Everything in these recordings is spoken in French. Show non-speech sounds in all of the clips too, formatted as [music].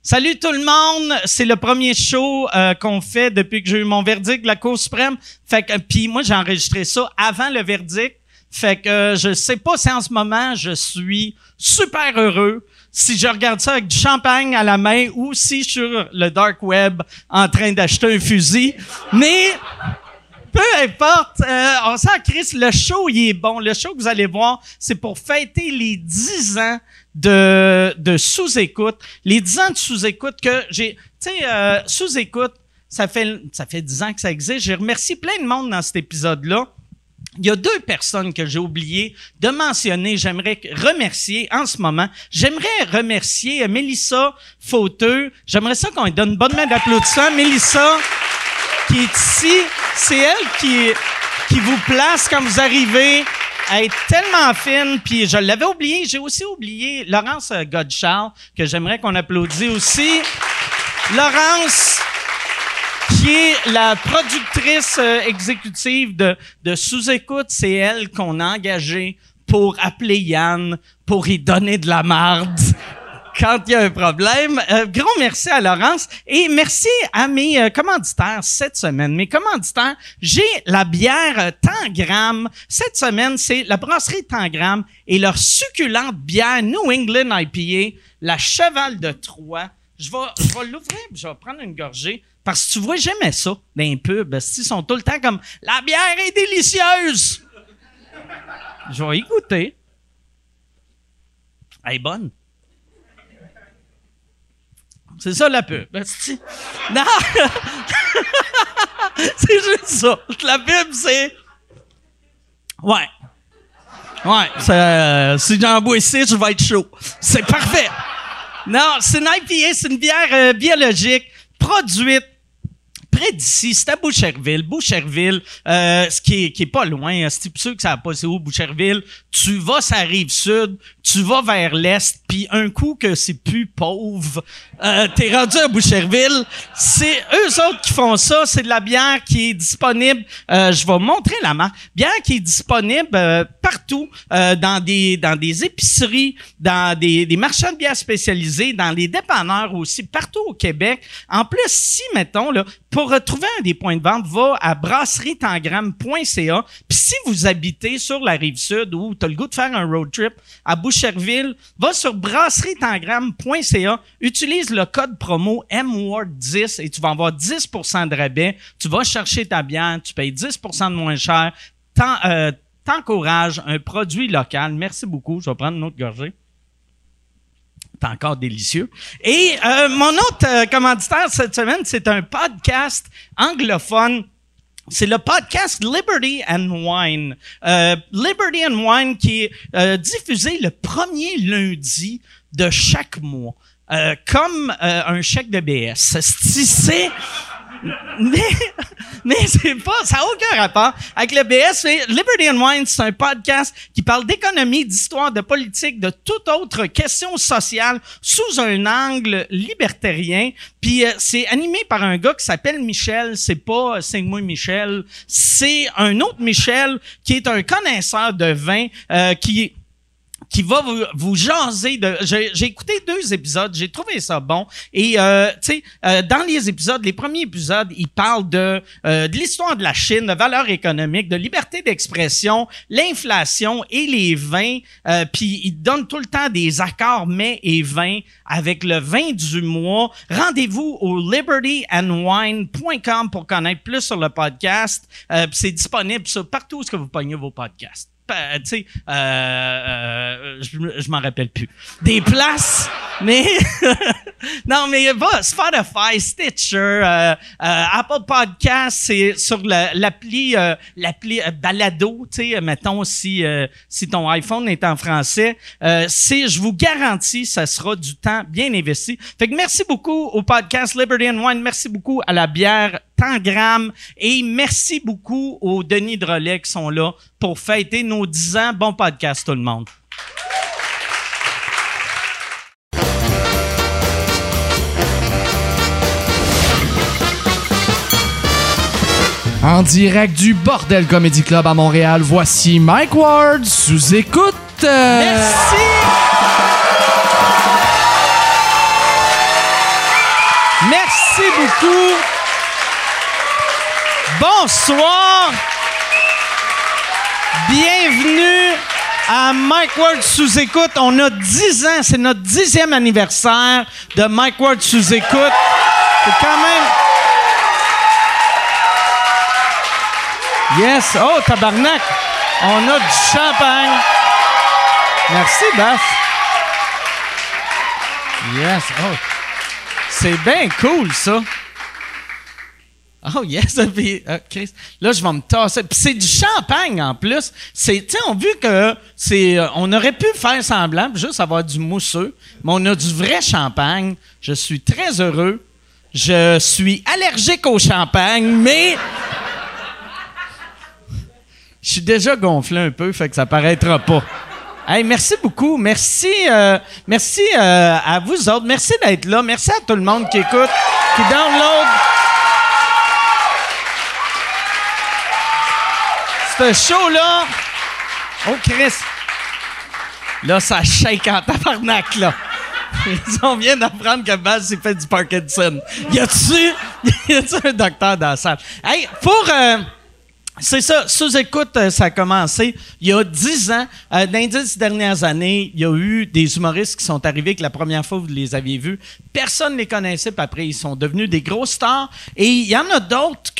Salut tout le monde, c'est le premier show euh, qu'on fait depuis que j'ai eu mon verdict de la Cour suprême. Fait que euh, puis moi j'ai enregistré ça avant le verdict. Fait que euh, je sais pas si en ce moment je suis super heureux si je regarde ça avec du champagne à la main ou si je suis sur le dark web en train d'acheter un fusil, mais peu importe, euh, on s'en crisse. Le show, il est bon. Le show que vous allez voir, c'est pour fêter les 10 ans de, de sous-écoute. Les 10 ans de sous-écoute que j'ai... Tu sais, euh, sous-écoute, ça fait, ça fait 10 ans que ça existe. J'ai remercié plein de monde dans cet épisode-là. Il y a deux personnes que j'ai oublié de mentionner. J'aimerais que- remercier en ce moment. J'aimerais remercier euh, Mélissa Fauteux. J'aimerais ça qu'on lui donne une bonne main d'applaudissement. Mélissa, qui est ici, c'est elle qui, qui vous place quand vous arrivez. Elle est tellement fine, puis je l'avais oublié. J'ai aussi oublié Laurence euh, Godchard, que j'aimerais qu'on applaudisse aussi. Laurence, qui est la productrice euh, exécutive de, de Sous-Écoute. C'est elle qu'on a engagée pour appeler Yann, pour y donner de la marde [laughs] quand il y a un problème. Euh, grand merci à Laurence et merci à mes euh, commanditaires cette semaine. Mes commanditaires, j'ai la bière euh, Tangram. Cette semaine, c'est la brasserie Tangram et leur succulente bière New England IPA, la Cheval de Troie. Je vais, je vais l'ouvrir, puis je vais prendre une gorgée. Parce que tu vois, j'aimais ça dans les pubs. Ils sont tout le temps comme « La bière est délicieuse! » Je vais y goûter. Elle est bonne. C'est ça la pub. asti. Non! [laughs] c'est juste ça. La pub, c'est... Ouais. Ouais. c'est, euh, si j'en bois ici, je vais être chaud. C'est parfait. Non, c'est une IPA, c'est une bière euh, biologique produite près d'ici, c'est à Boucherville. Boucherville, euh, ce qui est, qui est pas loin, hein, c'est sûr que ça va pas, c'est où Boucherville? Tu vas sur la rive sud, tu vas vers l'est, puis un coup que c'est plus pauvre, euh, t'es rendu à Boucherville. C'est eux autres qui font ça, c'est de la bière qui est disponible. euh, je vais montrer la marque. Bière qui est disponible euh, partout, euh, dans des dans des épiceries, dans des, des marchands de bière spécialisés, dans les dépanneurs aussi, partout au Québec. En plus, si, mettons, là, pour retrouver un des points de vente, va à brasserietangram.ca. Puis si vous habitez sur la rive sud ou tu as le goût de faire un road trip à Boucherville, va sur brasserietangram.ca, utilise le code promo MWORD10 et tu vas avoir 10 de rabais. Tu vas chercher ta bière, tu payes 10 de moins cher. T'en- euh, T'encourages un produit local. Merci beaucoup. Je vais prendre une autre gorgée c'est encore délicieux. Et euh, mon autre euh, commanditaire cette semaine, c'est un podcast anglophone. C'est le podcast Liberty and Wine. Euh, Liberty and Wine qui est euh, diffusé le premier lundi de chaque mois, Euh, comme euh, un chèque de BS. C'est- C'est mais, mais c'est pas, ça n'a aucun rapport avec le BS. C'est Liberty and Wine, c'est un podcast qui parle d'économie, d'histoire, de politique, de toute autre question sociale sous un angle libertarien. Puis euh, c'est animé par un gars qui s'appelle Michel. C'est pas euh, Signe-moi Michel. C'est un autre Michel qui est un connaisseur de vin euh, qui est qui va vous, vous jaser de. J'ai j'ai écouté deux épisodes, j'ai trouvé ça bon. Et euh, tu sais, euh, dans les épisodes, les premiers épisodes, il parle de euh, de l'histoire de la Chine, de valeurs économiques, de liberté d'expression, l'inflation et les vins. Euh, Puis il donne tout le temps des accords mets et vins avec le vin du mois. Rendez-vous au libertyandwine.com pour connaître plus sur le podcast. Euh, puis c'est disponible sur partout où est-ce que vous pognez vos podcasts. Pa- tu sais, euh, euh, je, je m'en rappelle plus. Des places, mais [laughs] non, mais va Spotify, Stitcher, euh, euh, Apple Podcast, c'est sur la- l'appli, euh, l'appli euh, Balado, tu sais, mettons si euh, si ton iPhone est en français, euh, c'est, je vous garantis, ça sera du temps bien investi. Fait que merci beaucoup au podcast Liberty and Wine, merci beaucoup à la bière Tangram et merci beaucoup aux Denis Drolet qui sont là pour fêter nos 10 ans. Bon podcast tout le monde. En direct du Bordel Comedy Club à Montréal, voici Mike Ward sous écoute. Euh, Merci! Merci beaucoup. Bonsoir. Bienvenue à Mike Ward sous écoute. On a 10 ans, c'est notre dixième anniversaire de Mike Ward sous écoute. C'est quand même. Yes. Oh, tabarnak. On a du champagne. Merci, Baf. Yes. Oh. C'est bien cool, ça. Oh yes, [laughs] puis, euh, Chris, là je vais me tasser. Puis c'est du champagne en plus. C'est, tu sais, on a vu que c'est, euh, on aurait pu faire semblant, puis juste avoir du mousseux, mais on a du vrai champagne. Je suis très heureux. Je suis allergique au champagne, mais je suis déjà gonflé un peu, fait que ça paraîtra pas. Hey, merci beaucoup. Merci, euh, merci euh, à vous autres. Merci d'être là. Merci à tout le monde qui écoute, qui download. Ce show-là. Oh, Chris. Là, ça shake en tabarnak, là. On vient d'apprendre que Baz s'est fait du Parkinson. Y a-tu, y a-tu [laughs] un docteur dans la salle? Hey, pour. euh, c'est ça, sous-écoute, euh, ça a commencé il y a 10 ans. Euh, dans les 10 dernières années, il y a eu des humoristes qui sont arrivés que la première fois, vous les aviez vus. Personne ne les connaissait, puis après, ils sont devenus des gros stars. Et il y en a d'autres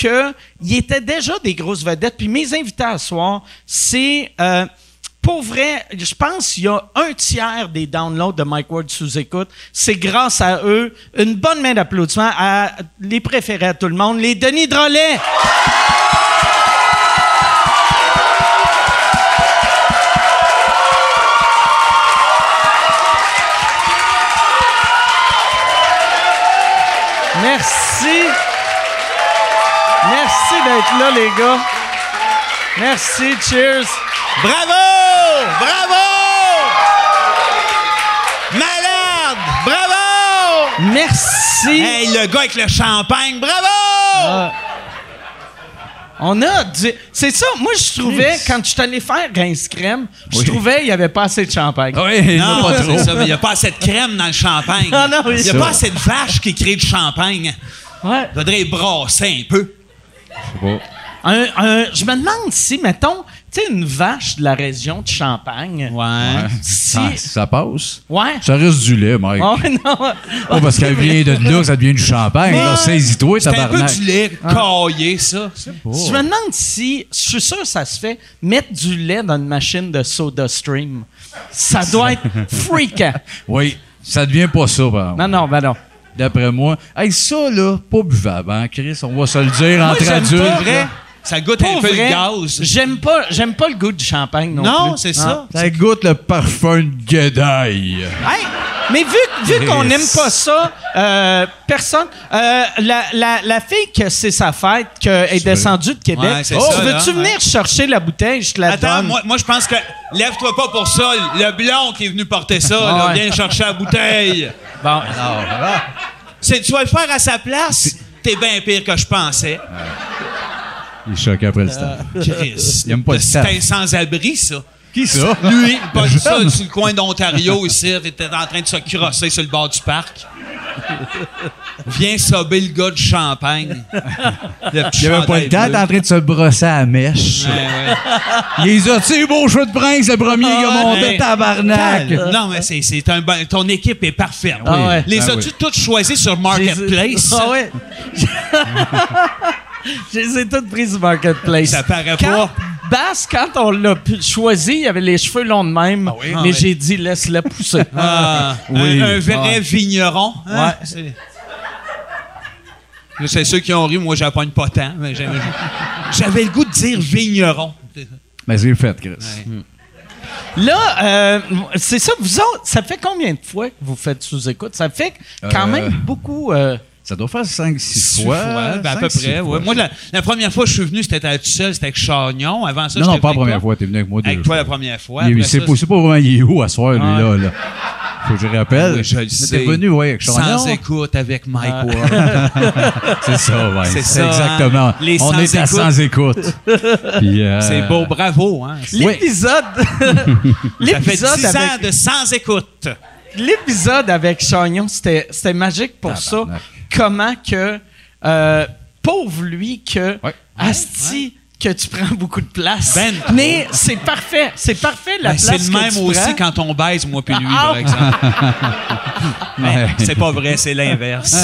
qui étaient déjà des grosses vedettes. Puis mes invités à soir, c'est... euh, pour vrai, je pense qu'il y a un tiers des downloads de Mike Ward sous écoute. C'est grâce à eux. Une bonne main d'applaudissements à les préférés à tout le monde, les Denis Drolet. Merci. Merci d'être là, les gars. Merci, cheers. Bravo! Bravo! Malade! Bravo! Merci. Hey, le gars avec le champagne, bravo! Ah. On a du... C'est ça, moi je trouvais, quand je suis allé faire Rince Crème, je Oui. trouvais qu'il n'y avait pas assez de champagne. Oui, non, pas trop. c'est ça, mais il n'y a pas assez de crème dans le champagne. Ah non, oui. il n'y a Ça. pas assez de vaches qui créent du champagne. Ouais. Il faudrait brasser un peu. Un- un- je me demande si, mettons, tu sais, une vache de la région de Champagne. Ouais. Si... Ça, Ah, ça passe. Ouais. Ah Ça reste du lait, Mike. Ah. Ouais, non. Pas parce [laughs] qu'elle vient de là que ça devient du champagne. là. Saisis-toi, C'est un peu tabarnak. Oh. du lait caillé, ça. Je Oh. me demande si, je suis sûr que ça se fait, mettre du lait dans une machine de soda stream. Ça doit [laughs] être freakant. Oui, ça devient pas ça, par Non, exemple. non, ben non. D'après moi. Hey, ça, là, pas buvable, hein, Chris? On va se le dire entre j'aime adultes. pas, là. Vrai? Ça goûte un Pour peu vrai, le gaz. j'aime pas, j'aime pas le goût du champagne non, Non, plus. Ah. c'est ça. Ça goûte le parfum de guédaille. Hey, mais vu, [laughs] vu qu'on Yes. n'aime pas ça, euh, personne. euh, la, la, la fille que c'est sa fête, qui est descendue de Québec, Ouais, c'est oh, ça, veux-tu là, venir chercher la bouteille? Je te la Attends, donne. moi, moi, je pense que. Lève-toi pas pour ça. Le blond qui est venu porter ça, Ah là, ouais. viens chercher la bouteille. Bon. C'est, tu vas le faire à sa place? T'es bien pire que je pensais. Ah. Il est choqué après le Euh. stade. Chris. Il aime pas le C'est staff. Ah. un sans-abri, ça. Qui [laughs] ça? Lui, pas jeune. ça, sur le coin d'Ontario ici, était en train de se crosser sur le bord du parc. Viens sober le gars du champagne. Le petit Il avait pas chandail le temps, t'es bleu. en train de se brosser à la mèche. Ouais, Il ouais. les a tirés beau cheveux de prince, le premier qui a Ah, monté ouais. tabarnak. Non, mais c'est, c'est un bon- ton équipe est parfaite. Ah oui, ouais. Les ben as-tu oui. toutes choisies sur Je les ai- [laughs] Marketplace? Ah ouais. [laughs] Je les ai toutes prises du marketplace. Ça paraît Quand- pas. Basse, quand on l'a pu- choisi, il avait les cheveux longs de même, mais Ah oui. j'ai dit laisse-le pousser. [laughs] Ah, Oui. un, un vrai Ah. vigneron. hein? C'est... Là, c'est ceux qui ont ri, moi j'appogne pas tant. mais j'avais, j'avais le goût de dire vigneron. Mais c'est fait, Chris. Là, euh, c'est ça, vous autres, ça fait combien de fois que vous faites sous-écoute? Ça fait quand Euh, même beaucoup. euh, Ça doit faire 5-6 Six fois. ben, à cinq, peu six près. fois. ouais. Moi, la, la première fois que je suis venu, c'était à- tout seul, c'était avec Chagnon. Avant ça, non, non, j'étais pas la venu première avec fois, t'es venu avec moi toi. deux Avec toi la première fois. fois. Il- Après C'est ça, pas, c'est pas vraiment il est où à soir, lui-là. Là. Faut que je rappelle. Oui, je le Mais sais. T'es venu, oui, avec Chagnon. Euh. Sans écoute avec Mike Ah. Ward. C'est ça, ouais. C'est C'est ça, exactement. hein. Les On sans était à écoute. sans [laughs] écoute. Puis, euh, C'est beau, bravo. Hein? L'épisode. [laughs] Ça fait 10 L'épisode ans avec. de sans écoute. l'épisode avec Chagnon, c'était c'était magique pour ça. Tabarnak. Comment que. euh, pauvre lui que. Ouais. Asti, que tu prends beaucoup de place. Ben. Mais c'est parfait. C'est parfait la Ben, place c'est le que même tu aussi prends. quand on baise, moi puis lui, Ah! par exemple. Ben, Ouais. c'est pas vrai, [laughs] c'est l'inverse.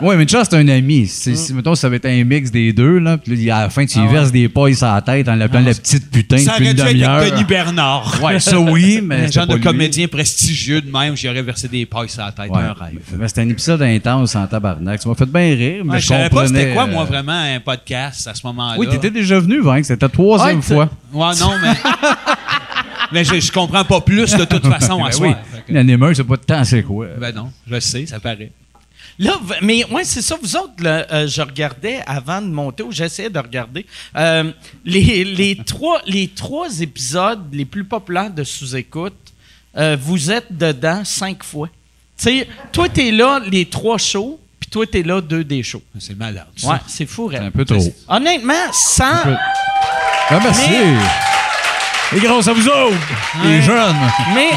Oui, mais Charles, c'est un ami. Mm. C'est- Si, mettons, ça va être un mix des deux, là. Puis là, à la fin, tu y verses des pailles sur la tête en l'appelant la petite putain Ah Ça depuis aurait une dû être avec Denis demi-heure. Bernard. Ouais, ça [laughs] oui, mais. Un c'était genre pas de lui. comédien prestigieux de même, j'y aurais versé des pailles sur la tête. Ouais. Un rêve. Mais c'était un épisode intense en tabarnak. Ça m'a fait bien rire, mais Ouais, je je savais pas comprenais, c'était quoi, moi, euh, vraiment, un podcast à ce moment-là. Oui, t'étais déjà venu, Vink. C'était ta troisième Ouais, t'es- fois. Ouais, non, mais. [laughs] mais je, je comprends pas plus de toute façon à Ben soi. oui. L'animeur, c'est pas de temps, c'est quoi? Ben non, je le sais, ça paraît. Là, v- mais ouais, c'est ça. Vous autres, là, euh, je regardais avant de monter, ou j'essayais de regarder euh, les, [laughs] les trois les trois épisodes les plus populaires de sous-écoute. euh, vous êtes dedans cinq fois. Tu sais, toi t'es là les trois shows, puis toi t'es là deux des shows. C'est malade. ça. Ouais, c'est fou, C'est un Ren. peu trop. Honnêtement, sans peu. Ah, merci! Les grosses à vous autres! Les jeunes! [laughs] Mais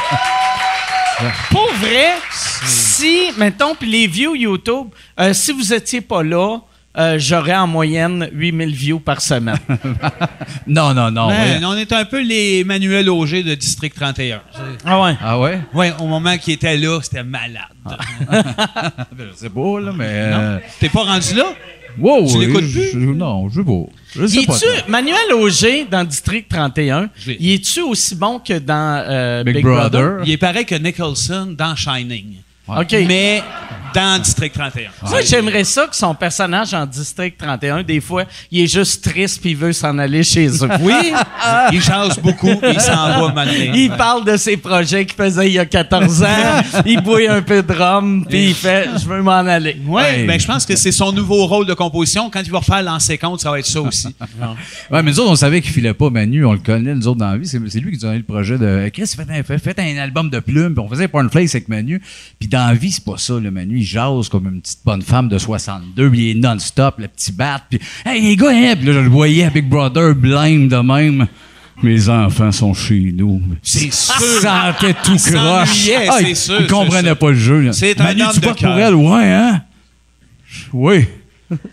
pour vrai, si, mettons, puis les views YouTube, euh, si vous étiez pas là, euh, j'aurais en moyenne 8000 views par semaine. Non, non, non. Ben, ouais. on est un peu les Manuel Auger de District 31. ah ouais? Ah ouais? Ouais, au moment qu'il était là, c'était malade. Ah. C'est beau, là, mais. euh, T'es pas rendu là? Wow! Tu l'écoutes je- je- Non, je veux pas. Je sais pas. tu Manuel Auger dans District 31, Je l'ai. il est-tu aussi bon que dans euh, Big, Big, Brother. Ah. Il est pareil que Nicholson dans Shining. OK. Mais dans District 31. Moi, j'aimerais ça que son personnage en District 31, des fois, il est juste triste puis il veut s'en aller chez [laughs] eux. Oui, il chasse beaucoup et il [laughs] s'en va maintenant. Il parle de ses projets qu'il faisait il y a 14 [laughs] ans. il bouille un peu de rhum, puis il fait « Je veux m'en aller Oui, Ouais. ben, je pense que c'est son nouveau rôle de composition. Quand il va refaire l'ancien compte, ça va être ça aussi. Ouais, mais nous autres, on savait qu'il filait pas Manu, on le connaît, nous autres, dans la vie. C'est c'est lui qui nous a donné le projet de Eh, Chris, faites un, fait- faites un album de plumes, puis on faisait Pornflakes avec Manu. Puis dans la vie, c'est pas ça, le Manu, il jase comme une petite bonne femme de 62, puis il est non-stop, le petit bat, puis hey, les gars, hein? Puis là, je le voyais à Big Brother, blême de même. Mes enfants sont chez nous. [laughs] C'est sûr. Il sentait tout Il croche. s'ennuyait, Ah, c'est il- sûr, Il comprenait c'est sûr. pas le jeu. là. C'est un Manu, homme tu de votes pour cœur. elle, ouais, hein? Oui.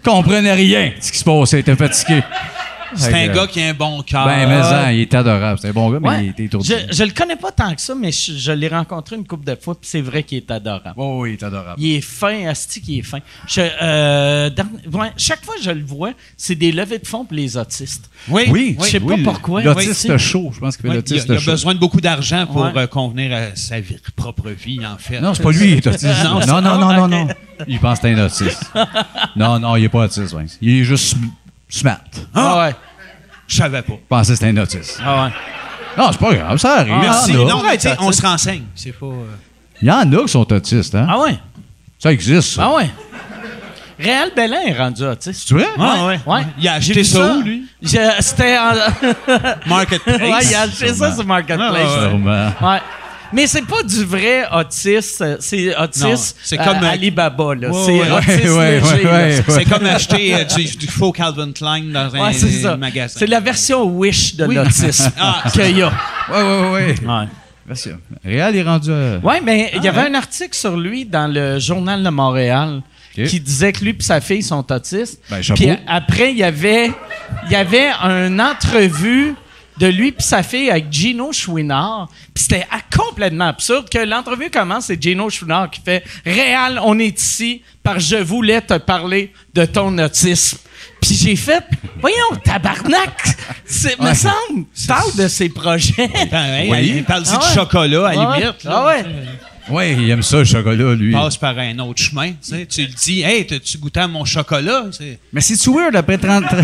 Comprenait rien de ce qui se passait, il était fatigué. euh, C'est un gars qui a un bon cœur. Ben, mais hein, il est adorable. C'est un bon gars, mais Ouais. il était étourdi. Je, je le connais pas tant que ça, mais je, je l'ai rencontré une couple de fois, puis c'est vrai qu'il est adorable. Oh, oui, il est adorable. Il est fin, Asti, il est fin. Je, euh, dernier- ouais, chaque fois que je le vois, c'est des levées de fonds pour les autistes. Oui, Oui, je sais pas pourquoi. L'autiste Oui, chaud, je pense qu'il fait Ouais, il a, il l'autiste a chaud. besoin de beaucoup d'argent pour Ouais. euh, convenir à sa vie- propre vie, en fait. Non, c'est pas lui, il est autiste. Non, non, c'est- non, non, non, non, Il pense que t'es un autiste. non, non, il est pas autiste, Vince. Il est juste sm- smart. Ah ouais. Je savais pas. Il pensait que c'était un autiste. Ah ouais. Non, c'est pas grave, ça arrive. Ah, Ah, Merci. Il y en a. Non, mais tu sais, on se renseigne. C'est pas. euh, Il y en a qui sont autistes, hein? Ah ouais. Ça existe, ça. Ah ouais. Réal Bellin est rendu autiste. Tu vois? Ah, ouais. Ouais. Il a J'ai acheté vu ça où, lui? Je- C'était en. [laughs] Marketplace. ouais, il a acheté ça sur Marketplace. Ah, Sûrement. Ouais. Mais c'est pas du vrai autiste, euh, c'est autiste Non, c'est euh, comme, euh, Alibaba, là. Ouais, c'est ouais, autiste ouais, léger, ouais, là. ouais. C'est comme acheter euh, du, du faux Calvin Klein dans un Ouais, c'est ça. magasin. C'est la version Wish de l'autisme [laughs] Ah. qu'il y a. Ouais, ouais, ouais. ouais. Ah, Ouais. Merci. Réal est rendu euh, à... Ah. Ouais, mais il y avait un article sur lui dans le Journal de Montréal Ok. qui disait que lui et sa fille sont autistes. Ben, chapeau. Puis a- après, il y avait, il y avait une entrevue de lui et sa fille avec Gino Chouinard. Puis c'était ah, complètement absurde que l'entrevue commence, c'est Gino Chouinard qui fait « Réal, on est ici par je voulais te parler de ton autisme. » Puis j'ai fait « Voyons, tabarnak! » C'est- me Ouais. semble, parle de ses [laughs] projets. Attends, hey, Oui. Il parle-y Ah ouais. de chocolat, à la Ah ouais. limite. là. Ah ouais. Ouais, il aime ça, le chocolat, lui. passe par un autre chemin. Tu, sais, tu le dis, hey, t'as-tu goûté à mon chocolat? C'est- Mais c'est-tu weird après 30... 30...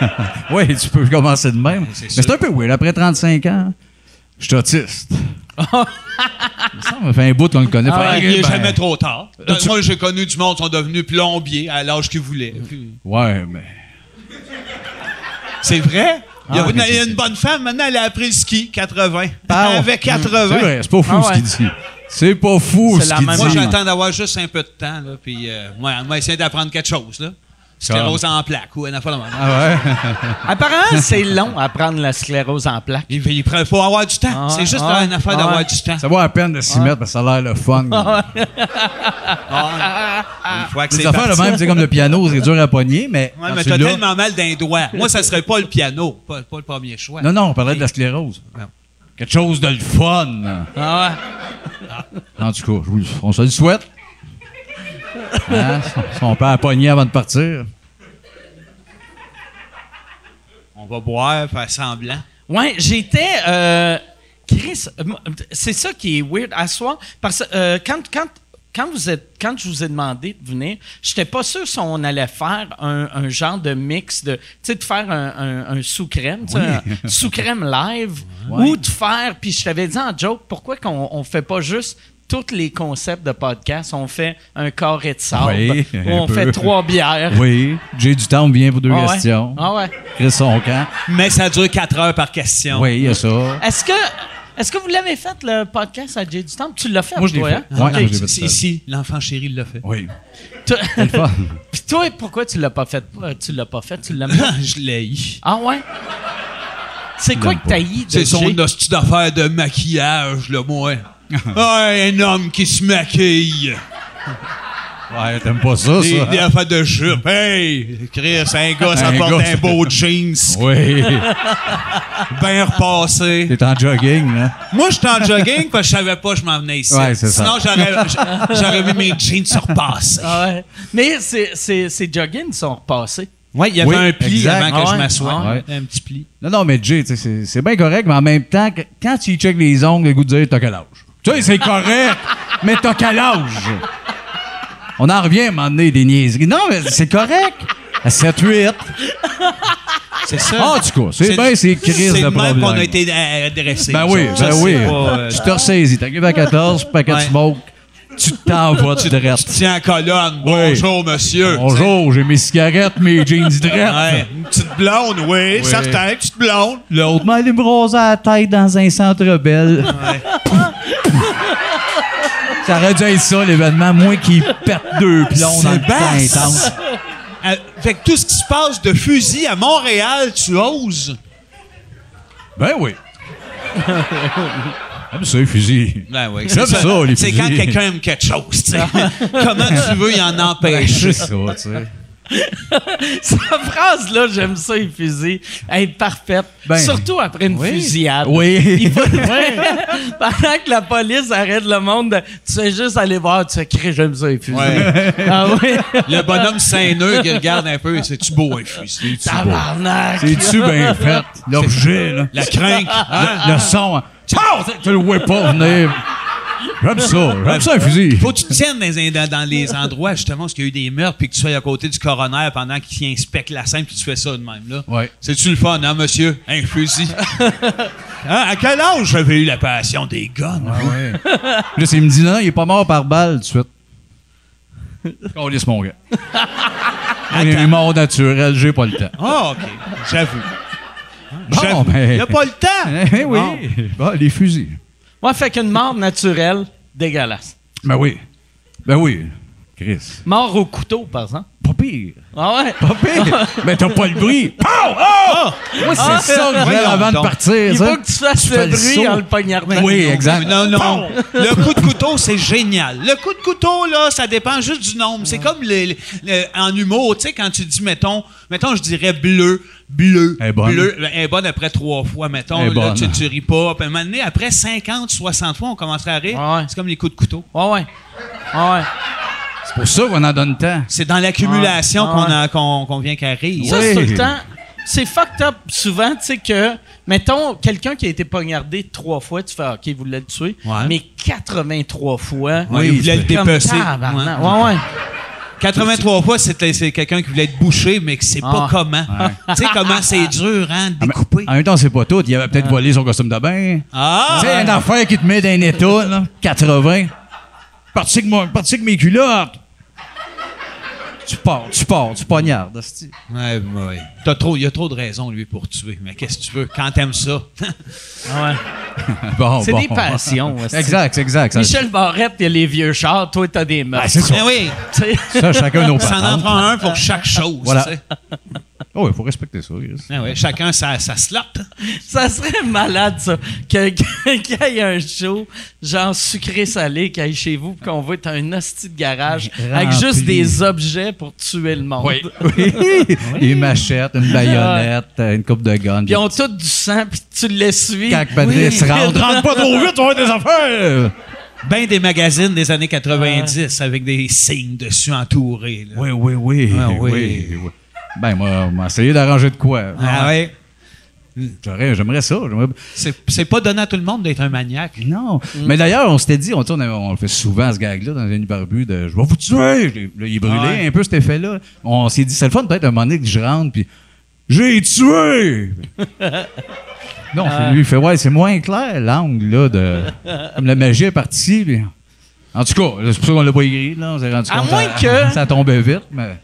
[laughs] ouais, tu peux commencer de même. c'est Mais sûr. c'est un peu weird. Après 35 ans, je suis autiste. ça me fait un bout qu'on le connaît. Ah Fait, il n'est ben, jamais trop tard. Euh, Moi, j'ai connu du monde qui sont devenus plombiers à l'âge qu'ils voulaient. Puis- Ouais, mais... C'est vrai? Il y a Ah, une, mais c'est- une bonne femme, maintenant, elle a appris le ski, 80. Ah, ouais. Elle avait Mm. C'est 80. vrai, c'est pas fou Ah ce ouais. qu'il dit. C'est pas fou C'est ce la qu'il dit. même- Moi, j'attends d'avoir juste un peu de temps, là, puis euh, moi, on va essayer d'apprendre quelque chose. Là. sclérose en plaques ou une affaire de même. Ah ouais? [laughs] Apparemment, c'est long à prendre la sclérose en plaques. Il, il prend- faut avoir du temps. Ah ouais, c'est juste ah ouais, une affaire ah d'avoir ouais. du temps. Ça vaut la peine de s'y Ah. mettre parce que ça a l'air le fun. Ah ah, Une fois que Les c'est affaires, le parti. même, c'est comme le piano, c'est dur à pogner, mais. Ouais, quand mais tu t'as l'as- tellement mal d'un doigt. Moi, ça serait pas le piano, pas, pas le premier choix. Non, non, on parlait de la sclérose. Non. Quelque chose de le fun. Ah En tout cas, je vous- on se [laughs] le souhaite. Hein? Si on peut la pogner avant de partir. On va boire, faire semblant. ouais. Ouais, j'étais. euh, Chris, euh, moi, c'est ça qui est weird à soir. Parce que euh, quand, quand, quand, vous êtes, quand je vous ai demandé de venir, j'étais pas sûr si on allait faire un, un genre de mix de. Tu sais, de faire un, un- un sous-crème, tu sais, un sous-crème live, ou de faire. Puis je t'avais dit en joke, pourquoi qu'on on fait pas juste. Tous les concepts de podcast, on fait un carré de sable, Oui, ou un Ah, ben, on peu. fait trois bières. Oui, j'ai du temps, on vient pour deux Ah ouais. questions. Ah ouais. Chris son camp. Mais ça dure 4 heures par question. Oui, il y a ça. Est-ce que, est-ce que vous l'avez fait, le podcast à Jay du Temple? Tu l'as fait, Moi, je l'ai toi, fait. hein? Ouais, Ah, Ah, moi, je l'ai fait C'est tout seul. ici, l'enfant chéri l'a fait. [laughs] [laughs] Oui. Toi- C'est le fun. Puis toi, pourquoi tu l'as pas fait? Euh, Tu l'as pas fait, tu l'aimes pas? je l'ai eu. Ah ouais? C'est quoi l'aime que t'as eu de C'est son Jay? hostie d'affaire de maquillage, le [laughs] moi. Ah, un homme qui se maquille. Ouais, t'aimes pas ça, Des, ça. des affaires de jupe. Hey, Chris, un gars, ça Un porte gars, un beau jeans, Oui. bien repassé. T'es en jogging, hein? là. Moi, j'étais en jogging parce que je savais pas que je m'en venais ici. Ouais, c'est ça. Sinon, j'aurais, j'aurais mis mes jeans surpassés. Ah ouais. Mais c'est- c'est- ces joggings sont repassés. [laughs] Oui, il y avait Oui, un pli exact. avant que Ah je ouais, m'assoie. ah ouais. Un petit pli. Non, non, mais Jay, tu sais, c'est c'est bien correct, mais en même temps, que- quand tu y checkes les ongles, le goût de dire t'as quel âge. Tu sais, c'est [laughs] correct, mais t'as quel âge? On en revient à un moment donné, des niaiseries. Non, mais c'est correct. À 7-8. C'est ça. Ah, En tout cas, c'est bien, c'est crise C'est de le même problème. qu'on a été euh, adressé. Ben oui, Ça, ben c'est oui. pas, euh, Tu te ressaisis. T'arrives à 14, paquet de Ouais. smoke, tu t'envoies, tu te restes. Tiens, colonne. Oui. Bonjour, monsieur. Bonjour, j'ai mes cigarettes, mes jeans Ouais, [laughs] drettes. une petite blonde, oui, Oui. certain, une petite blonde. L'autre m'a allé me raser la tête dans un centre belle. [laughs] ça aurait dû être ça, l'événement. Moi qui pète deux plombs dans C'est le temps basse. intense. [laughs] Euh, fait que tout ce qui se passe de fusil à Montréal, tu oses. Ben [laughs] oui. J'aime ça, les fusils. Ben oui, J'aime ça, les C'est fusils. quand quelqu'un aime quelque chose, [laughs] tu sais. Comment tu veux y en empêcher? C'est ça, tu sais. Cette phrase-là, j'aime ça, les fusils. Elle est parfaite. Ben, Surtout après une oui. fusillade. Oui. [laughs] Il faut- [laughs] Pendant que la police arrête le monde, de- tu sais juste aller voir, tu sais, Chris, j'aime ça, les fusils. Ouais. Ah oui? Le bonhomme Saint-Neu qui regarde un peu, c'est-tu beau un fusil? Tabarnak! C'est-tu bien fait? L'objet, là. La crainte, hein? Le, le son. hein. Ciao! Tu- Tu le vois pas venir. J'aime ça. J'aime ça, les fusils. Faut que tu te tiennes dans, les- dans- dans les endroits, justement, où il y a eu des meurtres, puis que tu sois à côté du coroner pendant qu'il inspecte la scène, puis tu fais ça de même, là. Ouais. C'est-tu le fun, hein, monsieur? Un [laughs] fusil. Hein, à quel âge j'avais eu la passion des guns? Ah ouais. Puis là, c'est- il me dit non, il est pas mort par balle tout de suite. On laisse mon [laughs] gars. Il est mort naturel, j'ai pas le temps. Ah, OK. J'avoue. Bon, J'avoue. ben- Il a pas [laughs] le temps. Eh oui. Bon, les fusils. Moi, fait qu'une mort naturelle, dégueulasse. Ben oui. Ben oui. Chris. Mort au couteau, par exemple. Pas pire. Ah ouais? Pas [laughs] pire. Mais t'as pas le bruit. Pow! Oh! Moi, c'est Ah! ça que je voulais Voyons avant de donc. partir. Il ça. faut que tu fasses fais le le bruit saut. en le poignardant. Oui, exact. Non, non. Le coup de couteau, c'est génial. Le coup de couteau, là, ça dépend juste du nombre. C'est comme les- les- les- en humour, tu sais, quand tu dis, mettons, mettons, je dirais bleu, bleu, Elle est bonne. bleu. Ben, Elle est bonne après trois fois, mettons. Elle est Là, bonne. tu, tu ris pas. Puis, à un moment donné, après 50, 60 fois, on commencerait à rire. Ouais. C'est comme les coups de couteau. Ouais, ouais. Ouais, ouais. C'est pour ça qu'on en donne tant. C'est dans l'accumulation Ouais. qu'on Ouais. a- qu'on qu'on vient qu'à rire. Ça, Oui. c'est tout le temps. C'est fucked up souvent, tu sais, que, mettons, quelqu'un qui a été poignardé trois fois, tu fais, OK, vous voulez le tuer. Ouais. Mais 83 fois. Ouais, il voulait le comme dépecer. tabarnak. Ouais. Ouais, ouais. 83 fois, c'était- c'est quelqu'un qui voulait être bouché, mais qui sait Ah. pas comment. Tu sais comment c'est dur, hein, Ah, de découper. En même temps, c'est pas tout. Il avait peut-être volé son costume de bain. Ah! Tu sais, une affaire qui te met dans un état, là, 80. Parti que, mon- parti que mes culottes. Tu pars, tu pars, tu poignardes. hostie. Ouais, ouais. T'as trop, il y a trop de raisons, lui, pour tuer. Mais qu'est-ce que tu veux? Quand t'aimes ça. Ah ouais. [laughs] Bon, C'est bon. des [laughs] passions, hostie. Exact, exact. Ça, Michel Barrette, il y a les vieux chars, toi, t'as des meufs. [laughs] c'est ça. Ben oui, tu sais. Ça, chacun nos [laughs] ça en patentes. prend un pour chaque chose. Voilà. tu sais. Oh, il faut respecter ça. Chris. Ben ouais, chacun sa, sa slot. Ça serait malade, ça, que- que- qu'il y ait un show, genre sucré-salé, qu'il y ait chez vous, puis qu'on voit un hostie de garage avec Rempli. juste des objets pour tuer le monde. [laughs] Oui. Une machette, une baïonnette, euh, une coupe de gun. Puis ils ont tout du sang, puis tu l'essuies. Quand Patrice rentre, rentre pas trop vite, tu vas avoir des affaires! Ben des magazines des années 90 avec des signes dessus entourés. là. Oui, oui, oui. Ah, oui. oui. Ben, moi, on va essayer d'arranger de quoi. Ah ouais. J'aurais- J'aimerais ça. j'aimerais- C'est c'est pas donné à tout le monde d'être un maniaque. Non. Mm. Mais d'ailleurs, on s'était dit, on, tu sais, on, avait- on le fait souvent, ce gag-là, dans une barbu, de je vais vous tuer. Je l'ai- là, il est brûlé, Ouais. un peu cet effet-là. On s'est dit, c'est le fun, peut-être, un moment donné, que je rentre, puis [laughs] j'ai tué. non, Ah. c'est lui, il fait, ouais, c'est moins clair, l'angle, là, de. Comme la magie est partie, puis- En tout cas, là, c'est pour ça qu'on l'a pas écrit, là. On s'est rendu À compte. moins que- [laughs] Ça tombait vite, mais.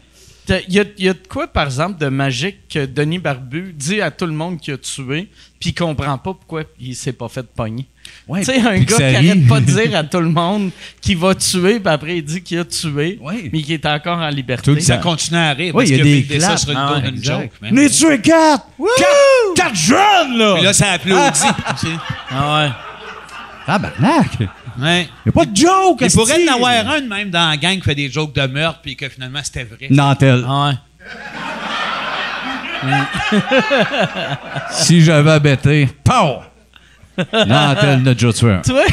T'as- Il y a, il y a de quoi, par exemple, de magique que Denis Barbu dit à tout le monde qu'il a tué, puis il comprend pas pourquoi il s'est pas fait pogner. Ouais, tu sais, un puis que gars qui ça rit. arrête pas de [laughs] dire à tout le monde qu'il va tuer, puis après il dit qu'il a tué, Ouais. mais qu'il est encore en liberté. Tout le Ça Ah. Ben, continue à rire. Oui, parce il y a qu'il des buildé ça claps. sur une Ah, tour d'une Exact. joke. man. Venez tuer quatre! Quatre, quatre jeunes, là! Puis là, ça applaudit. tu sais. Ah Ah, Tabarnak! Ouais. Y a pas de joke, Il pourrait esti. en avoir un de même dans la gang qui fait des jokes de meurtre puis que finalement c'était vrai. ouais. Nantel. Ah ouais. Ah. Si j'avais abêté, pow! Nantel n'a déjà tué un. Toi,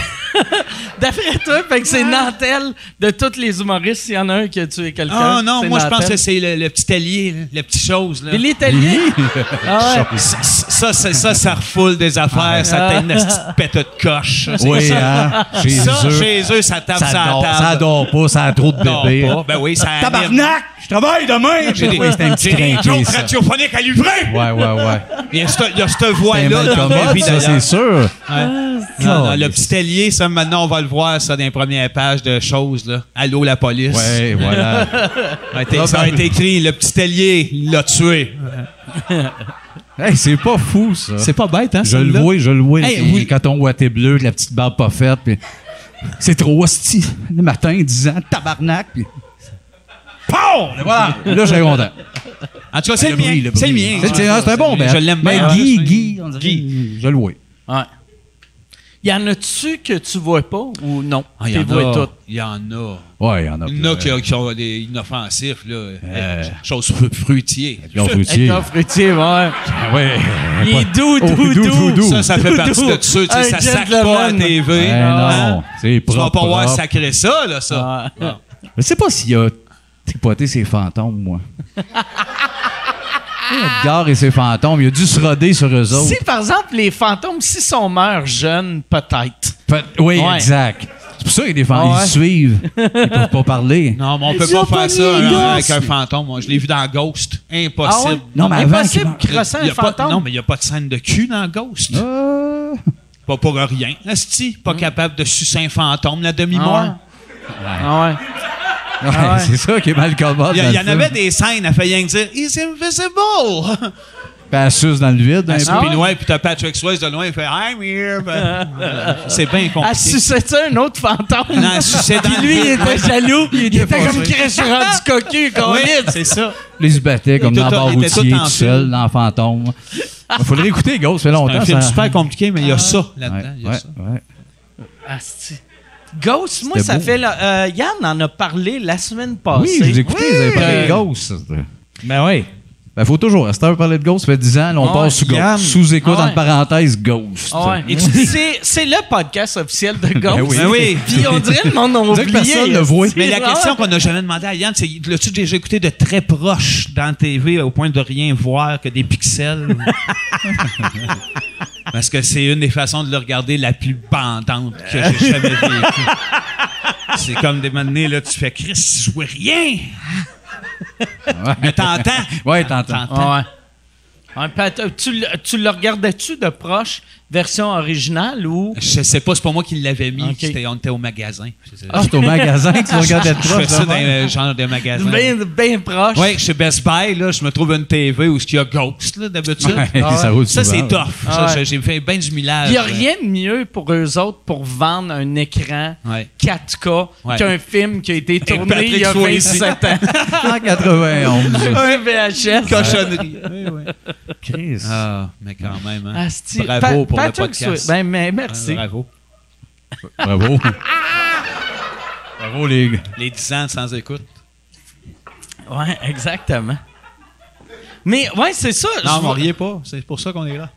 [laughs] d'après toi, fait que c'est Nantel de tous les humoristes, s'il y en a un qui a tué quelqu'un. Ah non, c'est moi je pense Nantel. que c'est le, le petit allié, là, le petit chose. Là. Mais l'Italien, ah ouais. Ça, ça, ça, ça, ça refoule des affaires, ça t'aide [laughs] une petite pète de coche. C'est Ah. Oui, ça. hein? Chez Ça, eux, chez eux, ça tape ça, ça dort, ça table. dort pas, ça a trop de dort bébés. pas. Ben oui, ça anime. Tabarnak! Je travaille demain! J'ai des, Oui, c'est un petit j'ai des crinqué, jokes Ben ça. radiophoniques à livrer! Ouais, ouais, ouais. Il y a cette, il y a cette C'est voix-là mal dans ma commode, vie, ça, c'est d'ailleurs. sûr. Ah, Ouais. Non, non, le petit allié, ça, maintenant, on va le voir, ça, dans les premières pages de choses, là. Allô, la police. Ouais, Ah, ben, [laughs] voilà. Ça a été- ça a été écrit, le petit allié l'a tué. Hey, c'est pas fou, ça. pas bête, hein, Je le vois, je le vois. Hey, le oui. coton ouaté bleu, la petite barbe pas faite. puis C'est trop hostie. Le matin, 10 ans, tabarnak. Puis... Pow! Voilà. Là, j'ai content. En tout cas, Ben c'est Ah, le, mien. C'est le mien. C'est c'est- c'est un bon ben. ben. Je l'aime Mais bien. Guy, Ouais, Guy, on dirait. Je le vois. Mhm. Ouais. Y en a-tu que tu vois pas ou non? Ah, il y T'es en voué a. toutes. Il y en a. Ouais, il y en a. Il y en a plein. qui, qui sont des inoffensifs, là. Euh, Chose fru- fruitier. Puis on fruitier. Étoffe fruitier, ouais. Ah Ouais. Il est doux, Oh, doux, doux, doux. doux, doux. Ça, ça fait Doudou. partie de ça. Tu sais, Un ça sac pas à gentleman. TV. Ben hein. non, c'est Tu vas propre. pas voir propre. sacrer ça, là, ça. Ah. Bon. Je sais pas s'il a tripoté ses fantômes, [laughs] moi. Edgar et ses fantômes, il a dû se roder sur eux autres. Si, par exemple, les fantômes, si sont meurt jeunes, peut-être. Fait- oui, Ouais. exact. C'est pour ça que les fantômes, Ah ouais. ils suivent. [laughs] Ils peuvent pas parler. Non, mais on peut Ils ont pas pas faire ça mis hein, les avec gosses. un fantôme. moi. Je l'ai vu dans Ghost. Ah ouais? Impossible. Non, mais avant qu'il Impossible meure. de crosser Il y un a pas- fantôme. non, mais il n'y a pas de scène de cul dans Ghost. Euh, Pas pour rien. Asti, pas capable de sucer un fantôme, la demi-mort. Ah ouais. ouais, ouais. C'est ça qui est mal commode. Il y, a- dans il y le en film. avait des scènes, à fait rien que dire « He's invisible! [laughs] Puis elle suce dans le vide. hein, un » Ah Euh, Puis ouais? loin, puis t'as Patrick Swayze de loin, il fait « I'm here! Ben, euh, C'est bien Elle compliqué. suçait un autre fantôme? Non, elle suçait dans Ah, Puis lui, il le- était jaloux, puis il Il était est comme foncé. Chris, je suis rendu cocu, Oui, câlisse. c'est ça. Ils se battaient comme Il dans était tout- Bar il était Routier, tout tout, en seul, dans Fantôme. [laughs] Il faudrait écouter, Ghost, ça fait C'est longtemps. un film ça. super compliqué, mais il y a ça Ouais, là-dedans. il y a ouais, ça. ouais. Asti. Ghost, moi, C'était ça beau. fait. la- euh, Yann en a parlé la semaine Oui, passée. je vous écoutez, vous avez parlé Euh, de Ghost. Ben oui. Ben, faut toujours, à cette heure, parler de Ghost, ça fait 10 ans, là, on Ah, passe sous Yann. Ghost. Sous-écoute, Ah, ouais. entre parenthèses, Ghost. Ah ouais. C'est c'est le podcast officiel de Ghost. oui. Ben oui. Puis on dirait le monde a oublié. que personne le voit. Asti. Mais la Ah ouais. question qu'on n'a jamais demandé à Yann, c'est l'as-tu déjà écouté de très proche dans la TV au point de rien voir que des pixels? Parce que c'est une des façons de le regarder la plus bandante que j'ai jamais vécue. C'est comme des moments donnés, là, tu fais Chris, je vois rien! Mais t'entends? [laughs] Ouais, t'entends. Ah ouais. Ouais, puis att- tu, le- tu le regardais-tu de proche version originale ou. Je sais pas, c'est pas moi qui l'avais mis. Ok. C'était- on était au magasin. Ah, c'est au magasin que [laughs] tu regardais de je fais proche. ça de dans même. le genre de magasin. Bien, bien proche. Oui, chez Best Buy, là, je me trouve une TV où il y a Ghost, [laughs] là, d'habitude. Ah. Ouais, Ah, ça roule Ça, souvent, c'est ouais. tough. Ça, Ah ouais. j'ai- J'ai fait bien du millage. Il n'y a rien de mieux pour eux autres pour vendre un écran Ouais. 4K Ouais. qu'un film qui a été tourné Patrick il y a Swayze. 27 ans. [laughs] [laughs] En 91. un VHS. Cochonnerie. Chris. [laughs] Ah, mais quand même. Hein. Asti. Bravo Pa- pour Patrick le podcast. Swayze. Ben, mais merci. Bravo. Bravo. Bravo, les gars. Les 10 ans sans écoute. Ouais, exactement. Mais ouais, c'est ça. Non, je- vous riez pas. C'est pour ça qu'on est là.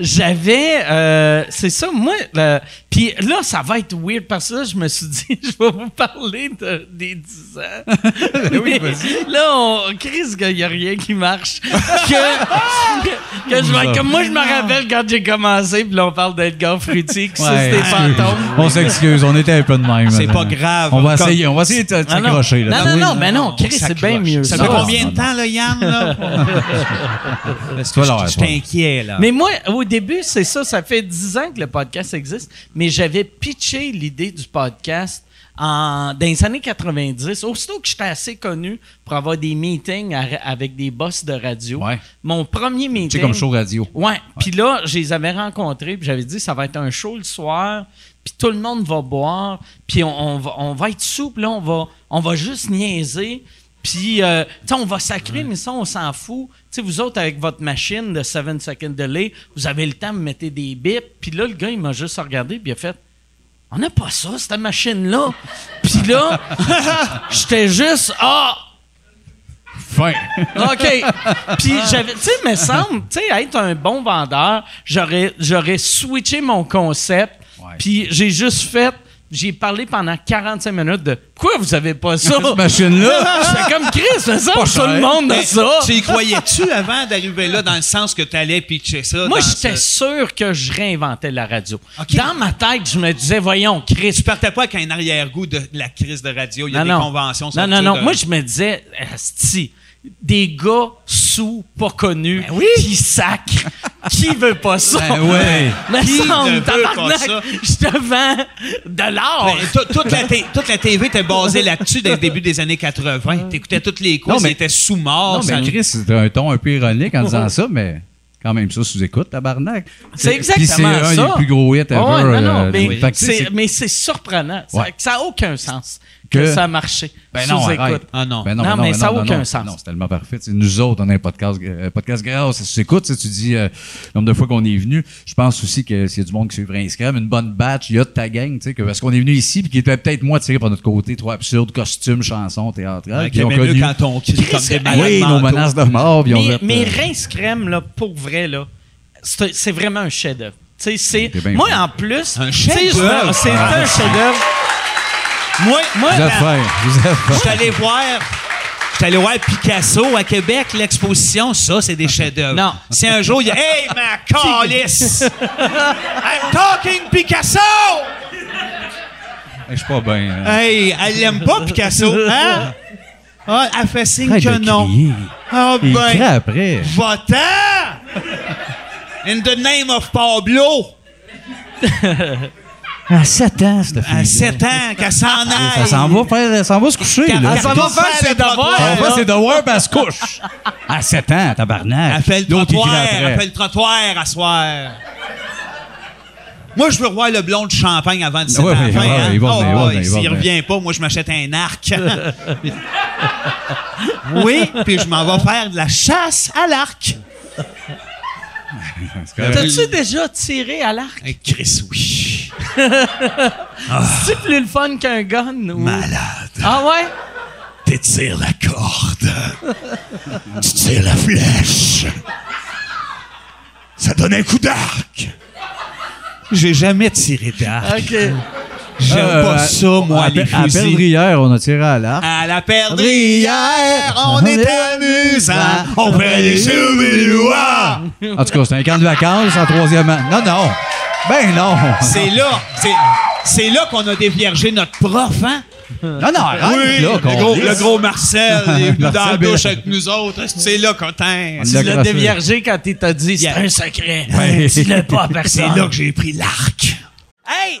J'avais, euh, c'est ça, moi. le- Puis là, ça va être weird parce que là, je me suis dit, [laughs] je vais vous parler de- des 10 [laughs] ans. oui, Ben Mais vas-y. Là, on crise qu'il n'y a rien qui [laughs] marche. que, que, que je vais- que moi, je me rappelle quand j'ai commencé, puis là, on parle d'Edgar Frutti, qui ça, Ouais, Ah, c'était excuse. fantôme. On s'excuse, on était un peu de même. C'est là. pas grave. On va Comme- essayer, on va essayer de Ah non. s'accrocher. là. Non, non, Oui. non, mais Ah non, Chris, On c'est s'accroche. bien mieux. Ah. Ça ça. fait Non, combien non, de temps, là, [laughs] Yann? Là? Parce que Toi, là, je je ouais, t'inquiète, là. Mais moi, au début, c'est ça, ça fait dix ans que le podcast existe, mais j'avais pitché l'idée du podcast en, dans les années 90. Aussitôt que j'étais assez connu pour avoir des meetings à- avec des boss de radio, Ouais. mon premier meeting... Tu sais, comme show radio. Ouais. Puis là, je les avais rencontrés, puis j'avais dit, ça va être un show le soir, puis tout le monde va boire, puis on, on va, on va être souple, là, on va, on va juste niaiser, puis, euh, tu sais, on va sacrer, mais ça, on s'en fout. Tu sais, vous autres, avec votre machine de 7 second delay, vous avez le temps, vous mettez des bips, puis là, le gars, il m'a juste regardé, puis il a fait, on n'a pas ça, cette machine-là. Puis là, [laughs] j'étais juste, ah! [laughs] Fin. OK. Puis j'avais, tu sais, me semble, tu sais, être un bon vendeur, j'aurais, j'aurais switché mon concept. Ouais. Puis j'ai juste fait, j'ai parlé pendant 45 minutes de pourquoi vous avez pas [laughs] ça? Cette machine-là. [laughs] J'étais comme Chris, mais ça, tout cher. le monde a Mais ça. Ben, Tu y croyais-tu avant d'arriver là, dans le sens que tu allais pitcher ça? Moi, dans j'étais ce- sûr que je réinventais la radio. OK. Dans ma tête, je me disais, voyons, Chris, Tu partais pas avec un arrière-goût de la crise de radio. Il y a non, des non. conventions. sur Non, le non, fait non. de- Moi, je me disais, asti, des gars sous, pas connus, Ben qui sacrent. [laughs] qui veut pas ça? Ben ouais. Mais Qui ça, [laughs] ne me veut pas tabarnak, ça? je te vends de l'or. Ben, tout- toute, la t- toute la TV était basée là-dessus dès le début des années 80. T'écoutais toutes les Non, courses, mais- c'était sous-mort. Non, ça- mais Chris, c'était un ton un peu ironique en disant ça, mais quand même, ça sous-écoute, tabarnak. C'est Puis c'est exactement un ça. des plus gros hits ever. Ah ouais, non, non, euh, mais, de- Fait que tu sais, c'est, c'est- mais c'est surprenant. Ça- Ouais. Ça n'a aucun sens que, Que- ça a marché. Ben non, Sous-écoute. arrête. Ah non. Ben Non, mais ça a non, aucun non. sens. Non, c'est tellement parfait. Tu sais, nous autres, on a un podcast, euh, podcast grâce. Ça s'écoute. Tu sais, tu dis euh, le nombre de fois qu'on est venu. Je pense aussi que s'il y a du monde qui suivrait Instagram, une bonne batch, il y a de ta gang. Tu sais, que, parce qu'on est venu ici puis qui était peut-être moins tiré par notre côté trop absurde, costume, chanson, théâtre. Ouais, puis ils ont t'aimais mieux connu quand on crie comme des malades oui, nos mentaux. menaces de mort. puis ils ont Mais, fait, mais euh, Rince Crème, là, pour vrai, là, c'est c'est vraiment un chef-d'œuvre. Tu sais, c'est- T'es bien Moi, fin. en plus, Un tu sais, je- chef-d'œuvre? c'est Ah, un chef-d'œuvre. Moi, moi vous la- êtes fin, vous êtes fin. je suis allé voir. Je suis allé voir Picasso à Québec, l'exposition, ça, c'est des chefs-d'œuvre. Non. Si un jour, il y a. Hey, ma [laughs] calice! I'm talking Picasso! Je suis pas bien. hein. Euh, Hey, elle l'aime pas, Picasso, hein? Ah, elle fait signe Arrête que de non. crier. Ah, Il crie ben. après. Va-t'en! In the name of Pablo! À 7 ans, cette fille. À 7 ans, qu'elle s'en aille! Ça s'en va, faire- ça s'en va se coucher. Qu'elle- là. qu'elle s'en va faire le ses devoirs. trottoir. Ouais, On va, là. c'est de voir, ben, elle se couche. À 7 ans, tabarnak. Elle fait le L'autre, il crie trottoir, après. elle fait le trottoir à soir. Moi, je veux voir le blond de champagne avant de s'éteindre. Ouais, ouais, ouais, hein? il va venir, il va ouais, venir, il va S'il venir. revient pas, moi, je m'achète un arc. [laughs] oui, puis je m'en vais faire de la chasse à l'arc. T'as-tu déjà tiré à l'arc? Hey, Eh, Chris, oui. C'est plus le fun qu'un gun? ou- Malade. Ah ouais? T'étires la corde. tu tires la flèche. Ça donne un coup d'arc. J'ai jamais tiré d'arc. OK. J'aime Euh, pas à- ça, moi, à, les à fusils. Perdrière, on a tiré à l'arc. À la perdrière, on est amusant. On fait des choubillois. En tout cas, c'était un camp de vacances en troisième an. Non, non. Ben non. C'est là. C'est, C'est là qu'on a déviergé notre prof, hein? Non, non, arrête, oui, là, le, qu'on gros, lisse. le gros Marcel, [laughs] il est venu dans la Marcel douche Bérard. avec nous autres. C'est là qu'on t'aime. Tu l'as Lacrosse. déviergé quand il t'a dit c'est Yeah. un secret. Dis-le [laughs] pas à C'est personne. là que j'ai pris l'arc. Hey,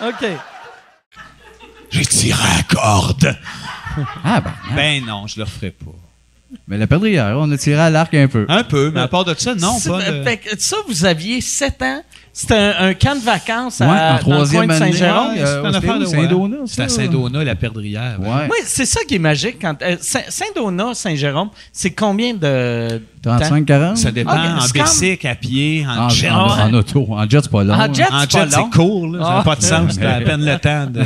ha! OK. J'ai tiré à la corde. Ah, ben, Hein? Ben non, je le ferai pas. mais la perdrière, on a tiré à l'arc un peu. Un peu, mais à part de ça, non, C'est- pas. euh, de- fait que ça, vous aviez 7 ans. C'était un, un camp de vacances Ouais, à, en troisième dans le coin de année. Saint-Jérôme. Ouais. c'est euh, une affaire de- c'était où, Saint-Donat, ouais. C'était à ça? Saint-Donat, la perdrière. ben. Ouais. Oui, c'est ça qui est magique. Quand, euh, Saint- Saint-Donat, Saint-Jérôme, c'est combien de temps? 35, 40. Ça dépend, Ah, en c'est comme- bicycle, à pied, en En, jet. en- Ah ouais. en auto. En jet, c'est pas long. hein. En là. jet? En c'est pas jet, c'est long. cool. là. Ça Ah. n'a pas de sens. C'était à peine le temps de...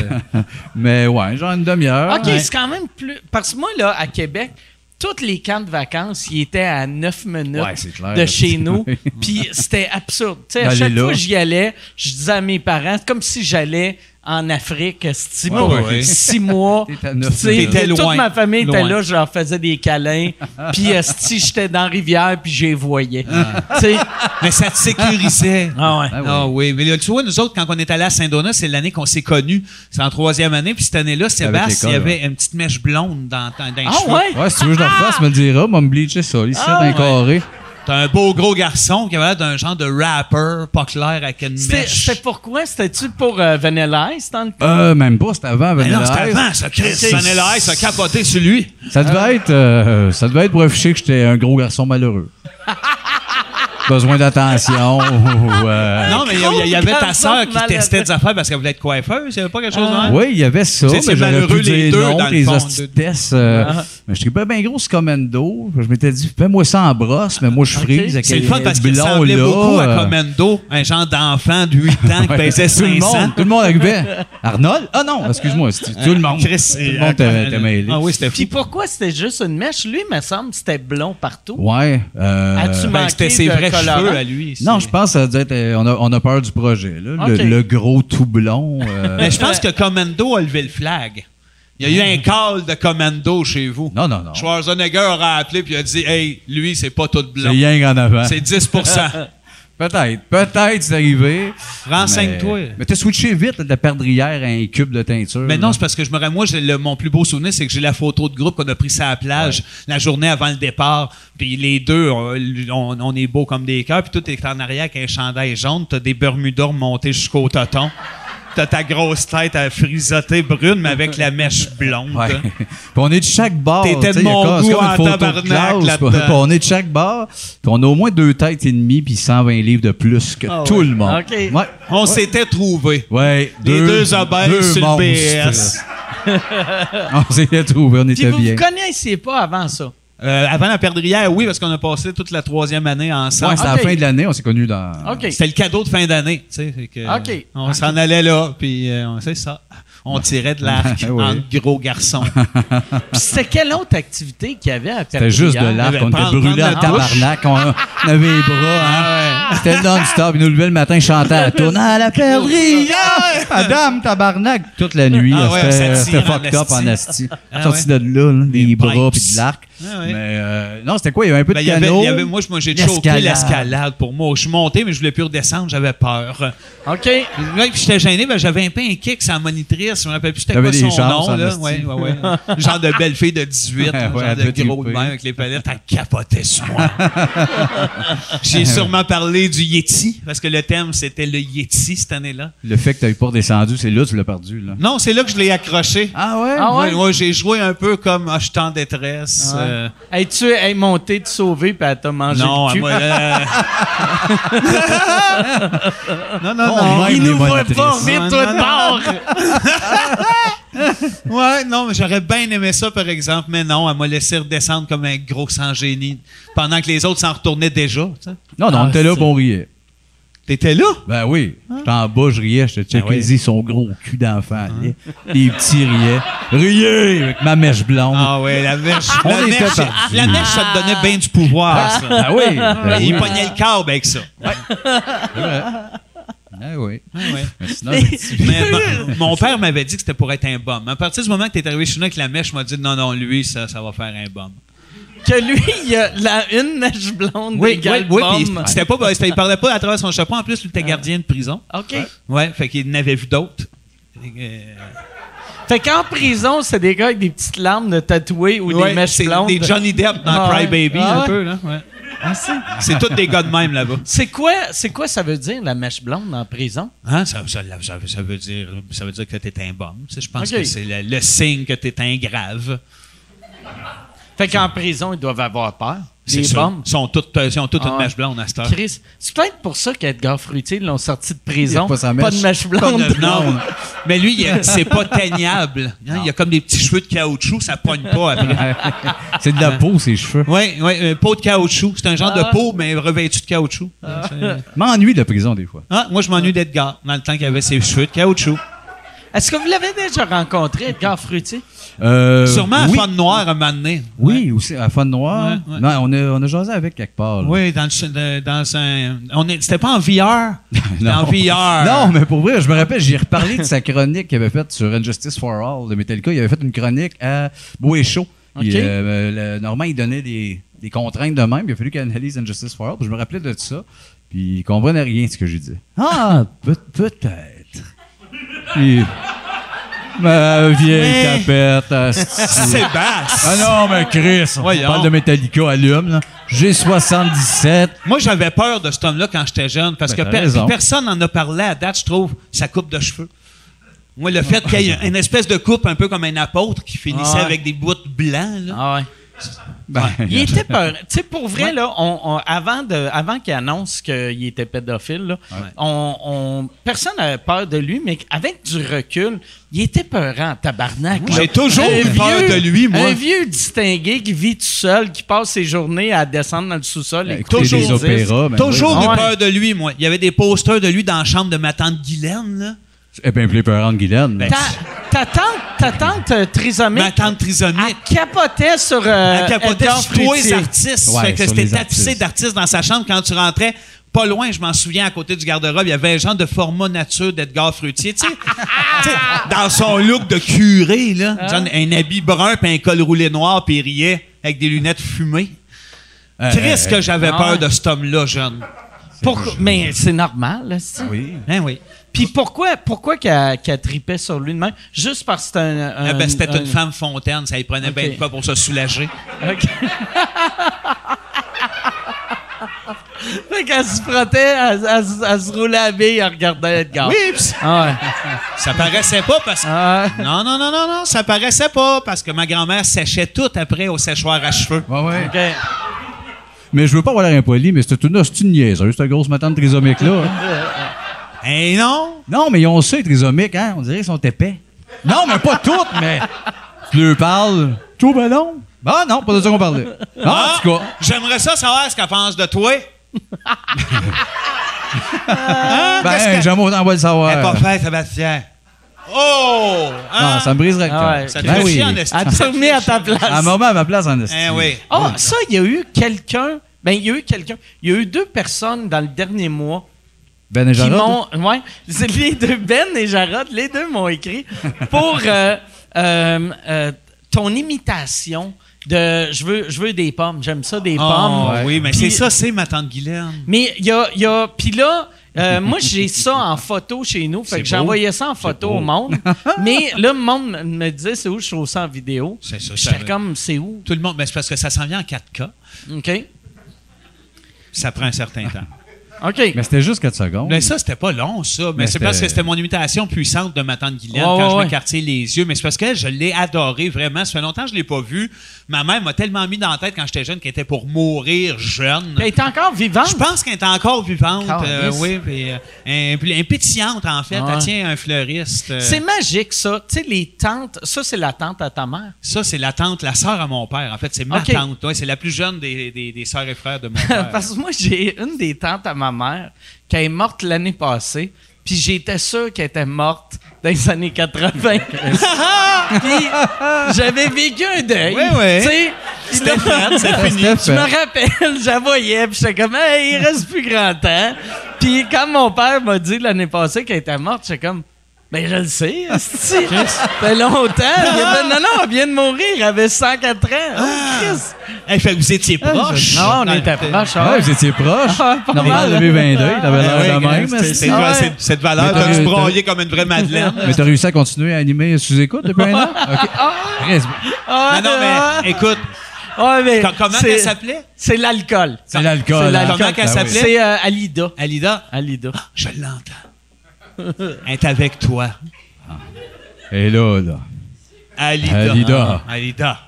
Mais ouais, genre une demi-heure. OK, Ouais. c'est quand même plus. Parce que moi, là, à Québec, toutes les camps de vacances, ils étaient à 9 minutes Ouais, c'est clair, de là, chez c'est- [laughs] nous. Puis c'était absurde. Tu sais, à D'aller chaque là. fois que j'y allais, je disais à mes parents, c'est comme si j'allais en Afrique, esti, Ouais, pour ouais, ouais. six mois. [laughs] T'es à neuf [laughs] Tu sais, minutes. T'étais Toute loin. ma famille était Loin. là, je leur faisais des [laughs] câlins. Puis esti, j'étais dans la rivière, puis je les voyais. Ah. Tu sais, Mais ça te sécurisait. ah ouais. Ah oui. Ah oui, mais là, tu vois, nous autres, quand on est allé à Saint-Donat, c'est l'année qu'on s'est connus. C'est en troisième année, puis cette année-là, Sébastien, il y l'école, avait une petite mèche blonde dans, dans, dans les Ah cheveux. ouais? Ouais, si tu veux, que je le Ah! refasse, me le dira. M'a me bleacher ça, ici, Ah, dans un ouais. carré. T'as un beau gros garçon qui avait l'air d'un genre de rapper, pas clair, avec une C'était mèche. c'était pourquoi? C'était-tu pour euh, Vanilla Ice dans le Euh, même pas, c'était avant, Mais Vanilla non, c'était Ice. avant, ça, Chris. Ok. Ça l'air, ça capoté sur lui. Ça devait être, euh, ça devait être pour afficher que j'étais un gros garçon [laughs] malheureux. Besoin d'attention. ou, euh, Non, mais il y a- il y, avait ta garçon sœur qui malade. testait des affaires parce qu'elle voulait être coiffeuse. Il y avait pas quelque chose Ah. de même? Oui, il y avait ça, hein. Tu sais, mais c'est j'aurais malheureux, pu les dire deux, dans non, le les fond, Ah, hostesses. euh, Mais j'étais pas bien gros ce commando. Je m'étais dit, fais-moi ça en brosse, mais moi je frise. avec C'est le les fun parce qu'il blonds, ressemblait là, beaucoup à euh, Commando, un genre d'enfant de 8 ans qui ouais. pesait tout le 500. monde, tout le monde arrivait. [laughs] Arnold? Ah non, excuse-moi, c'est- tout le monde. Chris, euh, tout le monde t'a t'a mêlé. Ah oui, c'était fou. Puis pourquoi c'était juste une mèche? Lui, il me semble, c'était blond partout. Ouais. euh, As-tu Ben, manqué c'était ses de vrais colorant? cheveux à lui. non, c'est- je pense que ça doit être, euh, on, a, on a peur du projet. là. Le, Ok. le gros tout blond. euh, [laughs] Mais je pense que Commando a levé le flag. Il y a eu un call de Commando chez vous. Non, non, non. Schwarzenegger a appelé puis il a dit Hey, lui, c'est pas tout C'est blanc. Yang en avant. C'est 10 [laughs] Peut-être. Peut-être c'est arrivé. Renseigne-toi. Mais, mais t'as switché vite là, de la perdrière à un cube de teinture. Mais là. non, c'est parce que je me rappelle, moi, j'ai le- mon plus beau souvenir, c'est que j'ai la photo de groupe qu'on a pris ça à la plage la journée avant le départ. Puis les deux, on, on- on est beau comme des cœurs. Puis tout est en arrière avec un chandail jaune. T'as des bermudas montés jusqu'au [laughs] toton. T'as ta grosse tête à frisoter brune, mais avec la mèche blonde. Ouais. [laughs] Puis on est de chaque bord. T'étais de tu sais, y a mon comme- c'est goût comme une en photo de tabarnak classe, là-dedans. puis on est de chaque bord. Puis on a au moins deux têtes et demie puis 120 livres de plus que Ah tout ouais. le monde. OK. Ouais. On Ouais. s'était trouvés. Ouais, Les deux obèses deux sur le monstres. BS. [laughs] on s'était trouvés, on Puis était vous bien. vous connaissiez pas avant ça. Euh, avant la perdrière, oui, parce qu'on a passé toute la troisième année ensemble. Ouais, c'était à la Ok. fin de l'année, on s'est connus dans. OK. C'était le cadeau de fin d'année. tu sais, fait que, OK. euh, On s'en allait là, puis euh, on- c'est ça. On tirait de l'arc [laughs] Ouais. en gros garçon. Puis c'était quelle autre activité qu'il y avait à C'était juste de l'arc, Il y on avait était prendre- brûlés en prendre la douche. tabarnak, on, on avait les Ah bras, hein. C'était non-stop, ils nous levaient le matin, chantaient à tourner à la [laughs] perdrix, Madame tabarnak, toute la nuit, Ah là, ouais, c'était on s'attire c'était en fucked up en asti. Ah Sorti de là, là, des Des bras pipes. puis de l'arc. Ah ouais. Mais euh, non, c'était quoi, il y avait un peu Ben, de il y avait- canot. il y avait- moi, je- moi, j'ai choqué l'escalade. l'escalade pour moi. Je suis monté, mais je voulais plus redescendre, j'avais peur. OK. Puis, ouais, puis j'étais gêné, ben, j'avais un peu un kick sur la monitrice. Je me rappelle plus c'était T'avais quoi des son chances nom. en Là. esti. Ouais, ouais, ouais. genre de belle fille de 18, Ouais, genre ouais, elle de doit gros de triper. même avec les palettes. Elle capotait [laughs] sur moi. j'ai sûrement parlé du Yeti, parce que le thème, c'était le Yeti cette année-là. Le fait que t'avais pas redescendu, c'est là que tu l'as perdu, là. Non, c'est là que je l'ai accroché. Ah ouais? Ah ouais? Ouais, ouais, j'ai joué un peu comme Ah, je suis en détresse. euh, Hey, tu es monté, te sauver, puis elle t'a mangé Ah, le non, à cul. moi. euh, non, non, Oh, non. même il les nous voit monitrices. pas, vite, toi, de Non, bord! [laughs] Ouais, non, mais j'aurais bien aimé ça, par exemple, mais non, elle m'a laissé redescendre comme un gros sans génie pendant que les autres s'en retournaient déjà. tu sais. Non, non, on Ah, était là, c'est- bon, on riait. T'étais là? Ben oui, Ah. j'étais en bas, je riais, je te checkais, oui. ils son gros cul d'enfant. riait. Ah. Les petits riaient. Riez! Avec ma mèche blonde. Ah ouais, la mèche. On la, était mèche partis. la mèche, ça te donnait bien du pouvoir, ça. Ben oui! Ben oui. Il pognait le câble avec ça. Ben oui. Ah ouais. Mais sinon, le petit- [laughs] Mais mon- mon père m'avait dit que c'était pour être un bum. À partir du moment que tu es arrivé chez nous avec la mèche, il m'a dit non, non, lui, ça, ça va faire un bum. Que lui, il a la, une mèche blonde Oui, oui, égale oui. pomme. puis C'était pas, c'était- il parlait pas à travers son chapeau. En plus, lui, était gardien de prison. OK. Ouais, fait qu'il n'avait vu d'autres. Fait que, euh, Fait qu'en prison, c'est des gars avec des petites larmes de tatoués ou ouais, des mèches c'est blondes. Des Johnny Depp dans Ah ouais. Cry Baby, Ah un ouais. peu, là. ouais. Ah, C'est tous des gars de même là-bas. C'est quoi, c'est quoi ça veut dire, la mèche blonde en prison? Hein? Ça, ça- ça- ça veut dire, ça veut dire que t'es un bum. Tu sais, Je pense Ok. que c'est le, le signe que t'es un grave. Fait qu'en prison, ils doivent avoir peur. C'est Des sûr. bombes. Ils sont toutes, ils ont toutes Ah une ouais. mèche blonde à cette heure. Chris, c'est peut-être pour ça qu'Edgar Fruitier l'ont sorti de prison. Il a pas sa de mèche. mèche Comme blonde. de blonde. Mais lui, il a- [laughs] c'est pas teignable. hein. Il a comme des petits cheveux de caoutchouc, ça pogne pas après. [laughs] c'est de la peau, ses cheveux. Oui, oui, euh, peau de caoutchouc. C'est un genre Ah. de peau, mais revêtu de caoutchouc. M'ennuie de prison, des fois. Ah, moi, je m'ennuie d'Edgar, dans le temps qu'il avait ses cheveux de caoutchouc. Est-ce que vous l'avez déjà rencontré, Edgar Fruitier? Euh, Sûrement à oui, Fond Noir, à un moment donné. Oui, aussi, à Fond Noir. Ouais, ouais. Non, on a, on a jasé avec quelque part. là. Oui, dans, le ch- de- dans un. on est- C'était pas en VR? [laughs] Non. En VR. [laughs] Non, mais pour vrai, je me rappelle, j'ai reparlé de sa chronique qu'il avait faite sur Injustice for All de Metallica. Il avait fait une chronique à Beau et Chaud. Puis, OK. euh, le- Normand, il donnait des, des contraintes de même. Il a fallu qu'il analyse Injustice for All. Puis je me rappelais de ça. Puis il comprenait rien de ce que je disais. Ah, peut- peut-être. Puis. Ma vieille Mais- tapette. asti. Sébastien! Ah non, mais Chris, on Voyons. parle de Metallica allume. là. J'ai 77. Moi, j'avais peur de cet homme-là quand j'étais jeune parce Ben, que t'as per- raison. personne n'en a parlé à date, je trouve, sa coupe de cheveux. Moi, le fait qu'il y ait une espèce de coupe un peu comme un apôtre qui finissait Ah ouais. avec des bouts blancs. là. Ah ouais. Ben, Il était peur. Tu sais, pour vrai, là, on, on- avant, de, avant qu'il annonce qu'il était pédophile, là, on, on- personne n'avait peur de lui, mais avec du recul, il était peurant, tabarnak. Oui, là. j'ai toujours eu peur de lui, moi. Un vieux distingué qui vit tout seul, qui passe ses journées à descendre dans le sous-sol. Ben, écouter écouter des des opéras. ben Toujours oui. eu Ah ouais. peur de lui, moi. Il y avait des posters de lui dans la chambre de ma tante Guylaine. là. oui. Eh bien, plus peurante, Guylaine. là. Ta, ta tante, ta tante euh, trisomique, Ma tante elle trisomique. capotait sur euh, Elle capotait Edgar sur tous les Fruitier. artistes. Ouais, fait que sur c'était les tapissé artistes. d'artistes dans sa chambre quand tu rentrais. Pas loin, je m'en souviens, à côté du garde-robe, il y avait un genre de format nature d'Edgar Fruitier, tu sais. Tu sais, dans son look de curé, là. Ah. Genre un habit brun, puis un col roulé noir, puis il riait avec des lunettes fumées. Euh, Triste euh, que j'avais Ah ouais. peur de cet homme-là, jeune. Pourquoi- Mais c'est normal, là, c'est- Oui. Hein, oui. Puis pourquoi, pourquoi qu'elle qu'elle tripait sur lui de même? Juste parce que c'était un. Euh, un- Ah ben, c'était un- une femme fontaine, ça y prenait bien Ok. de quoi pour se soulager. Ok. [laughs] fait qu'elle se frottait, elle, elle se- elle se roulait à bille, elle regardait Edgar. Oui, pis Ah ouais. ça paraissait pas parce que Ah ouais. Non, non, non, non, non, ça paraissait pas parce que ma grand-mère séchait tout après au séchoir à cheveux. Ouais, ouais. Ok. Mais je veux pas avoir l'air impoli, mais c'est une, c'est une niaiseuse, cette grosse matante trisomique-là. hein. Eh non! non, mais ils ont ça, les trisomiques, hein? On dirait qu'ils sont épais. Non, mais pas toutes, mais. Tu leur parles. Tout ballon. Ah non, pas de ça qu'on parlait. Ah, en tout cas. J'aimerais ça savoir ce qu'elle pense [laughs] de toi. Hein? Qu'est-ce Ben, qu'elle- j'aime autant le Elle est pas savoir. faite, Sébastien. Oh! hein? Non, ça me briserait le Ah cœur. ouais. Ça Ah, te Ben fait oui. chier en esti. Elle te remet à ta place. À un moment, à ma place en estime. Eh oui. Ah, ça, il y a eu quelqu'un. Ben, il y a eu quelqu'un. Il y a eu deux personnes dans le dernier mois Ben et qui Jarod, m'ont. hein? Ouais. C'est les deux, Ben et Jarod, les deux m'ont écrit pour euh, euh, euh, ton imitation de Je veux, je veux des pommes. J'aime ça, des Oh, pommes. oui, mais Puis- c'est ça, c'est ma tante Guylaine. Mais il y a. il Y a Puis là. euh, moi, j'ai ça en photo chez nous. Fait que beau. j'envoyais ça en photo au monde. Mais là, le monde me- me disait c'est où je trouve ça en vidéo. C'est ça, ça- J'étais comme c'est où? Tout le monde, mais c'est parce que ça s'en vient en 4K. OK? Ça prend un certain temps. OK. Mais c'était juste 4 Oh. secondes. Mais ça, c'était pas long, ça. Mais, Mais c'est c'était- parce que c'était mon imitation puissante de ma tante Guylaine Ouais, ouais, quand ouais. je m'écartais les yeux. Mais c'est parce que je l'ai adoré vraiment. Ça fait longtemps que je l'ai pas vu. Ma mère m'a tellement mis dans la tête quand j'étais jeune qu'elle était pour mourir jeune. Puis Elle est encore vivante. Je pense qu'elle est encore vivante. Calisse. euh, oui, puis euh, un- puis un pétillante, en fait. Ouais. Elle tient un fleuriste. euh, C'est magique, ça. Tu sais, les tantes, ça, c'est la tante à ta mère. ça, c'est la tante, la sœur à mon père. En fait, c'est ma Ok. [laughs] tante. Ouais, c'est la plus jeune des, des, des sœurs et frères de mon père. Parce que moi, j'ai une des tantes à ma ma mère, qui est morte l'année passée, puis j'étais sûr qu'elle était morte dans les années 80. [laughs] puis j'avais vécu un deuil. Ouais, ouais. Tu sais, [laughs] C'était fait, c'est fini. je me rappelle, [laughs] je la voyais, puis j'étais comme, hey, il reste plus grand temps. Puis quand mon père m'a dit l'année passée qu'elle était morte, j'étais comme, ben je le sais, esti. [laughs] ça fait longtemps. Il a fait, non, non, elle vient de mourir, elle avait 104 ans. Oh, Christ. Hey, fait que vous étiez proche. Ah, Non, on Dans le était temps. proche. Ah, ouais. vous étiez proche. Ah, pas Normal, mal. le V22, t'avais Ah l'air ouais, de Ben même. c'est- c'est- c'est- Ah ouais. c'est- Cette valeur, Mais t'as t'as- tu broyais comme une vraie madeleine. [laughs] Mais t'as réussi à continuer à animer sous écoute depuis un [laughs] an? OK. Reste- Ah, non, non, mais écoute, ouais, mais co- comment c'est- elle s'appelait? C'est l'alcool. C'est l'alcool. C'est hein? l'alcool. Comment qu'elle Ah oui. s'appelait? C'est euh, Alida. Alida, Alida. je l'entends. Elle est avec toi. Et là, là. Alida. Alida. Ah, Alida.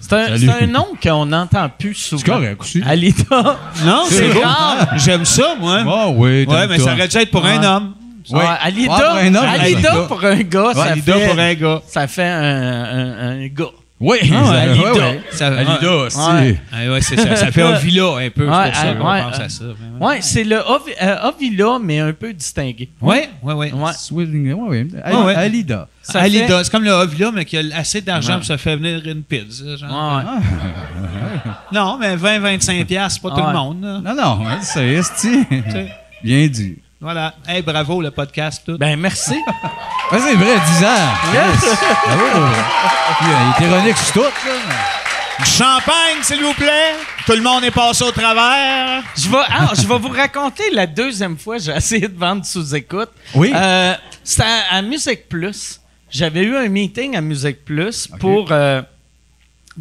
C'est un, Salut. c'est un nom qu'on n'entend plus souvent. C'est correct aussi. Alida. Non, c'est C'est beau. rare. J'aime ça, moi. Ah oui, t'aimes ouais, mais ça aurait déjà été pour un Ouais. homme. Ouais. Ah, Alida, Ouais, pour un homme, Alida Alida. pour un gars, ça, Alida fait, pour un gars. ça fait un, un- un gars. Oui, Ah, ça- Alida. [laughs] ouais, ouais. Ça- Alida ouais. aussi. Ouais. Ah, ouais, c'est ça. Ça fait un villa un peu. Ouais, c'est pour ça ah, qu'on ouais, pense ah. à ça. Ouais, c'est le Ovi- euh, Ovila, mais un peu distingué. Ouais, ouais, ouais. Ouais. Swing- ouais, ouais. Ah, ouais. Alida. Ça Alida, c'est comme le Ovila, mais qui a assez d'argent pour se faire venir une pizza. Ouais, genre. Ah. ouais. Non, mais 20-25$, piastres, pas tout Ouais. le monde. Non, là. non, ouais, ça reste, tu sais. Bien dit. Voilà. Hey, bravo le podcast. Tout. Ben, merci. Ouais, c'est vrai, 10 ans. Yes. Ah Bravo. euh, Il est ironique sur tout, là. mais- Du Champagne, s'il vous plaît. Tout le monde est passé au travers. Je vais, ah, je vais vous raconter la deuxième fois que j'ai essayé de vendre sous écoute. Oui. Euh, C'était à, à Musique Plus. J'avais eu un meeting à Musique Plus pour. euh,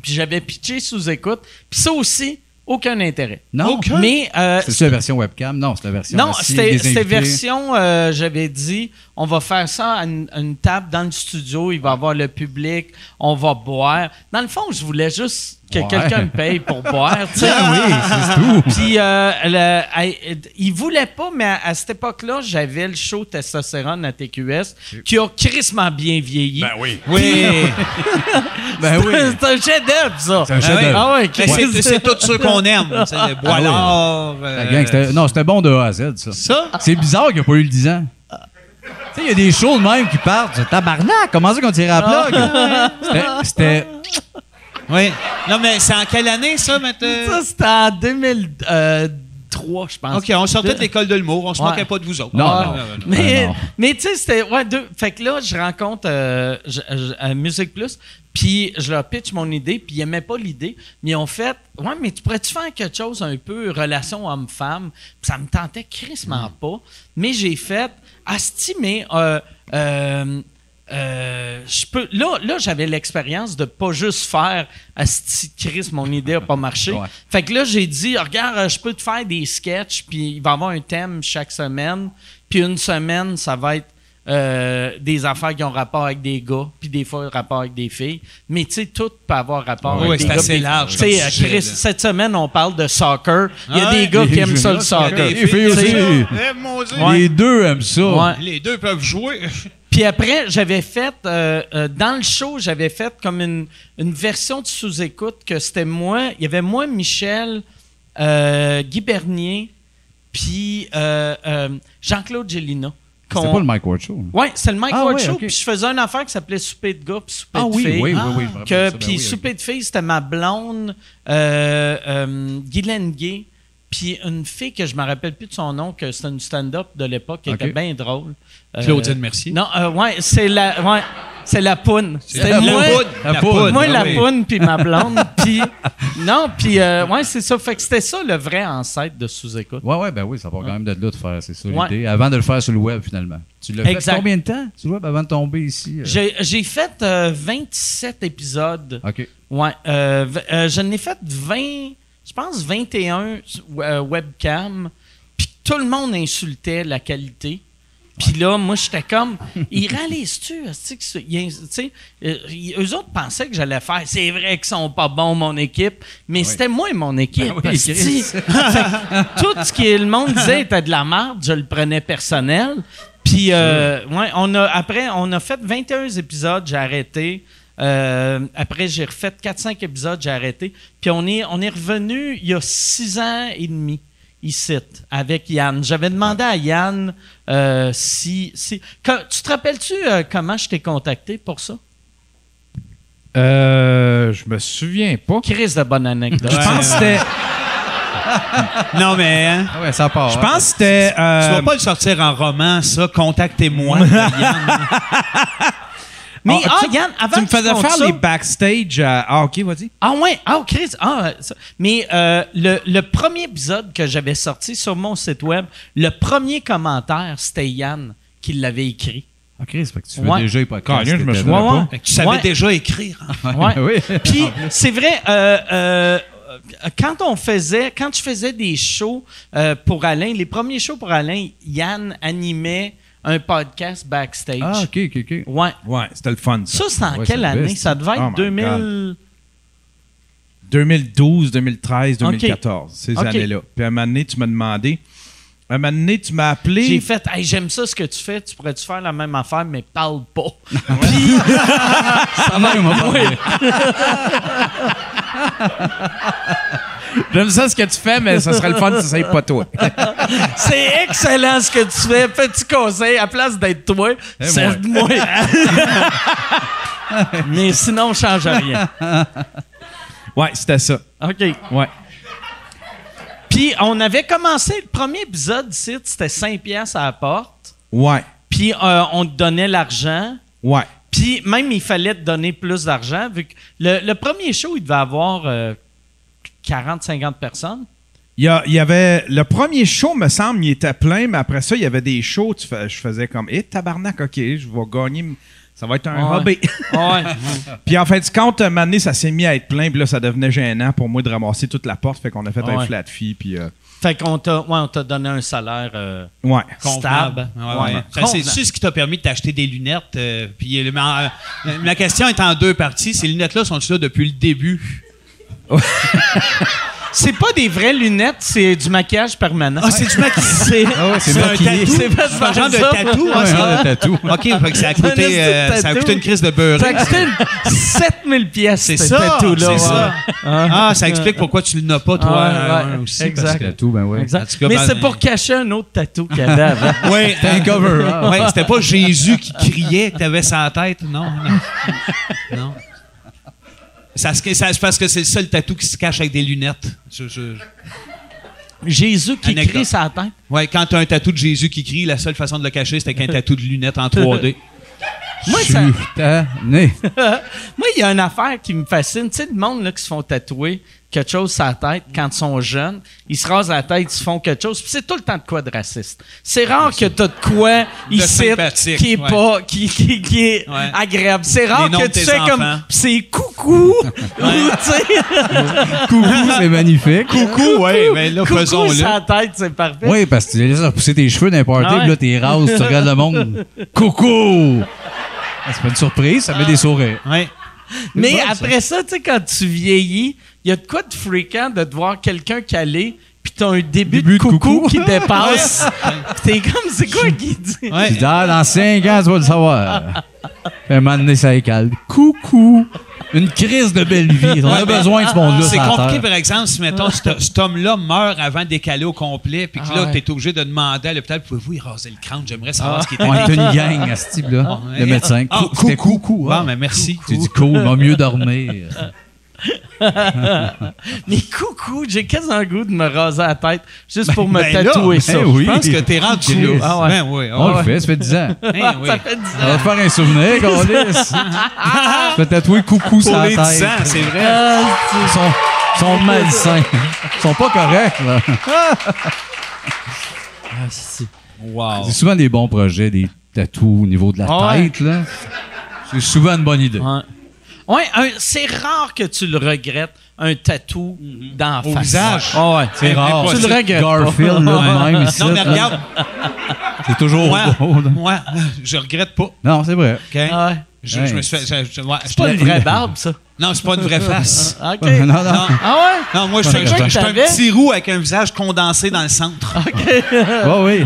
puis j'avais pitché sous écoute. Puis ça aussi, aucun intérêt. Non. Aucun. Mais euh, C'est-tu la version webcam? Non, c'est la version Non, assis, c'était des c'était invités. version, euh, j'avais dit, on va faire ça à une, une table dans le studio, il va y avoir le public, on va boire. Dans le fond, je voulais juste que Ouais. quelqu'un me paye pour boire. tu sais. Ah oui, c'est tout. Puis, euh, le- elle- il voulait pas, mais à, à cette époque-là, j'avais le show Testostérone à TQS qui a crissement bien vieilli. oui. Ah Oui. Ben [laughs] oui. C'est un chef-d'œuvre, ça. C'est un chef-d'œuvre. Ah ouais, Mais Chris. Ben, c'est- C'est tous ceux qu'on aime. C'est le Boilard. La euh, gang, c'était- non, c'était bon de A à Z, ça. ça. C'est bizarre qu'il n'y a pas eu le 10 ans. Tu sais, il y a des shows de même qui partent. Tabarnak, comment ça qu'on tirait à la Ah. plug? C'était- C'était. Oui. Non, mais c'est en quelle année, ça, euh? maintenant? Ça, c'était en 2003, je pense. OK, on sortait de l'école de l'humour. On se Ouais. moquait pas de vous autres. Non, Ah, non. Mais, Ah non. mais tu sais, c'était. Ouais, deux. Fait que là, je rencontre euh, je- je- à Musique Plus, puis je leur pitch mon idée, puis ils n'aimaient pas l'idée. Mais ils ont fait Ouais, mais tu pourrais-tu faire quelque chose un peu relation homme-femme Puis ça me tentait crissement Mm. pas. Mais j'ai fait Asti, mais. euh, euh, euh, je peux. Là, là j'avais l'expérience de pas juste faire Asti Chris, mon idée a pas marché. [laughs] Ouais. Fait que là, j'ai dit, regarde, euh, je peux te faire des sketchs, puis il va y avoir un thème chaque semaine. Puis une semaine, ça va être euh, des affaires qui ont rapport avec des gars, puis des fois, rapport avec des filles. Mais tu sais, tout peut avoir rapport Ouais, avec des c'est gars. assez puis- large Tu sais, comme euh, sujet, Chris, là. Ah cette semaine, on parle de soccer. Il y a Ouais, des gars qui les aiment ça, le jeunes, il y a soccer. des Les filles aussi. Eh, mon Dieu. Les deux aiment ça. Ouais. Les deux peuvent jouer. Puis après, j'avais fait, euh, euh, dans le show, j'avais fait comme une, une version de sous-écoute que c'était moi, il y avait moi, Michel, euh, Guy Bernier, puis euh, euh, Jean-Claude Gélina. C'était pas le Mike Ward Show. Ouais, c'est le Mike Ah Ward ouais, Show, ok. puis je faisais une affaire qui s'appelait Souper de gars, puis Souper Ah de oui, filles. oui, oui, oui, je me rappelle Que, ça, ben puis oui, Souper de filles, c'était ma blonde, euh, euh, Guylaine Gay, puis une fille que je me rappelle plus de son nom, que c'était une stand-up de l'époque, qui Ok. était bien drôle. Euh, Claudine Mercier. Non, euh, ouais, c'est la, ouais, c'est la poune. C'était la moi, poune. La la poune. poune, moi, Ah la oui. poune, puis [laughs] ma blonde, puis non, puis euh, ouais, c'est ça. Fait que c'était ça le vrai ancêtre de sous-écoute. Ouais, ouais, ben oui, ça part quand même de là de faire, c'est ça Ouais. l'idée. Avant de le faire sur le web, finalement. Tu l'as fait Exact. combien de temps sur le web avant de tomber ici? euh? J'ai j'ai fait euh, 27 épisodes. OK. Ouais, euh, v- euh, je n'ai fait 20, je pense 21 euh, webcam, puis tout le monde insultait la qualité. Puis là, moi, j'étais comme, [laughs] ils réalisent-tu? esti, que c'est- ils ins- tu sais, euh, ils- Eux autres pensaient que j'allais faire, c'est vrai qu'ils sont pas bons, mon équipe, mais c'était moi et mon équipe. Ben oui, esti. Chris. Fait que tout ce que le monde disait était de la merde, je le prenais personnel. Puis, euh, ouais, on a, après, on a fait 21 épisodes, j'ai arrêté. Euh, après, j'ai refait 4-5 épisodes, j'ai arrêté. Puis on est, on est revenu il y a 6 ans et demi ici, avec Yann. J'avais demandé à Yann euh, si. si que- tu te rappelles-tu euh, comment je t'ai contacté pour ça? Euh, je me souviens pas. Chris de bonne anecdote. Je pense que c'était. Non, mais. hein, Ah ouais, ça part. Je hein. pense que c'était. euh, tu vas pas le sortir en roman, ça. [laughs] Contactez-moi. Mais Ah, ah, tu- Yann, avant tu me que tu faisais comptes faire ça- les backstage. à- Ah, ok, vas-y. Ah ouais, ah Chris, ah ça- mais euh, le, le premier épisode que j'avais sorti sur mon site web, le premier commentaire, c'était Yann qui l'avait écrit. Ah, Chris, fait que tu veux Ouais. déjà y podcast. Cagneux, je me t'étais souviens dedans. pas. Fait que tu savais Ouais. déjà écrire. hein. Ouais. [laughs] Oui. Puis c'est vrai, euh, euh, euh, quand on faisait, quand je faisais des shows euh, pour Alain, les premiers shows pour Alain, Yann animait un podcast backstage. Ah, ok, ok, ok. Ouais. Ouais, c'était le fun. Ça, ça. c'est en Ouais, c'est quelle le année? best. Ça devait Oh être my 2000. 2012, 2013, 2014, ces Ok. années-là. Puis à un moment donné, tu m'as demandé. À un moment donné, tu J'ai m'as appelé. fait, hey, j'aime ça ce que tu fais, tu pourrais-tu faire la même affaire, mais parle [laughs] pas. Ah, Ça va, il m'a pas parlé. J'aime ça ce que tu fais, mais ça serait le fun si ça n'est pas toi. C'est excellent ce que tu fais. Petit conseil, à place d'être toi, c'est Eh, [laughs] moi. Mais sinon, je change rien. [laughs] Ouais, c'était ça. OK. Ouais. Puis, on avait commencé le premier épisode ici, c'était 5 piastres à la porte. Ouais. Puis, euh, on te donnait l'argent. Ouais. Puis, même, il fallait te donner plus d'argent. Vu que le, le premier show, il devait avoir 40-50 personnes. Il y, a- il y avait. Le premier show, me semble, il était plein, mais après ça, il y avait des shows. tu fais- je faisais comme. Eh, tabarnak, OK, je vais gagner. m- Ça va être un Ouais. hobby. [laughs] Ouais. Puis en fin de compte, un moment donné, ça s'est mis à être plein, puis là, ça devenait gênant pour moi de ramasser toute la porte. Fait qu'on a fait un Ouais. flat fee, puis. euh, [laughs] fait qu'on t'a ouais, on t'a donné un salaire. euh, ouais. Stable. Ah, ben, Ouais, Ouais. ouais. Ça, C'est Convenable. c'est ce qui t'a permis de t'acheter des lunettes. euh, puis euh, ma, euh, ma question est en deux parties. Ces lunettes-là sont là depuis le début. C'est pas des vraies lunettes, c'est du maquillage permanent. Ah, c'est du maquillage. [laughs] C'est Ah ouais, c'est C'est un maquillé. tatou. C'est pas C'est un genre de ça. tatou. hein, Ouais, ça? un tatou. OK, fait que ça a coûté, Un euh, ça a tatou. coûté une crise de beurre. Ça a coûté une 7000 pièces, C'est ce ça, tatou-là, c'est ouais. ça. Hein? Ah, ça explique pourquoi tu le n'as pas, toi, Ah, ouais. hein, aussi. Exact. parce que- Tatou, ben ouais. Exact. En tout cas, Mais ben, c'est pour cacher un autre tatou qu'il y avait [laughs] avant. Ouais, C'était un cover. ah. ouais, c'était pas Jésus qui criait que t'avais ça en tête, non. [laughs] Non. non. Ça, se- ça, je pense que c'est le seul tatou qui se cache avec des lunettes. Je- je- je- Jésus qui Anecdote. crie sa tête. Ouais, quand t'as un tatou de Jésus qui crie, la seule façon de le cacher, c'était qu'un tatou de lunettes en 3D. Moi, ça- Chutané. [laughs] Moi, il y a une affaire qui me fascine. Tu sais, le monde là, qui se font tatouer quelque chose sur la tête quand ils sont jeunes, ils se rasent la tête, ils se font quelque chose. Puis c'est tout le temps de quoi de raciste. C'est rare que tu as de quoi ici sympathique, qui est ouais. pas, qui, qui- qui est Ouais. agréable. C'est rare noms que de tu tes fais comme enfants. c'est coucou [laughs] ou tu sais, Coucou, c'est magnifique. Coucou, ouais, mais Ben là, coucou faisons-le. sur la tête, c'est parfait. Oui, parce que tu laisses repousser tes cheveux d'un party, Ah ouais. puis là, t'es rase, tu regardes le monde. Coucou! Ah, C'est pas une surprise, ça met des sourires. Ouais. Mais bon, ça. après ça, tu sais, quand tu vieillis, il y a de quoi de fréquent de te voir quelqu'un caler, puis t'as un début, de coucou, qui dépasse. T'es comme, c'est quoi qui dit? Tu Ouais. dis, ah, dans 5 ans, tu vas le savoir. Puis un moment donné, ça écale. Coucou! Une crise de belle vie. On a besoin de ce monde-là. Ah, C'est sur la compliqué, Terre. par exemple, si, mettons, cet cet homme-là meurt avant d'écaler au complet, puis que là, t'es obligé de demander à l'hôpital, pouvez-vous y raser le crâne? J'aimerais savoir ce qui [laughs] est On arrivé. est une gang à ce type-là. Ah, Le médecin. ah, Cou- c'était coucou. coucou. Bon, ah. mais merci. Tu dis cool, on va mieux dormir. Mais coucou, j'ai quasiment le goût de me raser la tête juste pour me Ben là, tatouer [laughs] ben ça. oui. Je pense que t'es rendu Chris. là. Ben oui. On ah le fait, ça fait 10 ans. ouais. Hein, oui. Ça fait 10 ans. On va te faire un [laughs] souvenir, qu'on laisse. Je vais tatouer coucou sur Pour la les 10 tête. ans, c'est vrai. Ils sont, ils sont malsains. Ils sont pas corrects, là. Wow. C'est souvent des bons projets, des tatous au niveau de la Ah ouais. tête, là. C'est souvent une bonne idée. Ouais. Ouais, un- c'est rare que tu le regrettes, un tatou dans la Au face. visage. Ah ouais. C'est rare. Tu le regrettes. Garfield, là, [laughs] Ouais. même ici. Non, là, mais regarde, C'est toujours moi, beau, là. moi, [laughs] je regrette pas. Non, c'est vrai. OK? Ah ouais. Je, je me suis fait. je- je- ouais, je- C'est pas une vraie barbe, ça. Non, c'est pas une vraie face. OK. Non, non, non. Non. Ah Non, moi, je suis Fait que je suis un t'avais- petit roux avec un visage condensé dans le centre. Ah oui. Ouais.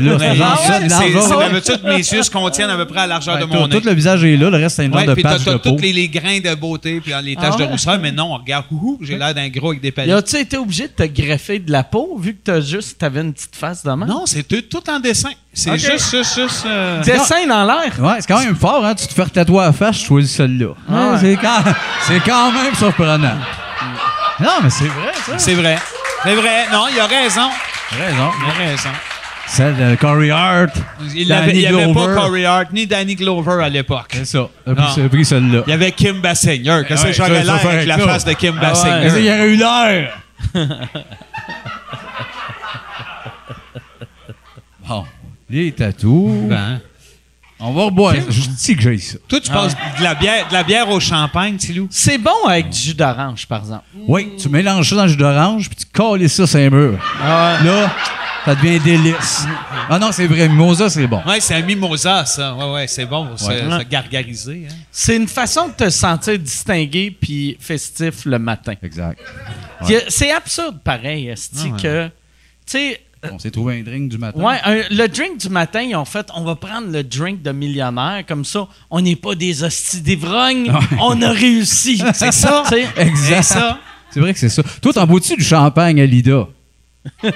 Là, Mais genre c'est- ça, là, c'est- genre. c'est d'habitude, mes yeux se contiennent à peu près à la largeur de Fait que mon Tout nez. le visage est là, le reste, c'est une genre Ouais, de puis t'as patch de t'as peau. tous les, les grains de beauté puis euh, les taches Ah ouais? de rousseur, mais non, regarde, ouhou, j'ai l'air d'un gros avec des ouais? palettes. As-tu été obligé de te greffer de la peau vu que t'as juste, t'avais une petite face de main? Non, c'est tout, tout en dessin. C'est Ok. juste, juste, juste. Ah, euh, Dessin dans l'air. Ouais, c'est quand même fort, hein. Tu te fais tatouer à la face, tu choisis celle-là. Ah ouais. C'est quand, c'est quand même surprenant. Non, mais c'est vrai, Ah. ça. C'est vrai. C'est vrai. Non, il a raison. Raison. Il a raison. Celle de Corey Hart. Il Danny n'y avait pas Glover. Corey Hart ni Danny Glover à l'époque. C'est ça. T'as Non. pris, t'as pris celle-là. Ah Il y avait Kim Basinger. Qu'est-ce que Eh Ouais, j'aurais ça, ça l'air fait avec la ça. face de Kim Ah ouais. Basinger? Qu'est-ce qu'il y aurait eu [laughs] l'air? bon. Les tatous. Ben. On va reboire. Je dis que j'ai ça. Toi, tu passes de la bière, de la bière au champagne, Tilou. C'est bon avec du jus d'orange, par exemple. Oui, tu mélanges ça dans le jus d'orange, puis tu colles ça sur un mur. Là, ça devient délice. Ah non, c'est vrai, Mimosa, c'est bon. Ouais, c'est un mimosa, ça. Ouais, ouais, c'est bon pour se- Ouais. se gargariser. hein. C'est une façon de te sentir distingué puis festif le matin. Exact. Y a- C'est absurde, pareil, Ah esti, que... Tu sais, euh, On s'est trouvé un drink du matin. ouais, un- le drink du matin, ils ont fait, on va prendre le drink de millionnaire, comme ça, on n'est pas des hosties d'ivrognes, Ah on a [laughs] réussi. C'est ça? Exact. C'est ça. C'est vrai que c'est ça. Toi, t'en bois-tu du champagne à Lida? ça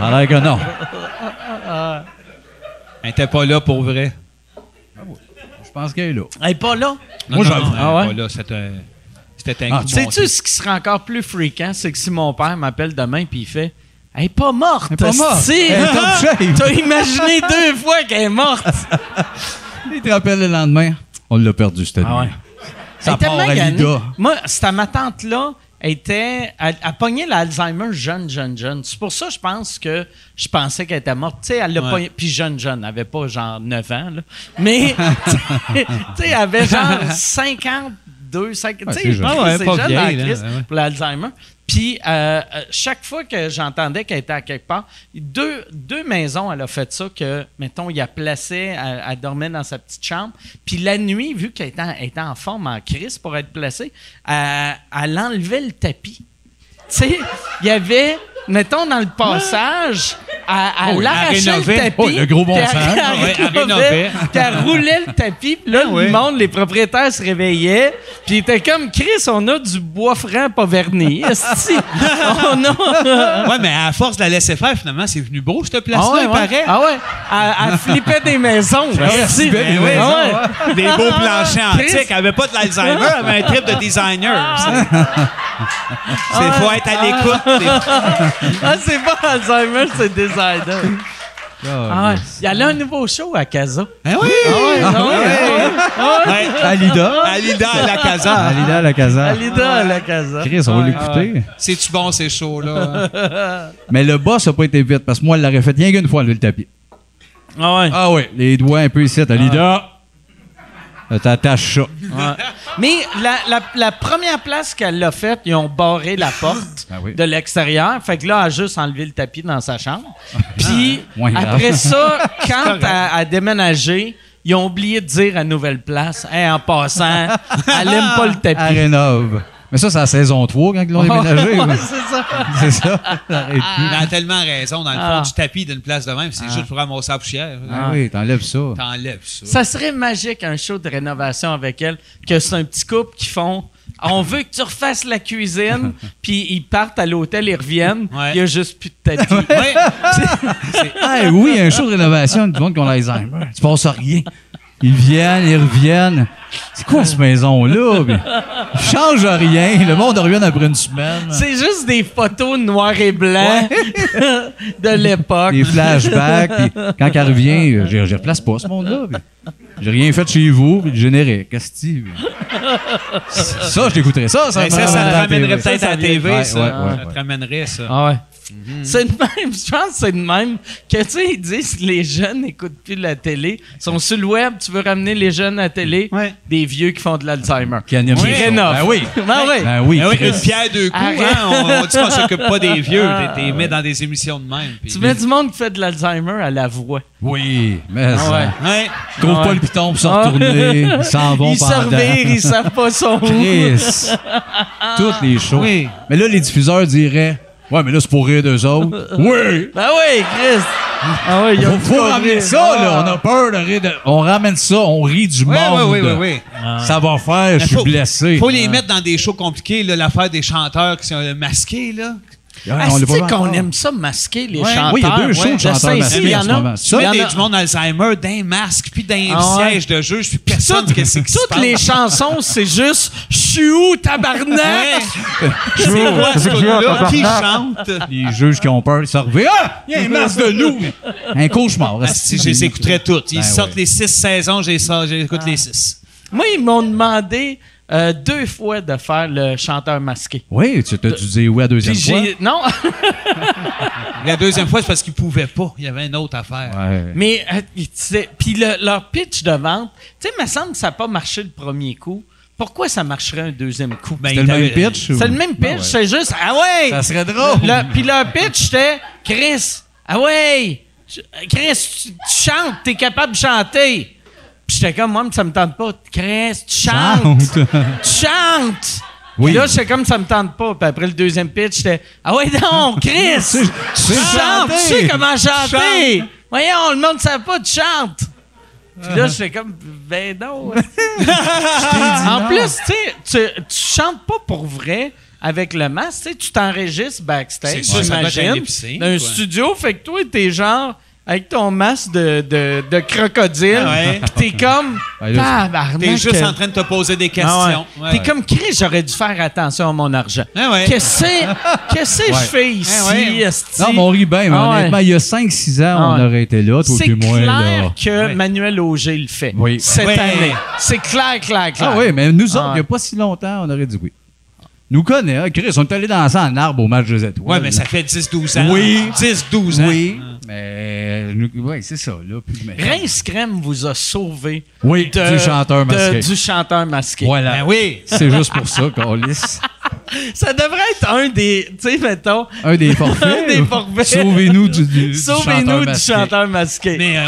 a l'air que non. Elle n'était pas là pour vrai. Je pense qu'elle est là. Elle est pas là. Moi, Non, non, j'avoue. non, elle Ah ouais? était pas là. C'était un- C'était un Ah, coup de Sais-tu montée. ce qui serait encore plus fréquent, c'est que si mon père m'appelle demain puis il fait Elle est pas morte! Elle est pas morte. esti. Elle [laughs] est top shape. T'as imaginé deux fois qu'elle est morte! Il te rappelle le lendemain? On l'a perdu, cette nuit. Ah ouais. Ça Elle était part à maganée. Lida. Moi, c'était ma tante-là. Elle était. Elle, elle pognait l'Alzheimer jeune, jeune, jeune. C'est pour ça, je pense que je pensais qu'elle était morte. Tu sais, elle l'a Ouais. pogné- Puis jeune, jeune. Elle avait pas genre 9 ans, là. Mais, [laughs] tu sais, elle avait [laughs] genre 52, 50. Ouais, tu c'est sais, je jeune. pense Ah ouais, que c'est pas jeune vieille, en là, crise ouais, ouais. pour l'Alzheimer. Puis, euh, euh, chaque fois que j'entendais qu'elle était à quelque part, deux, deux maisons, elle a fait ça que, mettons, il la plaçait, elle, elle dormait dans sa petite chambre. Puis la nuit, vu qu'elle était, en- elle était en forme, en crise pour être placée, elle, elle enlevait le tapis. Tu sais, il y avait, mettons, dans le passage, elle, elle Oh, elle arrachait le rénovait. tapis. Oh, le gros bon puis sens. Elle, Ouais, elle rénovait, [laughs] rénovait. puis elle roulait le tapis. Puis là, Ouais. le monde, les propriétaires se réveillaient. Puis ils étaient comme, Chris, on a du bois franc pas [laughs] verni. Esti, on a... Ouais, mais à force de la laisser faire, finalement, c'est venu beau, cette place-là, Ah ouais, il ouais. paraît. Ah ouais. Elle, elle flippait des maisons. esti. Ben Ah oui, ouais. Des beaux planchers Chris. antiques. Elle avait pas de l'Alzheimer, elle avait un trip de designer. C'est c'est- faut être à l'écoute. des- Ah, c'est pas Alzheimer, c'est designer. Ah ouais. Il y a un nouveau show à Casa. Hein, oui! Ah ouais, Ouais. À Lida. Alida à la À casa. Lida, à la Ah. À casa. Lida, à la Casa. Chris, on va l'écouter. C'est-tu bon, ces shows-là? Mais le boss n'a pas été vite parce que moi, elle l'aurait fait rien qu'une fois, le tapis. Ah ouais. Ah oui, les doigts un peu ici, t'as Lida. Ah. Là, T'attaches ça. Mais la, la- la première place qu'elle l'a faite, ils ont barré la porte Ah oui. de l'extérieur. Fait que là, elle a juste enlevé le tapis dans sa chambre. [laughs] Puis Moins grave. après [laughs] ça, quand elle a déménagé, ils ont oublié de dire à Nouvelle Place, Hey, en [laughs] passant, elle aime pas le Elle tapis. rénove. Mais ça, c'est la saison 3 quand ils l'ont déménagé. [laughs] Ouais, Ah. ouais. c'est ça. c'est ça. T'arrêtes Elle plus. a tellement raison. Dans le fond Ah. du tapis d'une place de même, c'est juste pour ramasser la poussière. Ah oui, t'enlèves ça. T'enlèves ça. Ça serait magique, un show de rénovation avec elle, que c'est un petit couple qui font on veut que tu refasses la [laughs] cuisine, puis ils partent à l'hôtel, ils reviennent, il Ouais. n'y a juste plus de tapis. Ouais. Ah oui, un show de rénovation, du monde qui a l'Alzheimer. Tu penses à rien. Ils viennent, ils reviennent. C'est quoi cette maison-là? Puis, Ils changent rien. Le monde revient après une semaine. C'est juste des photos noir et blanc [laughs] de l'époque. Des flashbacks. Puis quand elle revient, euh, je ne replace pas ce monde-là. puis J'ai rien fait chez vous, puis le générique. Qu'est-ce que tu- [laughs] Ça, je t'écouterais ça. Ça, Ben, ça, me Ben, ça ramènerait à te Ben, la ramènerait TV. peut-être à la TV, Ouais, ça. ouais, ouais, Ça te ouais. ramènerait, ça. Ah ouais. Mhm. C'est de même, je pense que c'est de même que, tu sais, ils disent que les jeunes n'écoutent plus la télé, Ils sont sur le web, tu veux ramener les jeunes à la télé, Ouais. des vieux qui font de l'Alzheimer. Qui anime Qui les shows. rénovent. Ben oui. [laughs] Ben oui. Ben oui, Ah oui, Chris. une pierre deux coups, Arrête. hein? on, on dit qu'on s'occupe pas des vieux, Ah, t'es t'es mis dans des émissions de même. puis- Tu mets du monde qui fait de l'Alzheimer à la voix. Oui, mais ça. ouais. Ouais. Trouve Ouais. pas le piton pour se Ah. retourner. [laughs] Ils s'en vont ils se pendant. revirent, ils savent pas son où. [laughs] Chris. Toutes les shows. Oui. Mais là, les diffuseurs diraient Ouais, mais là, c'est pour rire d'eux autres. [laughs] oui! Ben oui, Chris. Ah oui, il y a Faut, faut ramener ça, là. On a peur de rire de. On ramène ça, on rit du Ouais, monde. Ah. ouais, ouais, ouais, ouais. Ça va faire, je suis Ben, Faut- blessé. Ah. Faut les mettre dans des shows compliqués, là, l'affaire des chanteurs qui sont euh, masqués, là. Ah, Ah, on l'a c'est pas- qu'on aime ça masquer les Ouais. chanteurs. Oui, il y a deux shows de Je chanteurs sais, masqués il y en en ce a- moment. il Ça, y en des, a- du monde Alzheimer, d'un masque, puis d'un Ah ouais. siège de juge, puis personne, Toutes- qu'est-ce qui se Toutes passe? les chansons, c'est juste « Je suis où, tabarnak? C'est quoi, ce là Qui chante? Les juges qui ont peur, ils se réveillent. Ah! Il y a un masque de [laughs] loup! Un cauchemar. Ah, Si je les écouterais toutes. Ils Ben sortent ouais. les six saisons, je les sors- j'écoute les six. Moi, ils m'ont demandé euh, deux fois de faire le chanteur masqué. Oui, tu t'as dû dire oui à Puis deuxième fois. j'ai... Non, [laughs] La deuxième fois, c'est parce qu'ils pouvaient pas. Il y avait une autre affaire. Ouais. mais... euh, tu sais, puis le- leur pitch de vente, tu sais, il me semble que ça n'a pas marché le premier coup. Pourquoi ça marcherait un deuxième coup? Ben, C'était il le même t'avait- pitch? ou- C'est le même pitch, Ben ouais. c'est juste Ah [laughs] ouais! Ça serait drôle. Le- Puis leur pitch, c'était Chris, ah ouais! tu- Chris, tu, tu chantes, t'es capable de chanter! Puis j'étais comme, moi, mais ça me tente pas. Chris, tu chantes! Chante. Tu chantes! Oui. Puis là, j'étais comme, ça me tente pas. Puis après le deuxième pitch, j'étais, ah ouais, non, [laughs] Chris! tu chantes, tu sais chanter. tu sais comment chanter! Voyons, le monde ne savait pas, tu chantes! Puis Ah. là, j'étais comme, ben [laughs] non! en plus, tu sais, tu- tu chantes pas pour vrai avec le masque, tu sais, tu t'enregistres backstage, C'est sûr, ça doit être à j'imagine, l'épicerie, dans un quoi. studio, fait que toi, t'es genre avec ton masque de, de, de crocodile, Ah ouais. pis t'es comme, Ah, là, tabarnak, T'es juste que- euh, en train de te poser des Ah questions. ouais. Ouais, T'es ouais. comme, Chris, j'aurais dû faire attention à mon argent. Ah ouais. Qu'est-ce [laughs] que qu'est-ce que je fais ici, Ah ouais. esti? [laughs] Non, mais on rit bien, mais Ah ouais. honnêtement, il y a 5-6 ans, Ah ouais. on aurait été là, toi C'est puis moi. clair là. que Ouais. Manuel Auger le fait Oui. cette Ouais. année. C'est clair, clair, clair. Ah oui, mais nous autres, Ah ouais. il n'y a pas si longtemps, on aurait dit oui. Nous connaît, hein, Chris, on est allé danser en arbre au match des étoiles. Ouais, mais ça fait 10-12 ans. Oui. 10-12 ans. Oui, mais nous- oui, c'est ça, là. Plus de merde. Rince Crème vous a sauvé Oui, de- du chanteur de- masqué. du chanteur masqué. Voilà. Ben oui. C'est juste pour ça qu'on lisse. Ça devrait être un des, tu sais, mettons, Un des [laughs] forfaits. Un des forfaits. Sauvez-nous du, du- du chanteur [laughs] sauvez-nous du masqué. chanteur masqué. Mais euh,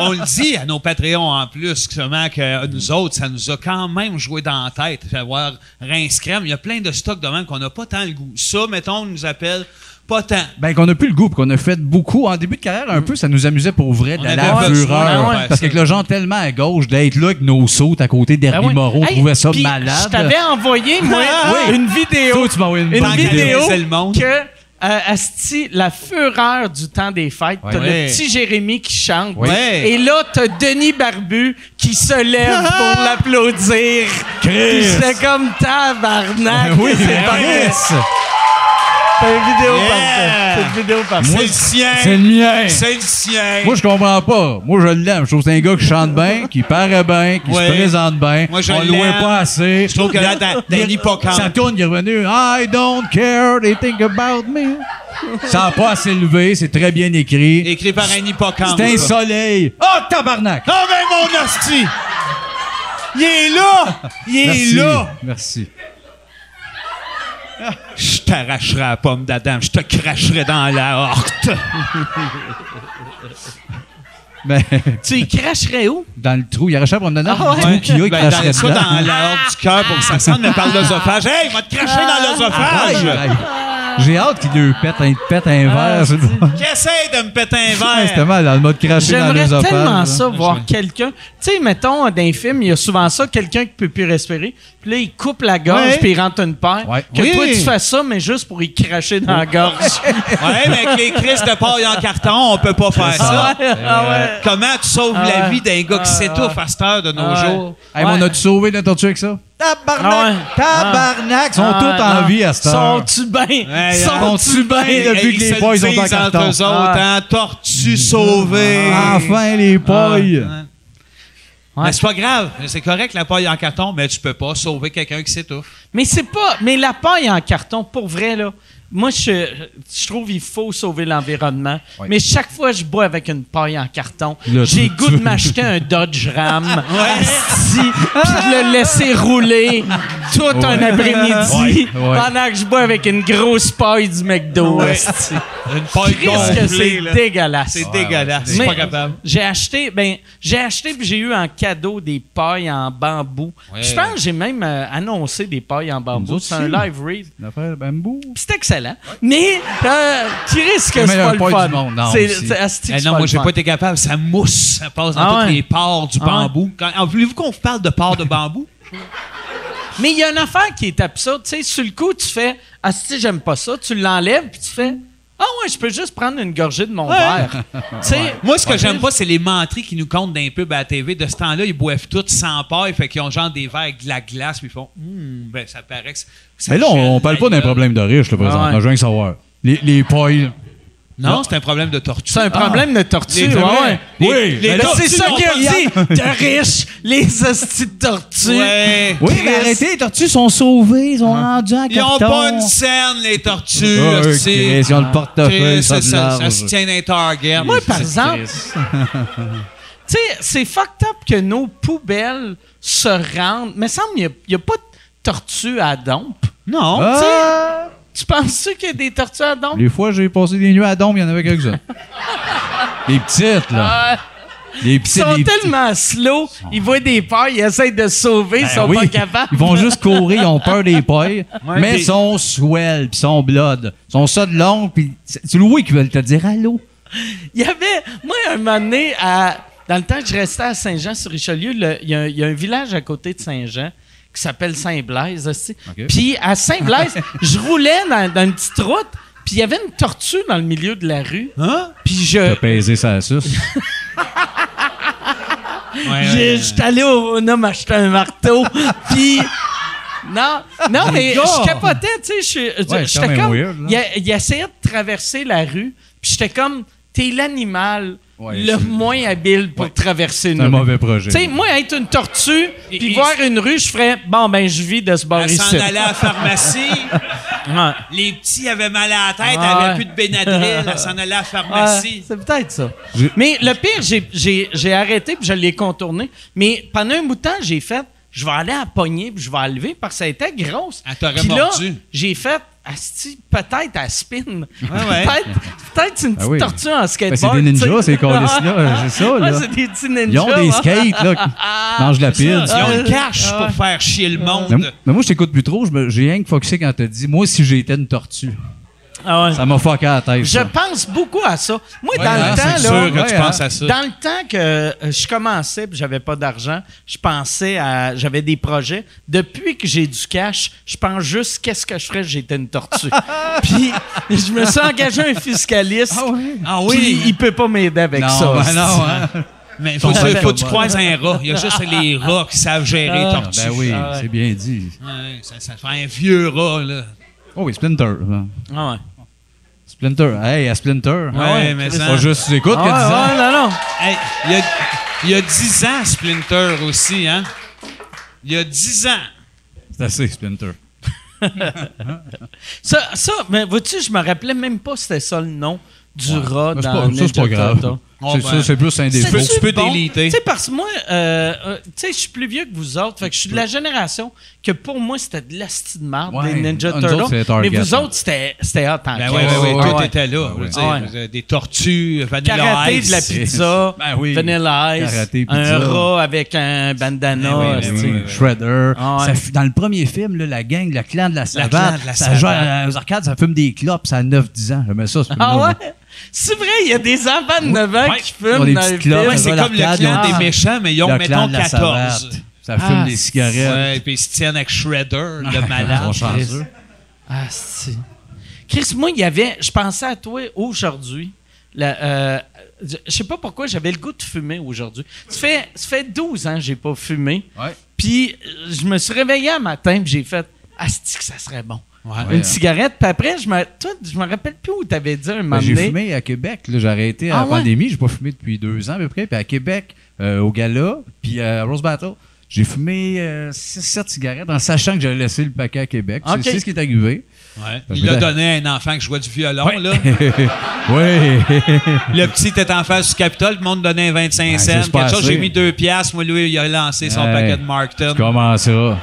on, on le dit à nos Patreons en plus, seulement que euh, nous autres, ça nous a quand même joué dans la tête. Fait Avoir rince crème, il y a plein de stocks de même qu'on n'a pas tant le goût. Ça, mettons, on nous appelle pas tant. Ben, qu'on a plus le goût, puis qu'on a fait beaucoup. En début de carrière, un peu, ça nous amusait pour vrai de On la avait laveur. besoin, ouais, ouais, parce ça. que le gens tellement à gauche d'être là avec nos sautes à côté Ah d'Herbie ouais. Moreau, on Hey, trouvait ça puis malade. Je t'avais envoyé, moi, [laughs] Oui. une vidéo. Toi, tu m'as envoyé une, Une bonne vidéo C'est le monde. que, euh, asti, la fureur du temps des fêtes, t'as Ouais. le petit Jérémy qui chante. Ouais. Et là, t'as Denis Barbu qui se [laughs] lève pour l'applaudir. Puis j'étais comme tabarnak. Ben Oui, c'est ben parfait. Chris, C'est une vidéo Yeah. parfaite. C'est une vidéo parfaite. C'est le sien. c'est le mien. C'est le sien. Moi, je comprends pas. Moi, je l'aime. Je trouve que c'est un gars qui chante bien, qui paraît bien, qui Ouais. se présente bien. Moi, je On le voit l'aime. pas assez. Je trouve que là, dans- [laughs] dans l'hippocampe. Ça tourne, il est revenu. I don't care, they think about me. Ça n'a pas assez levé, c'est très bien écrit. Écrit par un hippocampe. C'est un soleil. Oh, tabarnak! Ah ben mon hostie! Il est là! Il est Merci. là! Merci. Je t'arracherai la pomme d'Adam, je te cracherai dans la horte. Mais Tu y cracherais où? Ben, dans le trou, il arrachait pour me donner Ah ouais? un trou qu'il y a, il Ben, cracherait dans, ça, dedans. Ah! dans la horte du cœur pour que ça sente, mais par l'œsophage. Hey, il va te cracher Ah! dans l'œsophage! Aïe, aïe. J'ai hâte qu'il lui pète un, pète un verre. sur le- Qui essaie de me péter un Ouais, verre. Ah, C'était mal, dans le mode cracher dans les J'aimerais opales. tellement ça, voir quelqu'un. Tu sais, mettons, dans les films, il y a souvent ça, quelqu'un qui peut plus respirer. Puis là, il coupe la gorge, Ouais. puis il rentre une paire. Ouais. Que Oui. toi, tu fasses ça, mais juste pour y cracher dans la [laughs] gorge. ouais, mais avec les crises de paille en carton, on peut pas faire ça. ah ouais, ah ouais. Comment tu sauves Ah la ouais. vie d'un gars qui Ah s'étouffe ouais. à cette heure de nos Ah ouais. jours? Hey, mais on a-tu sauvé la tortue avec ça? Tabarnak! Ah ouais. Tabarnak! Ils sont Ah, tous en non. vie à cette heure. Sont-tu bien? Ouais, Sont-tu Hey, bien? depuis que les boys ont un carton. Ah, entre eux autres, Ah. hein? Tortue sauvée. Enfin, les poils! Ouais. Mais c'est pas grave, c'est correct la paille en carton, mais tu peux pas sauver quelqu'un qui s'étouffe. Mais c'est pas. Mais la paille en carton, pour vrai, là. moi, je, je trouve qu'il faut sauver l'environnement. Ouais. Mais chaque fois que je bois avec une paille en carton, Là, tu- j'ai tu goût de veux- m'acheter un Dodge [laughs] Ram, assis, puis de le laisser rouler tout un après-midi Ouais, ouais. pendant que je bois avec une grosse paille du McDo. asti. Une paille Christ que c'est gonflée, là. dégueulasse. C'est dégueulasse. Je suis Mais pas capable. J'ai acheté, ben, j'ai acheté puis j'ai eu en cadeau des pailles en bambou. Ouais. Je pense que j'ai même euh, annoncé des pailles en Nous bambou. autres C'est un aussi. live read. Une affaire de bambou. Puis C'est excellent. Mais euh, qui risque que c'est pas Le meilleur le paille fun. du monde, non, C'est- aussi. c'est asti que Eh c'est non, moi, le j'ai fun. pas été capable. Ça mousse. Ça passe dans Ah toutes ouais. les pores du Ah ouais. bambou. Quand- ah, Voulez-vous qu'on vous parle de pores [laughs] de bambou? Mais il y a une affaire qui est absurde. Tu sais, sur le coup, tu fais Ah, si j'aime pas ça, tu l'enlèves, puis tu fais Ah, ouais, je peux juste prendre une gorgée de mon verre. tu sais, Moi, ce que j'aime pas, c'est les menteries qui nous comptent d'un pub à la TV. De ce temps-là, ils boivent toutes sans paille, fait qu'ils ont genre des verres avec de la glace, puis ils font Hum, ben ça paraît que ça- ça Mais là, on, gèle on parle la pas d'un gueule. problème de riche, là, par exemple. ouais. On a rien que savoir. Les, les pailles. Non, c'est un problème de tortue. c'est un problème de tortue. Les- ouais, ouais. les- Oui, Ben, les Mais tortues c'est ça n'ont qu'il pas de- a dit. De riche, les hosties de tortues. Ouais. Oui, mais arrêtez, les tortues sont sauvées, ils sont rendus en Ah. Ils n'ont pas une scène, les tortues. Ah, eux, c'est- Chris, ils ont le portefeuille, Chris, ça ça, de ça, large. se tient d'un target. Moi, par exemple, [laughs] tu sais, c'est fucked up que nos poubelles se rendent. Mais semble qu'il n'y a, pas de tortues à dompe. Non. Ah! Tu penses-tu qu'il y a des tortues à dompe? Les fois, j'ai passé des nuits à Dôme, il y en avait [laughs] quelques-uns. les petites, là. Ah, Les ils petites. sont les petites. tellement slow, ils voient des pailles, ils essayent de sauver, ils Ben sont oui. pas capables. Ils vont juste courir, ils ont peur des [laughs] pailles, mais puis- ils sont swell, puis ils sont blood. Ils sont ça de long, puis c'est c'est Louis qui veut te dire allô. [laughs] Il y avait, moi, un moment donné, à- dans le temps que je restais à Saint-Jean-sur-Richelieu, le- il y, a un- il y a un village à côté de Saint-Jean qui s'appelle Saint-Blaise aussi. OK. Puis à [laughs] Saint-Blaise, je roulais dans, dans une petite route, puis il y avait une tortue dans le milieu de la rue. Hein? Puis je, T'as pesé ça suce. je, j'étais allé au Rona m'acheter un marteau, [laughs] puis... Non, non, mais je capotais, tu sais, je- je- Ouais, c'est quand j'étais même comme... weird, là. il, a- il essayait de traverser la rue, puis j'étais comme, t'es l'animal Ouais, le c'est- moins habile pour traverser une C'est un rue. mauvais projet. Tu sais, moi, être une tortue, puis et- voir une rue, je ferais, bon, ben, je vis de ce bord Elle ici. s'en allait à la pharmacie. [laughs] Ouais. Les petits avaient mal à la tête, Ah elle ouais. avait plus de [laughs] Benadryl, elle s'en allait à la Ouais, pharmacie. c'est peut-être ça. J'ai- Ah, Mais le pire, j'ai- j'ai j'ai arrêté puis je l'ai contourné. Mais pendant un bout de temps, j'ai fait, je vais aller à la poignée puis je vais la lever parce que ça était grosse. Elle t'aurait Puis là, mordu. j'ai fait, asti, peut-être à spin. ouais. peut-être peut-être c'est une Ah petite oui. tortue en skateboard. Ben, c'est des tu sais. ninjas, ces câlisses-là, c'est ça, Ouais, là. c'est des petits ninjas. hein. Ah. Ils ont ouais. des skates, [laughs] là, qui mangent la pile. Ils ont ouais. une cache Ah. pour faire chier le Mais, moi- monde. mais moi, je t'écoute plus trop. je me- J'ai rien que focusé quand t'as dit, moi, si j'étais une tortue, Ah ouais. ça m'a fucké à la tête. Je ça. pense beaucoup à ça. Moi, Ouais, dans hein, le temps, là, c'est sûr que tu ouais, penses hein. à ça. Dans le temps que euh, je commençais, puis j'avais pas d'argent, je pensais à, j'avais des projets. Depuis que j'ai du cash, je pense juste qu'est-ce que je ferais si j'étais une [laughs] tortue. puis je me suis engagé un fiscaliste. Ah ouais? Ah Puis il peut pas m'aider avec Non, ça. ben non, hein. Mais Son faut, faut, père. faut que tu croises un rat. Il y a juste les rats qui savent gérer les Ah, tortues. ben oui, Ah ouais. c'est bien dit. Ouais, ça, ça fait un vieux rat, là. Oh oui, Splinter. hein. Ah ouais. Splinter. Hey, à Splinter. Ah Ouais, ouais, mais ça. Pas juste tu écoutes Ah que ouais, tu ouais, non, non. Hey, il, y a, il y a 10 ans, Splinter aussi, hein? Il y a 10 ans. C'est assez, Splinter. Ça, ça, mais vois-tu, je me rappelais même pas c'était ça le nom du rat Mais Ben, c'est dans pas- ça, c'est pas Ninja Turtle. grave. Oh, C'est ben. ça, c'est plus C'est un défaut. tu tu peux bon? déliter. Tu sais, parce que moi, euh, euh, tu sais, je suis plus vieux que vous autres. Fait que je suis de la génération que pour moi, c'était de l'asti de marde, Ouais. des Ninja Ah, nous autres, Turtles. c'était Target, mais vous hein. autres, c'était c'était hot en Ben Ah, crise. oui, oui, oui, Ouais, tout ouais. était là. je veux dire, Ouais. vous avez Des tortues, Vanilla Karaté Ice. de la pizza, Ben oui. Vanilla Ice, Karaté, un pizza. rat avec un bandana. Ouais, hostie. ben oui, Shredder. Ah ouais. Ça fu- dans le premier film, là, la gang, le clan de la savane, clan de la ça joue à- savane. aux arcades, ça fume des clopes, ça a 9-10 ans. J'aimais ça, ce film-là, Ah moi. ouais? C'est vrai, il y a des enfants de 9 ans qui Ils ont fument des dans les petites clopes, films. Ouais, c'est Ils comme le l'arcade, clan ils ont- des méchants, mais ils ont, Le clan mettons, de la 14. savate. Ça fume Ah, des c'est- cigarettes. Ouais, puis ils se tiennent avec Shredder, le Ils malade. sont chanceux. Ah, si. Chris, moi, il y avait. Je pensais à toi aujourd'hui. La- euh, je je sais pas pourquoi, j'avais le goût de fumer aujourd'hui. Ça fait, ça fait 12 ans que j'ai pas fumé. Ouais. Puis euh, je me suis réveillé un matin puis j'ai fait Asti que ça serait bon. Ouais. Ouais, Une hein. cigarette. Puis après, je me, toi, je me rappelle plus où t'avais dit un moment Ben, j'ai donné. fumé à Québec. là. J'ai arrêté à Ah la ouais? pandémie. J'ai pas fumé depuis deux ans à peu près. Puis à Québec, euh, au gala, puis à Rose Battle. J'ai fumé 6-7 cigarettes en sachant que j'allais laisser le paquet à Québec. C'est- Ok. C'est ce qui [laughs] est arrivé. Ouais. Ben, Il je l'a vais- donné à un enfant qui jouait du violon, là. oui. Le petit était en face du Capitole, le monde donnait un 25 Ouais, cents, Ben, c'est quelque pas chose. assez. J'ai mis deux piastres, moi, lui, il a lancé son Hey. paquet de Markton. Comment ça?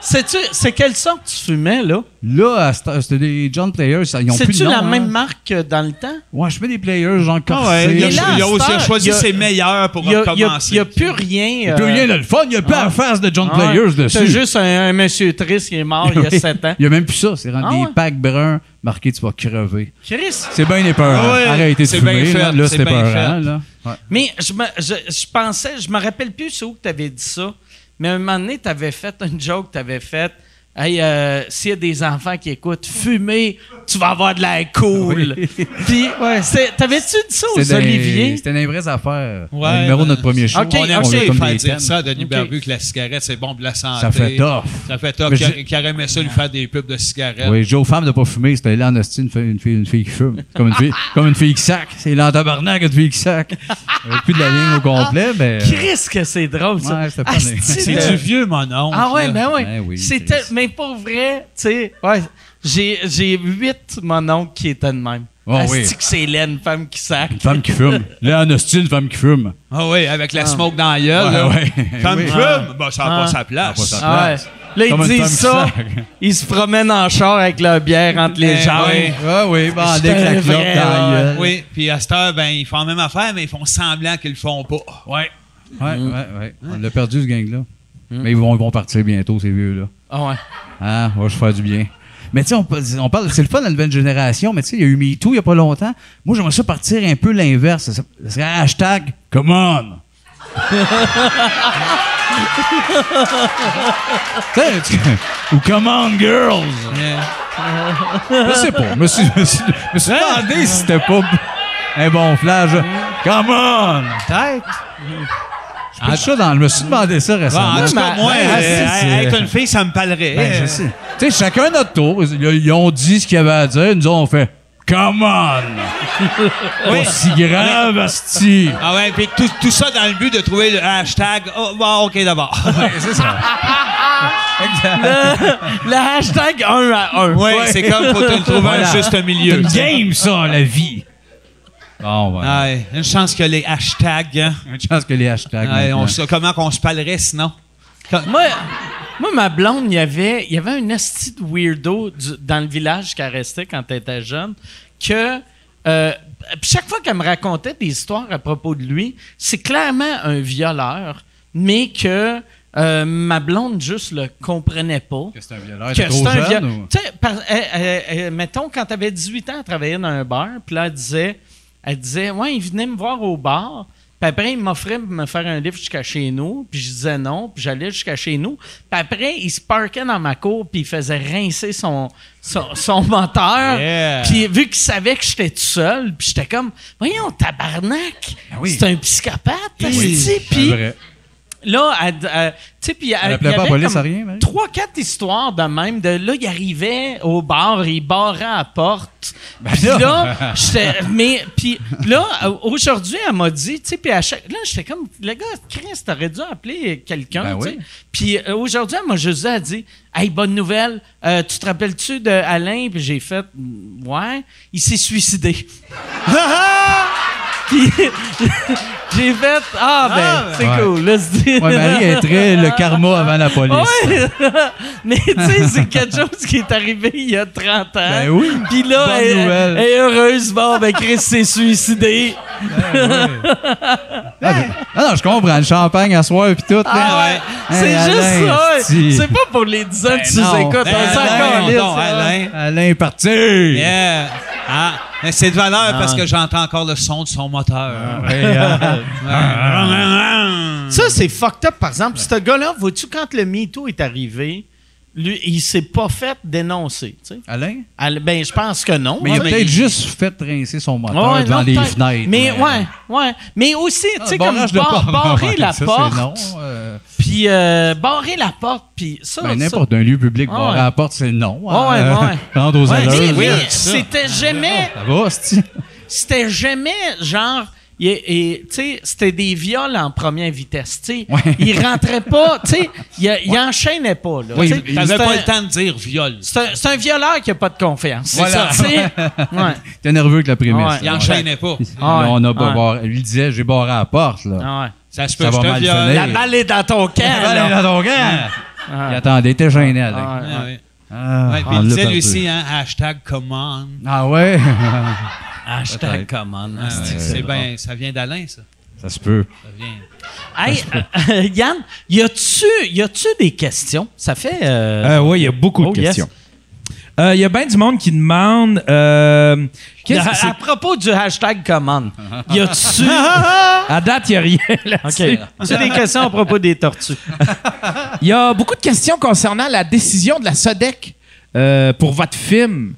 C'est-tu- C'est quelle sorte que tu fumais, là? Là, à cette heure, c'était des John Players. ça, Ils ont plus de C'est-tu nom, la hein. même marque que dans le temps? Ouais, je mets des Players, genre Ah corsé. ouais, il, a, Mais là, il a à aussi cette heure, choisi il y a- ses meilleurs pour Il n'y a, il y a- recommencer. il y a plus rien. Il n'y a plus euh, rien de le fun, il n'y a plus ah. la face de John ah ouais. Players C'est dessus. juste un, un monsieur triste qui est mort [laughs] il y a Oui. 7 ans. Il n'y a même plus ça. C'est rendu Ah des ouais? packs bruns marqués tu vas crever. Chris! C'est bien épeurant. Ah ouais, Arrêtez de c'est bien fumer. fait, Là, là c'est c'était bien épeurant. fait. Là. Ouais. Mais je, me- je- je pensais, je me rappelle plus c'est où que tu avais dit ça, mais à un moment donné, tu avais fait une joke, tu avais fait Hey, euh, s'il y a des enfants qui écoutent, fumer, tu vas avoir de l'air cool. Puis, c'est- t'avais-tu dit ça aux C'était des- Olivier? C'était une vraie affaire. Ouais, le numéro ben, de notre premier show. ok, on on est aime on ça est les comme faire des dire thèmes. ça à Denis Ok. Barbu que la cigarette, c'est bon pour la santé. Ça fait tough. Ça fait tough. Mais Qu'il je- qu'il aurait aimé ça lui faire des pubs de cigarettes. Oui, Joe Femme de pas fumer, c'était là en hostie, une fille, une fille, une fille qui fume. C'est Comme une [laughs] fille, comme une fille qui sac. C'est là en tabarnak, une fille qui sac. Euh, plus de la ligne au Ah. complet, mais. euh, Chris, que c'est drôle, ça. Ouais, c'était pas Asti, né. de- C'est du vieux, mon oncle. Ah ouais, là. ben ouais. Ben oui, C'était, Chris. mais pour vrai, tu sais, ouais, j'ai, j'ai huit mononcles qui étaient de même. Oh Asti oui. que c'est laid, une femme qui sac. Une femme qui fume. Là en hostie, une femme qui fume. Ah oui, avec la smoke dans la gueule. Ouais, Ah, là. ouais. Femme Oui. fume, ben, ça n'a Ah. pas sa place. Ça a pas sa Ah ouais. Là, Comme ils une disent ça, femme qui sac. ils se promènent en char avec leur bière entre les Eh jambes. oui. Ah oui, bandé avec la C'était clope vrai, dans la gueule. Oui, puis à cette heure, ben, ils font la même affaire, mais ils font semblant qu'ils le font pas. Ouais. Ouais, Mm. ouais, ouais. On l'a perdu, ce gang-là. Mais ils vont, ils vont partir bientôt, ces vieux-là. Ah ouais. Ah, va se faire du bien. Mais tu sais, on, peut- on parle, c'est le fun, la nouvelle génération, mais tu sais, il y a eu MeToo il n'y a pas longtemps. Moi, j'aimerais ça partir un peu l'inverse. Ça- Ça serait hashtag Come on! [laughs] Tu sais, tu- Ou Come on, girls! Je sais pas. Je me suis, je me suis- je me suis demandé si c'était pas un bon flash. Come on! Peut-être. Je, peux ça dans- je me suis demandé ça Ben, récemment. en tout cas, mais- moi, ben, euh, c'est- c'est- être une fille, ça me parlerait. Ben, je sais. Tu sais, chacun notre tour. Ils, ils ont dit ce qu'ils avaient à dire. Nous, on fait Come on! Pas si grave, Asti! Ah ouais, puis tout, tout ça dans le but de trouver le hashtag oh, bon, [laughs] OK d'abord. Ouais, c'est ça. [laughs] Le hashtag 1 à 1. Ouais, c'est comme faut te le trouver Voilà. un juste C'est milieu. une tu sais. game, ça, la vie! Bon, voilà. Ouais, une chance que les hashtags. hein. Une chance que les hashtags. Ouais, on maintenant. sait comment qu'on se parlerait sinon? Moi, moi, ma blonde, il y avait, il y avait un esti de weirdo du- dans le village qu'elle restait quand elle était jeune, que euh, puis chaque fois qu'elle me racontait des histoires à propos de lui, c'est clairement un violeur, mais que euh, ma blonde juste le comprenait pas. Que c'est un violeur, que t'es trop c'est un jeune, viol- ou- Tu sais, par- elle- elle- elle- mettons, quand t'avais 18 ans, elle travaillait dans un bar, puis là, elle disait, elle disait, ouais, il venait me voir au bar, puis après, il m'offrait de me faire un livre jusqu'à chez nous, puis je disais non, puis j'allais jusqu'à chez nous, puis après, il se parquait dans ma cour, puis il faisait rincer son, son, son moteur, Yeah. puis vu qu'il savait que j'étais tout seul, puis j'étais comme, voyons, tabarnak, Ah oui. c'est un psychopathe, asti, C'est puis... vrai. Là, elle- elle- tu sais, puis elle- appelait il y pas la avait police comme à rien, hein? Marie? Trois, quatre histoires de même. De là, il arrivait au bar, il barrait à la porte. puis Ben là. [laughs] là, j'étais, mais puis là, euh, aujourd'hui, elle m'a dit, tu sais, puis à chaque, là, j'étais comme, le gars, Chris, t'aurais dû appeler quelqu'un, Ben tu sais. oui. Puis euh, aujourd'hui, elle m'a juste dit, elle dit, hey, bonne nouvelle, euh, tu te rappelles-tu de Alain? Puis j'ai fait, ouais, il s'est suicidé. [laughs] Puis [laughs] j'ai fait, ah ben, c'est ouais. cool. Là, c'est- Ouais, Marie est très le karma avant la police. Ah Ouais. [laughs] Mais tu sais, c'est quelque chose qui est arrivé il y a 30 ans. Ben oui. Puis là, Bonne elle, nouvelle. elle est heureuse. Bon, ben Chris s'est suicidé. Ah, ben- ah non, je comprends. Le champagne à soir puis tout. Ah hein. ouais. C'est Hey, juste Alain, ça. ouais. esti. C'est pas pour les 10 ans que tu non. nous écoutes. Ben, on s'en Alain, calisse, non, hein. Alain. Alain est parti! Yeah. Ah, mais c'est de valeur Ah. parce que j'entends encore le son de son moteur. Ouais, ah. Ça, c'est fucked up, par exemple. Ce gars-là, vois-tu, quand le MeToo est arrivé, lui, il s'est pas fait dénoncer. tu sais. Alain? Al- Ben, je pense que non. Mais il a hein. peut-être juste fait rincer son moteur Ouais, devant non, les peut-être. fenêtres. euh, Ah, Mais ouais, ouais. Mais aussi, tu sais, comme barrage bar- porte. barrer la Ça, c'est porte. non, euh, Puis euh, barrer la porte, puis ça. ben, ça- n'importe un lieu public, Ah barrer ouais. la porte, c'est non. Ah ouais, hein. ouais. [laughs] Rendre aux Ouais, allures. mais- mais là. c'était jamais, Ça va, c'est-tu? c'était jamais genre il est- et, tu sais, c'était des viols en première vitesse. tu sais. Ouais. Il rentrait pas, tu sais, il, il enchaînait pas. là, tu sais. T'avais C'est pas un- le temps de dire viol. C'est un, c'est un violeur qui a pas de confiance. C'est Voilà. [laughs] ça, tu sais. Ouais. T'es nerveux avec la prémisse. Ouais, Il enchaînait pas. Ah ouais, on a pas ouais. barré- Lui disait, j'ai barré à la porte, là. Ah ouais. Ça se peut Ça que va je te mal viole. finir. La balle est dans ton camp. Ah, là. allez, là, donc, hein? Il attendait, il était gêné, Alec. Ah ouais. Ouais, ouais. Ah, Ouais, puis on il l'a disait perdu. lui aussi, hein, hashtag command. Ah ouais? [laughs] Hashtag commande. Ah, hostie. c'est bien, ça vient d'Alain, ça. ça se peut. Ça vient. Hey, [laughs] euh, Yann, y a-tu, y a-tu des questions? Ça fait. euh, Euh, oui, il y a beaucoup Oh, de yes. questions. Euh, Il y a bien du monde qui demande. euh, qu'est-ce que à- à, c'est- propos du hashtag commande, y a-tu. [laughs] à date, il n'y a rien [laughs] OK. là-dessus. Y a des questions à propos des tortues? Il y a beaucoup de questions concernant la décision de la SODEC euh, pour votre film.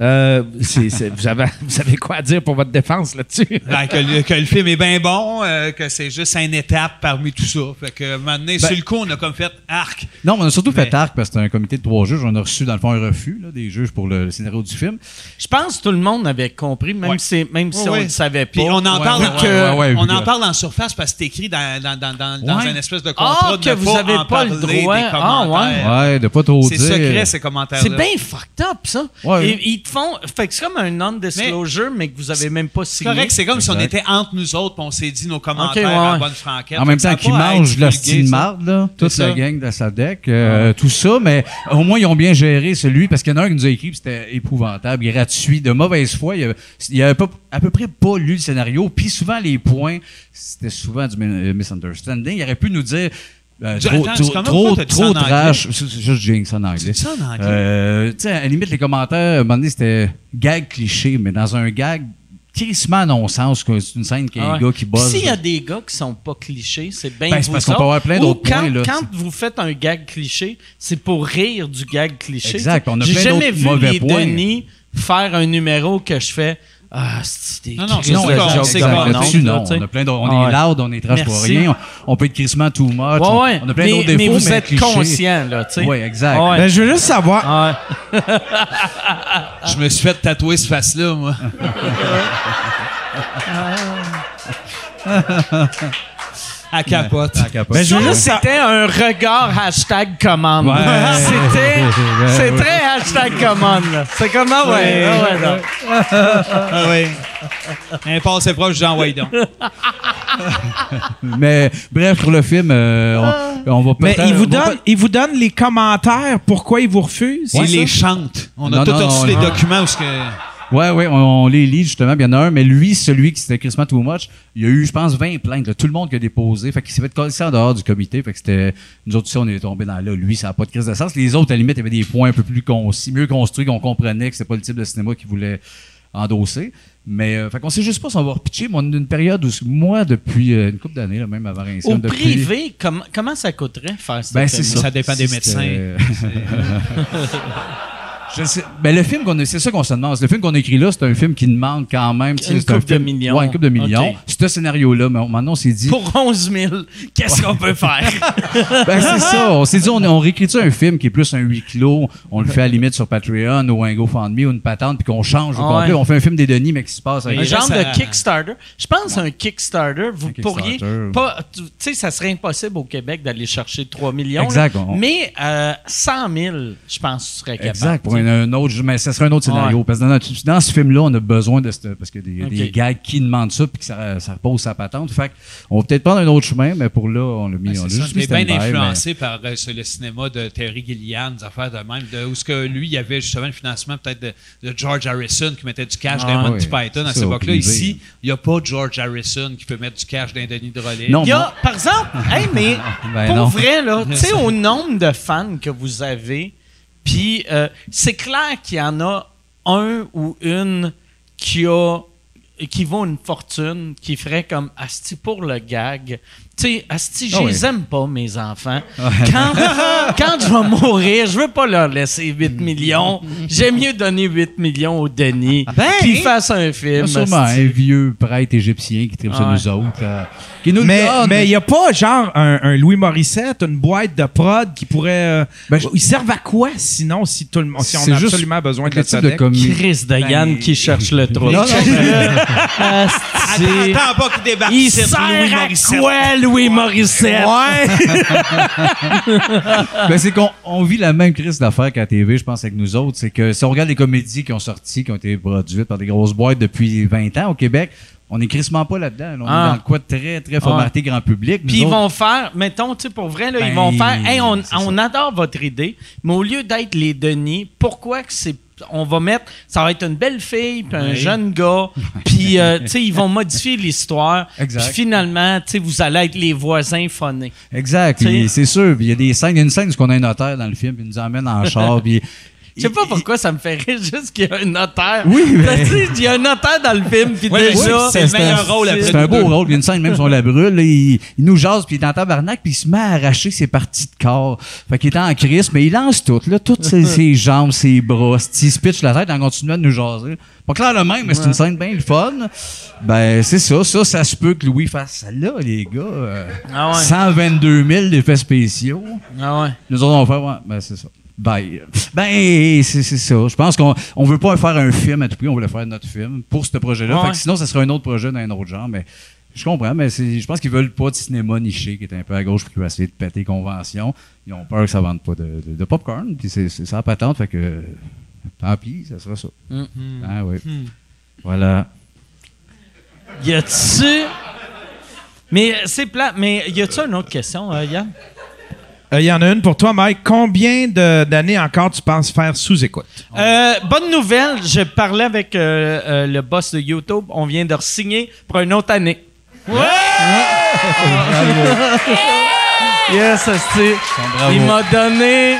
Euh, c'est- c'est- vous, avez, [laughs] vous avez quoi à dire pour votre défense là-dessus? Ben, que, le, que le film est bien bon, euh, que c'est juste une étape parmi tout ça. Fait que, à un moment donné, sur le coup, on a comme fait arc. Non, mais on a surtout Mais- fait arc parce que c'était un comité de trois juges. On a reçu, dans le fond, un refus là, des juges pour le, le scénario du film. Je pense que tout le monde avait compris, même Ouais. si, même si Ouais, on ouais. ne le savait pas. Puis on en Ouais, parle, ouais, que- ouais, ouais, ouais, on vu en que- parle en surface parce que c'est écrit dans, dans, dans, dans, dans Ouais. une espèce de contrat Ah, de que ne vous pas avez en pas le parler des droit. Ah, ouais. commentaires. Ouais, de pas trop C'est dire. secret, ces commentaires-là. C'est bien fucked up, ça. Ouais. Et ils te font. Fait que c'est comme un non-disclosure, mais, que vous avez même pas C'est signé. correct, c'est comme si on Exact. était entre nous autres puis on s'est dit nos commentaires Ok, ouais, en ouais. bonne franquette. En même Ça temps a qu'ils pas à être mangent le vulgaire, style ça. marde, là, toute ça. Ah la gang de sa deck, euh, tout ça, mais euh, au moins ils ont bien géré celui, parce qu'il y en a un qui nous a écrit, puis c'était épouvantable, gratuit, de mauvaise foi, il avait, il avait pas- à peu près pas lu le scénario, puis souvent les points, c'était souvent du mi- euh, misunderstanding, il aurait pu nous dire... euh, Du- trop attends, trop, c'est comment- trop, pourquoi t'as dit ça trop en anglais? trash. C'est c'est juste jinx en anglais. dis ça en anglais? Euh, tu sais, à la limite, les commentaires, à un moment donné, c'était gag cliché, mais dans un gag crissement non-sens, que c'est une scène qui a Ah un ouais. gars qui Puis bosse. S'il y a des gars qui sont pas clichés, c'est bien Ben, c'est vous parce qu'on peut autres. avoir plein Ou d'autres quand, points, là. Quand vous faites un gag cliché, c'est pour rire du gag cliché. Exact, on a J'ai plein jamais d'autres vu mauvais les points. Denis faire un numéro que je fais. Ah, c'est des Non, non, crises c'est Non, de ça qu'on- jokes c'est de qu'on- exact. bonhomme, Là-dessus, là, non. tu sais. On a plein d'autres. On Ah ouais. est loud, on est trash pour Merci. rien. On, on peut être crissement too much. Ouais, ouais. On a plein Mais- d'autres défauts. Mais vous mais êtes clichés. conscient, là, tu sais. Ouais, exact. [laughs] Ah ouais. Ben, je veux juste savoir, Ah ouais. Je me suis fait tatouer ce face-là, moi. à capote. Ah, capable. Ben, je Ça, veux juste sa- c'était un regard hashtag commande. Ouais. [laughs] C'était, Ouais, c'est ouais. très hashtag commande. là. C'est comment, ouais, ah ouais, non. Ah oui. Un passé proche, Jean Waydon. Mais bref, pour le film, euh, on, on va mais euh, peut-être- il vous, on va donne, il vous donne les commentaires pourquoi il vous refuse. Il c'est les ça? chante. On a Non, tous non, reçu non, les non. documents où ce que. Ouais, ouais, on, on les lit justement, bien un, mais lui, celui qui c'était Christmas Too Much, il y a eu, je pense, 20 plaintes, là, tout le monde qui a déposé, fait qu'il s'est fait coller ça en dehors du comité, fait que c'était, nous autres aussi, on est tombés dans là, lui, ça n'a pas de crise de sens, les autres, à la limite, avaient des points un peu plus concis, mieux construits, qu'on comprenait que c'était pas le type de cinéma qu'ils voulaient endosser, mais, euh, fait qu'on sait juste pas si on va repitcher, mais on est dans une période où, moi, depuis euh, une couple d'années, là, même avant Au Rinsium, depuis... privé, com- comment ça coûterait faire ça? Ben, c'est ça. Ça dépend des Si médecins. c'était- [laughs] [laughs] Je sais- ben, le film qu'on a- c'est ça qu'on se demande. Le film qu'on a écrit là, c'est un film qui demande quand même. tu sais, Une c'est un couple de film- millions. Ouais, une couple de millions. Ok. C'est un scénario-là, mais on- maintenant on s'est dit. Pour 11 000, qu'est-ce qu'on peut faire? [laughs] Ben, c'est ça. On s'est dit, on, on réécrit un film qui est plus un huis clos. On le fait à la limite sur Patreon ou un GoFundMe ou une patente, puis qu'on change au Ah complet. ouais. On fait un film des Denis, mais qui se passe avec. Un Il genre reste à- de Kickstarter. Je pense à un Kickstarter, vous Un pourriez Kickstarter. pas. Tu tu sais, ça serait impossible au Québec d'aller chercher 3 millions. Exact, là. on- Mais euh, 100 000, je pense que tu serais capable. Exact, pour un, un autre, mais ça serait un autre scénario. Ouais. Parce que dans, notre- dans ce film-là, on a besoin de ce. Parce qu'il y a des, Ok. des gars qui demandent ça, puis que ça, ça repose sa patente. Fait que on va peut-être prendre un autre chemin, mais pour là, on l'a mis. Ben, on l'a c'est ça, juste mis mais bien stand-by, mais- influencé par euh, sur le cinéma de Terry Gilliam, des affaires de même, de, où ce que lui, il y avait justement le financement peut-être de, de George Harrison qui mettait du cash Ah, dans Monty oui. Python à C'est cette ça, au époque-là. privé. Ici, il n'y a pas George Harrison qui peut mettre du cash dans Denis Drolet. Non, Il y a, par [laughs] exemple, hey, mais Ben pour non. vrai, là, tu sais, au [laughs] nombre de fans que vous avez, puis euh, c'est clair qu'il y en a un ou une qui a qui vaut une fortune, qui ferait comme Asti pour le gag. Tu sais, Asti, je Ah les oui. aime pas, mes enfants. [laughs] Quand, quand je vais mourir, je veux pas leur laisser 8 millions. J'aime mieux donner 8 millions au Denis, Ah qu'il fasse un Il y film. a ben, hein? Ah, sûrement hein? asti. un vieux prêtre égyptien qui tripe sur Ouais. nous autres. euh, qui nous Mais donne. mais il n'y a pas genre un, un Louis Morissette, une boîte de prod qui pourrait. euh, Ben, je- Ils servent à quoi sinon si tout le monde, si on C'est a juste absolument besoin de le [laughs] la type de Sodec? commu- Chris de Yann qui cherche le trou. Ben, [laughs] Non, non, mais- Euh, c'est- Attends pas qu'il débarque Il ici, sert Louis à Morissette. quoi, Louis Morissette? [laughs] Ben, c'est qu'on on vit la même crise d'affaires qu'à TV, je pense, avec nous autres. C'est que si on regarde les comédies qui ont sorti, qui ont été produites par des grosses boîtes depuis 20 ans au Québec, on n'est crissement pas là-dedans. là. On Ah. est dans le quoi de très, très formaté grand public. Nous Puis ils autres, vont faire, mettons, tu sais, pour vrai, là, ils Ben, vont faire, hey, on, c'est on ça. adore votre idée, mais au lieu d'être les Denis, pourquoi que c'est. On va mettre, ça va être une belle fille, puis un jeune [laughs] gars, puis, euh, tu sais, ils vont modifier l'histoire. Puis Exact. finalement, tu sais, vous allez être les voisins phonés. Exact. Tu sais. Puis C'est sûr. Puis Il y a des scènes, il y a une scène où on a un notaire dans le film, puis il nous emmène en char. [laughs] Puis Je sais pas pourquoi ça me fait rire juste qu'il y a un notaire. Oui, mais- Parce que, tu sais, Il y a un notaire dans le film, puis Ouais, déjà. oui, c'est le meilleur rôle après C'est un nous beau deux. rôle. Il y a une scène, même si on la brûle, là, il, il nous jase, puis il est en tabarnak, puis il se met à arracher ses parties de corps. Fait qu'il est en crise, mais il lance tout, là, toutes [laughs] ses, ses jambes, ses bras, il se pitche la tête en continuant de nous jaser. Pas clair le même, mais c'est une scène bien le fun. Ben, c'est ça. Ça, ça se peut que Louis fasse ça là, les gars. euh, Ah ouais. 122 000 d'effets spéciaux. Ah ouais. Nous autres, on va faire, ouais, ben, c'est ça. Bye. Ben, c'est c'est ça. Je pense qu'on on veut pas faire un film à tout prix, on voulait faire notre film pour ce projet-là. Ouais. Fait que sinon, ça serait un autre projet dans un autre genre, mais je comprends, mais c'est- je pense qu'ils veulent pas de cinéma niché qui est un peu à gauche puis qui va essayer de péter convention. Ils ont peur que ça vende pas de, de, de popcorn, puis c'est c'est ça la patente, fait que tant pis, ça sera ça. Ah oui. Voilà. Y a-tu. Mais euh, c'est plat, mais y a-tu une autre question, euh, Yann? Il Euh, y en a une pour toi, Mike. Combien de- d'années encore tu penses faire sous écoute? Euh, bonne nouvelle, je parlais avec euh, euh, le boss de YouTube. On vient de signer pour une autre année. Ouais! [laughs] yes, c'est. Il m'a donné.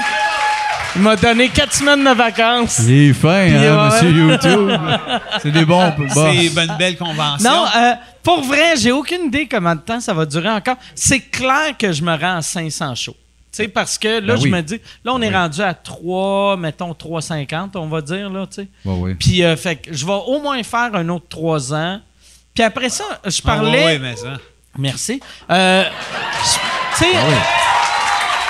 Il m'a donné quatre semaines de vacances. Il est fin, hein, ouais. monsieur YouTube. c'est des bons boss. C'est ben- une belle convention. Non, euh, pour vrai, j'ai aucune idée comment de temps ça va durer encore. C'est clair que je me rends à 500 shows. Tu sais, parce que là, Ben je oui. me dis, là, on est rendu à 3, mettons 3,50, on va dire, là, tu sais. Ouais, ouais. Puis, euh, fait que je vais au moins faire un autre 3 ans. Puis après ça, je parlais. Ah ouais, mais ça. Merci. Euh, je- tu sais, Bah Ah,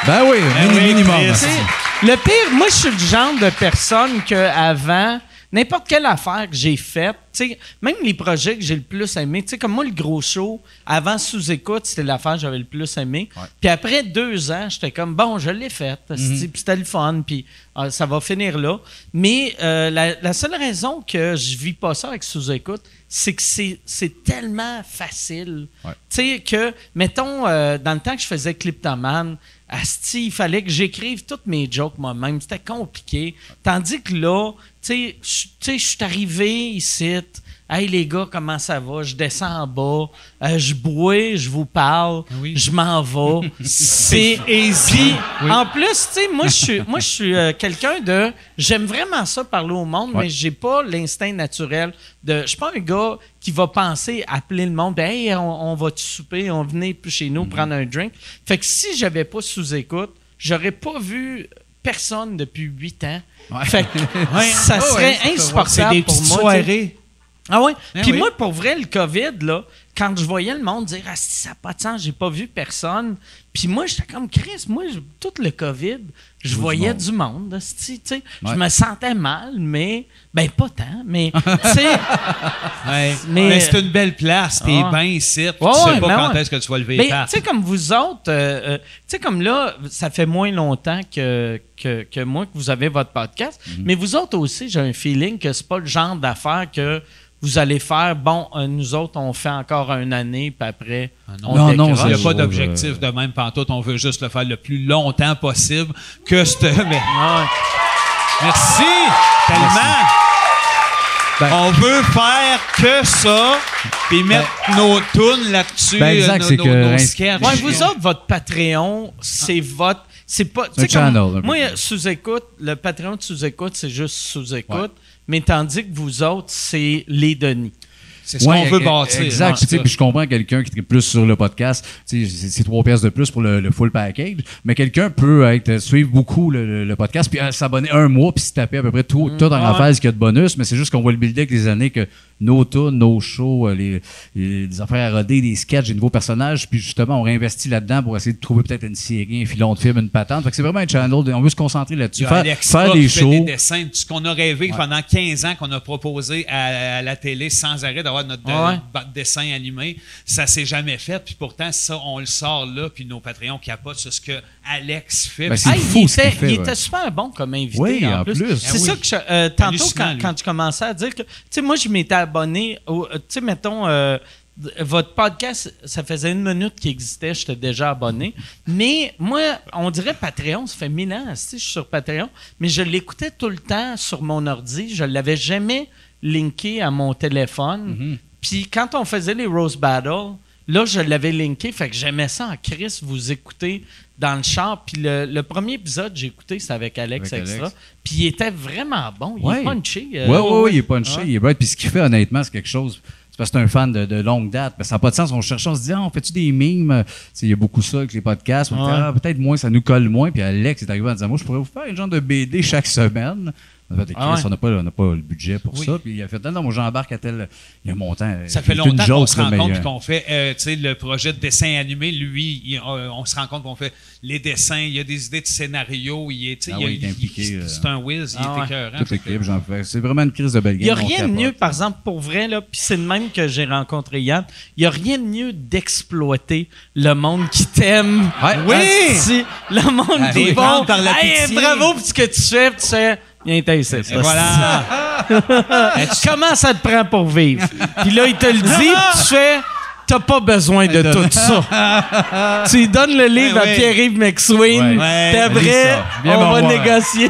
Ben oui, mini- oui, minimum. Chris. hein, tu c'est sais, ça. le pire, moi, je suis le genre de personne que avant n'importe quelle affaire que j'ai faite, tu sais, même les projets que j'ai le plus aimé, tu sais, comme moi, le gros show, avant sous-écoute, c'était l'affaire que j'avais le plus aimé. Puis après deux ans, j'étais comme, bon, je l'ai faite, esti, puis c'était le fun, puis ah, ça va finir là. Mais euh, la, la seule raison que je vis pas ça avec sous-écoute, c'est que c'est c'est tellement facile. Ouais. Tu sais, que, mettons, euh, dans le temps que je faisais Cliptoman, Asti, il fallait que j'écrive toutes mes jokes moi-même. C'était compliqué. Tandis que là, tu sais, je- tu sais, je suis arrivé ici. Hey les gars, comment ça va? Je descends en bas, euh, je bois, je vous parle, je m'en [laughs] vais. C'est easy. En plus, tu sais, moi je suis moi je suis euh, quelqu'un de j'aime vraiment ça parler au monde, mais j'ai pas l'instinct naturel de je suis pas un gars qui va penser à appeler le monde, ben, hey, on, on va te souper, on venait chez Mm-hmm. nous prendre un drink. Fait que si j'avais pas sous écoute, j'aurais pas vu personne depuis huit ans. Fait [laughs] que hein. ça serait C'est insupportable des pour petites moi. tu sais. soirées. Ah ouais? Ben Puis oui. moi, pour vrai, le COVID, là, quand je voyais le monde dire « Ah, si, ça n'a pas de sens, j'ai pas vu personne. » Puis moi, j'étais comme « Chris, moi, je- tout le COVID, je voyais du monde. asti, tu sais. Je Ouais. me sentais mal, mais... Ben, pas tant, mais... tu sais, Ouais. Mais- Mais, c'est une belle place. T'es Ah. bien ici. Ouais, tu sais ouais, pas ben quand ouais. est-ce que tu vas lever mais les pattes. tu sais, comme vous autres, euh, euh, tu sais, comme là, ça fait moins longtemps que, que, que moi que vous avez votre podcast, Mhm. mais vous autres aussi, j'ai un feeling que c'est pas le genre d'affaire que vous allez faire, bon, euh, nous autres, on fait encore une année, puis après, on Non, non, décroche. ça, Ah Il n'y a je pas trouve, d'objectif euh, de même pantoute. On veut juste le faire le plus longtemps possible que ce. mais- Ouais. Merci tellement. Ben- on veut faire que ça, puis mettre nos tunes là-dessus, euh, Ben, exact, nos, c'est nos- que- nos sketchs. Ouais, vous autres, votre Patreon, c'est Ah. votre. C'est pas. tu sais, channel, un peu. moi, sous-écoute, le Patreon de sous-écoute, c'est juste sous-écoute, mais tandis que vous autres, c'est les Denis. C'est ce qu'on Ouais, veut e- bâtir. hein. Exact. Ouais, tu sais, ça. puis je comprends quelqu'un qui tripe plus sur le podcast. tu sais, C'est c'est trois pièces de plus pour le, le full package. Mais quelqu'un peut être, euh, suivre beaucoup le, le- le podcast, Mm. puis euh, s'abonner un mois, puis se taper à peu près tout, tout en ouais. rafale ce qu'il y a de bonus. Mais c'est juste qu'on voit le builder avec les années que nos tunes, nos shows, euh, les, les affaires à roder, des sketchs, des nouveaux personnages. Puis justement, on réinvestit là-dedans pour essayer de trouver peut-être une série, un filon de film, une patente. Fait que c'est vraiment un channel. de- On veut se concentrer Il là-dessus. y a Faire, Alexa faire qui des fait des shows. dessins, ce qu'on a rêvé pendant 15 ans, qu'on a proposé à, à la télé sans arrêt d'avoir notre de- Ouais. ba- dessin animé, ça s'est jamais fait. Puis pourtant, ça, on le sort là, puis nos Patreons capotent sur ce que Alex fait. Ben, Puis c'est Hey, fou il, ce qu'il était, fait, il ouais. était super bon comme invité. Oui, en en plus. plus. C'est Ah oui. ça que je- euh, tantôt, Hallucinant, quand, lui. quand tu commençais à dire que. Tu sais, moi, je m'étais abonné. au- Tu sais, mettons. euh, d- votre podcast, ça faisait une minute qu'il existait, j'étais déjà abonné. Mais moi, on dirait Patreon, ça fait mille ans, si je suis sur Patreon, mais je l'écoutais tout le temps sur mon ordi, je l'avais jamais linké à mon téléphone. Mhm. Puis quand on faisait les Rose Battle, là, je l'avais linké, fait que j'aimais ça en Chris, vous écoutez dans le char. Puis le, le premier épisode que j'ai écouté, c'est avec Alex Avec Extra. Alex. Puis il était vraiment bon, il est Ouais. punchy. euh, Oui, oui, oui, il est punché, Ouais. il est bright. Puis ce qu'il fait, honnêtement, c'est quelque chose. C'est parce que c'est un fan de, de longue date. Parce que ça n'a pas de sens. On cherche, on se dit, ah, on fait-tu des mimes? Tu sais, Il y a beaucoup ça avec les podcasts. On dit, Ah, peut-être moins, ça nous colle moins. Puis Alex est arrivé en disant, moi, je pourrais vous faire une genre de BD chaque semaine. On a fait, Ah ouais. Chris, on n'a pas, on n'a pas le budget pour Oui. ça. Puis il a fait, non, non, moi, j'embarque à tel. Il y a un montant. Ça fait C'est une longtemps joke, qu'on se là, rend mais, compte euh, qu'on fait euh, tu sais, le projet de dessin animé. Lui, il- euh, on se rend compte qu'on fait les dessins, il y a des idées de scénario. Il est, tu sais, Ah il y a- oui, il est impliqué, il- euh, C'est un whiz, Ah ouais. il est écœurant. toute l'équipe, j'en fais. C'est vraiment une crise de belle Il n'y a game, on rien de capote. mieux, par exemple, pour vrai, là, puis c'est le même que j'ai rencontré Yann, il n'y a rien de mieux d'exploiter le monde qui t'aime. Ouais. Oui! le monde Ah, qui est oui. bon. Prendre par la Hey, pitié. bravo pour ce que tu fais, puis tu sais, viens t'essayer. Et [laughs] voilà. Comment ça te prend pour vivre? Puis là, il te le dit, puis tu fais... T'as pas besoin de tout ça. [laughs] tu lui donnes le livre à oui. Pierre-Yves McSween. Ben Ouais. Ouais, puis lis après, ça. on Viens me va voir. négocier.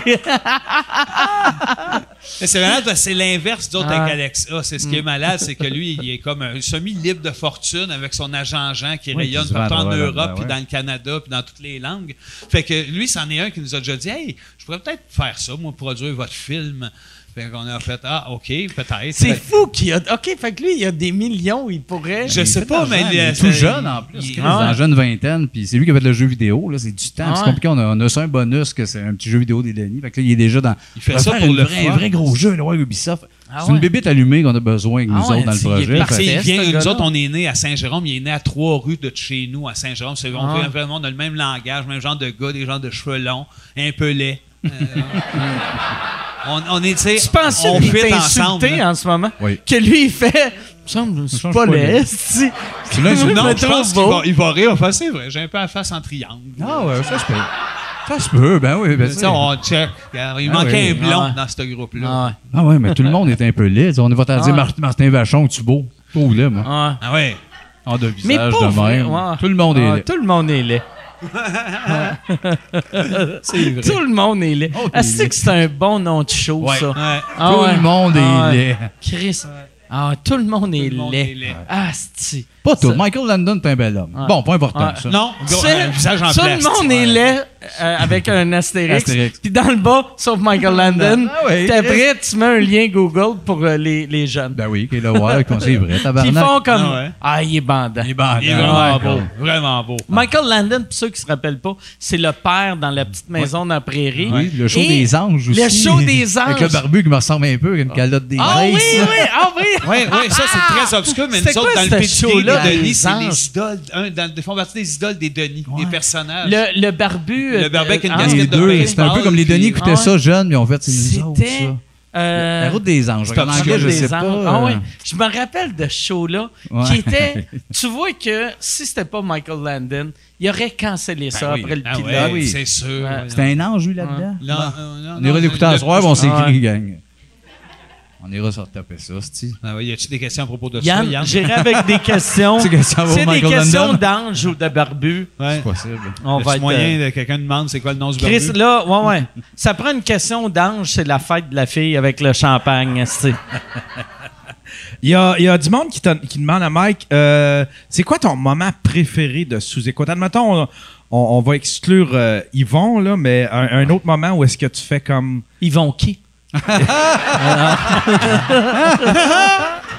Mais c'est malade parce que c'est l'inverse d'autre Ah. avec Alex. Ah, c'est ce Mm. qui est malade, c'est que lui, il est comme un semi-libre de fortune avec son agent Jean qui Oui, rayonne qui se vend partout en à travers Europe, la- puis ben ouais. dans le Canada, puis dans toutes les langues. Fait que lui, c'en est un qui nous a déjà dit Hey, je pourrais peut-être faire ça, moi, produire votre film. Fait qu'on a fait Ah, OK, peut-être. C'est Fait- fou qu'il a. OK, fait que lui, il a des millions, il pourrait. Je sais fait pas, de mais l'argent, il est c'est- tout jeune en plus. il- Il est Ah dans ouais. la jeune vingtaine, puis c'est lui qui a fait le jeu vidéo. Là, c'est du temps. Ah c'est ouais. compliqué. On a, on a ça un bonus que c'est un petit jeu vidéo des Denis. Fait que là, il est déjà dans. Il fait va ça faire pour une le vrai, fun. un vrai gros jeu, là, ouais, Ubisoft. Ah c'est ouais. une bébite allumée qu'on a besoin avec Ah nous ouais, autres dans le c'est- il est projet. parfait. Fait il Parfait, ce vient, nous gars-là. autres, on est né à Saint-Jérôme, il est né à trois rues de chez nous, à Saint-Jérôme. C'est- On, Ah. fait vraiment, on a le même langage, même genre de gars, des gens de cheveux longs, un peu laids. Euh, [laughs] on, on est, tu sais, Tu penses on qu'il fit est ensemble. insulté hein? là. en ce moment? Oui. Que lui, il fait. Il me semble que je suis change pas pas laid. laid. esti. que là, [laughs] Je il- me Non, je trouve pense qu'il beau. va, il va rire. Enfin, c'est vrai, j'ai un peu la face en triangle. que- Ah ouais, ça se peut. Ça se peut, ben oui. Ben, Tu sais, ça- on check. Regarde, Il Ah oui. manquait un blond Ah ouais. dans ce groupe-là. Ah ouais. Ah ouais, mais tout le monde est un peu laid. On va t'en Ah ouais. dire Mar- Martin Vachon, tu beau. Oh là, moi. Ah ouais. Ah ouais. En deux Mais visages pas de vrai, même. ouais. Tout le monde est Ah, laid. Tout le monde est laid. C'est vrai. Tout le monde est laid. Oh, t'es Est-ce laid. que c'est un bon nom de show, Ouais. ça? Ouais. Ah Tout ouais. le monde est Ah ouais. laid. Chris. Ah, tout le monde est le monde est laid. Ah, laid. Asti. Pas tout. Ça- Michael Landon est un bel homme. Ouais. Bon, pas important, Ouais. ça. Non, Tu gros, sais, un visage en tout le plastique. monde est laid euh, avec un astérix. Astérix. Puis dans le bas, sauf Michael Landon. Ah ouais. Puis après, tu mets un lien Google pour euh, les, les jeunes. Ben oui, Kayla Ward, qu'on c'est vrai, Puis ils tabarnak. font comme. Ah ouais. Ah, il est bandant. ben, Il est bandant. Il est Ouais, vraiment beau. comme- Vraiment beau. Michael Landon, pour ceux qui se rappellent pas, c'est le père dans la petite maison dans la prairie. Oui, le show Et des anges aussi. Le show des anges. Avec le barbu qui me ressemble un peu, avec une calotte des Ah oui, Graces, là. oui, ah oui. [laughs] Oui, oui, ça c'est très obscur, mais Ah! C'était nous autres, quoi dans ce le PDD show-là, de les Denis, c'est anges? les idoles, un, dans, ils font partie des idoles des Denis, des personnages. Le, le barbu. Le euh, barbu avec une euh, casquette Les de deux, baseball, c'est un peu comme les Denis puis- écoutaient Ah ouais. ça jeunes, mais on fait c'est nous autres, C'était. ça. euh, La route des anges. En Sur anglais, je des sais pas. anges. Ah euh, ouais. Je me rappelle de ce show-là Ouais. qui [laughs] était. Tu vois que si c'était pas Michael Landon, il aurait cancellé ça Ben oui. après le Ah pilote. ouais, oui. c'est sûr. Ouais. C'était un ange, lui, là-dedans. Non, euh, non, On non, ira l'écouter à le- ce soir, puis on Ah ouais. s'écrit, gang. On ira se retaper ça, c'ti. Ah ouais, y a-tu des questions à propos de ça, Yann, Yann? j'irai avec des [laughs] questions. C'est que ça va, C'est des Michael questions Landon. d'ange ou de barbu. Ouais. C'est possible. On Le va petit être. moyen euh, de quelqu'un demande c'est quoi le nom du Chris, barbu? là, ouais, ouais. Ça prend une question d'ange, c'est la fête de la fille avec le champagne, c'est. Il y a, il y a du monde qui, te- qui demande à Mike, euh, c'est quoi ton moment préféré de sous-écoute? Admettons, on, on- on va exclure euh, Yvon, là, mais un, un autre moment où est-ce que tu fais comme... Ils vont qui?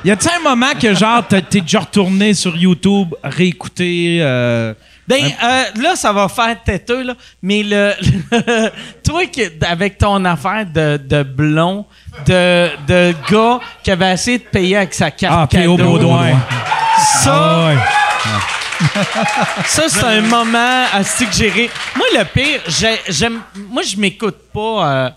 Y a-t-il un moment que genre, t'es t'es déjà retourné sur YouTube, réécouté... euh, Ben, euh, là, ça va faire têteux, là, mais le, le- [laughs] toi, qui- avec ton affaire de, de blond, de, de gars qui avait essayé de payer avec sa carte Ah, P.O. cadeau, Baudouin. ça, Ah, ouais. ça c'est un moment à que j'ai ri. Moi, le pire, j'ai- j'aime, moi, je m'écoute pas euh,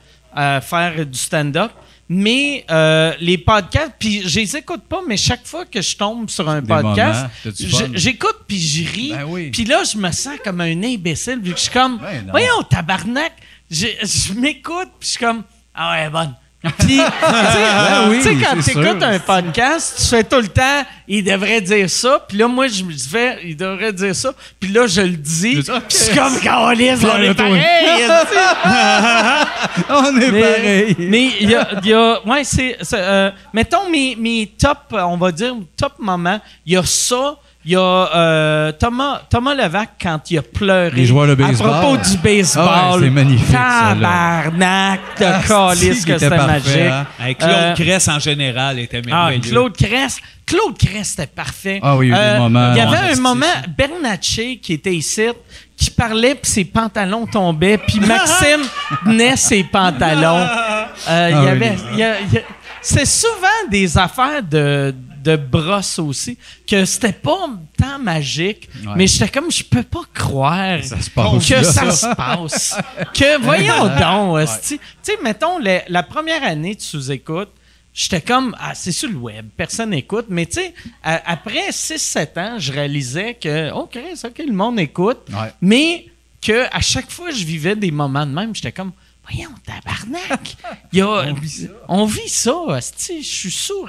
à faire du stand-up, mais euh, les podcasts, puis je les écoute pas, mais chaque fois que je tombe sur un Des podcast, moments, t'as-tu je- fun? j'écoute puis je ris. Ben oui. Puis là, je me sens comme un imbécile, vu que je suis comme, Ben non. voyons, tabarnak, je, je m'écoute, puis je suis comme, ah ouais, bonne. [laughs] Puis, tu sais, tu sais, quand Ben c'est t'écoutes sûr. un podcast, tu fais tout le temps, il devrait dire ça, puis là, moi, je me fais, il devrait dire ça, puis là, je le dis, puis c'est comme, Caroline, on est [laughs] pareil! On est Mais- pareil. Mais il y a, il y a- ouais, c'est, c'est, euh, mettons mes, mes top, euh, on va dire top moments. Il y a ça, il y a euh, Thomas Thomas Levac quand il a pleuré. Les joueurs de baseball. À propos du baseball. Ah ouais, c'est magnifique, ça, là. Tabarnak de Asti, calice qu'il que était c'était parfait, magique. hein. Hey, Claude Euh, Cress, en général, était ah, merveilleux. Claude Cress. Claude Cress, c'était parfait. Euh, Ah oui, il y a eu des moments, Il y avait ouais, un c'est- moment, Bernatchez, qui était ici, qui parlait, puis ses pantalons tombaient, puis [laughs] Maxime tenait ses pantalons. Euh, il y Ah oui. avait... il y a- il y a- c'est souvent des affaires de, de brosse aussi, que c'était pas tant magique, Ouais. mais j'étais comme, je peux pas croire Ça se passe, que là. ça se passe. [laughs] que voyons donc, esti. tu sais, mettons, les- la première année de sous-écoute, j'étais comme, ah, c'est sur le web, personne n'écoute. Mais tu sais, à- après 6-7 ans, je réalisais que, oh, Chris, OK, le monde écoute. Ouais. Mais que à chaque fois, je vivais des moments de même, j'étais comme, voyons, tabarnak. Il y a- on vit ça. esti. je suis sourd,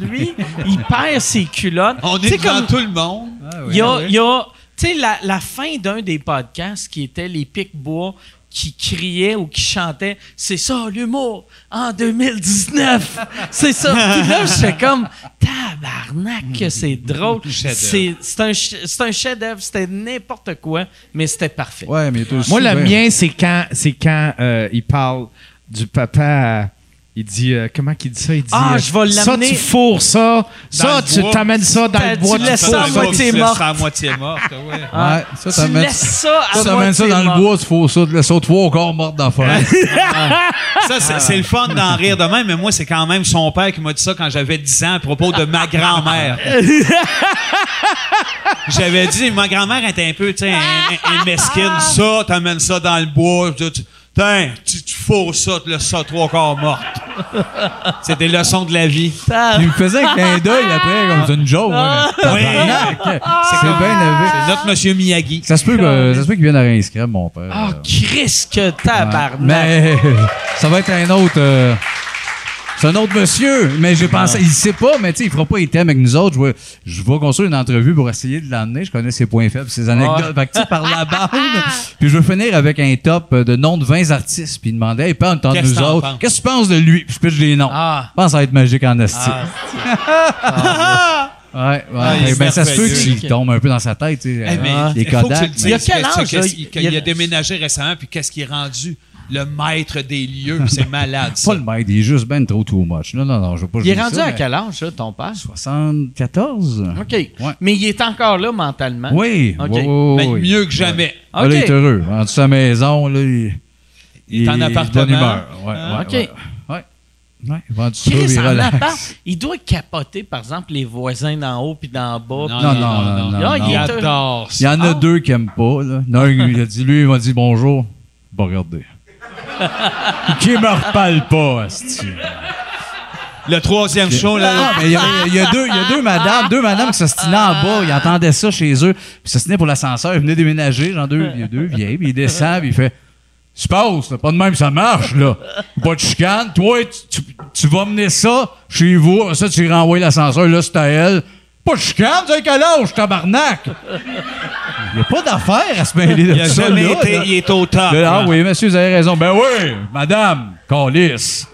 lui, il perd ses culottes. On Tu est sais, devant comme- tout le monde. il y Ah a, il y a- tu sais, la, la fin d'un des podcasts qui était les Pic-Bois qui criaient ou qui chantaient C'est ça l'humour en [laughs] 2019! C'est ça! Puis là, j'étais comme Tabarnak, que c'est [laughs] drôle! Chef-d'œuvre. C'est c'est un, ch- c'est un chef-d'œuvre, c'était n'importe quoi, mais c'était parfait. Ouais, mais toi aussi. Moi, le ben, mien, c'est quand, c'est quand euh, il parle du papa. euh, il dit, euh, comment qu'il dit ça? Il dit, Ah, euh, je vais Ça, l'amener- tu fourres ça. ça, le tu bois. t'amènes ça dans T'as- le bois. tu tu Ah, laisses fourres ça à ça. moitié Il se morte. laissera à moitié morte, ouais. Ah, Ouais, ça, tu t'amènes- laisses ça à Ça, t'amènes ça moitié dans mort. le bois, tu fous ça, tu laisses ça trois corps morts dans la [laughs] forêt. Ça, c'est c'est le fun d'en rire de même, mais moi, c'est quand même son père qui m'a dit ça quand j'avais 10 ans à propos de ma grand-mère. j'avais dit, ma grand-mère était un peu, tu sais, un- un- un mesquine. Ça, t'amènes ça dans le bois. Tu, tu- tiens, tu, tu fourres ça, tu laisses ça trois quarts morte. C'est des leçons de la vie. Ah, Il me faisait un clin d'œil après, comme c'est une joke. hein. Tabarnak. C'est bien élevé. C'est notre monsieur Miyagi. Ça se peut que- ça se peut qu'il vienne à réinscrire, mon père. Ah, Euh, Chris, que tabarnak! Mais euh, ça va être un autre. euh, c'est un autre monsieur, mais j'ai Ah. pensé, il sait pas, mais tu sais, il fera pas les thèmes avec nous autres. Je vais, je vais construire une entrevue pour essayer de l'emmener. Je connais ses points faibles, ses anecdotes. Fait que, tu sais, par [laughs] la bande. Puis je veux finir avec un top euh, de nom de 20 artistes. Puis il demandait, hey, parle de Qu'est-ce nous que t'en autres. penses? Qu'est-ce que tu penses de lui? Puis je pitche des noms. Ah. Je pense que ça va être magique en esti. [laughs] ouais, ouais. Ah, il est ben, ça se peut merveilleux. qu'il tombe un peu dans sa tête, tu sais. Eh, mais les il faut que tu Kodak, le mais- Il y a dises quel que ça, âge, qu'est-ce- là? qu'il- Il y a- il a déménagé récemment, puis qu'est-ce qui est rendu? Le maître des lieux, puis c'est malade. ça. Pas le mec, il est juste ben trop too much. Non, non, non, je veux pas Il est jouer rendu ça, à mais- quel âge, là, ton père? 74? OK. Ouais. Mais il est encore là mentalement. Oui, OK. oui, oui, Mais oui. Ben, mieux que jamais. Ah, là, il OK. est heureux. En dessous de sa maison, là, il, Il est en de appartement. bonne humeur. Ouais, Ah, ouais, OK. ouais. Ouais. Ouais, il vend du ça, Chris, il en relaxe. appart, il doit capoter, par exemple, les voisins d'en haut puis d'en bas. puis- Non, non, non, non, Ah, il non. est- adore Il y ça. en a deux qui n'aiment pas. Là. Non, il a dit, lui, il m'a dit bonjour. Bon, regardez. qui me reparle pas, asti. Le troisième show, là, Ah, mais il y, a- il y a deux, il y a deux madames, deux madames qui s'ostinaient en bas. Ils entendaient ça chez eux. Puis s'ostinaient pour l'ascenseur. Ils venaient déménager, genre deux, il y a deux vieilles. Puis ils descendent, puis il fait Tu passes, là, pas de même, ça marche, là. Pas de chicane. Toi, tu, tu- tu vas mener ça chez vous. Après Ça, tu iras renvoyer l'ascenseur, là, c'est à elle. Pas de chicane, c'est quel âge, tabarnak? Il n'y a pas d'affaire à se mêler de il a ça. jamais là, là. été, il est au top. Là, ah oui, monsieur, vous avez raison. Ben oui, madame, [laughs] calice.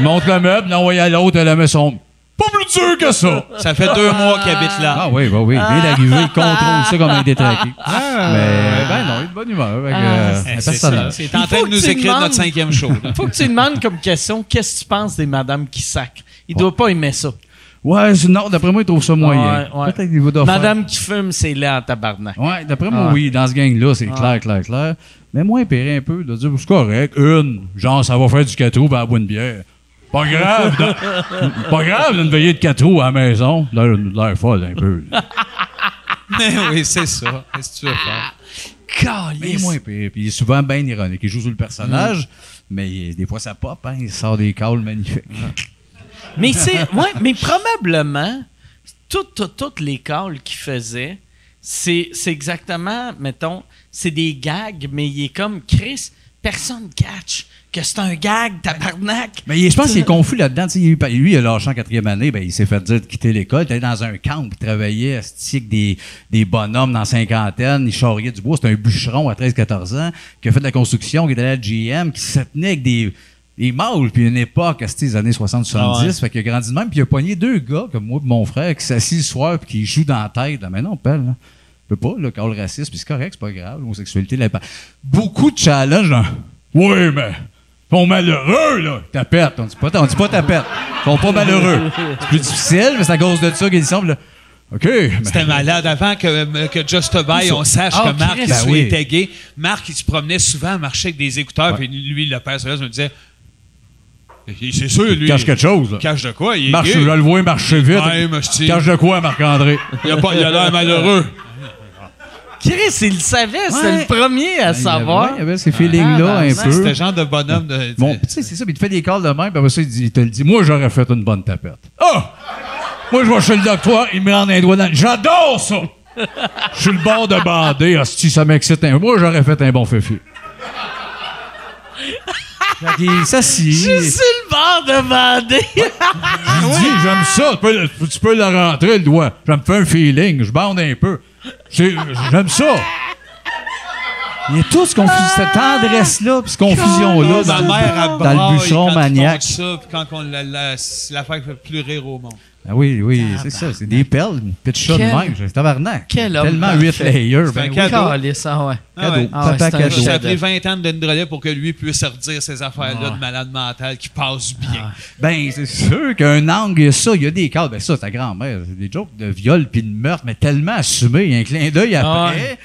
Monte le meuble, l'envoie à l'autre, elle met son. Pas plus dur que ça. Ça fait deux mois qu'il habite là. Ah oui, oui, oui. Dès l'arrivée, il contrôle ça comme un détraqué. Mais ben non, il est de bonne humeur. Fait que, euh, Eh, un c'est ça. personnage. C'est en Il faut train de que nous tu écrire demandes- notre cinquième show. là. [laughs] Faut que tu lui demandes comme question qu'est-ce que tu penses des madames qui sacrent. Il doit pas aimer ça. Ouais, c'est- non, d'après moi, ils trouvent ça moyen. Ouais, ouais. Peut-être niveau d'offre. Madame qui fume, c'est là en tabarnak. Ouais, d'après moi, Ouais. oui, dans ce gang-là, c'est Ouais. clair, clair, clair. Mais moi, impérer un peu, de dire, c'est correct, une, genre, ça va faire du 4 roues, ben, elle boit une bière. Pas grave, de- pas grave d'une veillée de 4 roues à la maison. L'air l'air folle un peu. Mais Eh oui, c'est ça. Qu'est-ce que tu veux faire? Mais moins pire. Puis il est souvent bien ironique. Il joue sur le personnage, mais il- des fois ça pop, hein, il sort des calls magnifiques. Mais c'est. Ouais, mais probablement, toutes tout, toutes les calls qu'il faisait, c'est, c'est exactement, mettons, c'est des gags, mais il est comme Chris, personne catch que c'est un gag, tabarnak. Mais il- je pense qu'il est confus là-dedans. Tu sais, il est- Lui, il a lâché en quatrième année, ben, il s'est fait dire de quitter l'école. Il était dans un camp, il travaillait asti, avec des, des bonhommes dans cinquantaine, il charriait du bois. C'était un bûcheron à 13-14 ans qui a fait de la construction, qui était allé à GM, qui se tenait avec des, des mâles. Puis à une époque, c'était les années 60-70, fait qu'il a grandi de même. Puis il a pogné deux gars, comme moi et mon frère, qui s'assient le soir puis qui jouent dans la tête. Là, mais non, pelle, là. Je peux pas, le call raciste, puis c'est correct, c'est pas grave, l'homosexualité, la... beaucoup de challenges dans Oui, mais ils sont malheureux, là! Tapette, on dit pas, on dit pas tapette. Ils sont pas malheureux. C'est plus difficile, mais c'est à cause de ça qu'ils semble. OK, [laughs] mais C'était malade. Avant que, euh, que Just a Buy, on sache Ah, que Marc Christ, il ben se oui. était gay. Marc, il se promenait souvent à marcher avec des écouteurs, puis lui, le personnage me disait Il- C'est sûr, lui. il cache quelque chose, là. Il cache de quoi? Il est Marche, je gay. le vois marcher vite. Ouais, mais je dis- cache de quoi, Marc-André? Il a pas- il a [laughs] l'air malheureux. Chris, il le savait, c'est Ouais. le premier à savoir. Ouais, Ben, Il y avait Ah, ces feelings-là, un C'était peu. le genre de bonhomme de. Bon, tu sais, c'est ça, puis il te fait des calls de même, puis après ça, il, dit- il te le dit. Moi, j'aurais fait une bonne tapette. Ah! Moi, je vais chez le docteur, il me rend un doigt dans le- J'adore ça! Je suis le bord de bandé, hostie, ça m'excite un Moi, j'aurais fait un bon fufu. Fait qu'il s'assit. Je suis Je le bord de Vendée. dis, j'aime ça. Tu peux, le- tu peux le rentrer, le doigt. Ça me fait un feeling. Je bande un peu. C'est- J'aime ça. Il y a tout ce confus, cette Ah. tendresse-là, puis cette confusion-là. Ma dans- mère à dans le bûcheron maniaque. Ça, puis quand on la, la, c'est l'affaire qui fait plus rire au monde. Ah oui, oui, c'est ça. C'est des perles. Pitch ça de Quel- même. C'est tabarnak. quel homme Tellement 8 parfait. layers. C'est un Ben oui. cadeau. ça, ouais. Ah Cadeau. ouais. Ah ouais, Papa c'est un cadeau. Ça a chef. pris 20 ans de Dendrolet pour que lui puisse redire ces affaires-là de malade mental qui passe bien. Ben, c'est sûr qu'un angle, il y a ça. Il y a des cadres. Ben, ça, ta grand-mère. C'est des jokes de viol puis de meurtre, mais tellement assumé. Il y a un clin d'œil Ah après.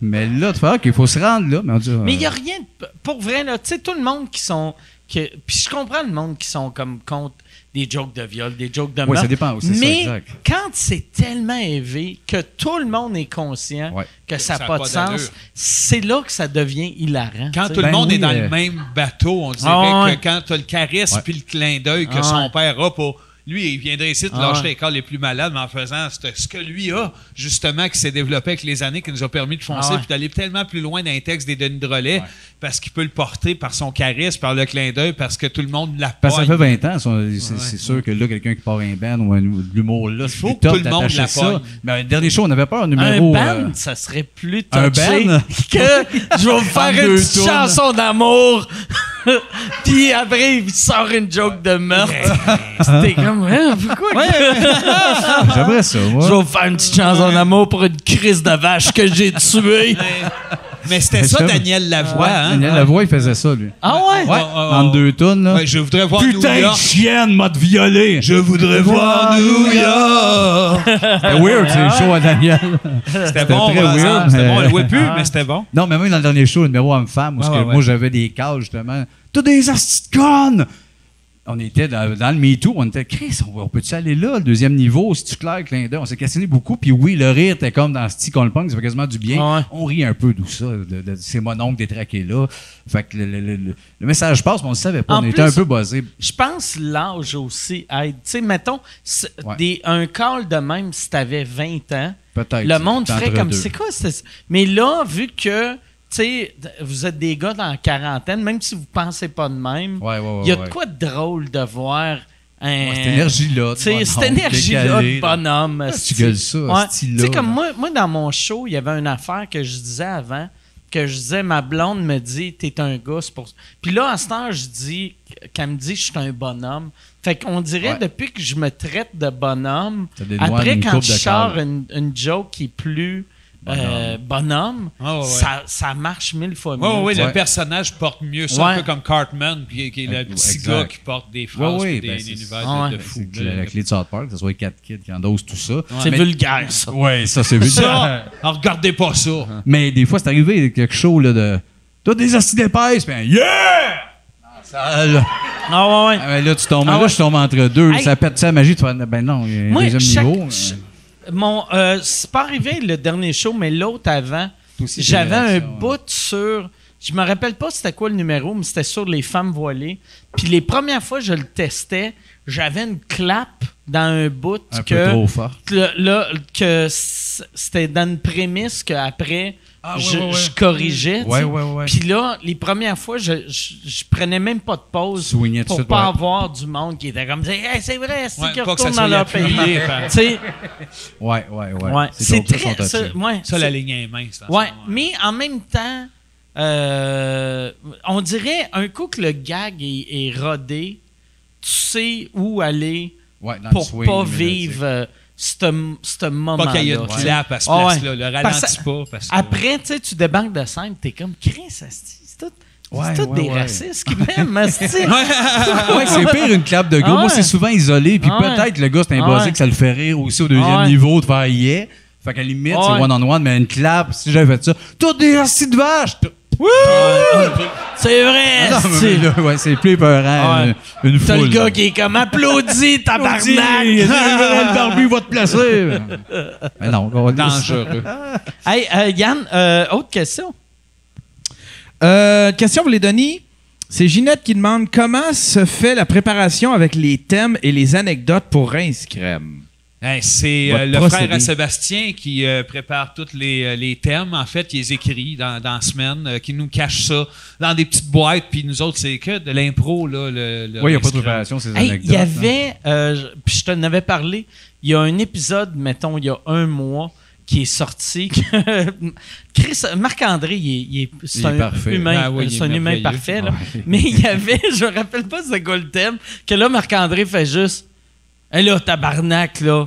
Mais là, tu vois qu'il faut se rendre là. Mais on dit, Mais il euh, n'y a rien de- Pour vrai, là, tu sais, tout le monde qui sont. que- Puis je comprends le monde qui sont comme contre des jokes de viol, des jokes de Ouais, meurtre. ça dépend aussi, c'est ça, Mais exact. quand c'est tellement élevé que tout le monde est conscient Ouais. que ça Ça n'a a pas, pas de d'allure. sens, c'est là que ça devient hilarant. Quand tu tout sais. le Ben monde oui, est dans euh, le même bateau, on dirait Ah ouais. que quand tu as le charisme Ouais. puis le clin d'œil que Ah son ouais. père a pour. Lui, il viendrait ici de Ah lâcher ouais. les corps les plus malades, mais en faisant ce ce que lui a, justement, qui s'est développé avec les années, qui nous a permis de foncer, Ah ouais. puis d'aller tellement plus loin dans les textes des Denis Drolet, parce qu'il peut le porter par son charisme, par le clin d'œil, parce que tout le monde l'a parce que ça fait 20 ans, son- c'est c'est sûr que là, quelqu'un qui part un band ou un- ou de l'humour là, c'est faut plus que tout top le monde d'attacher la ça. pogne. Mais euh, dernier show, on avait peur, Un numéro. band, euh, ça serait plus touché un band? [laughs] que je vais vous En faire une deux petite tours. chanson d'amour. [laughs] Puis après, il sort une joke de meurtre. [laughs] C'était comme, Hein, pourquoi? [laughs] J'aimerais ça, moi. Je vais vous faire une petite chanson d'amour pour une crise de vache que j'ai tuée. Mais c'était Mais ça, ça- Daniel Lavoie. hein? Daniel Lavoie, il faisait ça, lui. Ah ouais? Ouais. Oh, Entre deux tonnes, là. Ouais, je voudrais voir New Putain de York. chienne, m'a te violé. Je voudrais [laughs] voir New York. C'était Ben, weird, c'est le show à Daniel. C'était bon, très Brassens, weird, C'était mais- bon, on le voit plus, mais c'était bon. Non, mais même dans le dernier show, le numéro homme-femme, où ce Ouais, que Ah, ouais, moi ouais. j'avais des cases, justement. T'as des astuces de connes! On était dans, dans le MeToo, on était, Chris, on, on peut-tu aller là, le deuxième niveau, si tu clair, clin d'œil? On s'est questionné beaucoup, puis oui, le rire était comme dans ce qu'on le punk, ça fait quasiment du bien. Ouais. On rit un peu d'où ça, de, de ces mononcles détraqués là. Fait que le, le- le- le- le message passe, mais on le savait pas, En on était un plus- peu buzzés. Je pense l'âge aussi aide. Tu sais, mettons, c'est- Ouais. des, un call de même si t'avais 20 ans, Peut-être, le monde c'est ferait entre comme, deux. c'est quoi? c'est- Mais là, vu que, tu sais, vous êtes des gars dans la quarantaine, même si vous pensez pas de même, il Ouais, ouais, ouais, y a de ouais. quoi de drôle de voir un... Ouais, cette énergie-là. Tu sais, cette énergie-là de bonhomme. Ah, tu esti. gueules ça, Ouais. esti, là, Tu sais, comme là. moi, moi, dans mon show, il y avait une affaire que je disais avant, que je disais, ma blonde me dit, t'es un gars, c'est pour... Puis là, à ce temps, je dis, qu'elle me dit, je suis un bonhomme. Fait qu'on dirait, Ouais. depuis que je me traite de bonhomme, Ça dédouane après, une quand coupe je de sors câble. une, une joke qui est plus euh, bonhomme, Ah, ouais, ouais. Ça, ça marche mille fois mieux. Oui, oui, le Ouais. personnage porte mieux ça, un Ouais. peu comme Cartman, puis, qui est le petit Exact. gars qui porte des Oui, phrases, oui, puis ben, des c'est- univers ah, de, ouais. de fou. C'est que la, la clé de South Park, que ce soit les quatre kids qui endossent tout ça. C'est mais, vulgaire, ça. Ouais, ça, c'est vulgaire. [laughs] Ça, ah, regardez pas ça. Mais des fois, c'est arrivé, il y a quelque chose là, de. T'as des hosties d'épaisse, ben yeah! Ah, ça, là, Ah, ouais, ouais. ah, ben là, tu tombes. Ah là, ouais. je tombe entre deux. Hey. Ça pète ça, la magie. Tu fais, ben non, il y a un Moi, deuxième chaque- niveau. mais- ch- mon, euh, c'est pas arrivé le dernier show, mais l'autre avant, aussi, t'as j'avais une un réaction, bout sur. Je me rappelle pas c'était quoi le numéro, mais c'était sur les femmes voilées. Puis les premières fois que je le testais, j'avais une clap dans un bout Un que. peu trop fort. Là, là, que c- c'était dans une prémisse qu'après, je, je corrigeais. tu Mm. Ouais, sais. ouais, ouais. Puis là, les premières fois, je, je, je prenais même pas de pause Swingais tout de pour suite, pas ouais. avoir du monde qui était comme « Hey, c'est vrai, c'est Ouais, qu'ils pas que ça retournent soit dans leur pays. » appuyé, [laughs] par- Tu sais, Ouais, ouais, ouais. ouais. C'est trop- trop très... touché. ça- ouais, Ça, la c'est- ligne est mince. en ce Ouais, moment. mais en même temps, euh, on dirait un coup que le gag est, est rodé, tu sais où aller Ouais, dans le pour swing, pas là, tu sais. vivre euh, ce ce moment-là. Pas qu'il y ait une tu sais. clap à ce Ah, ouais. place-là. Le Parce- ralentis pas. Parce que, Après, tu sais, tu débarques de scène, t'es comme Chris, asti, c'est tout. C'est Ouais, tout ouais, des ouais. racistes qui m'aiment, asti. [laughs] Ouais, c'est pire une clap de gars. Ah Moi, ouais. c'est souvent isolé. Puis Ah ouais. peut-être le gars, c'est un Ah basique, ouais. ça le fait rire aussi au deuxième Ah ouais. niveau de faire yeah. Fait qu'à la limite, Ah c'est ouais. one-on-one, mais une clap, si j'avais fait ça, t'as des hosties de vache! T'as- C'est vrai, Ah non, mais asti. là, ouais, c'est plus peurant. Ouais. Une, une T'as le foule, gars là. qui est comme [laughs] applaudi, tabarnak. Dis, [laughs] le barbu va te placer. Mais non, on va dangereux. Hey, euh, Yann, euh, autre question. Euh, question pour les Denis. C'est Ginette qui demande comment se fait la préparation avec les thèmes et les anecdotes pour Rince Crème. Hey, c'est Votre euh, le procédé. frère à Sébastien qui euh, prépare tous les, euh, les thèmes, en fait, il les écrit dans, dans la semaine, euh, qui nous cache ça dans des petites boîtes, puis nous autres, c'est que de l'impro, là. Le, le- Oui, il n'y a pas de le- préparation, c'est des Hey, anecdotes. hein. hein. il y avait, euh, je- puis je t'en avais parlé, il y a un épisode, mettons, il y a un mois, qui est sorti. que- [laughs] Chris, Marc-André, il est, il est- c'est Il est un parfait. humain, Ah oui, il est c'est un humain merveilleux. parfait. là. [laughs] Mais il y avait, je me rappelle pas c'est quoi le thème, que là, Marc-André fait juste Hé là, tabarnak, là.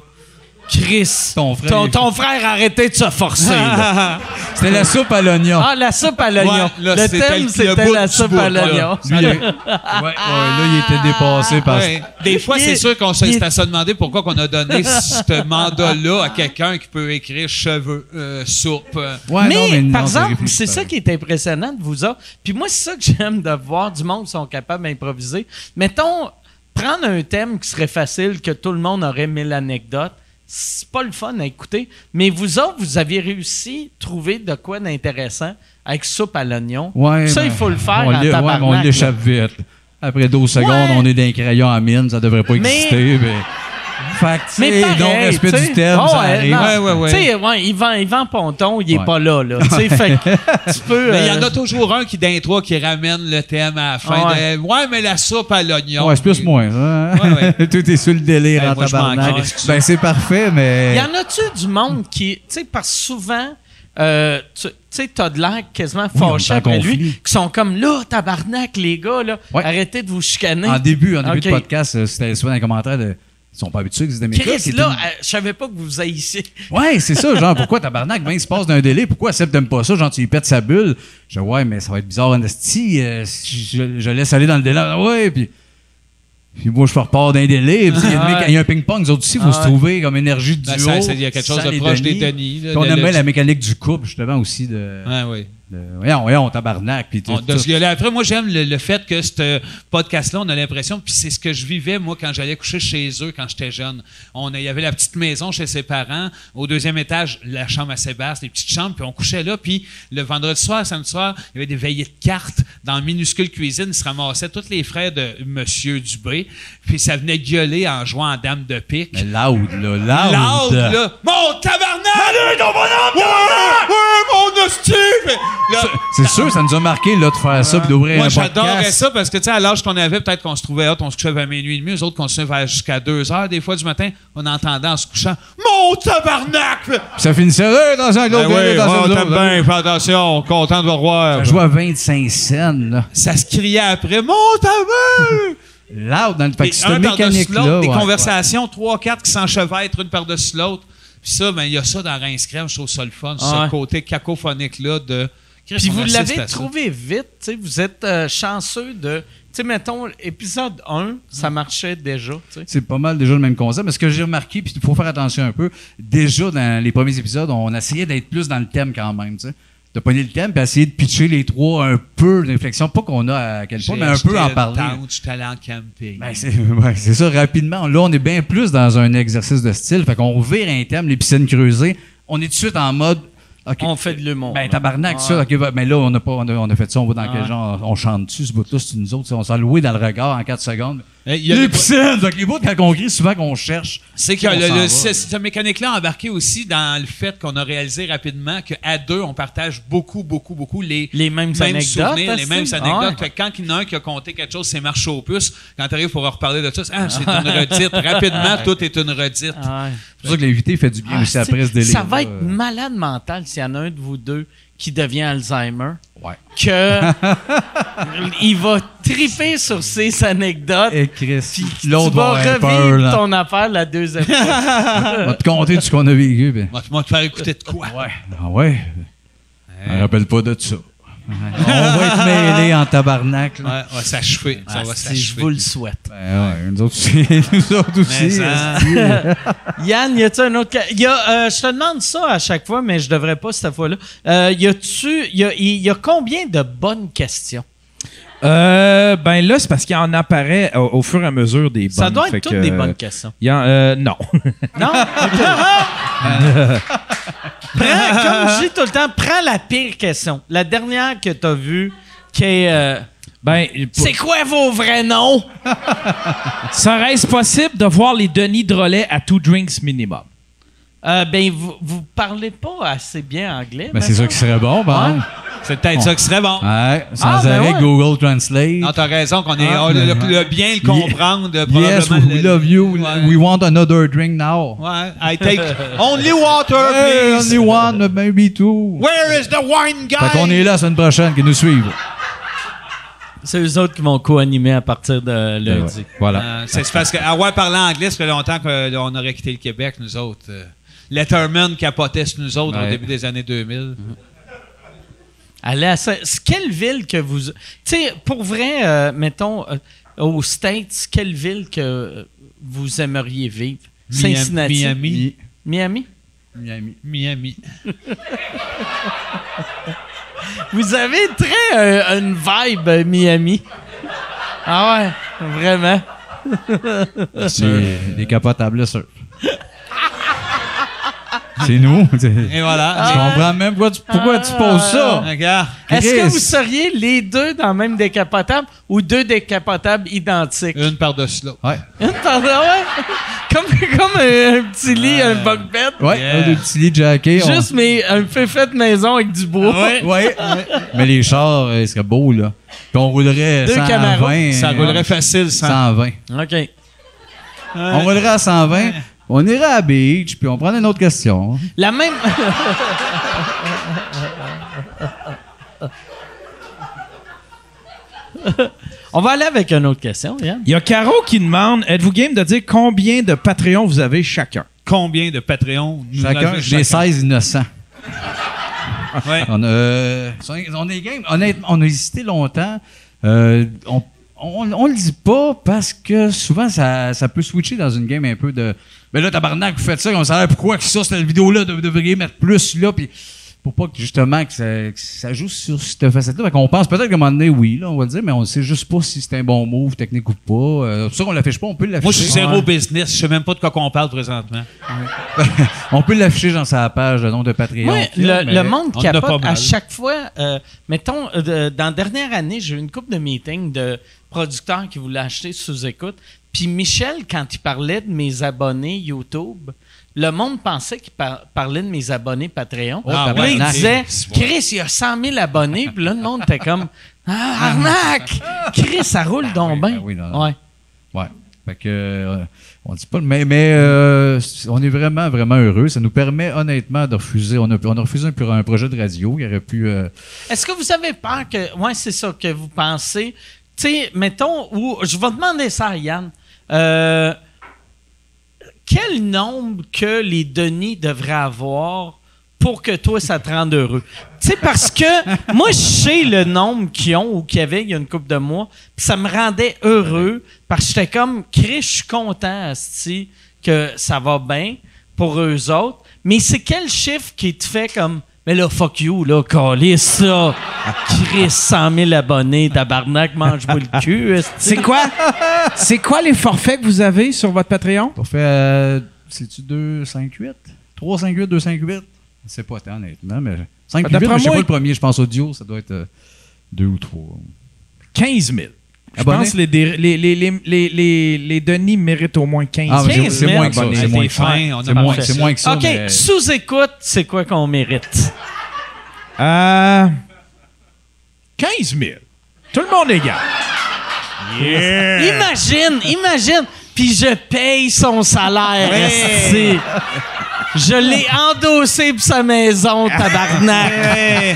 Chris, Ton frère- ton, ton frère, arrêtez de se forcer. là. [laughs] C'était la soupe à l'oignon. ah, la soupe à l'oignon. Ouais, là, le c'était le- thème, le c'était bout la du soupe bout, à là. l'oignon. Lui, il- ouais, ouais, là, il était dépassé par Ah Ouais. Des fois, Il- c'est sûr qu'on il- s'est à se demander pourquoi qu'on a [laughs] donné ce mandat-là à quelqu'un qui peut écrire cheveux, euh, soupe. euh. Ouais, mais, non, mais non, par c'est exemple, réfléchi, c'est ça pareil. qui est impressionnant de vous autres. Puis moi, c'est ça que [laughs] j'aime de voir du monde qui sont capables d'improviser. Mettons, prendre un thème qui serait facile, que tout le monde aurait mille anecdotes, c'est pas le fun à écouter. Mais vous autres, vous aviez réussi à trouver de quoi d'intéressant avec soupe à l'oignon. Ouais, ça, mais il faut le faire on en l'é- ouais, tabarnak, mais on là. l'échappe vite. Après 12 secondes, Ouais. on est d'un crayon à mine, ça devrait pas Mais- exister. Mais... Fait que, tu sais, Mais pareil, non-respect tu sais. du thème, Ah ça ouais, arrive. non. Ouais, ouais, ouais. Tu sais, ouais, Yvan, Yvan Ponton, il est Ouais. pas là, là. Tu sais, fait que tu [laughs] peux... Mais il y en euh, a toujours un qui, d'intro, qui ramène le thème à la fin. Ouais. de, ouais mais la soupe à l'oignon. Ah Ouais, c'est plus moins. hein. [laughs] Ouais, Tout est sur le délire Ouais, en moi, je m'en tabarnak. calisse que ça. Ben, c'est parfait, mais... Il y en a-tu du monde qui. Tu sais, parce que souvent, euh, tu tu sais, t'as de l'air quasiment Oui, on fâché est en après conflit. lui, qui sont comme là, tabarnak, les gars, là, Ouais. arrêtez de vous chicaner. En début, en début de Ok. podcast, euh, c'était souvent un commentaire de. Ils sont pas habitués que c'est des méthodes. Chris, qui là, étaient- euh, je savais pas que vous [laughs] haïssiez. Ouais, c'est ça. Genre, pourquoi tabarnak? Ben, il se passe d'un délai. Pourquoi Seb t'aimes pas ça? Genre, tu lui pètes sa bulle. Je dis, ouais, mais ça va être bizarre, Anastie. euh, si je, je laisse aller dans le délai. Ah Ouais, puis. Puis moi, je repars d'un délai. Puis il y a le mec- il y, a un ping-pong. Nous autres aussi, il faut se trouver comme énergie du Ah Ben, duo. ça, ça, il y a quelque chose sans de les proche des Denis, là, Puis on de- aime le- bien la mécanique du couple, justement, aussi. De, Ouais, ouais. de- voyons, voyons, tabarnak. Puis tout, On- de tout- ce que- là, après, moi, j'aime le, le fait que ce podcast-là, on a l'impression, puis c'est ce que je vivais, moi, quand j'allais coucher chez eux quand j'étais jeune. On, a- il y avait la petite maison chez ses parents, au deuxième étage, la chambre à Sébastien, les petites chambres, puis on couchait là, puis le vendredi soir, samedi soir, il y avait des veillées de cartes dans la minuscule cuisine, ils se ramassaient tous les frères de Monsieur Dubé, puis ça venait gueuler en jouant en dame de pique. Mais loud, là. Loud. Loud, là. Mon tabarnak! Ouais, ouais, mon hostie! Puis là- C'est sûr, ça nous a marqué, là, de faire ça, puis d'ouvrir moi, un j'adorais podcast. ça parce que, tu sais, à l'âge qu'on avait, peut-être qu'on se trouvait hot, on se couchait vers minuit et demi, eux autres, qu'on se levait jusqu'à 2 heures, des fois du matin, on entendait en se couchant Mon tabarnak! Ah! Puis ça finissait euh, dans un Ben autre, euh, dans un autre. fais attention, content de vous revoir. Ça jouait à 25 scènes, là. Ça se criait après Mon tabarnak! Loud dans le [laughs] fait que Puis cette un par-dessus mécanique-là. l'autre, des ouais. conversations, trois, quatre qui s'enchevêtrent une par-dessus l'autre. Puis ça, ben, il y a ça dans Rince Crème, je trouve ça le fun, Ah ouais. ce côté cacophonique-là de. Chris, Puis on vous assiste l'avez à ça. trouvé vite, tu sais, vous êtes euh, chanceux de... Tu sais, mettons, épisode 1, ça marchait déjà, tu sais. C'est pas mal déjà le même concept. Mais ce que j'ai remarqué, puis il faut faire attention un peu, déjà dans les premiers épisodes, on essayait d'être plus dans le thème quand même, tu sais. De pogner le thème, puis essayer de pitcher les trois un peu d'inflexion. Pas qu'on a à quel point, J'ai mais un acheté peu en une parler. tente, J'étais allé en camping. Ben, c'est [laughs] ouais, c'est ça, rapidement. Là, on est bien plus dans un exercice de style. Fait qu'on vire un thème, les piscines creusées. On est tout de suite en mode. ok, On fait de l'humour. Ben, là. tabarnak, Ouais. ça. ok, va- mais là, on a, pas, on, a, on a fait ça. On va dans quel Ouais. genre. On chante dessus, ce bout-là, c'est nous autres. tu sais, On s'est loué dans le regard en 4 secondes. Eh, il y a Les des- piscines! Donc, les bouts, quand on crie, souvent qu'on cherche. C'est que On le, s'en le- va. ce- cette mécanique-là a embarqué aussi dans le fait qu'on a réalisé rapidement qu'à deux, on partage beaucoup, beaucoup, beaucoup les, Les mêmes anecdotes, souvenirs, les est-ce mêmes que- anecdotes. Ah ouais. Fait que quand il y en a un qui a compté quelque chose, c'est marche aux puces. Quand tu arrives pour reparler de ça, c'est, ah, c'est [laughs] une redite. Rapidement, tout est une redite. Ah ouais. C'est pour ça que l'invité fait du bien Ah, aussi après c'est- ce euh, délire. Ça va être malade mental s'il y en a un de vous deux qui devient Alzheimer. Ouais. Que [laughs] il va triper sur ses anecdotes. Et Chris, tu l'autre vas va revivre avoir peur, là. ton affaire la [laughs] deuxième fois. On va te compter de ce qu'on a vécu. ben. Moi, tu vas te faire écouter de quoi? Ah ouais? Je me rappelle pas de ça. On va être mêlés en tabarnak. là. Ouais, on va s'achever. Ça Ah, va si, je s'achever. vous le souhaite. Ben ouais, nous autres aussi. [laughs] nous autres aussi. Yann, y a-tu un autre cas? Y a, euh, je te demande ça à chaque fois, mais je devrais pas cette fois-là. Euh, y a-tu, y a, y- y a combien de bonnes questions? Euh, ben là, c'est parce qu'il en apparaît au, au fur et à mesure des bonnes. ça doit fait être toutes que- des bonnes questions. Il y en- euh, non. [laughs] [laughs] Non? Euh, [laughs] prends, comme je dis tout le temps, prends la pire question. La dernière que t'as vue, qui est... euh, ben, c'est quoi vos vrais noms? [laughs] serait-ce possible de voir les Denis Drolet à two drinks minimum? Euh, ben, vous, vous parlez pas assez bien anglais. Ben c'est ça maintenant. qui serait bon, ben. Ouais. C'est peut-être ça qui serait bon. Ouais, sans Ah, ben arrêt, ouais. Google Translate. Non, t'as raison qu'on est. Ah, on le, ben, le- bien le comprendre, Yes, probablement. we, le- love you. Ouais. We want another drink now. Ouais, [laughs] I take only water, Hey, please. only one, maybe two. Where is the wine guy? Fait qu'on est là la semaine prochaine, qui nous suivent. C'est eux autres qui vont co-animer à partir de Ben lundi. Voilà. Euh, c'est c'est parce que avoir parlé anglais, ça fait longtemps qu'on aurait quitté le Québec, nous autres. Euh, Letterman capotait sur nous autres au Ouais. début des années 2000. Allez à ça. C'est Quelle ville que vous. Tu sais, pour vrai, euh, mettons, euh, aux States, quelle ville que vous aimeriez vivre? Miami- Cincinnati. Miami. Miami? Miami. Miami. Vous avez très euh, une vibe euh, Miami. Ah ouais, vraiment. Des, des capotables, sûr. C'est nous. [laughs] Je Et voilà. Ah, comprends même pourquoi tu, pourquoi tu poses ça. Regarde. Est-ce que Chris. vous seriez les deux dans le même décapotable ou deux décapotables identiques? Une par-dessus l'autre. Ouais. Une par- ah ouais. [laughs] Comme, comme euh, un, un petit lit, un bunk bed. Euh, Ouais, Yeah. un des petits lits de jackets. on- Ah Juste, mais un fait de maison avec du bois. [laughs] Ouais. Mais les chars, euh, ils seraient beaux, là. Puis on roulerait Deux 120. Camaros, Ça euh, roulerait facile sans. 120. OK. On roulerait à 120. On irait à la beach, puis on prendrait une autre question. La [laughs] même. On va aller avec une autre question, Yann. Il y a Caro qui demande êtes-vous game de dire combien de Patreon vous avez chacun Combien de Patreon nous Chacun, avons- j'ai 16 innocents. Ouais. On, a, euh, on est game. Honnêtement, on a hésité longtemps. Euh, on, on, on le dit pas parce que souvent, ça, ça peut switcher dans une game un peu de. Mais là, tabarnak, vous faites ça, on savait pourquoi que ça, cette vidéo-là, de- devriez mettre plus là. Puis pour pas que justement que ça, que ça joue sur cette facette-là. Fait qu'on pense peut-être qu'à un moment donné, oui, là, on va le dire, mais on sait juste pas si c'est un bon move technique ou pas. Euh, c'est pour ça qu'on l'affiche pas, on peut l'afficher. Moi, je suis zéro business. Je sais même pas de quoi qu'on parle présentement. [laughs] On peut l'afficher dans sa page, le nom de Patreon. Moi, le, Mais- le monde on en a pas capote mal. à chaque fois. euh, mettons, euh, de- dans la dernière année, j'ai eu une couple de meetings de producteurs qui voulaient acheter sous écoute. Puis Michel, quand il parlait de mes abonnés YouTube, le monde pensait qu'il par- parlait de mes abonnés Patreon. Ah, Puis là, il tabarnak. disait C'est bon. Chris, il y a 100 000 abonnés. Puis là, le monde était comme Ah, [laughs] arnaque Chris, ça roule donc oui, bien. ben oui, non, non. Ouais. Ouais. Fait que, euh, on dit pas le mais, mais euh, on est vraiment, vraiment heureux. Ça nous permet honnêtement de refuser. On a, on a refusé un, pour un projet de radio. Il aurait pu. euh, Est-ce que vous avez peur que. Ouais, c'est ça que vous pensez. Tu sais, mettons, ou je vais demander ça à Yann. Euh, quel nombre que les Denis devraient avoir pour que toi, ça te rende heureux? Tu sais, parce que moi, je sais le nombre qu'ils ont ou qu'il y avait il y a une couple de mois, puis ça me rendait heureux parce que j'étais comme, Chris, je suis content, asti, que ça va bien pour eux autres. Mais c'est quel chiffre qui te fait comme, mais là, fuck you, là, calisse, ça. Chris, 100 000 abonnés, tabarnak, mange-moi le cul, asti. C'est quoi? C'est quoi les forfaits que vous avez sur votre Patreon? Pour faire, euh, c'est-tu 2, 5, 8? 3, 5, 8, 2, 5, 8? C'est pas tant, honnêtement, mais 5, 8, Bah, D'après je sais moi, pas il- le premier, je pense audio, ça doit être 2 ou 3. 15 000. Je Abonnés? pense que les, dé- les, les, les, les, les, les Denis méritent au moins 15 000. Ah, mais c'est- c'est 15 moins que ça, abonnés. c'est moins T'es que ça. fin, on a C'est moins- parfait. C'est moins que ça, OK, mais- sous-écoute, c'est quoi qu'on mérite? Euh, 15 000. Tout le monde est gars. Hein. Imagine, imagine. Puis je paye son salaire, esti. Je l'ai endossé pour sa maison, tabarnak.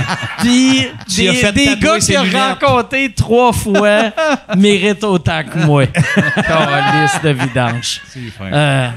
Ah, Puis lui as des, fait des tatouer gars ses qu'il a lunettes. rencontrés trois [laughs] fois méritent autant que moi. Calice de vidange. C'est fin. Euh,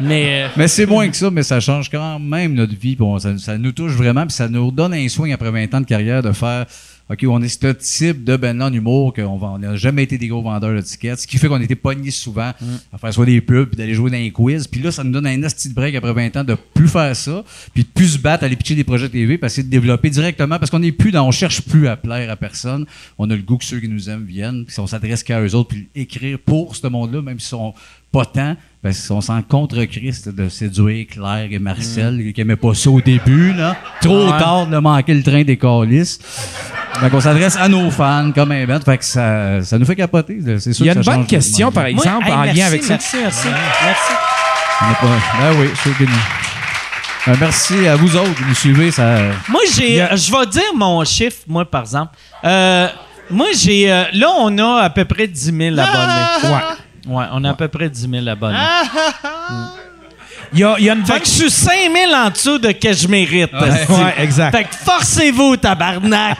mais... euh, Mais c'est moins que ça, mais ça change quand même notre vie. puis on- ça, ça nous touche vraiment, puis ça nous redonne un soin après 20 ans de carrière de faire OK, on est ce type de ben là en humour qu'on vend- on n'a jamais été des gros vendeurs de tickets, ce qui fait qu'on était pognés souvent à faire soit des pubs, puis d'aller jouer dans les quiz. Puis là, ça nous donne un esti de break après 20 ans de plus faire ça, puis de plus se battre, aller pitcher des projets TV, passer de développer directement, parce qu'on n'est plus dans, on cherche plus à plaire à personne. On a le goût que ceux qui nous aiment viennent, puis on s'adresse qu'à eux autres, puis écrire pour ce monde-là, même si on pas tant, parce qu'on s'en contre-christ de séduire Claire et Marcel, Mm. qui n'aimaient pas ça au début, là. Trop tard de manquer le train des calices. Fait qu'on s'adresse à nos fans comme un bête. Fait que ça, ça nous fait capoter. là. C'est sûr Il y a que une ça bonne change notre question, monde. par exemple, moi, hey, en merci, lien avec ça. Merci, merci, merci. On n'est pas- Ben oui, c'est béni. Ben, merci à vous autres qui nous suivez. Ça... Moi, j'ai. Je vais dire mon chiffre, moi, par exemple. Euh, moi, j'ai. euh, là, on a à peu près 10 000 abonnés. Ah! Ouais. Ouais, Ah! on a à peu près 10 000 abonnés. Il y a, il y a une bonne... Fait que je suis 5 000 en dessous de ce que je mérite. Ouais, exact. Fait que forcez-vous, tabarnak!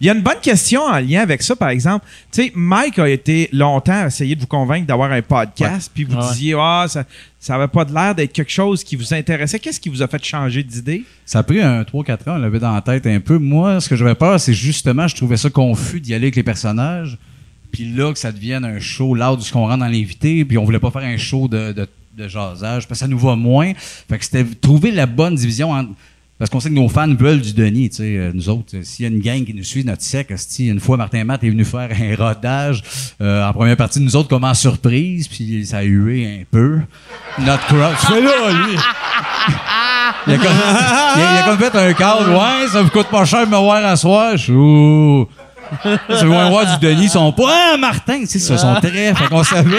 Il y a une bonne question en lien avec ça, par exemple. Tu sais, Mike a été longtemps à essayer de vous convaincre d'avoir un podcast, puis vous Ouais. disiez, ah, ça ça n'avait pas de l'air d'être quelque chose qui vous intéressait. Qu'est-ce qui vous a fait changer d'idée? Ça a pris un 3-4 ans, on l'avait dans la tête un peu. Moi, ce que j'avais peur, c'est justement, je trouvais ça confus d'y aller avec les personnages. Puis là, que ça devienne un show loud, ce qu'on rentre dans l'invité. Puis on voulait pas faire un show de, de, de jasage, parce que ça nous va moins. Fait que c'était trouver la bonne division entre. Parce qu'on sait que nos fans veulent du Denis, tu sais, euh, nous autres. euh, S'il y a une gang qui nous suit, notre sec, esti, une fois Martin Matt est venu faire un rodage euh, en première partie de nous autres comme en surprise, puis ça a hué un peu. Notre crowd. Tu fais là, lui! Il a, comme, il a- il a comme fait un cadre, ouais, ça vous coûte pas cher de me voir à soir. Je suis, ouh. Ça veut voir du Denis, ils sont pas, ah, Martin, tu sais, ils sont très, fait qu'on savait.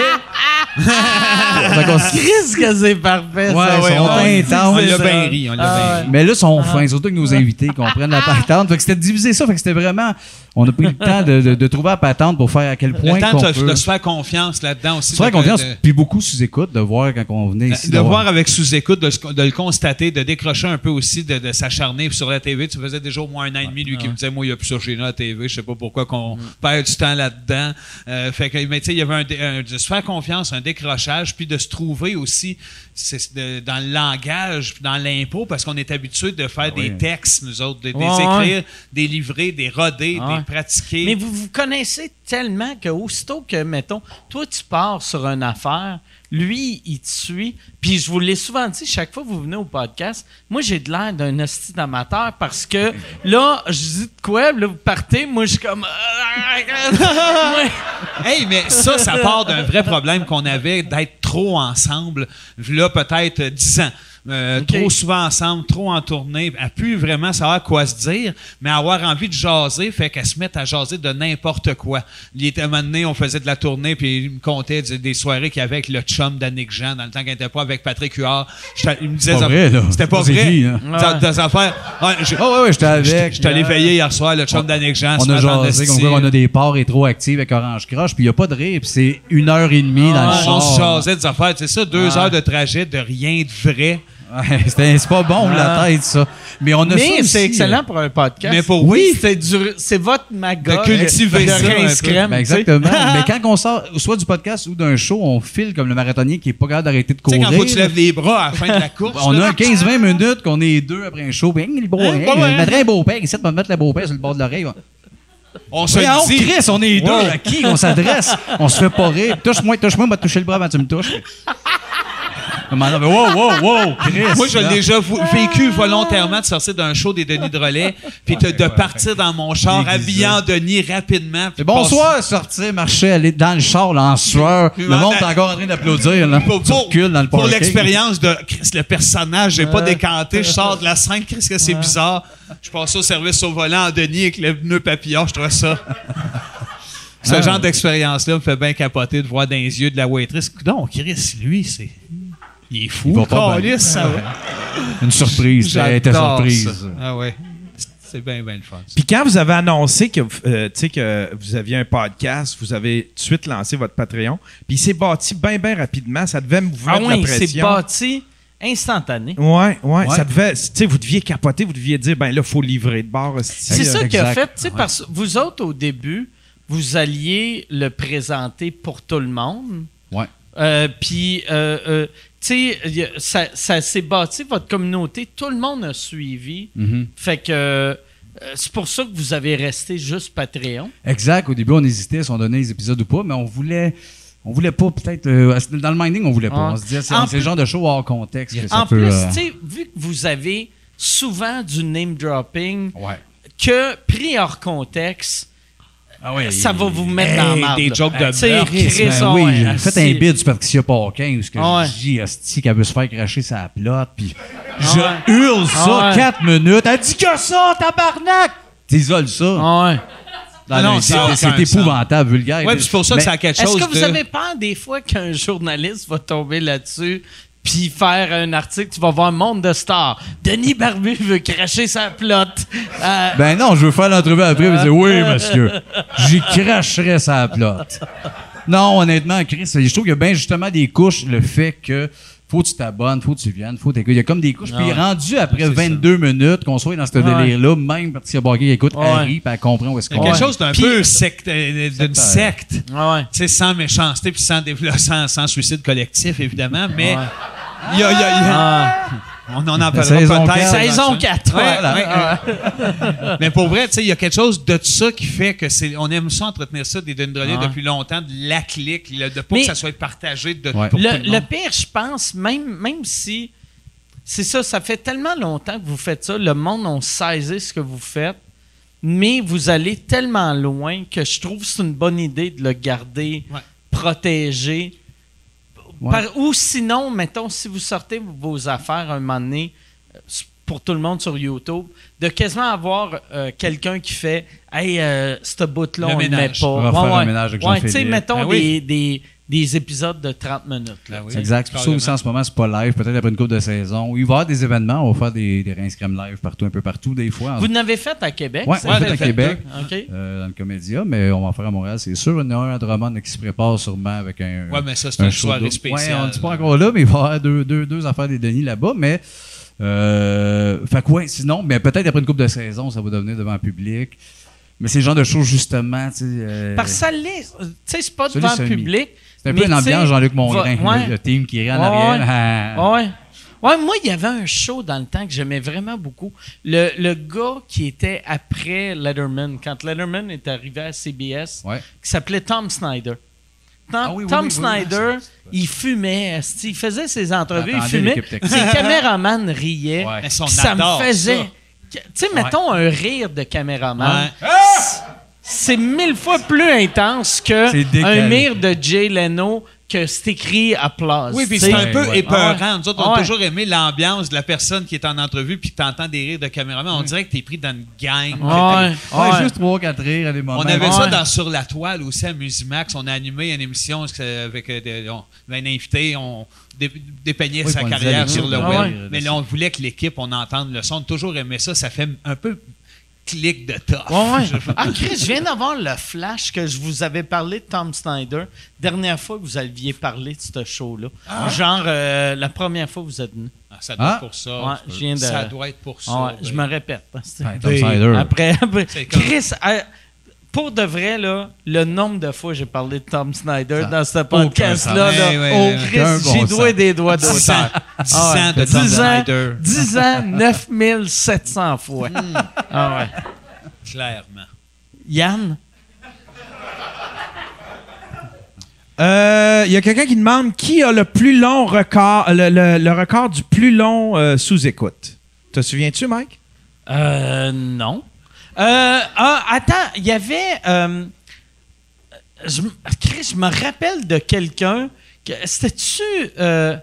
fait qu'on se Qu'est-ce que [laughs] c'est parfait, Ouais, ça? ils sont intenses. hein. Ah, On l'a bien ri, on l'a bien ri. Mais là, ils sont fins, surtout que nos invités comprennent la patente. Fait que c'était divisé ça, fait que c'était vraiment, on a pris le temps de, de- de trouver la patente pour faire à quel Le point temps qu'on de, peut. de se faire confiance là-dedans aussi. C'est vrai de- qu'on vient, de- puis beaucoup sous-écoute de voir quand on venait ici. de voir avec sous-écoute, de, se- de le constater, de décrocher un peu aussi, de, de s'acharner sur la TV. Tu faisais déjà au moins un an et demi, lui, qui me disait, moi, il n'y a plus ça chez nous à la TV. Je sais pas pourquoi qu'on Mm. perd du temps là-dedans. Euh, fait que, mais tu sais, il y avait un, dé- un- de se faire confiance, un décrochage, puis de se trouver aussi c'est de- dans le langage, puis dans l'impôt, parce qu'on est habitué de faire des textes, nous autres, de, des Ah Ouais, écrire, ouais. des livrer, des roder, Ouais. des pratiquer. Mais vous vous connaissez tellement que aussitôt que, mettons, toi, tu pars sur une affaire, lui, il te suit. Puis je vous l'ai souvent dit, chaque fois que vous venez au podcast, moi, j'ai de l'air d'un hostie amateur parce que là, je dis de quoi, là, vous partez, moi, je suis comme. [laughs] Ouais. Hey, mais ça, ça part d'un vrai problème qu'on avait d'être trop ensemble, là peut-être euh, 10 ans. Euh, OK. Trop souvent ensemble, trop en tournée, à plus vraiment savoir quoi se dire, mais avoir envie de jaser fait qu'elle se mette à jaser de n'importe quoi. Il était un moment donné, on faisait de la tournée, puis il me contait du- des soirées qu'il y avait avec le chum d'Annick Jean, dans le temps qu'il n'était pas avec Patrick Huard. J'étais- Il me disait... pas ça- vrai, là. C'était pas C'est vrai. dit, hein. Dans- dans sa affaire. Ah, je- Oh, ouais, ouais, j'étais avec. Je t'allais veiller hier soir, le chum d'Annick On Jean. Ah, ce a matin, en jasé, comme esti. quoi on a des parts rétroactives avec Orange Crush, puis il n'y a pas de rire, puis c'est une heure et demie dans le Ah, On se char. jasait des affaires, c'est ça, deux heures de trajet, de rien de vrai. [laughs] Ouais, c'était- c'est pas bon, Ah. la tête, ça. Mais on a ça Mais aussi, euh, c'est excellent pour un podcast. Mais pour- oui, c'est du- c'est votre magog. De cultiver ça un peu. euh, ben, exactement. Mais [laughs] quand on sort soit du podcast ou d'un show, on file comme le marathonnier qui est pas capable d'arrêter de Tu courir. sais, quand faut que tu lèves les bras à la fin [laughs] de la course. on là, a 15-20 minutes qu'on est deux après un show. Ben, le beau, hein, Ah. pas je vrai. mettrais un beau père. Essaye de me mettre le beau père sur le bord de l'oreille. va. on se Voyons, le dit. Chris, on est deux. Ouais. À qui on s'adresse? On se fait pas rire. Touche-moi, touche-moi, on va te toucher le bras avant que tu me touches. Un moment donné, Wow, wow, wow, Chris. Moi, je l'ai là. déjà vo- Ah. vécu volontairement de sortir d'un show des Denis de relais, puis de, de partir dans mon char, habillé en Denis rapidement. puis Et Bonsoir, sortir, marcher, aller dans le char, là, en sueur. Puis Le monde en- est encore en train d'applaudir. là. passer- Pour, Tu pour- recules dans le pour parking. l'expérience de Chris, le personnage, j'ai pas décanté, je sors de la scène, Chris, que c'est bizarre. Je passe au service au volant en Denis avec le pneu papillon, je trouve ça. Ce genre d'expérience-là me fait bien capoter de voir dans les yeux de la waitress. Non, Chris, lui, c'est. Il est fou. Il va pas bien. Calisse, ça va. Une surprise. Elle était ben, [laughs] J'adore surprise. ça. Ah ouais. C'est bien, bien le fun. ça. Puis quand vous avez annoncé que, vous- euh, tu sais, que vous aviez un podcast, vous avez tout de suite lancé votre Patreon, puis il s'est bâti bien, bien rapidement. Ça devait vous Ah mettre la oui, c'est pression. bâti instantané. Ouais, ouais, Ouais. ça devait, tu sais, vous deviez capoter, vous deviez dire, ben là, faut livrer de bord. C'est ça qui a exact. fait, tu sais, parce que vous autres, au début, vous alliez le présenter pour tout le monde. Ouais. Euh, Puis, euh, euh, tu sais, y a- ça, ça s'est bâti, votre communauté, tout le monde a suivi. Mhm. Fait que euh, c'est pour ça que vous avez resté juste Patreon. Exact. Au début, on hésitait si on donnait les épisodes ou pas, mais on voulait. On voulait pas, peut-être. euh, dans le minding, on voulait pas. Ouais. On se disait, c'est En c'est le genre de show hors contexte. que ça en peut, plus, euh, tu sais, vu que vous avez souvent du name dropping, Ouais. que pris hors contexte, Ah ouais, ça il- va vous mettre Hey, dans la marde, des là. jokes de Tu sais, beurre. Chris, Ben on- oui, on- j'ai fait un bid du Patricia Paquin où ce que Ouais. je dis Asti qu'elle veut se faire cracher sa plotte puis je Ouais. hurle ça Ouais. quatre minutes. Elle dit que ça, tabarnak! T'isoles ça. Ouais. Dans Ah non, le- ça c'est- a aucun c'est sens. épouvantable, vulgaire. Ouais, puis c'est pour ça que Mais- ça a quelque Est-ce chose que vous de... avez peur des fois qu'un journaliste va tomber là-dessus puis faire un article, tu vas voir Monde de Stars. Denis Barbu [laughs] veut cracher sa plotte. Euh, Ben non, je veux faire l'entrevue après. Vous dire oui, monsieur. J'y cracherais sa plotte. Non, honnêtement, Chris, je trouve qu'il y a bien justement des couches, le fait que faut que tu t'abonnes, faut que tu viennes, faut que t'écoutes. Il y a comme des couches. Puis rendu après 22 minutes qu'on soit dans ce Ouais. délire-là, même parce qu'il y a Barguet qui écoute, Ouais. elle rit, puis elle comprend où est-ce Il y a qu'on quelque est. chose d'un peu secte, euh, d'une secte. Tu Ah ouais, ouais. sais, sans méchanceté puis sans, dévelop- sans, sans suicide collectif, évidemment, mais... il Y a, il y a- il y Ah. a- On en parlera saison peut-être. quatre. Saison Ouais, 4. ouais, ouais. Euh, Mais pour vrai, tu sais, il y a quelque chose de ça qui fait que c'est, on aime ça entretenir ça des dendrolets Ouais. depuis longtemps, de la clique, le- de pas Mais- que ça soit partagé de Ouais. pour tout le, le le monde. pire, je pense, même, même si. C'est ça, ça fait tellement longtemps que vous faites ça, le monde on saisi ce que vous faites, mais vous allez tellement loin que je trouve que c'est une bonne idée de le garder Ouais. protégé. Ouais. Par- ou sinon, mettons, si vous sortez vos affaires un moment donné, euh, pour tout le monde sur YouTube, de quasiment avoir euh, quelqu'un qui fait Hey, euh, ce bout-là, Le on ne met ménage. pas. On va faire un ménage avec Ouais, Jean-Philippe. tu sais, mettons Ben des- oui. des, des épisodes de 30 minutes. là. Ben oui, Exact. C'est pour ça carrément. aussi, en ce moment, c'est pas live. Peut-être après une coupe de saison. Il va y avoir des événements. On va faire des, des rince crème live partout, un peu partout, des fois. Vous n'avez fait à Québec? Ouais, ça? on l'a fait à fait Québec, OK. euh, dans le Comédia, mais on va en faire à Montréal, c'est sûr. Il y en a un à Drummond qui se prépare sûrement avec un. Ouais, mais ça, c'est une show soirée d'eau. spéciale. Ouais, on n'est pas encore là, mais il va y avoir deux, deux, deux affaires des Denis là-bas, mais. Euh, fait que ouais, sinon, mais peut-être après une coupe de saison, ça va devenir devant le public. Mais c'est le genre de choses, justement, tu sais. euh, Parce que ça l'est. Tu sais, c'est pas Ça devant l'est le semi. public. c'est un mais peu une tu sais, ambiance Jean-Luc va- Mongrain, ouais. le, le team qui rit en Ouais, arrière. hein. Ouais. Ouais, moi, il y avait un show dans le temps que j'aimais vraiment beaucoup. Le, le gars qui était après Letterman, quand Letterman est arrivé à CBS, Ouais. qui s'appelait Tom Snyder. Tom, Ah oui, oui, Tom oui, oui, oui, Snyder, ça, il fumait, esti, il faisait ses entrevues, il J'entendais fumait, l'équipe technique. ses caméramans riaient, Ouais. Mais ça, on puis ça adore me faisait... ça. Tu sais, mettons un rire de caméraman, Ouais. Ah, c'est mille fois plus intense C'est que décalé. un mire de Jay Leno que c'est écrit applause. Oui, puis tu sais. c'est un peu ouais. épeurant. Ah ouais. Nous autres, on Ah a ouais. toujours aimé l'ambiance de la personne qui est en entrevue puis que t'entends des rires de caméraman. On dirait que t'es pris dans une gang. Ah Mm. ouais. Ouais, Ah ouais. juste 3-4 rires à des moments. On avait ouais. ça dans Sur la toile aussi à Musimax. On a animé une émission avec euh, des- on avait un invité, on dé- dépeignait Oui, sa puis on disait carrière les sur choses le de web. rire, Mais de là, on voulait que l'équipe, on entende le son. On a toujours aimé ça. Ça fait un peu clique de top. Ouais, ouais. Ah, Chris, je viens d'avoir le flash que je vous avais parlé de Tom Snyder. Dernière fois que vous aviez parlé de ce show-là. Genre, euh, la première fois que vous êtes venu. ça doit Ah. être pour ça. Ouais, je viens de- Ça doit être pour ça. Ouais, je ben. me répète. hein, c'est- Ouais, Tom Snyder. [laughs] Après, après- C'est comme- Chris, euh, pour de vrai, là, le nombre de fois que j'ai parlé de Tom Snyder dans ce podcast-là, sens. là, Ouais, ouais, oh, ouais, Chris, aucun bon j'ai sens. doué des doigts 10 ans, d'auteur. 10 Ah ouais. ans de Tom 10 ans, Snyder, 10 [laughs] ans, 9700 fois. Hmm. Ah ouais. clairement. Yann, Euh, Il y a quelqu'un qui demande qui a le plus long record, le, le- le record du plus long euh, sous-écoute. Te souviens-tu, Mike? Euh, non. Euh, ah, attends, il y avait. euh, je, m- Chris, je me rappelle de quelqu'un. que- C'était-tu. euh,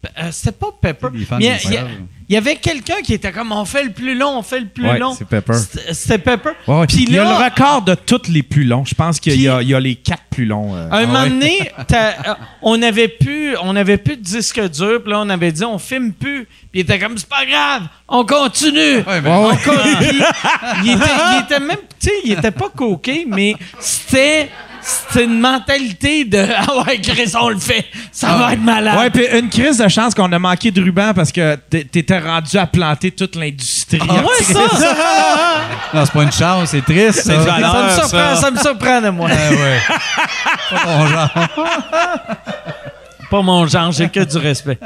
Pe- euh, c'était pas Pepper. Les fans mais le il y a- savent. il y, avait quelqu'un qui était comme on fait le plus long, on fait le plus Ouais, long. c'est Pepper. C'était- C'était Pepper. Ouais, ouais. Puis il y a là- le record de tous les plus longs. Je pense qu'il y, a- Puis- il y a les quatre plus longs. euh. À un moment [laughs] donné, t'as- euh, on avait plus, on avait plus de disque dur, puis là on avait dit on filme plus, puis il était comme c'est pas grave, on continue. Ouais, ben, on continue. [laughs] il, était, il était même, tu sais, il était pas coqué, mais c'était, c'était une mentalité de [laughs] ah ouais Chris on le fait, ça va être malade. Ouais, puis une crise de chance qu'on a manqué de ruban parce que t'é- t'étais rendu à planter toute l'industrie. Ah ouais, ça, Non, c'est pas une chance, c'est triste. C'est ça. ça de la- me Alors, surprend, ça. ça me surprend de moi. Ah, ouais. Pas ton genre. Pas mon genre, j'ai que du respect.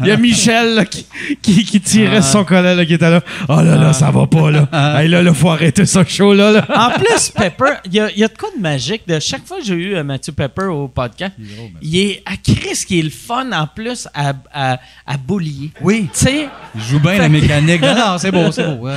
Il y a Michel là, qui, qui, qui tirait sur son collet, là, qui était là. Oh là là, ça va pas, là. Hey, là, là, faut arrêter ce show-là. là. En plus, Pepper, il y, a- il y a de quoi de magique. De chaque fois que j'ai eu euh, Mathieu Pepper au podcast, il est à Chris qui est le fun en plus à, à, à boulier. Oui. Tu sais, Il joue bien la mécanique. Non, non, c'est beau, c'est [laughs] beau. ouais.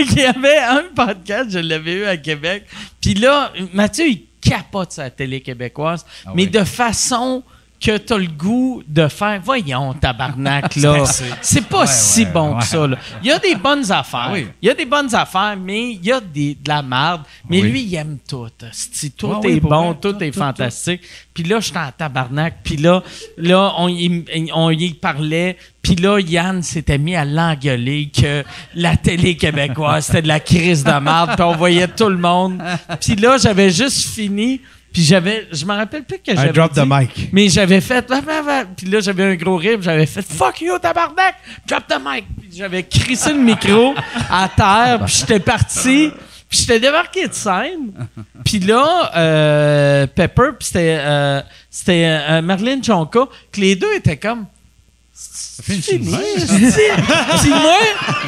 il y avait un podcast, je l'avais eu à Québec. Puis là, Mathieu, il capote sa télé québécoise, Ah mais oui. de façon que t'as le goût de faire. Voyons, [laughs] tabarnak, là. C'est pas si ouais, bon ouais. que ça, là. Il y a des bonnes affaires. Ah oui. Il y a des bonnes affaires, mais il y a des- de la merde. Mais Oui. lui, il aime tout. Si tout Ah est oui, pour bon, vrai. tout, Tout, est tout, fantastique. Puis là, j'étais en tabarnak. Puis là, là on, y, on y parlait. Puis là, Yann s'était mis à l'engueuler que la télé québécoise, c'était de la crise de merde. Puis on voyait tout le monde. Puis là, j'avais juste fini. Puis j'avais... Je me rappelle plus que Un j'avais drop de dit. mic. Mais j'avais fait. Ah, ah, ah. Puis là, j'avais un gros rire. puis J'avais fait Fuck you, tabarnak! Drop the mic! Puis j'avais crissé le [laughs] micro à terre. Puis j'étais parti. Puis j'étais débarqué de scène. Puis là, euh, Pepper, puis c'était, euh, c'était euh, Marilyn Jonka, que les deux étaient comme. C'est fini. c'est- Puis moi,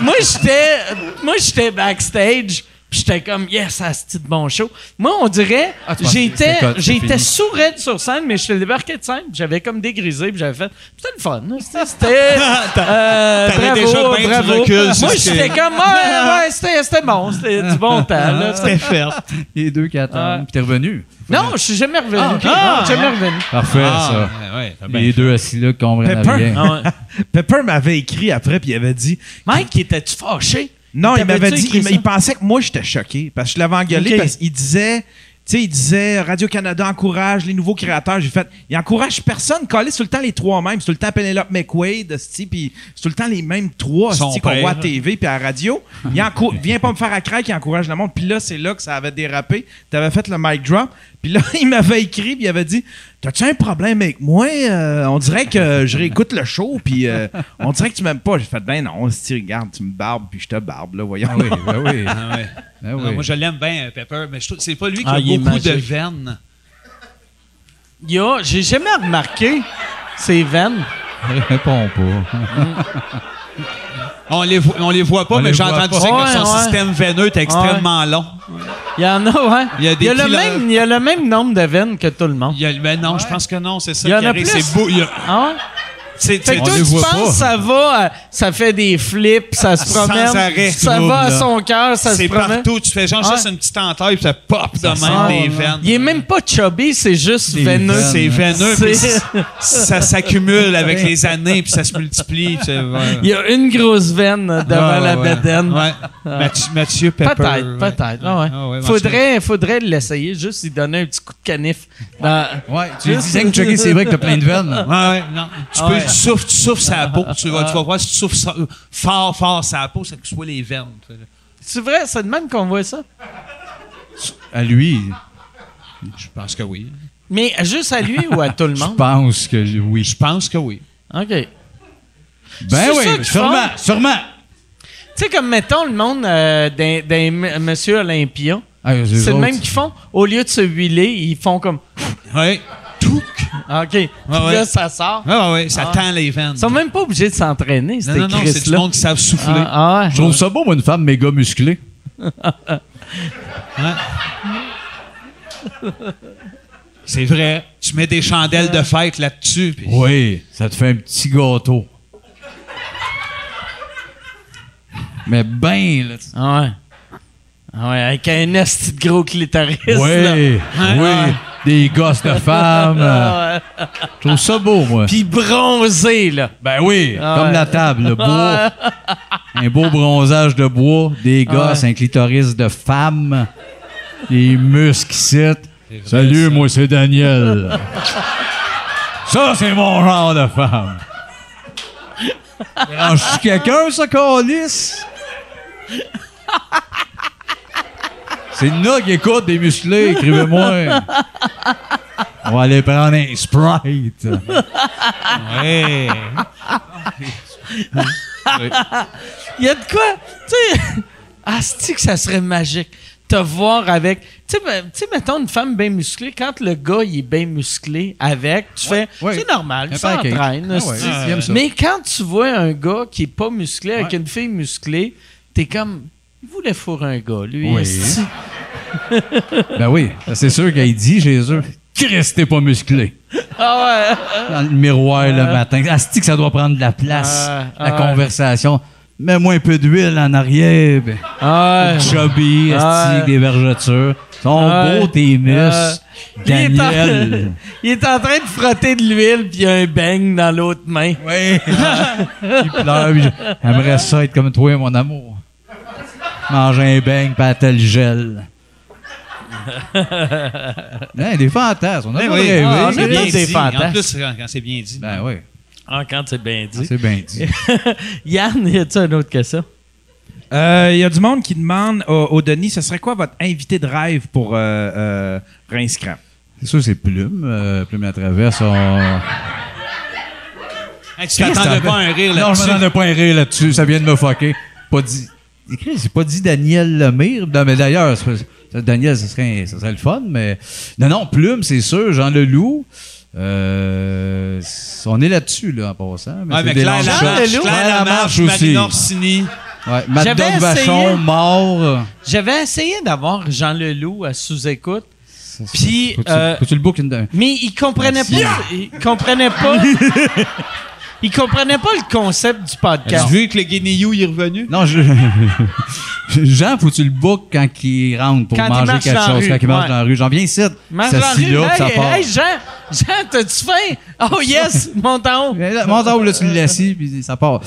moi j'étais, moi j'étais backstage. Puis j'étais comme yes, ça c'est de bon show. Moi, on dirait, Ah, tu penses que j'étais, c'est cut, c'est j'étais fini. sourette sur scène, mais je suis débarqué de scène, puis j'avais comme dégrisé, puis j'avais fait, c'était le fun. là. C'était, c'était euh, [laughs] T'avais bravo, déjà bien du bravo. recul sur Moi, ce que- j'étais comme ouais, ouais, [laughs] c'était, c'était bon, c'était du bon temps. Ah, là. C'était- Ah. Les deux qui attendent. Ouais. Puis t'es revenu. Non, je suis jamais revenu. Ah, ok. Non, je suis jamais revenu. Parfait, ça. Ah, ouais, ouais, ben, t'as bien Les deux assis là qui comprennent Pepper. rien. Ah ouais. Pepper m'avait écrit après, puis il avait dit. Mike, étais-tu fâché? Non, il T'avais-tu m'avait dit. écrit Il, ça? il pensait que moi, j'étais choqué. Parce que je l'avais engueulé, Ok. parce qu'il disait. Tu sais, il disait Radio-Canada encourage les nouveaux créateurs. J'ai fait, il encourage personne. Coller tout le temps les trois mêmes. C'est tout le temps Penelope McQuaid, esti, puis c'est tout le temps les mêmes trois Son esti, qu'on père. voit à TV puis à la radio. Il [laughs] encou- vient pas me faire à craque, il encourage le monde. Puis là, c'est là que ça avait dérapé. Tu avais fait le mic drop. Puis là, [laughs] il m'avait écrit, puis il avait dit T'as-tu un problème avec moi Euh, On dirait que je réécoute le show, puis euh, on dirait que tu m'aimes pas. J'ai fait Ben non, si regarde, tu me barbes, puis je te barbe, là, voyons. Ah oui, ben oui. Ah ouais. Ben Non, oui. moi, je l'aime bien, euh, Pepper, mais je trouve c'est pas lui qui Ah, a il est beaucoup de magique. veines. Yo, j'ai jamais remarqué ses veines. Réponds pas. On les, vo- on les voit pas, On mais les j'ai voit entendu pas. dire que Ouais, son ouais. système veineux est extrêmement long. Il y en a, ouais. Il y a des le kilos. même, il y a le même nombre de veines que tout le monde. Il y a- mais non, je pense que non, c'est ça Il y en qui a arrive. plus. C'est beau. il y a- Hein? c'est- Fait c'est- que toi, tu penses que ça va, euh, ça fait des flips, ça se Sans promène, arrêt, ça trouble, va à là. son cœur, ça se C'est promène. partout. Tu fais genre Ouais. juste une petite entaille, puis ça pop de Ah, même des veines. Il est même pas chubby, c'est juste Des veineux. veines. C'est veineux, C'est- puis c- ça s'accumule avec les années, puis ça se multiplie. puis c'est- ouais. Il y a une grosse veine euh, devant Ouais, la Ah, ouais, bedaine. ouais. Mathieu, Mathieu Pepper. Peut-être, ouais. peut-être. Ah ouais. Ah ouais, faudrait, faudrait l'essayer, juste lui donner un petit coup de canif. dans- Ouais, tu lui dis, Zing, checker, c'est vrai que t'as plein de veines. là. Ouais, ouais, non. Tu, Ah peux, ouais. tu souffles, tu souffles sa peau. Tu vas, tu vas voir si tu souffles ça- fort, fort sa peau, c'est que soit les vernes. tu sais. C'est vrai, c'est de même qu'on voit ça. À lui, Je pense que oui. Mais juste à lui ou à tout [laughs] le je monde? pense que oui. Je pense que oui. OK. Ben C'est ça oui, qu'ils sûrement, font. sûrement. Tu sais, comme mettons le monde euh, d'un- d'un m- Monsieur Olympia, Ah, eux c'est le autres, même qu'ils font. Au lieu de se huiler, ils font comme Oui. Tout. Ah, OK. Puis ouais. là, ça sort. Oui, oui, oui. Ça Ah. tend les vernes. Ils sont même pas obligés de s'entraîner, Non, ces non, non, c'est du Chris-là. monde qui savent souffler. Ah, ah, Je trouve ça beau, moi, une femme méga musclée. C'est vrai. Tu mets des chandelles de fête là-dessus. puis- Oui, ça te fait un petit gâteau. Mais ben, là. tu- ah, ouais. Ah ouais, avec un esti de gros clitoris. là. Oui, oui. Des gosses de femmes. [laughs] euh, Ah ouais. Je trouve ça beau, moi. Puis bronzé, là. Ben oui, Ah comme ouais. la table, le [laughs] bois. un beau bronzage de bois, des Ah gosses, ouais. un clitoris de femme, des muscles ici. Salut, moi c'est Daniel. ça, c'est mon genre de femme. Dérange-tu quelqu'un, ça, Calis? C'est là qui écoute des musclés, écrivez-moi. On va aller prendre un Sprite. Ouais. Il y a de quoi? Tu sais, [laughs] asti que ça serait magique. Te voir avec. Tu sais, ben, tu sais, mettons une femme bien musclée, quand le gars il est bien musclé avec, tu fais. ouais. C'est normal, Un tu s'entraînes. pancake. Ah ouais, asti. il aime ça. Mais quand tu vois un gars qui est pas musclé avec une fille musclée, t'es comme. Il voulait fourrer un gars, lui. Oui. asti. Ben oui, c'est sûr qu'il dit chez eux. Christ, t'es pas musclé. Ah ouais. Dans le miroir le matin. Asti que ça doit prendre de la place, Ah, la ah. conversation. Mets-moi un peu d'huile en arrière. Ben, [laughs] Ah ouais. Chubby, Ah. asti, des vergetures. Ils Sont Ah. beaux tes Ah. muscles. Il est, en... Daniel. [laughs] il est en train de frotter de l'huile, puis il y a un bang dans l'autre main. [laughs] Oui. il pleure. puis je- J'aimerais ça être comme toi, mon amour. Manger un beigne, [laughs] pâtel gel. Hey, Hein, des fantasmes. On a Ben pas oui. rêvé. Ah, on a C'est bien tous des dit. fantasmes. En plus, quand, quand c'est bien dit. Ben oui, Ah, quand c'est bien dit. c'est bien dit. [laughs] Yann, y a-tu un autre que ça? Euh, Il y a du monde qui demande au, au Denis, ce serait quoi votre invité de rêve pour euh, euh, Rince Crap? C'est sûr, c'est Plume. euh, plume à travers. On... Hey, tu t'attendais pas à un rire Non, je là-dessus. m'attendais pas à un rire là-dessus. Ça vient de me fucker. Pas dit. Écrit, C'est pas dit Daniel Lemire. Non, mais d'ailleurs, c'est pas- Daniel, ce serait, ça serait le fun, mais. Non, non, Plume, c'est sûr. Jean Leloup. Euh, on est là-dessus, là, en passant. Ouais, c'est mais des Claire longues Lamarche, shots. Leloup. Claire Lamarche, Marine Orsini. Ouais, Madame J'avais Vachon, essayé. mort. J'avais essayé d'avoir Jean Leloup à sous-écoute, puis Faut-tu euh, faut-tu le book une. mais il comprenait Merci. pas, il comprenait pas, il comprenait pas le concept du As-tu podcast. vu que le guinéou est revenu? Non, je... [laughs] Jean, faut-tu le book quand il rentre pour Quand il manger marche quelque dans la chose, rue, quand il marche ouais. dans la rue? J'en viens ici, Mange ça dans la s'y rue, là, puis ça hey, part. hey, Jean, Jean, t'as-tu faim? Oh yes, monte en haut. Mais là, Monte en haut, là, tu le laisses, ici, puis ça part.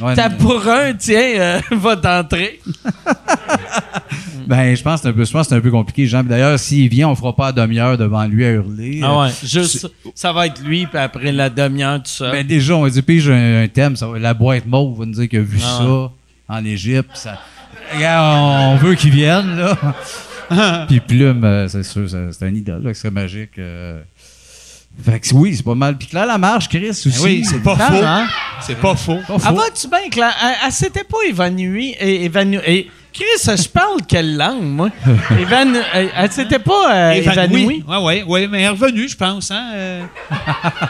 Ouais, Euh, T'as pour un, tiens, euh, [laughs] va t'entrer. ben, je pense que c'est un peu, je pense que c'est un peu compliqué, Jean. Puis D'ailleurs, s'il vient, on fera pas à demi-heure devant lui à hurler. Ah ouais, juste, ça va être lui, puis après la demi-heure, tout Ah. ça. Ben, déjà, on va dire, pige un, un thème, ça va- la boîte mauve va nous dire qu'il a vu Ah ça en Égypte. puis Ça... Regarde, on veut qu'il vienne, là. [laughs] Puis Plume, euh, c'est sûr, ça- c'est un idole, là, qui serait magique. euh. Fait que oui, c'est pas mal. Puis là, la marche, Chris, aussi. Ben oui, c'est pas Parle, faux. hein? C'est pas faux. Pas faux. Ah, vas-tu bien, Claire? Elle, elle s'était pas évanouie. é- évanouie- é- Chris, je parle quelle langue, moi? Évanou- elle, elle s'était pas euh, évanouie. Oui, oui, oui, mais elle est revenue, je pense. Hein? euh.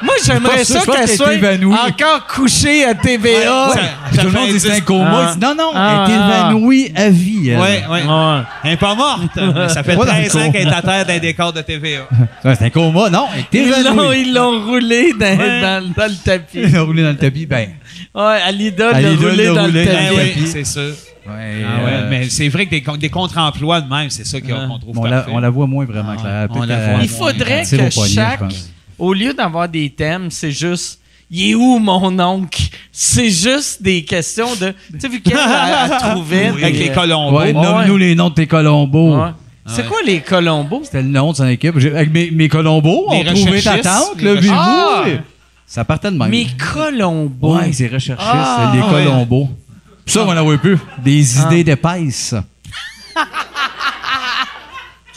Moi, Je j'aimerais pense- ça je pense qu'elle qu'elle soit était évanouie. encore couchée à TVA. Ouais, ça- Puis ça tout le fait monde dit c'est dix- un coma. Ah. Il dit, non, non, Ah, elle est ah, évanouie à vie. elle. Ouais, ouais. Ouais. Elle n'est [laughs] pas morte. mais ça fait Pas dans le 13 ans cours. qu'elle est à terre d'un décor [laughs] de TVA. Ouais, c'est un coma, non, elle est Ils l'ont, [laughs] évanouie. ils l'ont roulé dans, Ouais. dans- dans le tapis. Il a roulé dans le tapis, ben. Ouais, Alida l'a Alida roulé l'a dans roulé. le Ben tapis. oui. oui, c'est sûr. Ouais, Ah ouais, euh, mais c'est vrai que des, con- des contre-emplois de même, c'est ça qu'on Ah. qu'on trouve on, la, parfait. Ah, on [laughs] la voit moins vraiment, Claire. on Peut-être la qu'elle- voit moins. Il faudrait attire que au poignet, je chaque, pense. au lieu d'avoir des thèmes, c'est juste. Il est où mon oncle? C'est juste des questions de. Tu sais, vu qu'elle a, [laughs] [laughs] a trouvé. Oui, Avec des- les colombos. Ouais, nomme-nous les noms de tes colombos. Ouais. C'est quoi les colombos? C'était le nom de son équipe. J'ai- Avec mes, mes colombos, Les on trouvait ta recherchistes, tante, les le vous Ah! Ça partait de même. Mais Colombo. Ouais, c'est recherché, Ah, c'est les ouais. Colombos. Ça, on n'en voit plus. Des idées d'épaisse.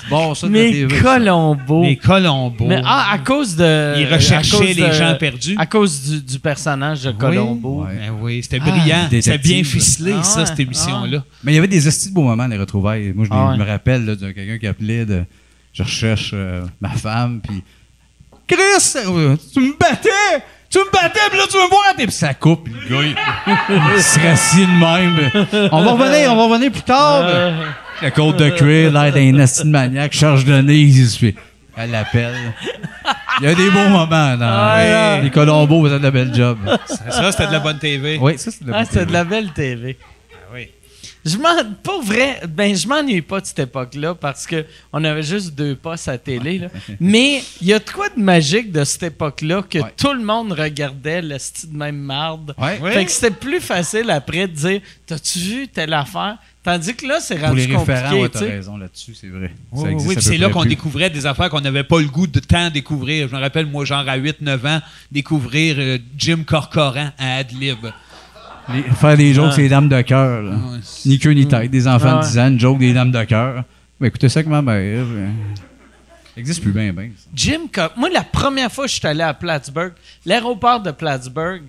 bon, ça, de la mais TV, ça. Colombo. Les Colombos. Mais ah, à cause de. Ils recherchaient à cause les gens perdus. À cause du, du personnage de Colombo. Ouais. Ben oui, c'était Ah, brillant. les C'était bien détectives. ficelé, Ah ça, ouais, cette émission-là. Mais il y avait des hosties de beaux moments, les retrouvailles. Moi, je Ah ouais. me rappelle là, de quelqu'un qui appelait de Je recherche euh, ma femme, puis Chris, euh, tu me battais! Tu me battais, puis là, tu me vois! Puis ça coupe, puis le gars, il, il se racine même. ben, On va revenir, on va revenir plus tard. ben. La côte de cuir, l'air d'un hostie de maniaque, charge de nez, puis elle l'appelle. Il y a des bons moments dans là. les Colombos, vous avez de la belle job. Ça, c'était de la bonne TV. Oui, ça, c'est de la Ah, bonne c'était télé. Ah, de la belle TV. Ah oui. Je m'en, pas vrai, ben je m'ennuie pas de cette époque-là parce que on avait juste deux postes à la télé. là. [laughs] Mais il y a de quoi de magique de cette époque-là que Ouais. tout le monde regardait le style de même marde. Ouais. Fait que c'était plus facile après de dire T'as-tu vu telle affaire? Tandis que là, c'est Pour les rendu référents, compliqué. ouais, tu t'as sais. raison là-dessus, c'est vrai. Oui, Ça oui, existe oui, à puis peu c'est là près qu'on plus. découvrait des affaires qu'on n'avait pas le goût de tant découvrir. Je me rappelle, moi, genre à 8-9 ans, découvrir euh, Jim Corcoran à Adlib. Les- faire des jokes, c'est les dames de cœur. là. Ouais. Ni queue ni tête. Des enfants Ah ouais. de 10 ans, une joke des dames de cœur. Mais écoutez ça avec ma mère. euh, Ça existe plus bien, bien. ça. Jim Cor- Moi, la première fois que je suis allé à Plattsburgh, l'aéroport de Plattsburgh,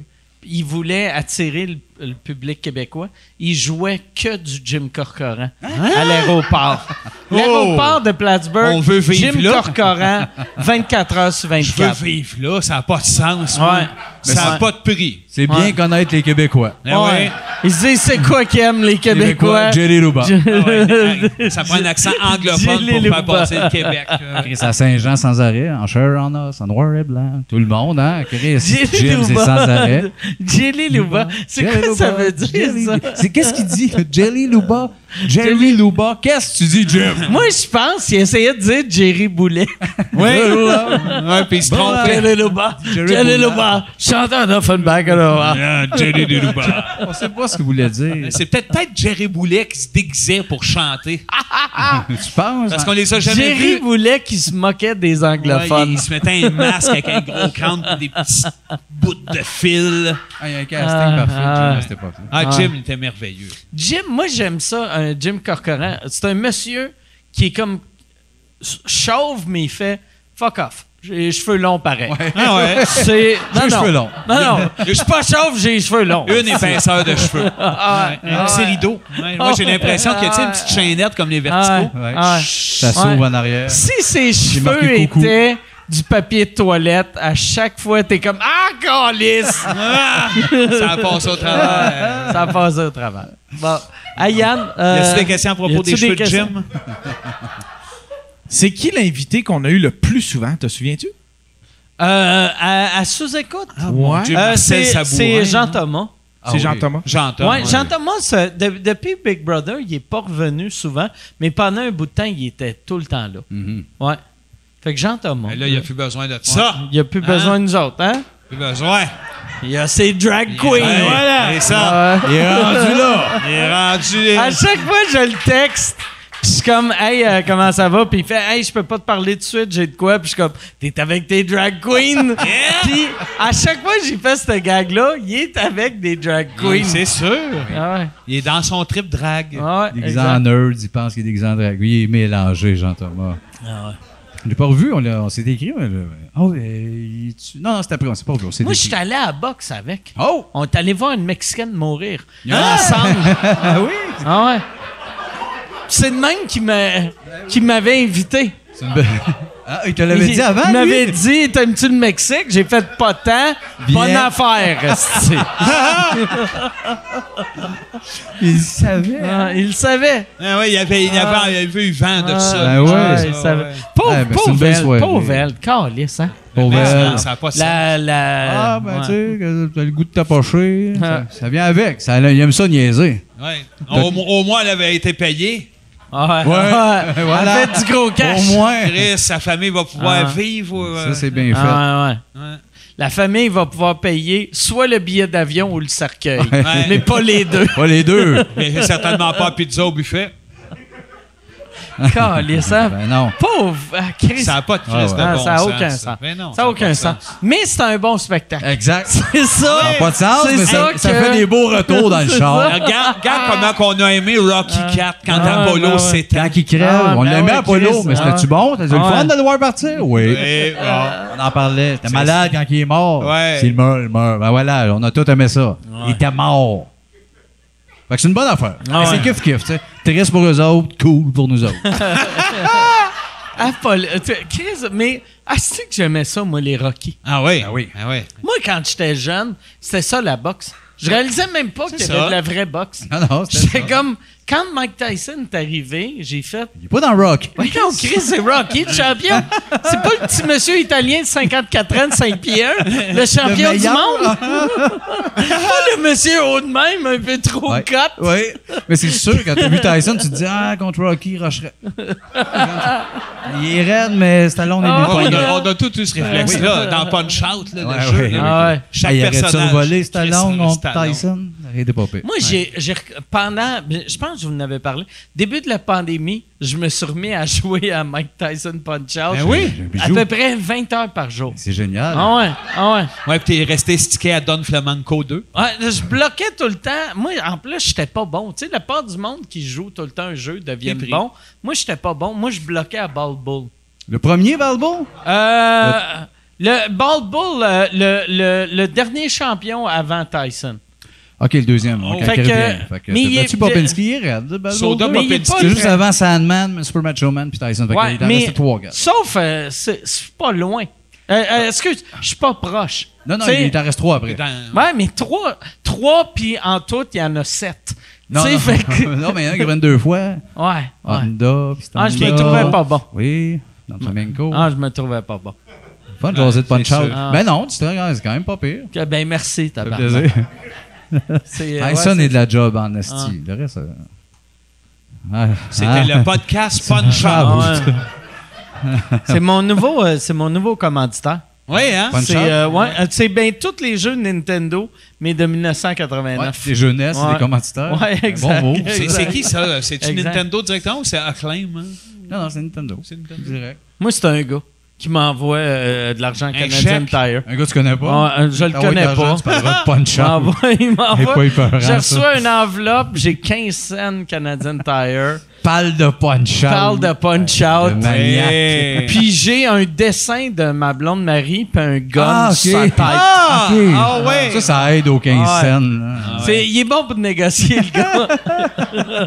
ils voulaient attirer le, le public québécois. Ils jouaient que du Jim Corcoran à [laughs] l'aéroport. L'aéroport de Plattsburgh, Hein? Oh! On veut vivre Jim là. [laughs] Corcoran, 24 heures sur Je veux 24. vivre là, ça n'a pas de sens. moi. Ouais. Ça n'a Ouais. pas de prix. C'est bien Ouais. connaître les Québécois. Ben Ouais. ouais. Ils se disent, c'est quoi qu'ils aiment les Québécois? Jerry Rouba. Ah [laughs] ouais, ça prend un accent anglophone pour faire passer le Québec. là. Chris à Saint-Jean sans arrêt, en chair en os, en noir et blanc. Tout le monde, hein? Chris, Jelly Jim, c'est Louba. sans arrêt. Jelly Louba. [laughs] C'est Jelly quoi ça Louba, veut dire, Jelly- ça? C'est qu'est-ce qu'il dit? Jelly Louba? Jerry Louba? Qu'est-ce que tu dis, Jim? Moi, je pense qu'il essayait de dire Jerry Boulet. Ouais, puis il se trompe. Jerry Louba. Jerry Louba. Chanteur d'Offenbach. hein. Ah, On sait pas ce que vous voulez dire. Euh, C'est peut-être peut-être Jerry Boulet qui se déguisait pour chanter. Tu penses? Parce qu'on les a jamais Ah, Jerry vus. Boulet qui se moquait des Ouais, anglophones. il se mettait un masque avec un gros crâne et des petits bouts de fil. Ah, il y a un casting Ah, parfait, ah. Jim, à cette époque-là. Ah, Jim, il était merveilleux. Jim, moi j'aime ça, un Jim Corcoran. C'est un monsieur qui est comme chauve, mais il fait fuck off. J'ai les cheveux longs pareil. Ah ouais. C'est. Non, les non. cheveux longs. Non, non. Je suis pas chauve, j'ai les cheveux longs. Une épaisseur de cheveux. Ah, ouais. Un petit rideau. Ouais, moi, j'ai l'impression qu'il y a tu sais, une petite chaînette comme les Ah, verticaux. ouais. Ouais. Ah, ouais. Ça Ouais. s'ouvre en arrière. Si ses cheveux marqué coucou. étaient du papier de toilette, à chaque fois, t'es comme Ah, calice! Ah! ça passe au travers. [laughs] Ça passe au travers. Bon. Hey, Yann. Y euh, a-t-il des questions à y propos a-t-il des cheveux des de questions? Jim? C'est qui l'invité qu'on a eu le plus souvent, te souviens-tu? euh, à, à sous-écoute. ouais. Ah, Dieu. Euh, Marcel c'est Sabourin. c'est Jean-Thomas. Ah c'est oui. Jean-Thomas. J'entends. Ouais, Jean-Thomas, euh, de- depuis Big Brother, il n'est pas revenu souvent, mais pendant un bout de temps, il était tout le temps là. Mhm. Ouais. Fait que Jean-Thomas. Mais Mm-hmm. Ben là, il n'y a plus besoin de ça. il n'y a plus Hein? besoin de nous autres, hein? Plus besoin. Il y a ses drag queens, Ouais, voilà! Et ça, Ouais. Il est rendu là! il est rendu. À chaque fois, je le texte. puis Je suis comme, hey, euh, comment ça va? Puis il fait, hey, je peux pas te parler tout de suite, j'ai de quoi? Puis je suis comme, t'es avec tes drag queens? [laughs] Puis à chaque fois, que j'y fais ce gag-là, il est avec des drag Oui, queens. c'est sûr. ah ouais. Il est dans son trip drague. Ah ouais, Déguisé en exact. nerd, il pense qu'il est déguisé en drague. Il est mélangé, Jean-Thomas. Ah, Je l'ai pas revu, on, l'a- on s'est écrit. mais là- Oh, euh, tu... Non, non, c'était après, on s'est pas revu. on s'est Moi, je écrit. suis allé à la boxe avec. Oh! On est allé voir une Mexicaine mourir. Ah! Ensemble. Ah oui! [laughs] ah ouais. C'est le même qui m'a- qui m'avait invité. C'est une belle- Ah, il te l'avait Il- dit avant, Il lui? m'avait dit, t'aimes-tu le Mexique? J'ai fait pas tant. Bien. Bonne affaire, [laughs] esti. Il savait. Ah, il le savait. Ah ouais, il avait, il avait, il avait eu vent de ça. Ah, ouais. Ah, il ça, savait. ouais. Pauvre, Ah, ben, c'est une pauvre belle elle, soirée. pauvre elle. Calisse, hein? Pour Mais elle. ça- ça a pas de sens. La, la, Ah, ben, ouais. tu sais, que t'as le goût de t'approcher. Ah. Ça, ça vient avec. Ça, il aime ça niaiser. Ouais. Au, au moins, elle avait été payée. Ah, ouais. Ouais, [laughs] voilà. Elle fait du gros cash. Au moins. Chris, sa famille va pouvoir Ah. vivre. euh, Ça, c'est bien fait. Ah, ouais, ouais. ouais. La famille va pouvoir payer soit le billet d'avion ou le cercueil, Ouais. [laughs] mais pas les deux. [laughs] Pas les deux. [laughs] Mais certainement pas pizza au buffet. Calissant. Ben non. hein. Pauvre. ah, Christ. Ça n'a pas de crise Ah ouais. de Ah, bon ça n'a sens, aucun ça. sens. Mais non, ça n'a a aucun pas de sens. Mais c'est un bon [laughs] spectacle. Exact. Ça C'est ça. n'a pas de sens, C'est mais ça, ça ça que- fait [laughs] des beaux retours dans le C'est char. ça. Regarde, regarde comment qu'on a aimé Rocky Cat quand Ah, Apollo ouais, ouais. s'éteint. Quand il crève, Ah, on ben l'aimait ouais, à Apollo, Chris, mais ah. c'était-tu bon? T'as eu le Ah, fun ouais. de le voir partir? Oui. Et, ah. On en parlait. T'es malade quand il est mort. Ouais. S'il meurt, il meurt. Ben voilà, on a tout aimé ça. Il était mort. Fait que c'est une bonne affaire. Ah Mais C'est ouais. kiff-kiff, tu sais. Triste pour eux autres, cool pour nous autres. [laughs] Apollo. Ah, Tu sais, Chris, mais ah, c'est que j'aimais ça, moi, les Rockies. Ah oui. Ah oui. Ah oui. Moi, quand j'étais jeune, c'était ça la boxe. Je réalisais même pas qu'il y ça. avait de la vraie boxe. Non, non, c'était J'étais ça. comme, quand Mike Tyson est arrivé, j'ai fait. Il est pas dans le rock. Oui, non, Chris, c'est Rocky, le champion. C'est pas le petit monsieur italien de 54 ans, de 5 pieds 1, le champion du meilleur. monde. pas le monsieur haut de même, un peu trop Ouais. cote. Oui. Mais c'est sûr, quand t'as vu Tyson, tu te dis Ah, contre Rocky, il rusherait. il est raide, mais c'est à long Ah, début. On ouais. a, on a tout eu ce réflexe-là dans Punch Out, là, Ouais, le jeu. ouais, là. Ah ouais. Chaque il arrête ça personnage. de voler, Chris Stallone contre Stallone. Tyson. Arrête de popper. Moi, j'ai, j'ai rec- pendant, je pense que je vous en avais parlé, début de la pandémie, je me suis remis à jouer à Mike Tyson Punch Out. Ben oui. À peu près 20 heures par jour. C'est génial. Ah ouais, ah ouais. Ouais, puis t'es resté stické à Don Flamenco 2. Ouais, je bloquais tout le temps. Moi, en plus, j'étais pas bon. Tu sais, la part du monde qui joue tout le temps un jeu devient T'es pris. bon. Moi, j'étais pas bon. Moi, je bloquais à Ball Bull. Le premier Balbo? Euh, le Ball Bull, euh, le, le- le dernier champion avant Tyson. Ok, le deuxième. Oh. ok, Fait il que- revient. Fait que mais t'as il est- battu Popinski, il est raide, le Balbo. Soda deux. il est Popinski. pas C'était juste très- avant Sandman, Super Macho Man, puis Tyson. Fait Ouais, qu'il en mais- restait trois gars. Sauf, euh, c'est c'est pas loin. Euh, euh, excuse, je suis pas proche. Non, non, Tu sais, il t'en reste trois après. Dans- Ouais, mais trois, trois puis en tout, il y en a sept. Non, Tu sais, non, fait que- [laughs] non, mais il y en a qui prennent deux fois. Ouais, ouais. Honda, puis Ah, je me Honda. trouvais pas bon. Oui, dans le flamenco. Ah, je me trouvais pas bon. Fun de jaser de punch c'est out. sûr. Ah. Ben non, tu te regardes, c'est quand même pas pire. Que, Ben, merci, Ça fait tabarnak. plaisir. [laughs] C'est- euh, Tyson ouais, est de la job en esti. Le reste. euh, ah, C'était ah. le podcast Punch Out. Ah [laughs] ouais. c'est mon nouveau, euh, c'est mon nouveau commanditaire. Oui, hein? Punch C'est Out? euh, ouais, euh, c'est ben tous les jeux Nintendo, mais de Ouais, 1989. c'est jeunesse, c'est Ouais. des commanditaires. Ouais, Un exact. Bon mot. C'est c'est qui ça? C'est-tu Exact. Nintendo directement ou c'est Acclaim? hein? Non, non, c'est Nintendo. C'est Nintendo. Direct. Moi, c'est un gars qui m'envoie euh, de l'argent Canadian chèque? Tire. Un gars, que tu connais pas? Ouais, euh, je le Ah ouais, connais d'argent, pas. Tu parleras de punch Il out. m'envoie- il C'est pas [laughs] m'envoie. hyper Je rare, reçois une enveloppe, j'ai 15 cents Canadian [laughs] Tire. Parle de punch out. Parle de Punch Out. Le maniaque. Hey. Puis j'ai un dessin de ma blonde Marie, puis un gun Ah, ok. sur sa tête. Ah! Ok. Ah ouais! Ça, ça aide aux 15 Ah ouais. cents. là. C'est- il est bon pour négocier, le gars. [laughs]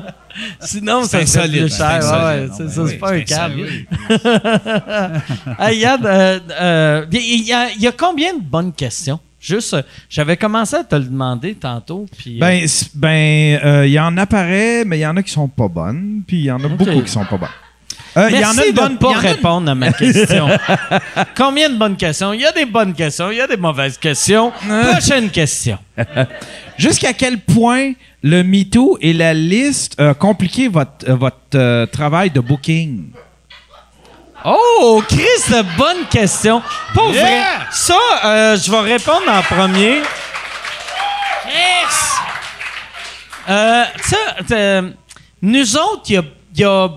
Sinon, ça C'est fait insolite, plus c'est hein. cher. Ah ouais, Non, insolite. c'est ben ça, oui, c'est pas un c'est câble. insolite. [laughs] Hey, Yann, euh, euh, il y, a- il y a combien de bonnes questions? Juste, euh, j'avais commencé à te le demander tantôt. Puis, euh, Ben, c'est- ben, euh, il y en apparaît, mais il y en a qui sont pas bonnes, puis il y en a beaucoup qui sont pas bonnes. Euh, il y en merci a une de bonne ne pas il y en a une- répondre à ma question. [laughs] combien de bonnes questions? Il y a des bonnes questions, il y a des mauvaises questions. Euh. Prochaine question. Jusqu'à quel point le MeToo et la liste ont compliqué votre, euh, votre euh, travail de booking? Oh, Chris, de bonne question. Pour Yeah! vrai, ça, euh, je vais répondre en premier. Chris! Euh, ça, euh, nous autres, il y a, il y a-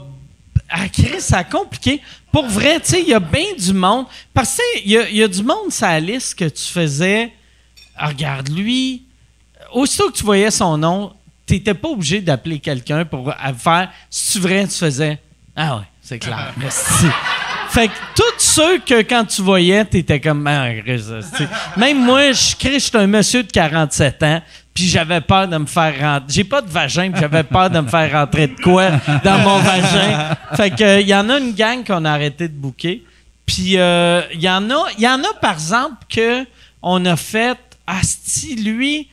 Ah, Chris, ça a compliqué. Pour vrai, tu sais, il y a bien du monde. Parce que tu sais, il y a, il y a du monde sur la liste que tu faisais. Ah, regarde, lui... Aussitôt que tu voyais son nom, t'étais pas obligé d'appeler quelqu'un pour à- faire... Si tu vrai, tu faisais... Ah ouais, c'est clair. Merci. Fait que tous ceux que quand tu voyais, t'étais comme Ah, Chris, esti. Même moi, je crie, j'étais un monsieur de 47 ans, puis j'avais peur de me faire rentrer. J'ai pas de vagin, puis j'avais peur de me faire rentrer de quoi dans mon vagin. Fait que euh, il y en a une gang qu'on a arrêté de bouquer. Puis euh, il y en a, il y en a par exemple que on a fait Asti, lui,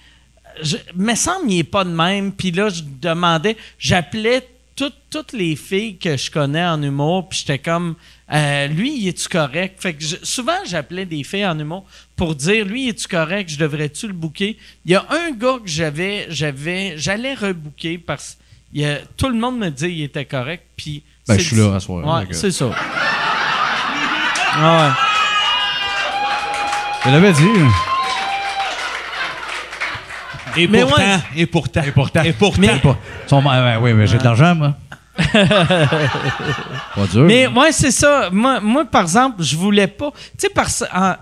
je, me semble il est pas de même. Puis là, je demandais, j'appelais tout- toutes les filles que je connais en humour, puis j'étais comme, euh, lui, il est-tu correct? Fait que je- souvent, j'appelais des filles en humour pour dire, lui, il est-tu correct? Je devrais-tu le bouquer? Il y a un gars que j'avais, j'avais, j'allais rebooker parce que tout le monde me dit qu'il était correct, puis... Ben, c'est je suis le- là à ce soir, Ouais, donc, euh. c'est ça. Ah ouais. Je l'avais dit. Et Mais pourtant, ouais. et pourtant, et pourtant. Et pourtant. [laughs] Pas- Son- ben, ben, oui, mais j'ai de l'argent, moi. Pas dur. Mais ouais, c'est ça. Moi, moi, par exemple, je voulais pas. Tu sais, parce. en-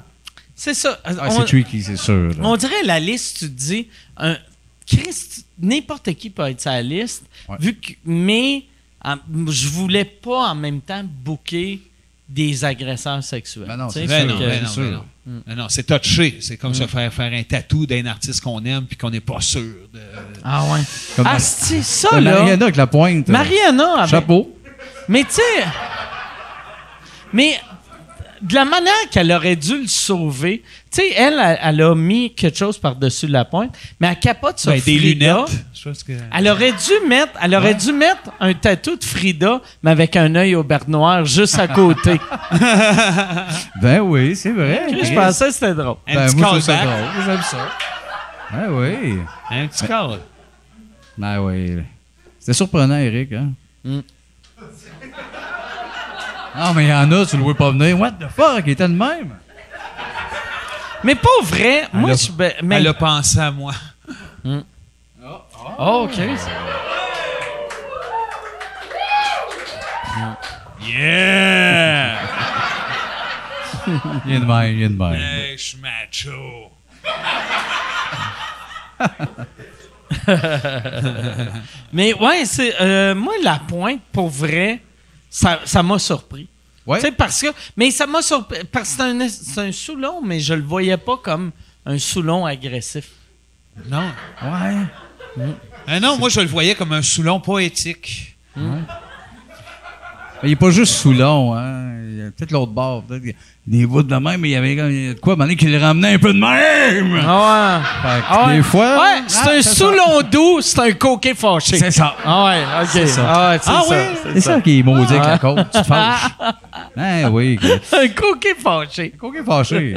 c'est ça. Ah, On- c'est tricky, c'est sûr. là. On dirait la liste, tu te dis, un, Christ, n'importe qui peut être sa liste, Ouais. vu que, mais en- je voulais pas en même temps booker des agresseurs sexuels. Ben non, tu sais, c'est fait Ben sûr, non, que- ben c'est non, ben sûr. Mm. non. Ben non, c'est touché. C'est comme se faire faire un tatou d'un artiste qu'on aime puis qu'on n'est pas sûr. de- Ah ouais. Comme ah, Mar- c'est ça, Comme là. Euh, Mariana avec la pointe. euh, Mariana avec- Chapeau. Mais tu sais. Mais de la manière qu'elle aurait dû le sauver, tu sais, elle, elle, elle a mis quelque chose par-dessus la pointe, mais elle capote sur Ben, des Frida. lunettes. Je pense que- Elle aurait dû mettre, elle aurait dû mettre un tatou de Frida, mais avec un œil au beurre noir juste à côté. Ben oui, c'est vrai. je pensais que c'était drôle. Un Ben, petit moi, je trouve ça callback. drôle. J'aime ça. Ben oui. Un petit call. Ben oui. C'était surprenant, Eric. Hein? Hmm. Non, Ah, mais il y en a, tu le vois pas venir. What the fuck? Il était de même. Mais pas vrai. moi, je suis. ben- Mais, Elle a pensé à moi. oh, OK. Yeah! [laughs] Il est de même, il est de même. hey, je suis macho. Mais ouais, c'est. euh, moi, la pointe, pour vrai, ça ça m'a surpris. Ouais. Tu sais, parce que. Mais ça m'a surpris. Parce que c'est un, c'est un sous-long, mais je le voyais pas comme un sous-long agressif. Non. Ouais. Ah non, moi, je le voyais comme un soulon poétique. Mais Ah, il est pas juste Soulon, hein. Il y a peut-être l'autre bord. Peut-être qu'il y a des bouts de même, mais il y avait comme- il y a de quoi, à un moment donné, qu'il le ramenait un peu de même. Ah ouais. Fait que Ah ouais. des fois. Ouais, c'est un sous-long doux, c'est un coquet fâché. C'est ça. Ah ouais, ok. Ah ouais, c'est Ah ça. oui, c'est ça qui est maudit avec Ah. la côte. Tu te fâches. Ben oui. quoi. [laughs] Un coquet fâché. Quoi qu'il est fâché.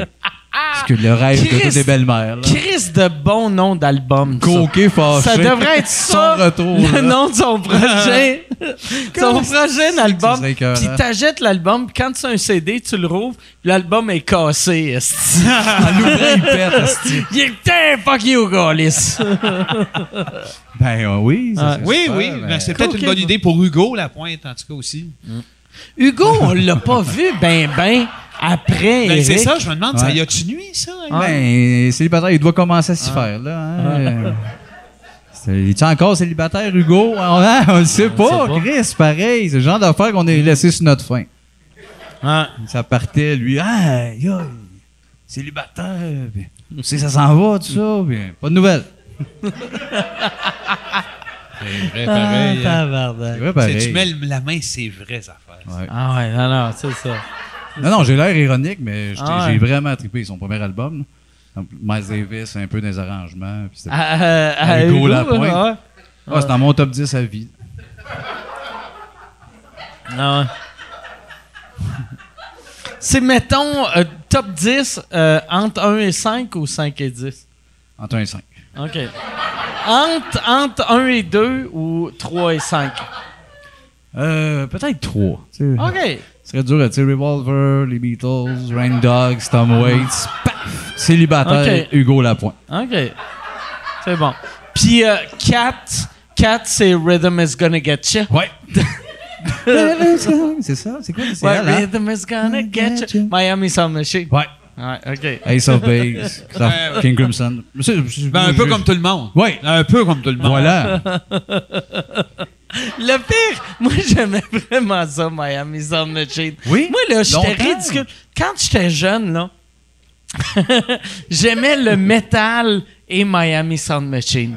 Parce que le rêve de toutes Christ. les belles-mères. là. Chris de bon nom d'album. ça. Coquet fâché. Ça devrait être ça, Son retour, le là. nom de son [laughs] projet. son Comment projet que ce d'album. serait écœurant? Puis t'achètes l'album, puis quand c'est un CD, tu le rouvres, puis l'album est cassé. [laughs] esti. En l'ouvrant, il pète. esti. Il est putain, fuck you, [laughs] Gaulis. Ben euh, oui. Ah. ça, c'est Oui, super, oui. ben- ben, c'est peut-être cool, une bonne ok. idée pour Hugo, la pointe, en tout cas aussi. Hugo, on l'a pas vu, ben, ben, après. Ben, c'est Eric. ça, je me demande, ça Ouais. y a-tu nuit, ça? hein? Hugo? Ben, célibataire, il doit commencer à s'y faire, là. Hein? [laughs] C'est- Il est encore célibataire, Hugo? On, hein, on le sait pas, Chris, pareil. C'est le genre d'affaire qu'on est laissé sur notre fin. Ça partait, lui, aïe, aïe, célibataire. Puis, on sait, ça s'en va, tout ça. puis, pas de nouvelles. C'est vrai, Ben, pareil. hein. C'est vrai, pareil. C'est- Tu mets le- la main, c'est vraies affaires. Ouais. Ah ouais, non, non, c'est ça. Non, non, j'ai l'air ironique, mais j'étais- j'ai Ah ouais. vraiment trippé son premier album. là. Miles Davis, un peu des arrangements. puis c'était- À- à- à Hugo Hugo, Lapointe. ouais. Ah, c'est dans mon top 10 à vie. Ah ouais. [laughs] C'est, mettons, euh, top 10 euh, entre 1 et 5 ou 5 et 10? Entre un et 5. OK. Entre, entre 1 et 2 ou 3 et 5? Euh, peut-être 3. OK. Ce serait dur à tirer Revolver, les Beatles, Rain Dogs, Tom Waits. Paf! Célibataire, Ok. Hugo Lapointe. OK. C'est bon. Puis 4, 4 c'est Rhythm is Gonna Get You. Ouais. [laughs] c'est ça? C'est quoi? C'est Ouais, elle, hein? Rhythm is Gonna Get You. Miami Sound Machine. Ouais. Ouais, OK. Ace of Base, ça- King Crimson. Mais c'est- c'est- Ben, un moi, peu je- comme tout le monde. Ouais. Un peu comme tout le monde. Voilà. Le pire, moi j'aimais vraiment ça, Miami Sound Machine. Oui, Moi là, j'étais longtemps. ridicule. Quand j'étais jeune, là, [laughs] j'aimais le métal et Miami Sound Machine.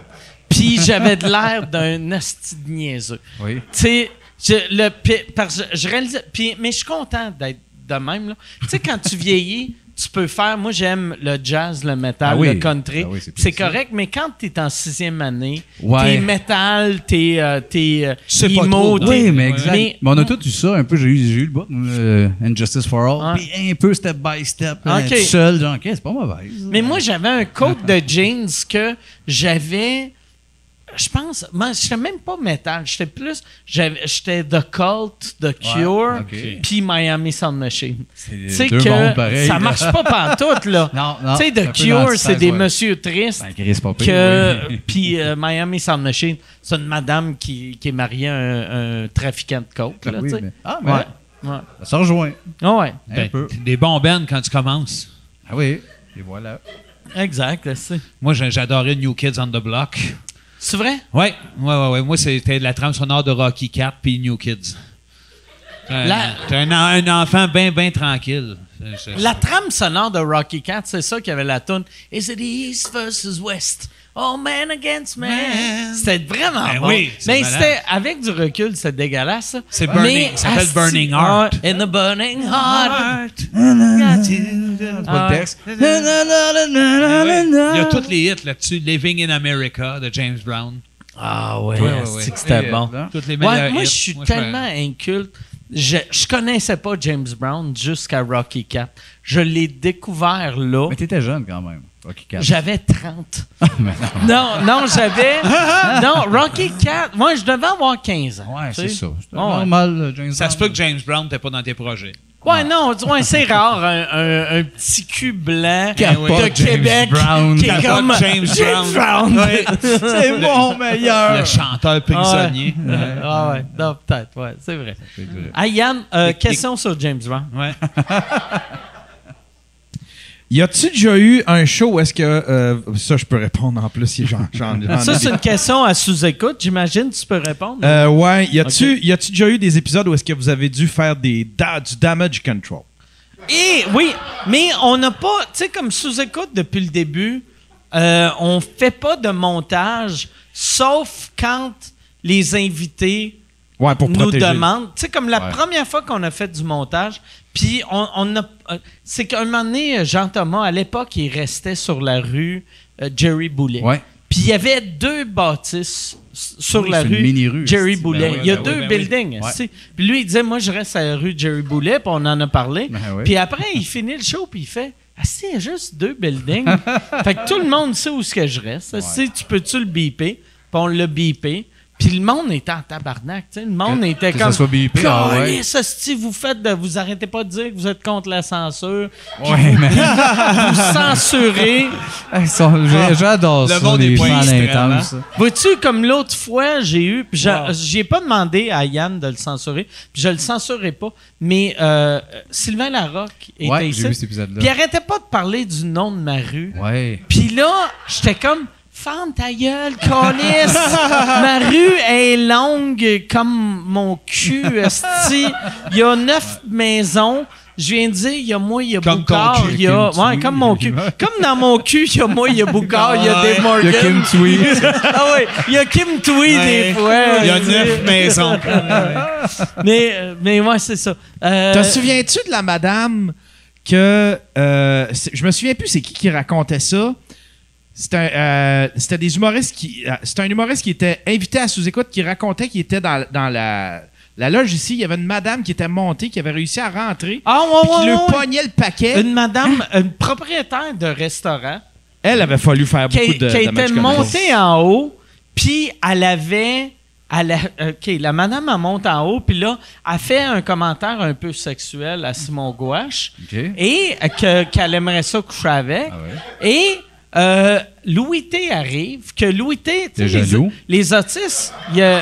Puis j'avais de l'air d'un asti de niaiseux. Oui. Tu sais, je, le, pi- parce que je réalisais- puis- mais je suis content d'être de même. là. Tu sais, quand tu vieillis, tu peux faire. Moi, j'aime le jazz, le métal, Ah oui. le country. Ah oui, c'est plus c'est ça. correct, mais quand tu es en sixième année, Ouais. t'es métal, t'es euh, t'es, euh, sais pas emo, trop, t'es- Oui, mais exact. Mais- Mais, on a tous eu ça un peu. J'ai eu, j'ai eu le bout, euh, Injustice for All. Ouais. Puis un peu step by step. Ok. euh, tout seul, genre, OK, c'est pas mauvais. ça. Mais moi, j'avais un coat de jeans que j'avais je pense, moi, j'étais même pas métal. J'étais plus, j'avais- j'étais The Cult, The Cure, ok. puis Miami Sound Machine. Tu sais deux mondes pareils, ça là. marche pas pantoute, là. [laughs] Non, non, Tu sais, un The peu dans Cure, le c'est sens, des ouais. messieurs tristes. Ben, Chris, pas pire, que, [laughs] oui. puis euh, Miami Sound Machine, c'est une madame qui, qui est mariée à un, un trafiquant de coke, là, Oui, tu sais. mais- Ah, mais Ouais. Ouais. ça rejoint. Ah ouais. un peu. Ben, Des bons bands quand tu commences. Ah oui, et voilà. Exact, là, c'est. Moi, j'ai- j'adorais New Kids on the Block. C'est vrai? Ouais, ouais, ouais, ouais. Moi, c'était la trame sonore de Rocky 4 puis New Kids. Euh, La- T'es un, en- un enfant bien, bien tranquille. C'est- c'est- La trame sonore de Rocky Cat, c'est ça qui avait la tune. Is it East versus West? Oh man against man. Man. C'était vraiment Ben bon. oui, c'est mais malade. c'était avec du recul, c'est dégueulasse. ça. C'est Burning- Mais ça s'appelle asti- Burning Heart. Ah, in the burning heart. C'est pas le [laughs] texte. Ah ouais. Il y a tous les hits là-dessus. Living in America de James Brown. Ah ouais, Ouais, ouais, asti ouais. que c'était Et, bon. euh, Toutes les Ouais, meilleurs moi, hits. je suis Moi, tellement inculte. Je, je connaissais pas James Brown jusqu'à Rocky Cat. Je l'ai découvert là. Mais t'étais jeune quand même. Rocky Cat. [laughs] J'avais 30. non, non, j'avais. non, Rocky 4. Moi, je devais avoir 15 ans. Ouais, tu c'est sais. ça. C'était Ouais, normal, euh, James Ah Ça se peut Brown. que James Brown n'était pas dans tes projets. ouais. Ouais, non, tu- ouais, c'est rare, un, un- un petit cul blanc Capote de James Québec Brown. qui est Capote comme James Brown. Ouais. C'est mon Le meilleur. Ah chanteur prisonnier. ouais. Ah ouais, non, peut-être, ouais, c'est vrai. Ah, Yann, euh, question sur James Brown. Ouais. Y a-tu déjà eu un show où est-ce que. euh, ça, je peux répondre en plus si j'en j'en- j'en ai. Ça, c'est une question à sous-écoute, j'imagine, tu peux répondre. Euh, ouais, y a-tu y a-tu déjà eu des épisodes où est-ce que vous avez dû faire des da- du damage control? Et oui, mais on n'a pas, tu sais, comme sous-écoute depuis le début, euh, on fait pas de montage, sauf quand les invités Ouais, pour nous protéger. demandent. Tu sais, comme la Ouais. première fois qu'on a fait du montage, puis on, on a. euh, C'est qu'à un moment donné, euh, Jean-Thomas, à l'époque, il restait sur la rue euh, Jerry Boulet. Ouais. Puis il y avait deux bâtisses s- sur Oui, la c'est une rue, mini-rue, Jerry c'est- Boulet. ben oui, il y a ben oui, deux ben oui. buildings. Ouais. c'est- Puis lui, il disait, moi, je reste à la rue Jerry Boulet, puis on en a parlé. Ben oui. Puis après, il finit le show, puis il fait, ah, c'est il y a juste deux buildings. fait que tout le monde sait où est-ce que je reste. Si tu peux-tu le biper? Puis on l'a bipé. Puis le monde était en tabarnak, tu sais. Le monde Que- était que comme. ça soit bipé, ah ouais. Calisse, hostie, vous faites de- vous arrêtez pas de dire que vous êtes contre la censure. Ouais, [laughs] mais. Vous censurez. Hey, son- j'ai- J'adore Ah. Le ça, monde les est pas fans extrême, intenses. Vois-tu, comme l'autre fois, j'ai eu. Puis j'a- j'ai pas demandé à Yann de le censurer. Puis je le censurerai pas. Mais euh, Sylvain Larocque était Ouais, ici. j'ai vu cet épisode-là. Puis il arrêtait pas de parler du nom de ma rue. Ouais. Puis là, j'étais comme. Ferme ta gueule, [laughs] calice! Ma rue est longue comme mon cul, esti. Il y a neuf maisons. Je viens de dire, il y a moi, il y a Comme ton Boucard, cul, il y a... Kim Ouais, Tui. comme mon cul. Comme dans mon cul, il y a moi, il y a Boucard, il y a Ouais. Dave Morgan. Il y a Kim [laughs] Tui. ah ouais, il y a Kim Tui des fois. Il y a tu sais. [laughs] neuf maisons. Mais, euh, mais ouais, c'est ça. Euh, Te souviens-tu de la madame que. euh, c'est- je me souviens plus c'est qui qui racontait ça. C'était un, euh, c'était des humoristes qui. euh, C'était un humoriste qui était invité à sous-écoute qui racontait qu'il était dans, dans la, la loge ici. Il y avait une madame qui était montée, qui avait réussi à rentrer. Ah puis ouais, qui ouais, lui ouais. pognait le paquet. Une madame, une propriétaire de restaurant, Elle avait fallu faire qui, beaucoup de. qui de était match montée en haut, puis elle avait. elle a- euh, OK, la madame, elle monte en haut, puis là, elle fait un commentaire un peu sexuel à Simon Gouache, OK. et euh, que- qu'elle aimerait ça coucher avec. Ah ouais. Et euh, Louis T arrive, que Louis T, tu T'es sais, les, jaloux? les autistes, ils euh,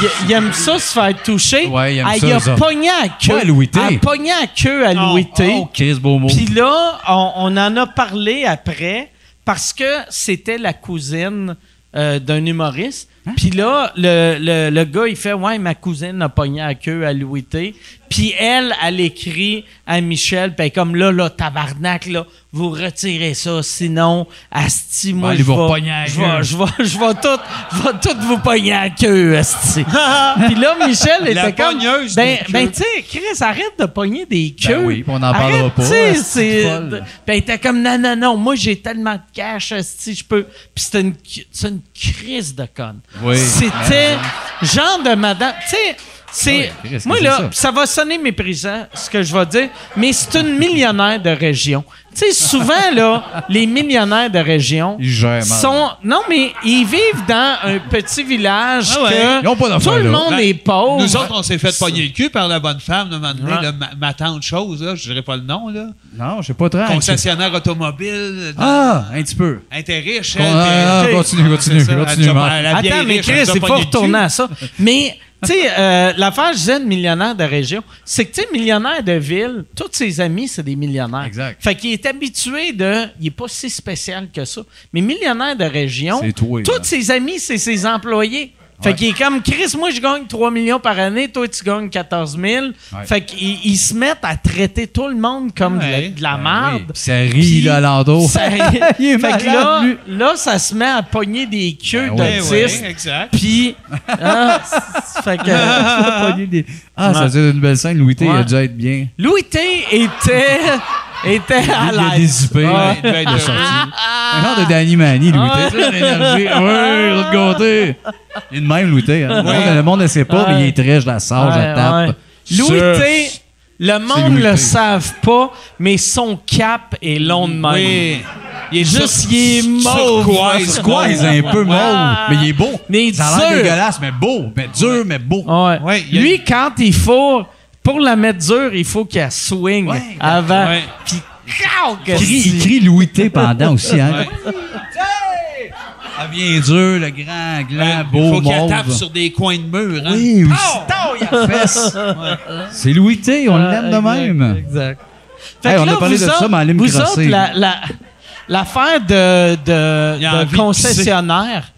ils- ils aiment ça se faire toucher. Ouais, ils aiment Elle, ça, il a eux autres. pogné à queue. Ouais, Louis T. Elle a pogné à queue à Louis T. Oh, Chris Beaumont. Puis là, on, on en a parlé après parce que c'était la cousine euh, d'un humoriste. Hein? Puis là, le, le- le gars, il fait Ouais, ma cousine a pogné à queue à Louis T. Puis elle, elle écrit à Michel, puis elle est comme là, là, tabarnak, là, vous retirez ça, sinon, Asti, moi, Ben, allez je vous vais- repogner à la je vais- gueule. je vais- je vais tout, je vais tout vous pogner à queue, [laughs] Asti. puis là, Michel La était comme. pogneuse de Ben, queue. ben, tu sais, Chris, arrête de pogner des queues. Ben oui, puis on n'en Arrête, parlera pas, tu sais, c'est c'est- folle. Puis elle Ben, était comme, non, non, non, moi, j'ai tellement de cash, si je peux. Puis c'était une, c'est une crise de conne. Oui, Ah, C'était genre de madame. Tu sais, c'est. Oui, Chris, moi, c'est là, ça. ça va sonner méprisant, ce que je vais dire, mais c'est une millionnaire de région. Tu sais, souvent, [laughs] là, les millionnaires de région Ils gèrent mal. sont. Non, mais ils vivent dans un petit village Ah ouais. que Ils ont pas d'affaires, tout le là. monde Ben, est Oh, pauvre. Nous autres, on s'est fait pogner le cul par la bonne femme, de donné, Ouais. là, ma, ma tante chose, là, je dirais pas le nom, là. Non, je sais pas trop. Concessionnaire automobile. Ah, un petit peu. Intérêt, riche, Con- elle, ah, puis- ah, continue, Ah, continue, c'est ça, elle continue, nous a- Marc. elle a bien Attends, mais riche, elle Chris, nous a c'est pas pogné le cul. retourner à ça. Mais, tu sais, euh, l'affaire, je disais, de millionnaire de région, c'est que, tu sais, millionnaire de ville, tous ses amis, c'est des millionnaires. Exact. Fait qu'il est habitué de. Il est pas si spécial que ça. Mais millionnaire de région, C'est toi, tous là. ses amis, c'est ses employés. Fait qu'il est comme Chris, moi je gagne 3 millions par année, toi tu gagnes 14 000. Fait qu'ils ils se mettent à traiter tout le monde comme de la- Ouais. de la, Ben merde. oui. Puis Ça rit, là, à l'endos. [laughs] Ça- Il fait est que malade, là, lui. là, ça se met à pogner des queues Ben ouais. Eh Ouais, ouais, d'autistes. exact. Puis. Ah, c'est- fait que. Ah, ça faisait une belle scène. Louis T, il a Ouais. dû être bien. Louis T était. était à Il a l'aise. dissipé. Ah. là. Il devait être heureux. Un genre de Danny Manny, Louis T. C'est l'énergie. Oui, Ah. l'autre côté. Il est de même, Louis T. hein. Le monde- Le monde ne sait pas, mais il est très, je la sors, je Ouais, la tape. ouais. Louis T. Le monde Louis le T. savent pas, mais son cap est long de même. Oui. Il est Juste, il est mauve. turquoise. Squaze un peu mauve, mais il est beau. Mais ça a l'air dur. Oh, dégueulasse, mais beau. Mais dur, mais beau. Ouais. Ouais, il y a- Lui, quand il faut, pour la mettre dure, il faut qu'elle swing Ouais. Ah, avant. Ouais. Puis, Caw, que Il crie, il crie Louis T pendant aussi. Hein. Elle vient dure, le grand, gland, beau, faut qu'elle mauve. tape sur des coins de mur. Hein? Oui, oui. Ah! C'est Louis T, on l'aime de exact, même. Exact. Fait Hey, que on là, a parlé vous de ça, autres- mais allez me vous crosser. autres, la- la- L'affaire de, de, Il a de envie de concessionnaire,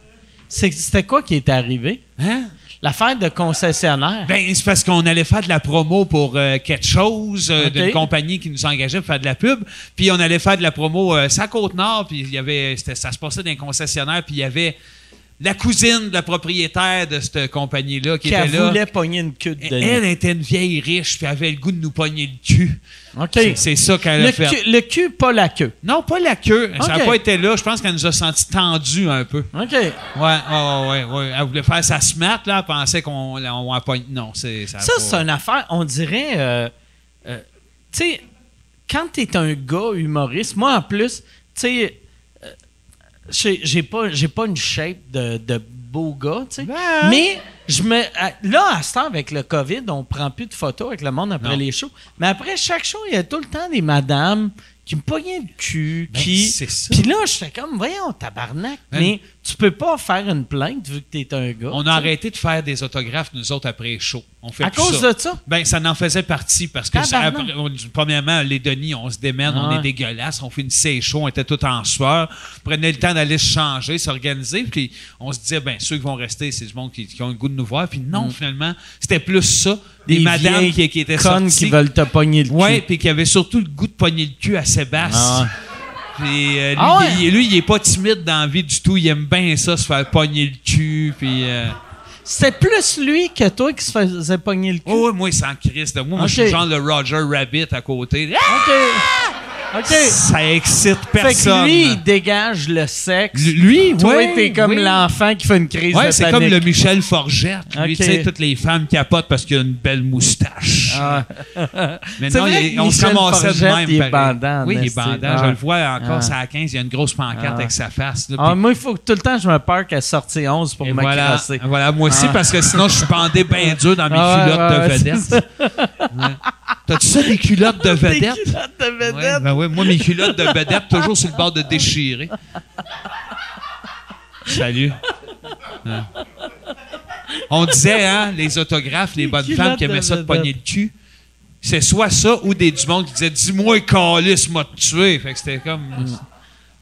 c'est- c'était quoi qui est arrivé? Hein? L'affaire de concessionnaire. Ben, c'est parce qu'on allait faire de la promo pour euh, quelque chose, euh, Ok. d'une compagnie qui nous engageait pour faire de la pub. Puis on allait faire de la promo euh, sur la Côte-Nord, puis il y avait, c'était- ça se passait dans un concessionnaire, puis il y avait la cousine de la propriétaire de cette compagnie-là qui qui était là. voulait pogner une queue de Elle, Denis. elle était une vieille riche, puis elle avait le goût de nous pogner le cul. OK. C'est- C'est ça qu'elle Le a fait. cul, le cul, pas la queue. Non, pas la queue. Ça n'a Ok. pas été là. Je pense qu'elle nous a senti tendus un peu. OK. Ouais, ouais, ouais, ouais. Elle voulait faire sa smart, là. Elle pensait qu'on on, a pas- Non, c'est. a Ça, pas- c'est une affaire, on dirait. euh, euh, tu sais, quand t'es un gars humoriste, moi en plus, tu sais, euh, j'ai j'ai pas, j'ai pas une shape de, de beau gars, tu sais. hein? Mais je me. à- Là, à ce temps, avec le COVID, on prend plus de photos avec le monde après Non. les shows. Mais après chaque show, il y a tout le temps des madames qui me pognaient le cul, Ben, qui. c'est ça. Puis là, j'étais comme, voyons, tabarnak. Ben- mais tu peux pas faire une plainte vu que t'es un gars. On tu a sais. arrêté de faire des autographes, nous autres, après les shows. On fait À plus cause ça. de ça? Ben, ça en faisait partie parce que, ça- Tabarnak. après- on- premièrement, les Denis, on se démène, Ah on ouais. est dégueulasse, on finissait les shows, on était tout en sueur. On prenait le temps d'aller se changer, s'organiser, puis on se disait, ben, ceux qui vont rester, c'est du monde qui, qui ont le goût de nous voir. Puis non, finalement, c'était plus ça. Des, madames Mm. vieilles qui, qui étaient connes sorties. qui veulent te pogner le cul. Ouais, puis qui avait surtout le goût de pogner le cul à Sébastien. Ah ouais. Puis euh, lui, Ah ouais? il, lui, il est pas timide dans la vie du tout. Il aime bien ça, se faire pogner le cul. Puis. euh, C'était plus lui que toi qui se faisait pogner le cul. Oh, ouais, moi, sans crise de moi. Moi, Ok. je suis genre le Roger Rabbit à côté. Ah! OK. OK. Ça excite Fait que personne. lui, il dégage le sexe. L- lui, Toi, ouais, t'es comme oui. l'enfant qui fait une crise Ouais, de c'est comme panique. le Michel Forgette. Lui, Ok. tu sais, toutes les femmes capotent parce qu'il a une belle moustache. Ah. Mais C'est non, vrai il- que on se Michel ramassait de Forgette, même. il est pareil. bandant, Oui, il est n'est-ce-tu? bandant. Ah. Je le vois encore, Ah. ça à 15, il y a une grosse pancarte Ah. avec sa face. là, Ah, puis- moi, il faut que tout le temps, je me perds qu'à sortie 11 pour et me voilà, crasser. voilà, moi aussi, Ah. parce que sinon, je suis bandé bien dur dans mes Ah ouais, culottes ouais, de ouais, vedette. c'est ça. Ouais. T'as-tu ça, des culottes Tes de vedette? culottes de vedette. Ouais, ben ouais, moi, mes culottes de vedette, toujours sur le bord de déchirer. Salut. Hein. On disait, hein, les autographes, les bonnes culottes femmes qui de aimaient ça de vedette. pogner le cul. C'est soit ça ou des du monde qui disaient Dis-moi, Calis m'a tué. Fait que c'était comme.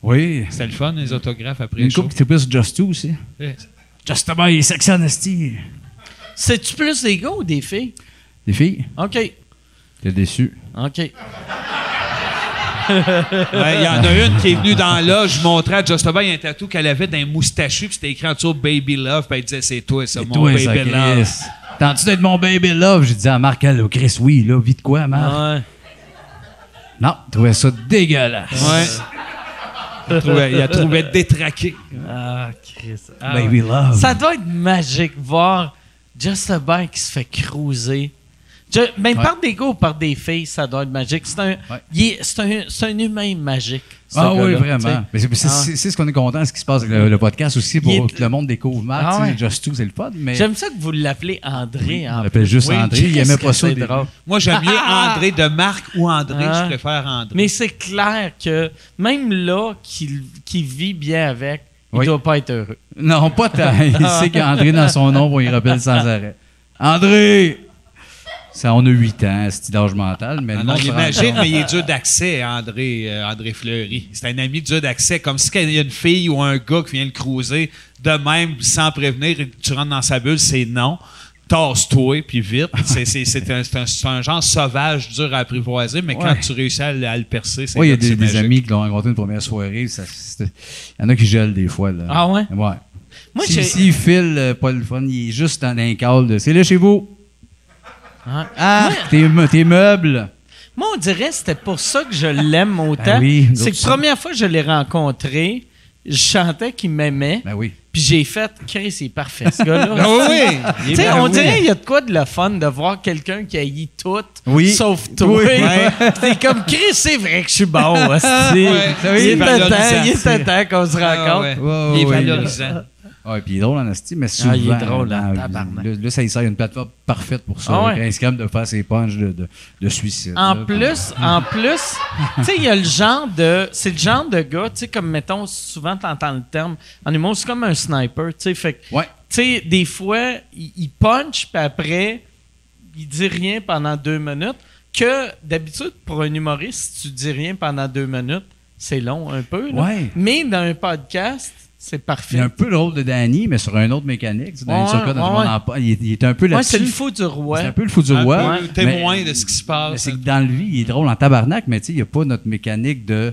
Oui. C'était le fun, les autographes après le Une show. coupe qui était plus Just Two aussi. Ouais. Just Two, il est sexy en esti. C'est-tu plus des gars ou des filles? Les filles, OK. t'es déçu. OK. Il y en a une qui est venue dans là, je montrais à Justaba un tatou qu'elle avait d'un moustachu, puis c'était écrit en dessous Baby Love, puis elle disait C'est toi, ça, C'est mon toi, Baby ça, Love. Chris. Tends-tu d'être mon baby love? J'ai dit à Marc, allô, Chris, oui, là, vite quoi, Marc? Ah. Ouais. Non, je trouvais ça dégueulasse. Ouais. Il, trouvait, il a trouvé détraqué. Ah, Chris. Ah, ouais. Baby love. Ça doit être magique voir Just a Bike qui se fait cruiser Je- ben, par des gars ou par des filles, ça doit être magique. C'est un, il est- c'est un, c'est un humain magique. ce Ah oui, gars-là, tu sais. vraiment. Mais c'est, c'est- Ah. c'est- c'est ce qu'on est content, ce qui se passe avec le, le podcast aussi, Il pour est- que le monde découvre Marc. Ah tu sais, ouais. Just Two, c'est le pod, mais J'aime ça que vous l'appelez André. on en l'appelle juste Oui, André. Il qu'est-ce aimait que pas ça. c'est au début. drôle. Moi, j'aime bien André de Marc ou André. Ah. Je préfère André. Mais c'est clair que même là, qu'il qu'il vit bien avec, il Oui. doit pas être heureux. Non, [laughs] pas tant. Il sait qu'André, dans son nom, on y rappelle sans arrêt. André! Ça, on a 8 ans, c'est d'âge mental, mais Ah le non, monde se rend l'imagine, compte. mais il est dur d'accès, André, euh, André Fleury. C'est un ami dur d'accès. Comme si quand il y a une fille ou un gars qui vient le cruiser, de même, sans prévenir, tu rentres dans sa bulle, c'est non. Tasse-toi, puis vite. C'est, c'est- c'est un, c'est un- c'est un genre sauvage, dur à apprivoiser, mais quand Ouais. tu réussis à, le- à le percer, c'est Oui, Oh, il y a là que des, c'est des magique. amis qui l'ont rencontré une première soirée. ça- c'était- Il y en a qui gèlent des fois. Là. Ah ouais? Ouais. Moi, si, j'ai- s'il file euh, pas le fun, il est juste dans un câble de « C'est là chez vous! Hein? Ah! Moi- Tes, me- tes meubles! Moi, on dirait que c'était pour ça que je l'aime autant. Ben oui, nous c'est autres que première fois que je l'ai rencontré, je chantais qu'il m'aimait, Ben oui. puis j'ai fait « Chris, c'est parfait, ce gars-là. » [laughs] Ah [laughs] oui, Tu sais, Ben on dirait qu'il y a de quoi de le fun de voir quelqu'un qui haït tout, Oui. sauf toi. Ouais. T'es comme Chris, [laughs] c'est vrai que je suis [laughs] bon. hostie. oui, il était valorisant, temps, il c'est- était temps qu'on se Ah rencontre. ouais. Ouais, Il est ouais, valorisant. Ah, et puis il est drôle en asti, mais souvent... Ah, il est drôle, dans- hein, tabarnak. là, là, ça il sert une plateforme parfaite pour ça. Ah ouais. avec Instagram de faire ses punches de, de, de suicide. là, En plus, en plus, tu sais, il y a le genre de. C'est le genre de gars, tu sais, comme mettons, souvent tu entends le terme. En humour, c'est comme un sniper, tu sais. Fait que, Ouais. tu sais, des fois, il, il punch, puis après, il dit rien pendant deux minutes. Que d'habitude, pour un humoriste, si tu dis rien pendant deux minutes, c'est long un peu. là. Ouais. Mais dans un podcast, c'est C'est parfait. un peu le rôle de Danny, mais sur un autre mécanique. tu sais, Danny Ouais, Turcotte, dans ouais. le monde en pa- il, est- il est un peu Moi, là-dessus. c'est le fou du roi. C'est un peu le fou Ah, du roi. Un peu témoin mais- de ce qui se Ah, mais passe. c'est que dans le vie, il est drôle en tabarnak, mais tu sais, il n'y a pas notre mécanique de.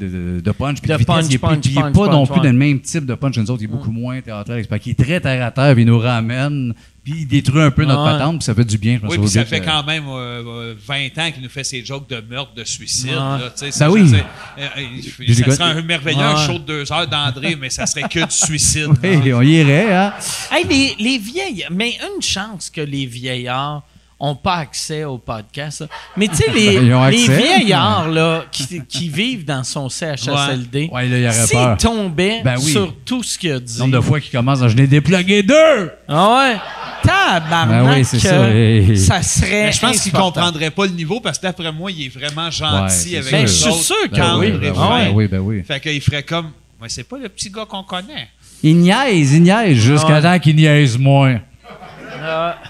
De, de- de punch, puis De de, vitesse. punch, il n'est pas, punch, puis il est punch, Mm. pas non punch, plus dans le même type de punch que nous autres. Il est beaucoup moins théâtral. C'est pas qu'il est très terre à terre, puis il nous ramène, puis il détruit un peu notre Ouais. patente, puis ça fait du bien. Je pense, Oui, au puis ça gars fait que- quand même euh, euh, 20 ans qu'il nous fait ses jokes de meurtre, de suicide. Ouais. là, tu sais, ça, Ben je oui. veux dire, euh, euh, Puis ça j'écoute- serait un merveilleux Ouais. show de deux heures d'André, mais ça serait que du [laughs] suicide. Hey, on y irait, hein? Hey, les, les vieilles, mais une chance que les vieillards n'ont pas accès au podcast. là. Mais tu [laughs] sais, les, Ils ont les accès, vieillards là, qui, qui vivent dans son CHSLD, Ouais, là, il y aurait s'ils peur. tombaient Ben oui. sur tout ce qu'il a dit. Le nombre de fois qu'il commence, je n'ai déplugué deux! Ah ouais. Tabarnak, Ben oui, c'est ça. que ça Mais serait. je pense qu'il ne insupportable. comprendrait pas le niveau parce que d'après moi, il est vraiment gentil Ouais, avec c'est sûr. Ben, les je suis autres sûr que quand oui, André ben Fry. oui, ben oui. Fait qu'il ferait comme Mais c'est pas le petit gars qu'on connaît. Il niaise, il niaise, jusqu'à Ouais. temps qu'il niaise moins.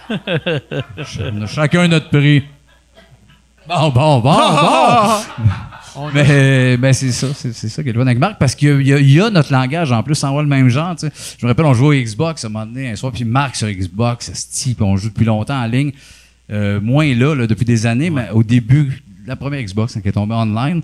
On a [laughs] chacun notre prix. Bon, bon, bon, bon! mais mais c'est ça, c'est c'est ça qui est le fun avec Marc, parce qu'il y, a- il y a notre langage en plus, sans voir le même genre. tu sais. Je me rappelle, on jouait au Xbox à un moment donné, un soir, puis Marc sur Xbox, esti, puis on joue depuis longtemps en ligne. Euh, moins là, là, depuis des années, mais au début, la première Xbox hein, qui est tombée online,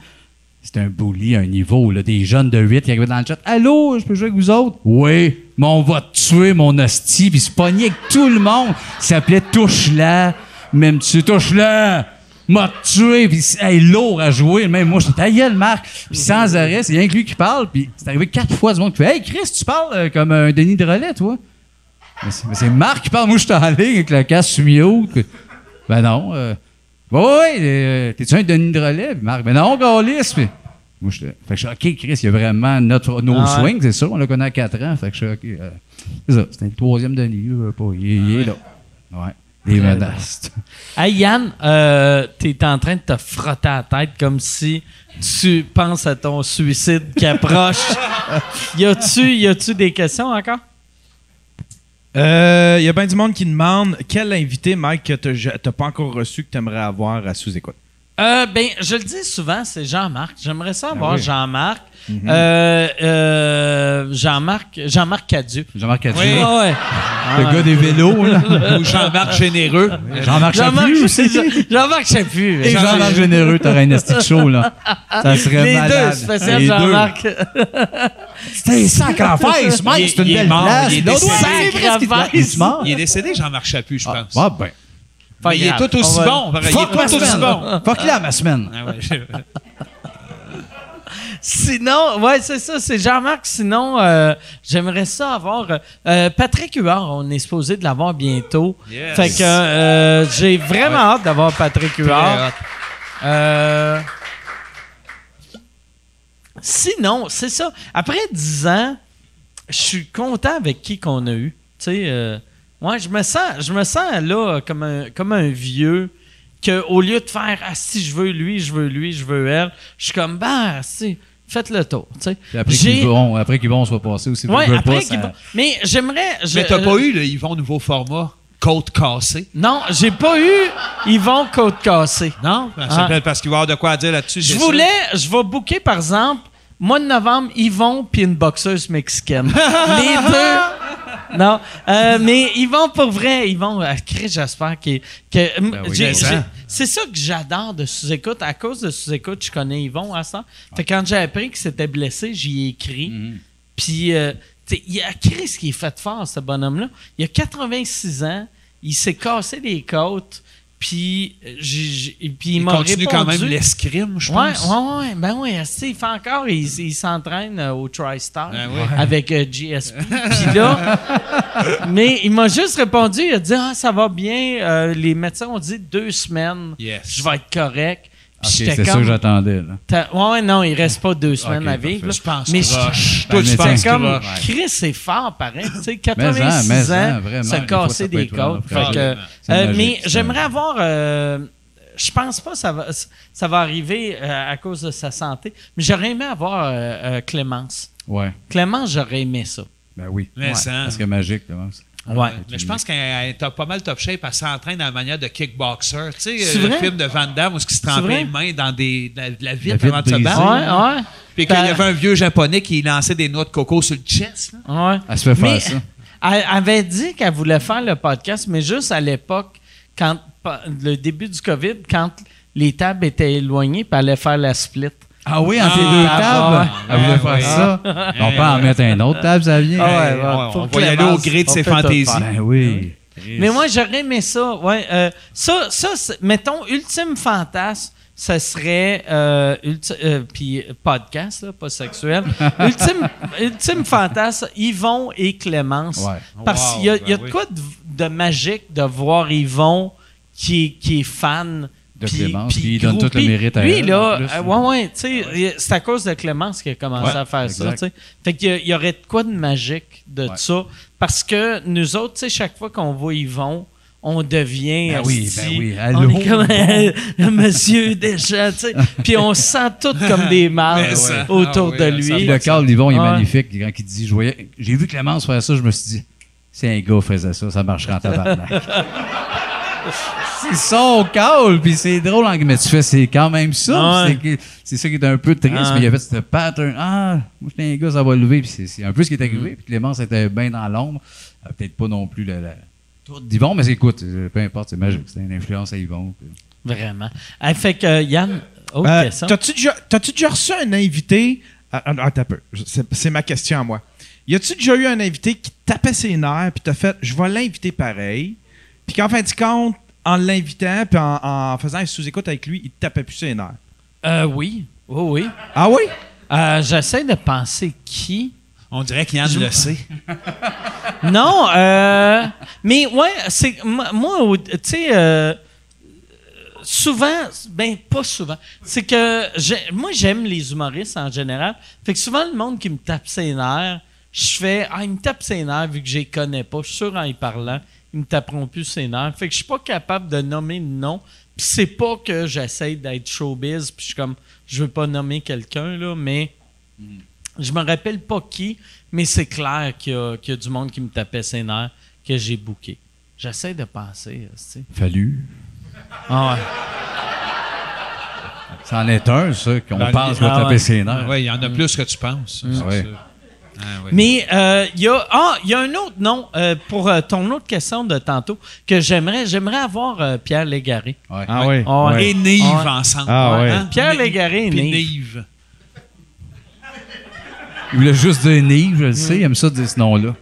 c'était un bully à un niveau. Là, des jeunes de 8 qui arrivaient dans le chat. Allô, je peux jouer avec vous autres? Oui, mais on va te tuer, mon hostie. Puis il se pognait avec tout le monde. Il s'appelait Touche-la. Même tu touche-la. M'a tué, puis c'est hey, lourd à jouer. Même moi, j'étais taillé le Marc. Puis sans arrêt, c'est rien que lui qui parle. Puis c'est arrivé quatre fois du monde qui fait Hey Chris, tu parles euh, comme un Denis de relais, toi. Mais c'est- mais c'est Marc qui parle. Moi, je suis en ligne avec le casque sur mute. Puis, Ben non. euh, Ouais, ouais, euh, t'es-tu un Denis de relais? Puis Marc, ben non, Gaulis. Puis, moi, j'étais. Fait que je suis OK, Chris, il y a vraiment notre, nos Ah ouais. swings, c'est sûr. On le connaît à 4 ans. Fait que je suis OK. euh, c'est ça. C'était le troisième Denis. là, pas- il, il est là. Ouais. Des menaces. Hey Yann, euh, t'es en train de te frotter la tête comme si tu penses à ton suicide qui approche. [laughs] y a-tu y a-tu des questions encore? Euh, Il y a bien du monde qui demande quel invité, Mike, que t'as ja- t'as pas encore reçu que t'aimerais avoir à sous-écoute. Euh, ben, je le dis souvent, c'est Jean-Marc. J'aimerais ça avoir oui. Jean-Marc. Euh, euh, Jean-Marc, Jean-Marc Cadieux. Jean-Marc Cadieux. Oui. Ah ouais. Le gars des vélos, [laughs] là. Ou Jean-Marc Généreux. Jean-Marc Jean-Marc, Chaput c'est aussi. Jean- [laughs] Jean-Marc Chaput. Et Jean-Marc Généreux, t'aurais un esti de show, là. Ça serait Les deux, malade. spécial Les deux. Jean-Marc. C'était un sac en face, [laughs] Il est- Mike. C'est il une est belle mort, place. il est L'autre, décédé. ouais, c'est Chris qui te l'a- Il est mort. Il est décédé, Jean-Marc Chaput, je pense. Ah, ben. Pas Mais il est grave. tout aussi On va- bon. Ah pareil, Il Fuck est ma tout aussi bon. semaine. Fuck là, ma semaine. Ah ouais, je- Sinon, ouais, c'est ça, c'est Jean-Marc. Sinon, euh, j'aimerais ça avoir. euh, euh, Patrick Huard, on est supposé de l'avoir bientôt. Yes. Fait que euh, j'ai vraiment hâte d'avoir Patrick Très Huard. hot. Euh, sinon, c'est ça. Après 10 ans, je suis content avec qui qu'on a eu. Tu sais, euh, ouais, je me sens, je me sens là comme un, comme un vieux que au lieu de faire ah si je veux lui, je veux lui, je veux elle, je suis comme ben si faites le tour. Tu sais, Puis Après J'ai- qu'ils vont, après qu'ils vont, soit passer aussi. Ouais, veut après pas, qu'il ça- va- Mais j'aimerais. je- Mais t'as pas eu le Yvon nouveau format, côte cassée? Non, j'ai pas eu Yvon Côte Cassée. Non? Ben, Ah. ça s'appelle Parce qu'il va y avoir de quoi à dire là-dessus. Je c'est voulais, je vais booker par exemple, mois de novembre, Yvon puis une boxeuse [laughs] mexicaine. Les deux. Non, euh, mais Yvon, pour vrai, Yvon, euh, Chris, j'espère qu'il. que- m- oui, j'ai- ben j'ai- oui. c'est ça que j'adore de sous-écoute. À cause de sous-écoute, je connais Yvon à ça. Fait que quand j'ai appris qu'il s'était blessé, j'y ai écrit. Mhm. Puis, euh, tu sais, il y a Chris qui est fait fort, ce bonhomme-là. Il a 86 ans, il s'est cassé les côtes, puis, euh, j'ai- j'ai- puis il, ça. Il m'a continue quand même répondu. l'escrime, je Ouais, pense. ouais, ouais, ben oui, asti, il fait encore, il, s- il s'entraîne euh, au TriStar Ben oui. avec euh, GSP. Puis [laughs] là, mais il m'a juste répondu, il a dit ah ça va bien, euh, les médecins ont dit deux semaines, Yes. je vais être correct. Puis Ok, j'étais c'est ça comme, que j'attendais. là. t'as- ouais, ouais, non, il reste pas deux semaines à parfait. vivre. là. Je pense mais que j'étais- rush. Ben, Toi, tu mais penses c'est tiens, que comme rush. Chris, c'est fort pareil. Tu sais, Mais en, 86 mais en, ans, vraiment, se des fois, casser ça peut des être vraiment côtes. Fait fragile. que, euh, C'est magique, mais ça. j'aimerais avoir. euh, je pense pas que ça va, ça va arriver euh, à cause de sa santé, mais j'aurais aimé avoir euh, euh, Clémence. Ouais, Clémence, j'aurais aimé ça. ben oui. Mais Ouais. ça- Parce que magique, comment ça. Ouais. Mais je pense qu'elle est top- pas mal top shape. Elle s'entraîne à la manière de kickboxer. Tu sais, euh, C'est le vrai? film de Van Damme où il se trempait vrai? les mains dans des, de la, de la La vitre vitre avant de se brisée. Ouais, battre. hein. ouais. Ben, Puis qu'il y avait un vieux japonais qui lançait des noix de coco sur le chest. là. Ouais. Elle se fait faire Mais ça. [laughs] Elle avait dit qu'elle voulait faire le podcast, mais juste à l'époque, quand pa- le début du COVID, quand les tables étaient éloignées, puis elle allait faire la split. Ah oui, entre les Ah, deux ah, tables. ouais. Elle voulait Ouais, faire ouais. ça. On peut en ouais. mettre un autre table, ça vient. Ah ouais, Ouais, ouais. on Faut va que y aller Clémence- au gré de on ses peut tout fantaisies. faire. Ben oui. Mais moi, j'aurais aimé ça. Ouais, euh, ça, ça c'est- mettons, ultime fantasme, ça serait. euh, ulti- euh, puis euh, podcast, là, pas [laughs] sexuel. ultime, ultime fantasme, Yvon et Clémence. Ouais. Parce Wow, qu'il y a, il y a ben de oui. quoi de, de magique de voir Yvon qui, est- qui est fan. De puis- Clémence, puis il donne groupie. tout le mérite à Lui, elle, en là, plus. euh, ouais, ouais, tu sais, il- c'est à cause de Clémence qu'il a commencé Ouais, à faire ça, exact. tu sais. Fait qu'il y a- il y aurait de quoi de magique de Ouais. ça. Parce que nous autres, tu sais, chaque fois qu'on voit Yvon, on devient. Ben oui, hostie, ben oui, On allô. est comme [laughs] le monsieur déjà, tu sais. Puis on se sent tout comme [laughs] des Ben mâles Mais ça- [laughs] autour ah oui, de ça lui. Puis le Carl Livon, il est Ouais. magnifique. Quand il dit, je voyais- j'ai vu Clémence faire ça, je me suis dit, si un gars faisait ça, ça marcherait en tabarnak. [laughs] c'est son Carl, puis c'est drôle. hein, Mais tu fais, c'est quand même ça. Ouais. C'est que- C'est ça qui est un peu triste, Ouais. mais il a fait ce pattern. Ah, moi, j'étais un gars, ça va lever. Puis c'est- c'est un peu ce qui est Mm. arrivé. Puis Clémence était bien dans l'ombre. Euh, Peut-être pas non plus la... la- tout d'Yvon, mais écoute, euh, peu importe, c'est magique. C'est une influence à Yvon. Vraiment. Ah, fait que, euh, Yann, autre Euh, question. T'as-tu déjà, t'as-tu déjà reçu un invité? Ah, ah, ah, attends un peu. Je- C'est, c'est ma question à moi. Y a-tu déjà eu un invité qui tapait ses nerfs puis t'as fait, je vais l'inviter pareil, puis qu'en fin de compte, en l'invitant puis en, en faisant un sous-écoute avec lui, il te tapait plus ses nerfs? Euh, oui. Oui, oui. Ah oui? Euh, J'essaie de penser qui. On dirait qu'Yann le sait. Non, euh, mais ouais, c'est moi, moi, au- tu sais, euh, souvent, ben pas souvent, c'est que j'ai- moi j'aime les humoristes en général. Fait que souvent le monde qui me tape ses nerfs, je fais ah il me tape ses nerfs vu que je les connais pas, je suis sûr en y parlant, ils me taperont plus ses nerfs. Fait que je suis pas capable de nommer de nom. Puis c'est pas que j'essaie d'être showbiz, puis je suis comme je veux pas nommer quelqu'un là, mais je me rappelle pas qui, mais c'est clair qu'il y, a- qu'il y a du monde qui me tapait ses nerfs que j'ai booké. J'essaie de penser. euh, tu sais. Fallu. Ah ouais. C'en est un, ça, qu'on Ben, pense va ah taper ouais. ses nerfs. Oui, il y en a plus que tu penses. ça, c'est Ouais. sûr. Ah, oui. Mais euh, il y a ah, il y a un autre nom euh, pour euh, ton autre question de tantôt que j'aimerais j'aimerais avoir euh, Pierre Légaré. Ouais. oui. Ah ouais. Et Nive Ouais. ensemble. Ah, ouais. Hein? Pierre Légaré et Puis Nive. Nive. Il voulait juste dire Nive, je le sais, il aime ça dire ce nom-là.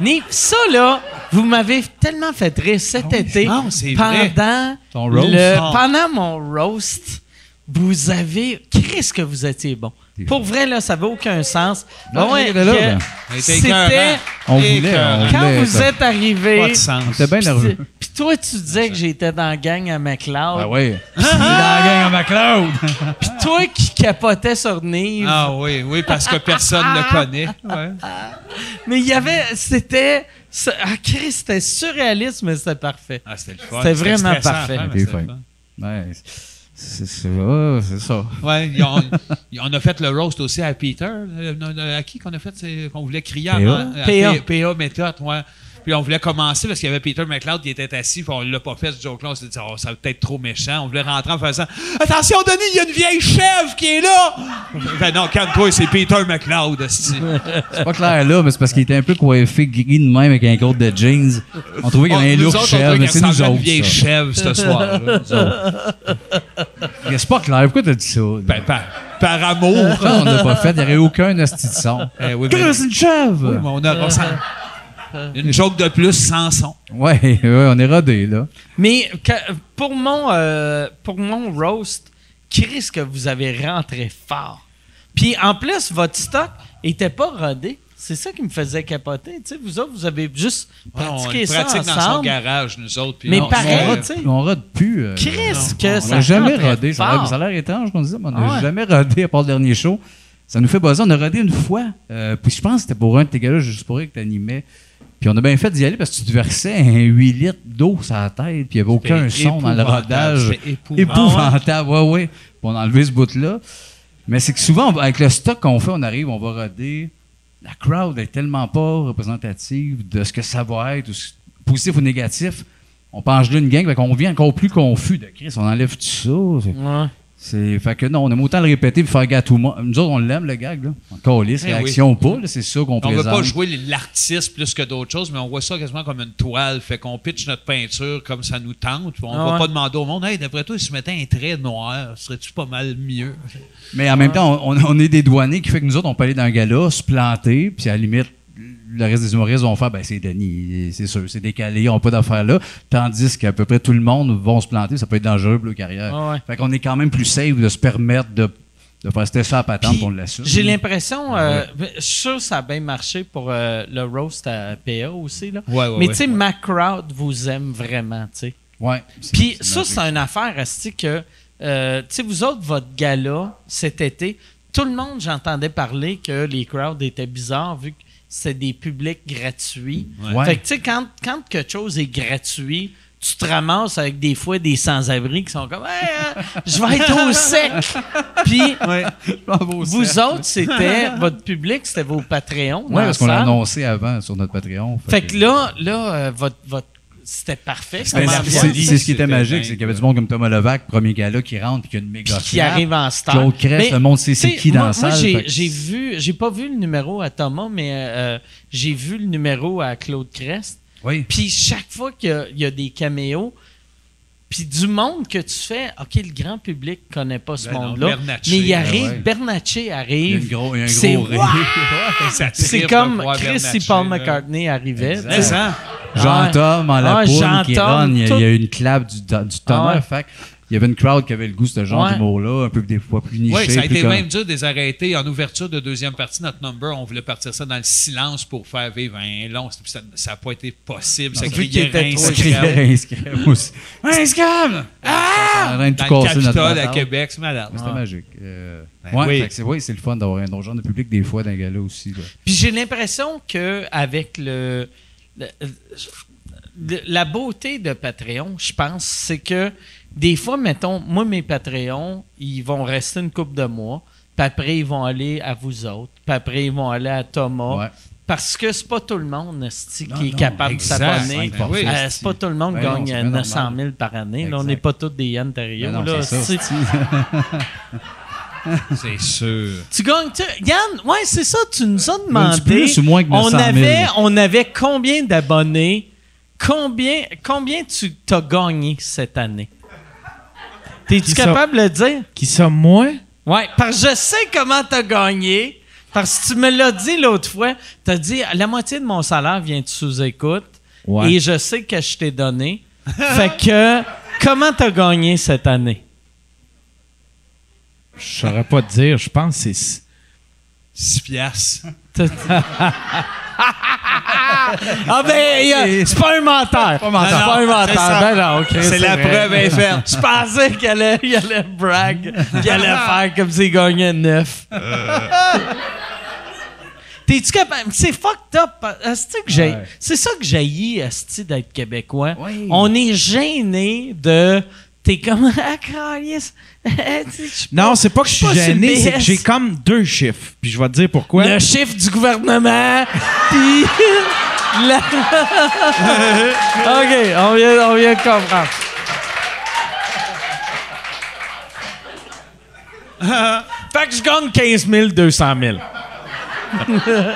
Nive, ça là, vous m'avez tellement fait rire cet été Ah non, c'est vrai. pendant Ton roast. le- Ah. pendant mon roast. vous avez. Qu'est-ce que vous étiez bon? Pour vrai, là, ça n'avait aucun sens. Non, Ouais, il est là, que ben. Il était C'était. écœurant. On voulait. Écœurant. on Quand voulait, vous ça. êtes arrivé. Pas de sens. C'était bien nerveux. Puis toi, tu disais que j'étais dans la gang à McLeod. Ah oui. Dans la gang à McLeod. Puis toi qui capotais sur Nive. Ah oui, oui, parce que personne ne connaît. Ouais. Mais il y avait. C'était. ce- Ah, Chris, c'était surréaliste, mais c'était parfait. Ah, c'était le fun. C'était vraiment stressant à parfait. faire, mais C'était c'était le fun. fun. Ouais. Ben, C'est c'est- ouais, c'est ça. Ouais, ils ont- ils- on a fait le roast aussi à Peter. Euh, non, non, À qui qu'on a fait c'est- qu'on voulait crier en- PA? à- à PA. P- PA méthode, ouais. Puis on voulait commencer parce qu'il y avait Peter McLeod qui était assis, puis on l'a pas fait ce joke-là. On s'est dit, oh, ça va peut-être trop méchant. On voulait rentrer en faisant Attention, Denis, il y a une vieille chèvre qui est là! ben non, calme-toi, c'est Peter McLeod. hostie. C'est pas clair là, mais c'est parce qu'il était un peu coiffé gris de même avec un coat de jeans. On trouvait qu'il y avait un Ah, Nous lourd autres, on chèvre, trouvait mais qu'elle c'est nous ressemblait à une vieille autres. ça. chèvre ce soir. [laughs] Mais C'est pas clair. Pourquoi t'as dit ça? Ben, par, par amour. Ça, on l'a pas fait. Il n'y aurait aucun hostie de son. Eh oui, mais- Comment c'est une chèvre? Oui, mais on a- on s'en- Une joke de plus sans son. Ouais, ouais, on est rodés, là. Mais que- pour, mon, euh, pour mon roast, Chris, que vous avez rentré fort. Puis en plus, votre stock était pas rodé. C'est ça qui me faisait capoter. Tu sais, vous autres, vous avez juste on pratiqué le ça pratique ensemble. dans son garage, nous autres. puis Mais on- pareil, on- tu sais. On rode plus. euh, Chris, que on ça n'a jamais rentrait rodé. Ça a l'air- fort. ça a l'air étrange qu'on dise, mais on n'a Ah ouais. jamais rodé à part le dernier show. Ça nous fait buzzer. On a rodé une fois. euh, puis je pense que c'était pour un de tes gars-là, juste pour rire que t'animais. Puis on a bien fait d'y aller parce que tu te versais un 8 litres d'eau sur la tête. Puis il n'y avait aucun C'était son dans le épouvantable, rodage. c'était épouvantable. Épouvantable. Ouais, ouais. Puis on a enlevé ce bout-là. Mais c'est que souvent, on- avec le stock qu'on fait, on arrive, on va roder. La crowd est tellement pas représentative de ce que ça va être, ou ce- positif ou négatif. On penche là une gang, fait qu'on vient encore plus confus de Chris, on enlève tout ça. c'est- Ouais. C'est, fait que non, on aime autant le répéter puis faire gâteau. Nous autres, on l'aime, le gag, là. On calisse, Eh oui. réaction ou pas, là, c'est ça qu'on On ne veut présente. pas jouer l'artiste plus que d'autres choses, mais on voit ça quasiment comme une toile. Fait qu'on pitch notre peinture comme ça nous tente. On ne Ah va ouais. pas demander au monde, hey, d'après toi, si tu mettais un trait noir, serais-tu pas mal mieux? Mais en même temps, on, on est des douaniers qui fait que nous autres, on peut aller dans un gala, se planter, puis à la limite, le reste des humoristes vont faire, ben c'est Denis, c'est sûr, c'est décalé, ils n'ont pas d'affaires là. Tandis qu'à peu près tout le monde vont se planter, ça peut être dangereux pour leur carrière. Ah ouais. Fait qu'on est quand même plus safe de se permettre de, de faire c'était ça à patente, Puis, on l'assume. J'ai l'impression, euh, je suis sûr que ça a bien marché pour euh, le roast à PA aussi. Là. Ouais, ouais, Mais ouais. tu sais, ma crowd vous aime vraiment. tu sais. Ouais. Puis ça, c'est une affaire, Asti, que, euh, tu sais, vous autres, votre gala, cet été, tout le monde, j'entendais parler que les crowds étaient bizarres vu que c'est des publics gratuits. Ouais. Fait que, tu sais, quand, quand quelque chose est gratuit, tu te ramasses avec des fois des sans-abri qui sont comme Hey, euh, je vais être au sec! » [laughs] Puis [laughs] vous autres, c'était votre public, c'était vos Patreons. dans Ouais, parce qu'on l'a la salle. annoncé avant sur notre Patreon. Fait que là, là euh, votre, votre, c'était parfait. Mais comme c'est- ambiance. c'est c'est ce qui C'était était magique, dingue. c'est qu'il y avait du monde comme Thomas Levac, premier gars-là, qui rentre puis qu'il y a une méga Puis qui clap. arrive en star. Claude Crest, Mais, le monde sait c'est tu sais, qui dans moi, la salle, Moi, fait j'ai, que- j'ai vu, j'ai pas vu le numéro à Thomas, mais euh, euh, j'ai vu le numéro à Claude Crest. Oui. Puis chaque fois qu'il y a- il y, a des caméos, puis du monde que tu fais, OK, le grand public connaît pas ce Ben non, monde-là. Bernatché, mais il ben arrive, ouais. Bernatché Il y a, arrive. une gros- il y a un c'est gros rire. Wow! [laughs] Ça C'est tripe de comme voir Chris si Bernatchez, Paul là. McCartney arrivait. tu sais. Mais ça, Jean-Tom en la Ah, poule qui Jean-Tom, run, il y a- tout- il y a eu une clap du, do- du tonnerre. Ah ouais. Fait que il y avait une crowd qui avait le goût de ce genre Ouais. d'humour-là, un peu des fois plus niché. Oui, ça a plus été comme- même dur de les arrêter en ouverture de deuxième partie, notre number. On voulait partir ça dans le silence pour faire vivre un long. Puis Ça n'a pas été possible. Ça Vu criait qu'il était rien. trop- ça criait un scram aussi. Un scram! Ah! En train de tout Dans le casser notre Capitole à bâtard. Québec, c'est malade. Ah, C'était magique. Euh, Ben ouais, oui. fait que c'est oui, c'est le fun d'avoir un autre genre de public des fois d'un gala aussi. là. Puis j'ai l'impression que avec le, le- le- la beauté de Patreon, je pense, c'est que des fois, mettons, moi mes Patreons, ils vont rester une coupe de mois, puis après ils vont aller à vous autres, puis après ils vont aller à Thomas. Ouais. Parce que c'est pas tout le monde esti, Non, qui est non, capable exact. de Ouais, s'abonner. ben oui, Euh, c'est pas tout le monde Ben non, gagne c'est bien 900 normal. 000 par année. Là, on Exact. n'est pas tous des Yann Terriot. Ben non, là, c'est ça, esti. [laughs] C'est sûr. Tu gagnes, tu... Yann, ouais, c'est ça, tu nous as demandé. Gagnes-tu plus ou moins que 900 on 000? avait, on avait combien d'abonnés? Combien, combien tu t'as gagné cette année? T'es-tu Qui ça? capable de le dire? Qui ça, moi? Ouais, parce que je sais comment t'as gagné. Parce que tu me l'as dit l'autre fois. T'as dit la moitié de mon salaire vient de sous-écoute. Ouais. Et je sais que je t'ai donné. fait que, comment t'as gagné cette année? Je saurais pas te dire. Je pense que c'est. 6 piastres. Ah ben, il y a- c'est pas un menteur. Pas menteur. C'est pas un C'est ça. menteur. Ben non, ok, C'est la vrai. preuve infernale. Je pensais qu'il allait, il allait brag, qu'il allait faire comme s'il gagnait 9. Euh. T'es-tu capable? C'est fucked up. Asti que j'ai- C'est ça que j'ai Asti, d'être québécois. Oui. On est gêné de. T'es comme. Ah, [laughs] câlisse. Asti, je suis pas- Non, c'est pas que je je suis suis pas sur le gêné, c'est BS. que j'ai comme deux chiffres. Puis je vais te dire pourquoi. Le chiffre du gouvernement, puis [laughs] [laughs] la- OK, on vient, on vient de [laughs] comprendre. fait que je gagne 15 000, 200 000. Euh,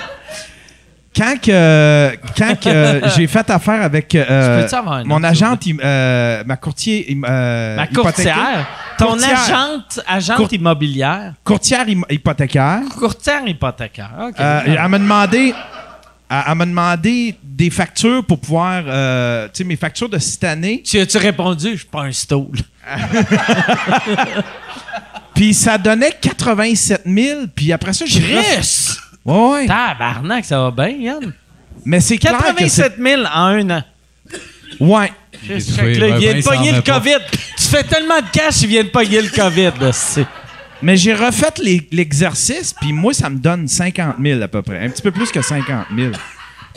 Quand que, [laughs] quand que j'ai fait affaire avec euh, Tu peux-tu avoir un mon autre, agente, il- euh, ma courtier, il- euh, Ma hypothécaire- courtière, ton Courtière. agente, agente Court- immobilière, courtière im- hypothécaire, courtière hypothécaire. OK. euh, elle m'a demandé, elle, elle m'a demandé des factures pour pouvoir, euh, tu sais, mes factures de cette année. tu as-tu répondu? Je suis pas un stole. Puis ça donnait 87 000. Puis après ça, j'ai refait- Chris! Ouais, [laughs] ouais. Tabarnak, ça va bien, Yann. Mais c'est clair que c'est- 87 000 en un an. Ouais. Fait que là, il vient de pogner le COVID. COVID. Tu fais tellement de cash, il vient de pogner le COVID. là, c'est- Mais j'ai refait les- l'exercice, puis moi, ça me donne 50 000 à peu près. Un petit peu plus que 50 000.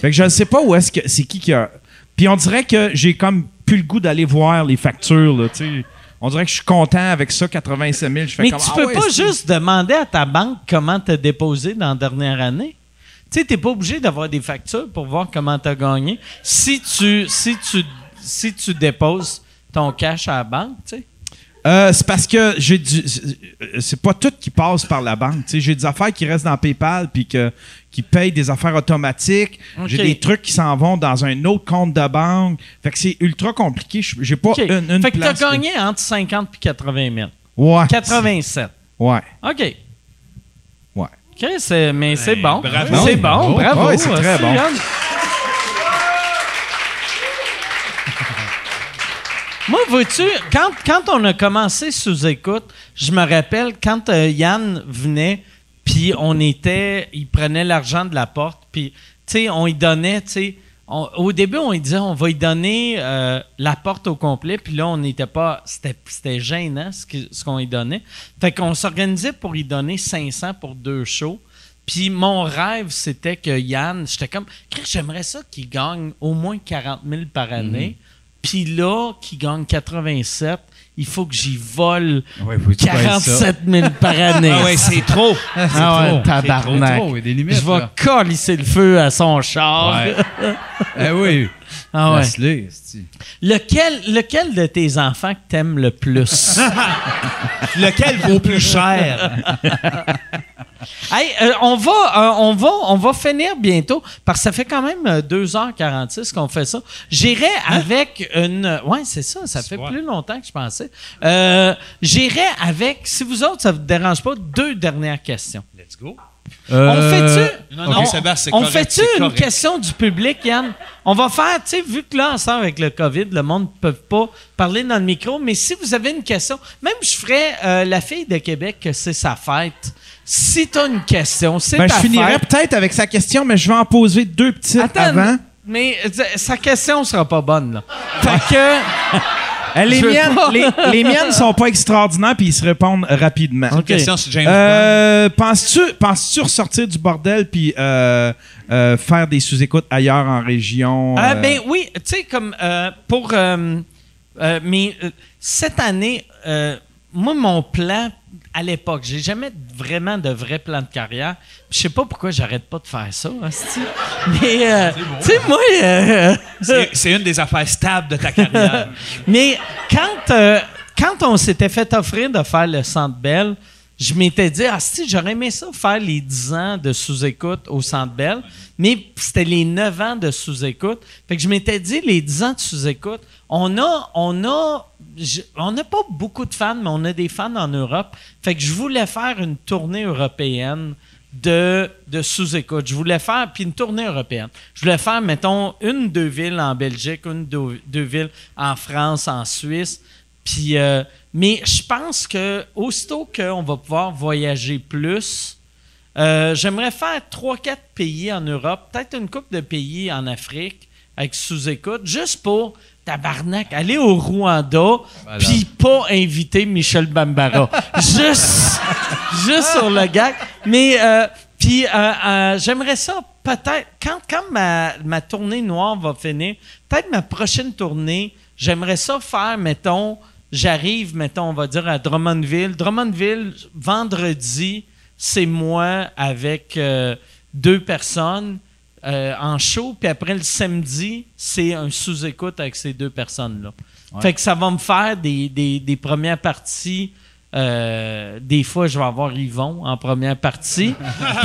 Fait que je ne sais pas où est-ce que c'est qui qui a. Puis on dirait que j'ai comme plus le goût d'aller voir les factures, là, tu sais. On dirait que je suis content avec ça, 85 000. Je fais Mais comme, tu ah peux ouais, pas c'est- juste demander à ta banque comment t'as déposé dans la dernière année. Tu sais, t'es pas obligé d'avoir des factures pour voir comment t'as gagné. Si tu, si tu, si tu déposes ton cash à la banque, tu sais. Euh, c'est parce que j'ai du. c'est- euh, C'est pas tout qui passe par la banque. tu sais. J'ai des affaires qui restent dans PayPal puis que, qui payent des affaires automatiques. J'ai Ok. des trucs qui s'en vont dans un autre compte de banque. Fait que c'est ultra compliqué. Je- J'ai pas OK. une, une fait que t'as place que- gagné entre 50 et 80 000. Ouais. 87. Ouais. OK. Ouais. OK, c'est- mais c'est bon. bravo. C'est bon, Ben, Bravo. bravo. Ouais, c'est très merci, bon. Yann. Moi, vois-tu, quand, quand on a commencé sous écoute, je me rappelle quand euh, Yann venait, puis on était, il prenait l'argent de la porte, puis, tu sais, on y donnait, tu sais, on- au début, on lui disait, on va y donner euh, la porte au complet, puis là, on n'était pas, c'était- c'était gênant ce que- ce qu'on y donnait. Fait qu'on s'organisait pour y donner 500 pour deux shows. Puis mon rêve, c'était que Yann, j'étais comme, Chris, j'aimerais ça qu'il gagne au moins 40 000 Mhm. par année. Puis là, qu'il gagne 87, il faut que j'y vole Ouais, faut que tu payes ça. 47 000 par [laughs] année. Ah ouais, c'est trop. Ah ouais, trop. tabarnak. C'est trop, il y a des limites. Je vais là. colisser le feu à son char. Ouais. Eh oui. Ah ouais. Laisse-les, esti. Lequel, lequel de tes enfants que t'aimes le plus? [laughs] Lequel vaut plus cher? [laughs] Hey, euh, on, va, euh, on, va, on va finir bientôt parce que ça fait quand même euh, 2h46 qu'on fait ça. J'irai Hein? avec une. Ouais, c'est ça, ça fait Ouais. plus longtemps que je pensais. Euh, J'irai avec, si vous autres, ça ne vous dérange pas, deux dernières questions. Let's go. on Euh, fait-tu. Non, non, on- Sébastien, c'est on correct, fait-tu une c'est correct. question du public, Yann? On va faire, tu sais, vu que là, ensemble avec le COVID, le monde ne peut pas parler dans le micro, mais si vous avez une question, même je ferais euh, la fille de Québec que c'est sa fête. Si tu as une question, c'est Ben, ta je finirais fête. peut-être avec sa question, mais je vais en poser deux petites Attends, avant. mais euh, sa question sera pas bonne, là. Fait que, Euh, les, je veux miennes, pas. les, les miennes sont pas extraordinaires puis ils se répondent rapidement. Une question sur James Bond. Euh, penses-tu, penses-tu ressortir du bordel puis euh, euh, faire des sous-écoutes ailleurs en région? Ah, euh, ben oui, tu sais, comme euh, pour. euh, euh, mais euh, cette année, euh, moi, mon plan à l'époque, j'ai jamais vraiment de vrai plan de carrière. Je sais pas pourquoi j'arrête pas de faire ça, hostie. Mais, euh, tu sais, moi. euh, C'est- C'est une des affaires stables de ta carrière. Mais quand, euh, quand on s'était fait offrir de faire le Centre Bell, je m'étais dit, ah si, j'aurais aimé ça faire les 10 ans de sous-écoute au Centre Bell, mais c'était les 9 ans de sous-écoute. Fait que je m'étais dit, les 10 ans de sous-écoute, on a, on a, je- on n'a pas beaucoup de fans, mais on a des fans en Europe. Fait que je voulais faire une tournée européenne de, de sous-écoute. Je voulais faire, puis une tournée européenne. Je voulais faire, mettons, une, deux villes en Belgique, une, deux, deux villes en France, en Suisse. Puis, euh, mais je pense que aussitôt qu'on va pouvoir voyager plus, euh, j'aimerais faire 3-4 pays en Europe, peut-être une coupe de pays en Afrique avec sous-écoute, juste pour tabarnak, aller au Rwanda, puis pas inviter Michel Bambara. juste, juste sur le gag. Mais, euh, puis, euh, euh, j'aimerais ça peut-être, quand, quand ma, ma tournée noire va finir, peut-être ma prochaine tournée, j'aimerais ça faire, mettons, j'arrive, mettons, on va dire à Drummondville. Drummondville, vendredi, c'est moi avec euh, deux personnes euh, en show, puis après le samedi, c'est un sous-écoute avec ces deux personnes-là. Fait que ça va me faire des, des- des premières parties. euh, des fois, je vais avoir Yvon en première [laughs] partie.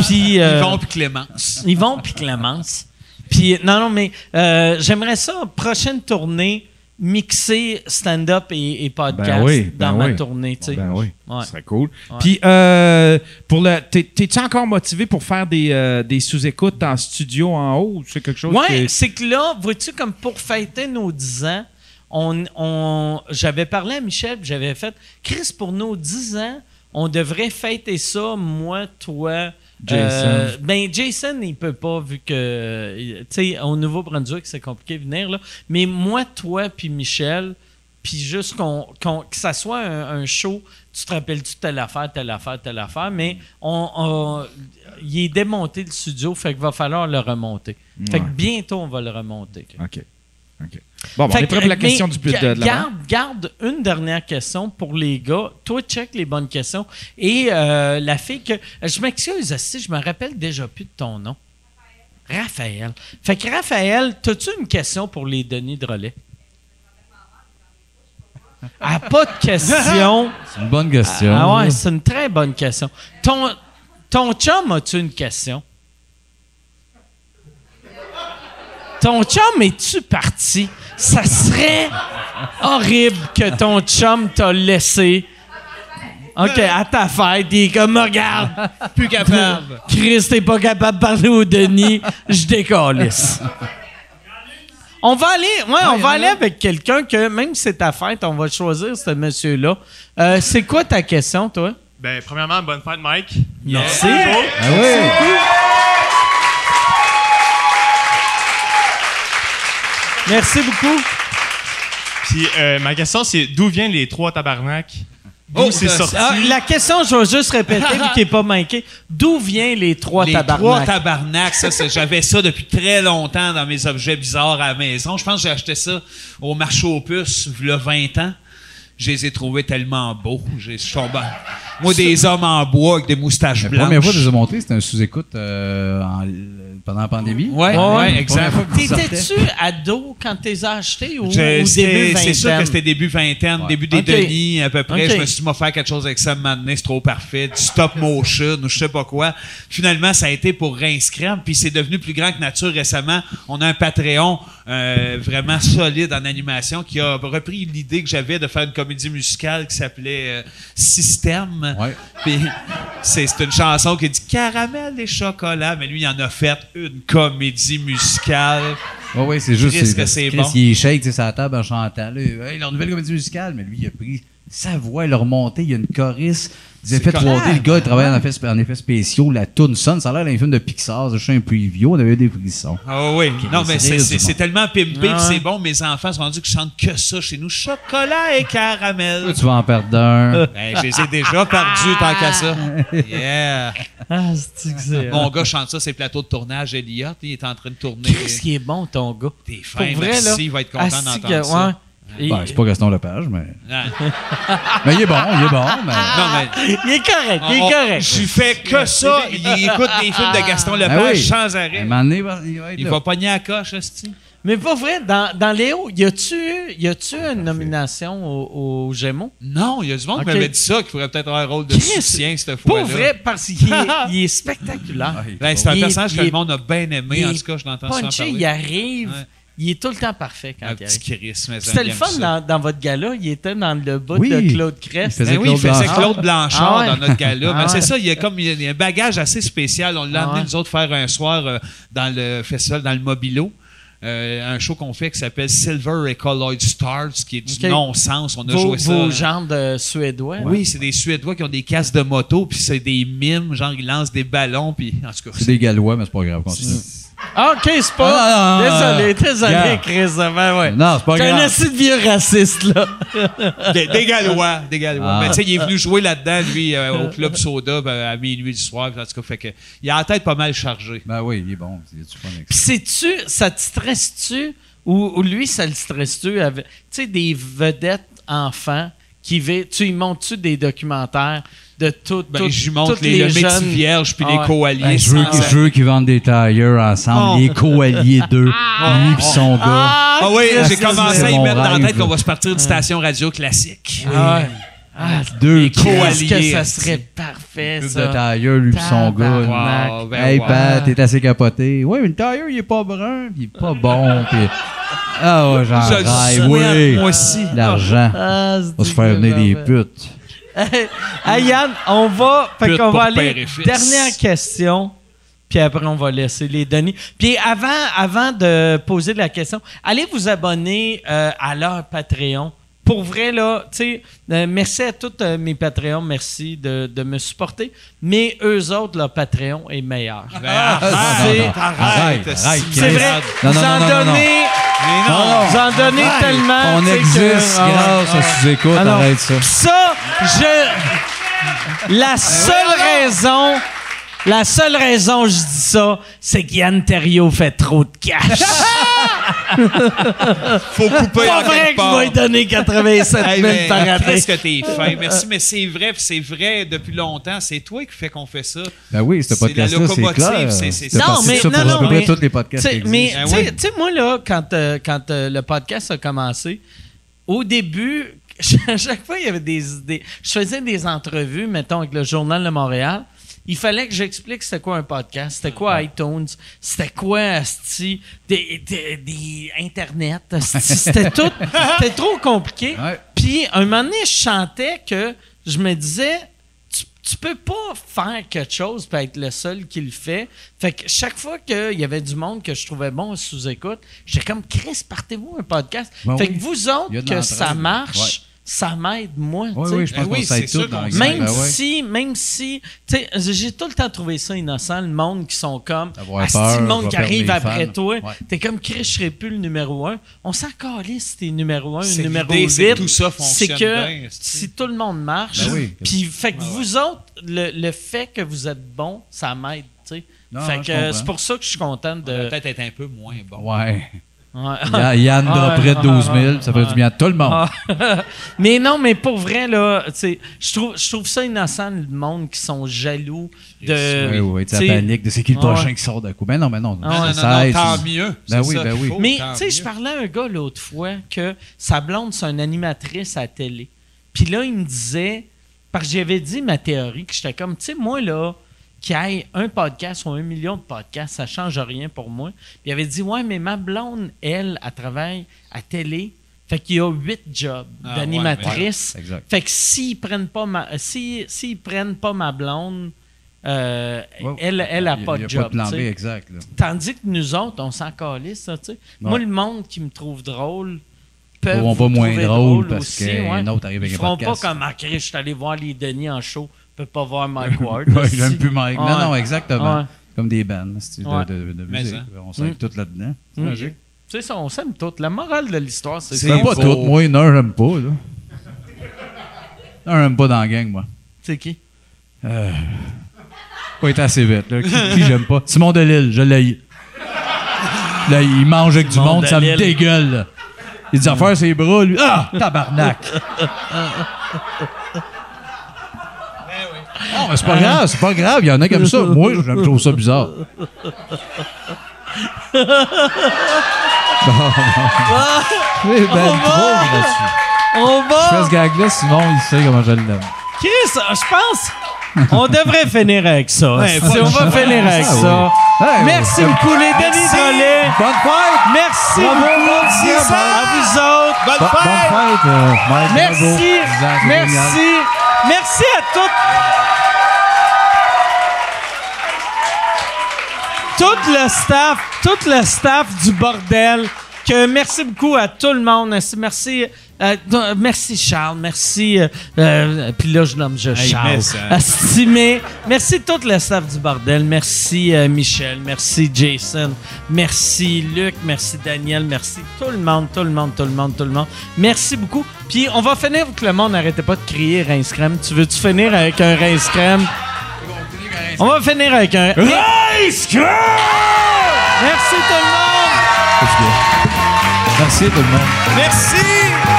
puis, [laughs] euh, Yvon puis Clémence. Yvon puis Clémence. Puis, non, non, mais euh, j'aimerais ça, prochaine tournée, mixer stand-up et, et podcast Ben oui, ben dans ma oui. tournée. tu sais. Ben oui, Ouais. ce serait cool. Ouais. Puis, euh, pour le, t'es- t'es-tu encore motivé pour faire des, euh, des sous-écoutes en studio en haut ou c'est quelque chose Ouais, qui- c'est que là, vois-tu, comme pour fêter nos 10 ans, on, on- j'avais parlé à Michel, puis j'avais fait Chris, pour nos 10 ans, on devrait fêter ça, moi, toi. euh, ben, Jason, il peut pas, vu que, tu sais, au Nouveau-Brunswick, c'est compliqué de venir, là. Mais moi, toi, puis Michel, puis juste qu'on, qu'on- que ça soit un, un show, tu te rappelles-tu de telle affaire, telle affaire, telle affaire, mais on, on- il est démonté le studio, fait qu'il va falloir le remonter. Fait que bientôt, on va le remonter. OK. OK. Ah Bon, bon, on Fait est que, euh, prêt pour la mais question du but de, de l'avant. garde, garde une dernière question pour les gars. Toi, check les bonnes questions. Et euh, la fille que. Je m'excuse, si je me rappelle déjà plus de ton nom. Raphaël. Fait que Raphaël, as-tu une question pour les Denis de relais? Ah, pas de [laughs] question. C'est une bonne question. ah ouais, c'est une très bonne question. Ton, ton chum, as-tu une question? Ton chum, es-tu parti? Ça serait horrible que ton chum t'a laissé. OK, à ta fête, il est comme, regarde, Plus capable. Chris, t'es pas capable de parler au Denis, je décalisse. On va aller, ouais, on va aller avec quelqu'un que, même si c'est ta fête, on va choisir ce monsieur-là. Euh, c'est quoi ta question, toi? Ben, premièrement, bonne fête, Mike. Merci. Ah oui. Merci beaucoup. Puis euh, ma question, c'est d'où viennent les trois tabarnak? D'où Oh, c'est sorti? Ah, la question, je vais juste répéter, vu qu'il n'est pas manqué. D'où viennent les trois les tabarnak? trois tabarnak, ça, c'est- j'avais ça depuis très longtemps dans mes objets bizarres à la maison. Je pense que j'ai acheté ça au marché aux puces, il y a 20 ans. Je les ai trouvés tellement beaux. J'ai- Je suis tombé- Moi, des hommes en bois avec des moustaches La blanches. première fois que je les ai montés, c'était un sous-écoute euh, en- pendant la pandémie. Ouais, Ah ouais, la exact. première fois que je sortais. T'étais-tu ado quand t'es acheté ou, ou Je- début c'était- C'est sûr que vingtaine? c'était début vingtaine, Ouais. début des Ok. Denis à peu près. Ok. Je me suis dit, m'en faire quelque chose avec ça, maintenant c'est trop parfait, du stop motion ou je sais pas quoi. Finalement, ça a été pour réinscrire, puis c'est devenu plus grand que nature récemment. On a un Patreon euh, vraiment solide en animation qui a repris l'idée que j'avais de faire une comédie musicale qui s'appelait euh, Système. Ouais. Puis c'est c'est une chanson qui dit caramel et chocolat, mais lui, il en a fait une comédie musicale. Ouais, ouais, c'est juste. Chris, que c'est Chris, bon. il shake, tu sais, sa table en chantant. là, Hey, leur nouvelle comédie musicale. Mais lui, il a pris sa voix, il a remonté. Il y a une choriste, des effets 3D. Le gars, il travaille en effets, en effets spéciaux. La tune sonne. Ça a l'air d'un film de Pixar. Je suis un preview. On avait eu des frissons. Ah oui, non, c'est mais c'est- rire c'est du monde. c'est tellement pimpé, Ah. pis c'est bon, mes enfants sont rendus que je chante que ça chez nous, chocolat et caramel. Tu vas en perdre [laughs] un. Ben, je les ai [laughs] déjà perdus tant qu'à ça. Yeah. Ah, c'est-tu que c'est... Mon gars chante ça, ses plateaux de tournage, Elliot, il est en train de tourner. Qu'est-ce qui est bon, ton gars? T'es fin, merci, il va être content Asti d'entendre Ah, que- ça. ouais. Et- Ben, c'est pas Gaston Lepage, mais. Non, Mais il est bon, il est bon. Mais... Ah. non, mais... [laughs] Il est correct, il on- est Ben correct. Je fais que ça. Il écoute des films de Gaston Lepage Ah oui. sans À un Ben, arrêt. moment donné, il va- il va être Il là. va pogner à coche, hostie. Mais pas vrai, dans, dans Léo, y a-tu eu- y a-tu une nomination aux au Gémeaux? Non, il y a du monde Ok. qui m'avait dit ça, qu'il faudrait peut-être avoir un rôle de Chris, soutien cette Pas fois-là. vrai, parce qu'il [laughs] est, il est spectaculaire. Ah, il est Ben, bon. c'est un Il est- personnage que il est- le monde a bien aimé. En il est tout cas, je l'entends souvent Punchy, parler. il arrive, Ouais. il est tout le temps parfait quand Un il petit arrive. Chris, mais C'était j'aime le fun ça. dans, dans votre gala, il était dans le bout Oui. de Claude Crest. Il faisait Ben oui, il Claude faisait Blanchard. Claude Blanchard Ah ouais. dans notre gala. Ah Mais ouais. c'est ça, il y a comme il y a un bagage assez spécial. On l'a Ah amené, ouais. nous autres, faire un soir euh, dans le festival, dans le Mobilo. euh, un show qu'on fait qui s'appelle Silver Colloid Stars, qui est du Ok. non-sens. On a vos, joué ça. vos genres de Suédois. là. Oui, c'est des Suédois qui ont des casques de moto, puis c'est des mimes, genre ils lancent des ballons, puis en tout cas. C'est des Gallois, mais c'est pas grave. continue. Ah, OK, c'est pas. Ah, non, non, non, désolé, non. désolé, Gars. Chris. Ben ouais. Non, c'est pas T'es un grave. assis de vieux raciste, là. Des, des Gallois, des Gallois. Ah. Mais tu sais, il est venu jouer là-dedans, lui, euh, au club soda ben, à minuit du soir. puis En tout cas, fait que, il a la tête pas mal chargée. Ben oui, il est bon. Il est super mec. Puis sais-tu, ça te stresse-tu ou, ou lui, ça le stresse-tu? avec- Tu sais, des vedettes enfants qui vivent. Tu y montes-tu des documentaires de toutes Ben, toutes- je lui montre toutes les, le métis jeunes- vierge puis Ah ouais. les coaliers. Ben, je veux Ah, je veux qu'ils vendent des tailleurs ensemble, les [laughs] coalliés d'eux, lui pis son gars. Oh. Ah, Ah oui, Christ, j'ai commencé à c'est y mon mettre dans la tête rêve. qu'on va se partir d'une station radio classique. Ah, ouais. Ah, Deux Qu'est-ce que coaliers, ça esti. serait parfait, Coupe ça. de tailleur, lui pis son gars. Tabarnak. Wow, ben Hey wow. Pat, t'es assez capoté. Ouais, mais le tailleur, il est pas brun, pis il est [laughs] pas bon, pis... Ah ouais, j'en Je le rêve, souhaite, oui. moi aussi. L'argent. Ah, ben. c'est On va se faire venir des putes. Hey, hey, Yann, on va. Fait Pute qu'on pour va père aller. et fils. Dernière question. Puis après, on va laisser les Denis. Puis avant, avant de poser la question, allez vous abonner euh, à leur Patreon. Pour vrai, là, tu sais, euh, merci à tous euh, mes Patreons. Merci de, de me supporter. Mais eux autres, leur Patreon est meilleur. Ben, ah, arrête, c'est- arrête, arrête, arrête, si- C'est vrai. Non, vous non, en non, non, non. donnez, Mais non. vous en donnez tellement. On tu sais, existe que- ah ouais. grâce à sous-écoute, Ah non. arrête ça. Ça, je. La seule raison. La seule raison que je dis ça, c'est qu'Yann Terriot fait trop de [laughs] cash. Faut couper pas en vrai quelque que je part. vais lui donner 87 Hey, 000 mais par année. Qu'est-ce que t'es fin? Merci, mais c'est vrai, puis c'est vrai depuis longtemps. C'est toi qui fait qu'on fait ça. Ben oui, ce C'est la podcast-là, c'est locomotive, clair. c'est- c'est- C'est Non, parti de mais- ça pour non, à peu non, près mais- tous les podcasts qui T'sais, existent. Ah mais Ben tu oui. sais, moi, là, quand, euh, quand euh, le podcast a commencé, au début, [laughs] à chaque fois, il y avait des idées. Je faisais des entrevues, mettons, avec le Journal de Montréal. Il fallait que j'explique c'était quoi un podcast, c'était quoi iTunes, c'était quoi asti, des, des- des Internet, asti, c'était [laughs] tout, c'était trop compliqué. Ouais. Puis, un moment donné, je chantais que je me disais, tu, tu peux pas faire quelque chose et être le seul qui le fait. Fait que chaque fois qu'il y avait du monde que je trouvais bon sous écoute, j'étais comme, Chris, partez-vous un podcast. Ben fait oui. que vous autres, Il y a de que l'entraide. ça Ouais. marche, ça m'aide, moi. Oui, tu sais. oui, je pense Ben oui, qu'on s'aide c'est sûr tous dans qu'on la gang. Même Ben ouais. si, même si, tu sais, j'ai tout le temps trouvé ça innocent, le monde qui sont comme, Avoir Asti, peur, le je monde vais qui perdre arrive mes après fans. toi, Ouais. t'es comme, Chris, je serais plus le numéro un. On s'en calisse si t'es numéro un, C'est numéro l'idée, c'est que 8. tout ça C'est fonctionne que bien, asti. si tout le monde marche, Ben oui. puis fait que vous autres, le, le fait que vous êtes bon, ça m'aide, tu sais. Non, Fait non, que je comprends. c'est pour ça que je suis content de. Peut-être être un peu moins bon. Ben Ouais. Ouais. Ya- Yann Ah, de près de ah, 12 ah, 000, ça ah, ferait du bien à tout le monde. Ah. [laughs] mais non, mais pour vrai, là, tu sais, je trouve, je trouve ça innocent, le monde qui sont jaloux de. oui, oui, tu tu sais, panique de c'est qui le Ah ouais. prochain qui sort d'un coup. Ben non, mais non, Ah ouais, Non, non, ça non, aide, tant c'est- mieux. Ben C'est oui, ça ben qu'il oui. faut, Mais, tant tu sais, je mieux. parlais à un gars l'autre fois que sa blonde, c'est une animatrice à la télé. Puis là, il me disait, parce que j'avais dit ma théorie, que j'étais comme, tu sais, moi, là, qu'il y ait un podcast ou un million de podcasts, ça change rien pour moi. Puis il avait dit, ouais, mais ma blonde, elle, elle travaille à télé. Fait qu'il y a huit jobs Ah, d'animatrice. ouais, mais voilà. Exact. Fait que s'ils prennent pas ma, euh, si, s'ils prennent pas ma blonde, euh, Ouais, elle, elle a il y pas il y de a job. pas de plan B, tu sais. exact. là. Tandis que nous autres, on s'en calisse, ça, tu sais. Moi, le monde qui me trouve drôle peuvent Trouveront vont pas moins drôle parce qu'un autre arrive avec Ils un feront podcast. [laughs] pas comme « Ah, Chris, je suis allé voir les Denis en show, je peux pas voir Mike Ward. [laughs] Ouais, aussi. J'aime plus Mike. Non, Ouais. non, exactement. Ouais. Comme des bands c'est-tu, de, Ouais. de, de Mais musique. On s'aide tous là-dedans. Mm. C'est ça, on s'aime toutes. La morale de l'histoire, c'est C'est ça. pas tout. Moi, il y en a un, j'aime pas. Là. Un, j'aime pas dans la gang, moi. C'est qui? Pas été assez vite. Là. Qui, qui j'aime pas? Simon Delille, je l'ai. Là, il mange avec du Simon monde, ça me Delille. dégueule. là. Il dit affaire ses bras, lui. Ah! Tabarnak! Ben Non, Ah, mais c'est pas grave, c'est pas grave. Il y en a comme ça. Moi, je je trouve [laughs] ça bizarre. Eh Oui, ben, pauvre, monsieur. On Je fais va! ce gag-là, sinon il sait comment je l'aime. Chris, je pense, on devrait finir avec ça. Ouais, Si pas on de va chance. finir avec Ah, ça. oui. Hey, Merci ouais. beaucoup, les Denis Drolet. Bonne fête! Merci Bravo, beaucoup. merci, Merci à vous autres. Bo- Bonne fête! euh, Mike, bravo. Merci. Vous êtes génial. Merci. Merci à toutes. tout le staff, tout le staff du bordel. Que merci beaucoup à tout le monde. Merci, euh, euh, merci Charles, merci. euh, euh, Puis là, je nomme je Hey, Charles. mais ça- Asti, mais merci tout le staff du bordel. Merci euh, Michel, merci Jason, merci Luc, merci Daniel, merci tout le monde, tout le monde, tout le monde, tout le monde. Merci beaucoup. Puis on va finir que le monde n'arrêtait pas de crier rince crème. Tu veux-tu finir avec un rince crème? On va finir avec un. Hein? Rince Merci tout le monde! Merci tout le monde. Merci!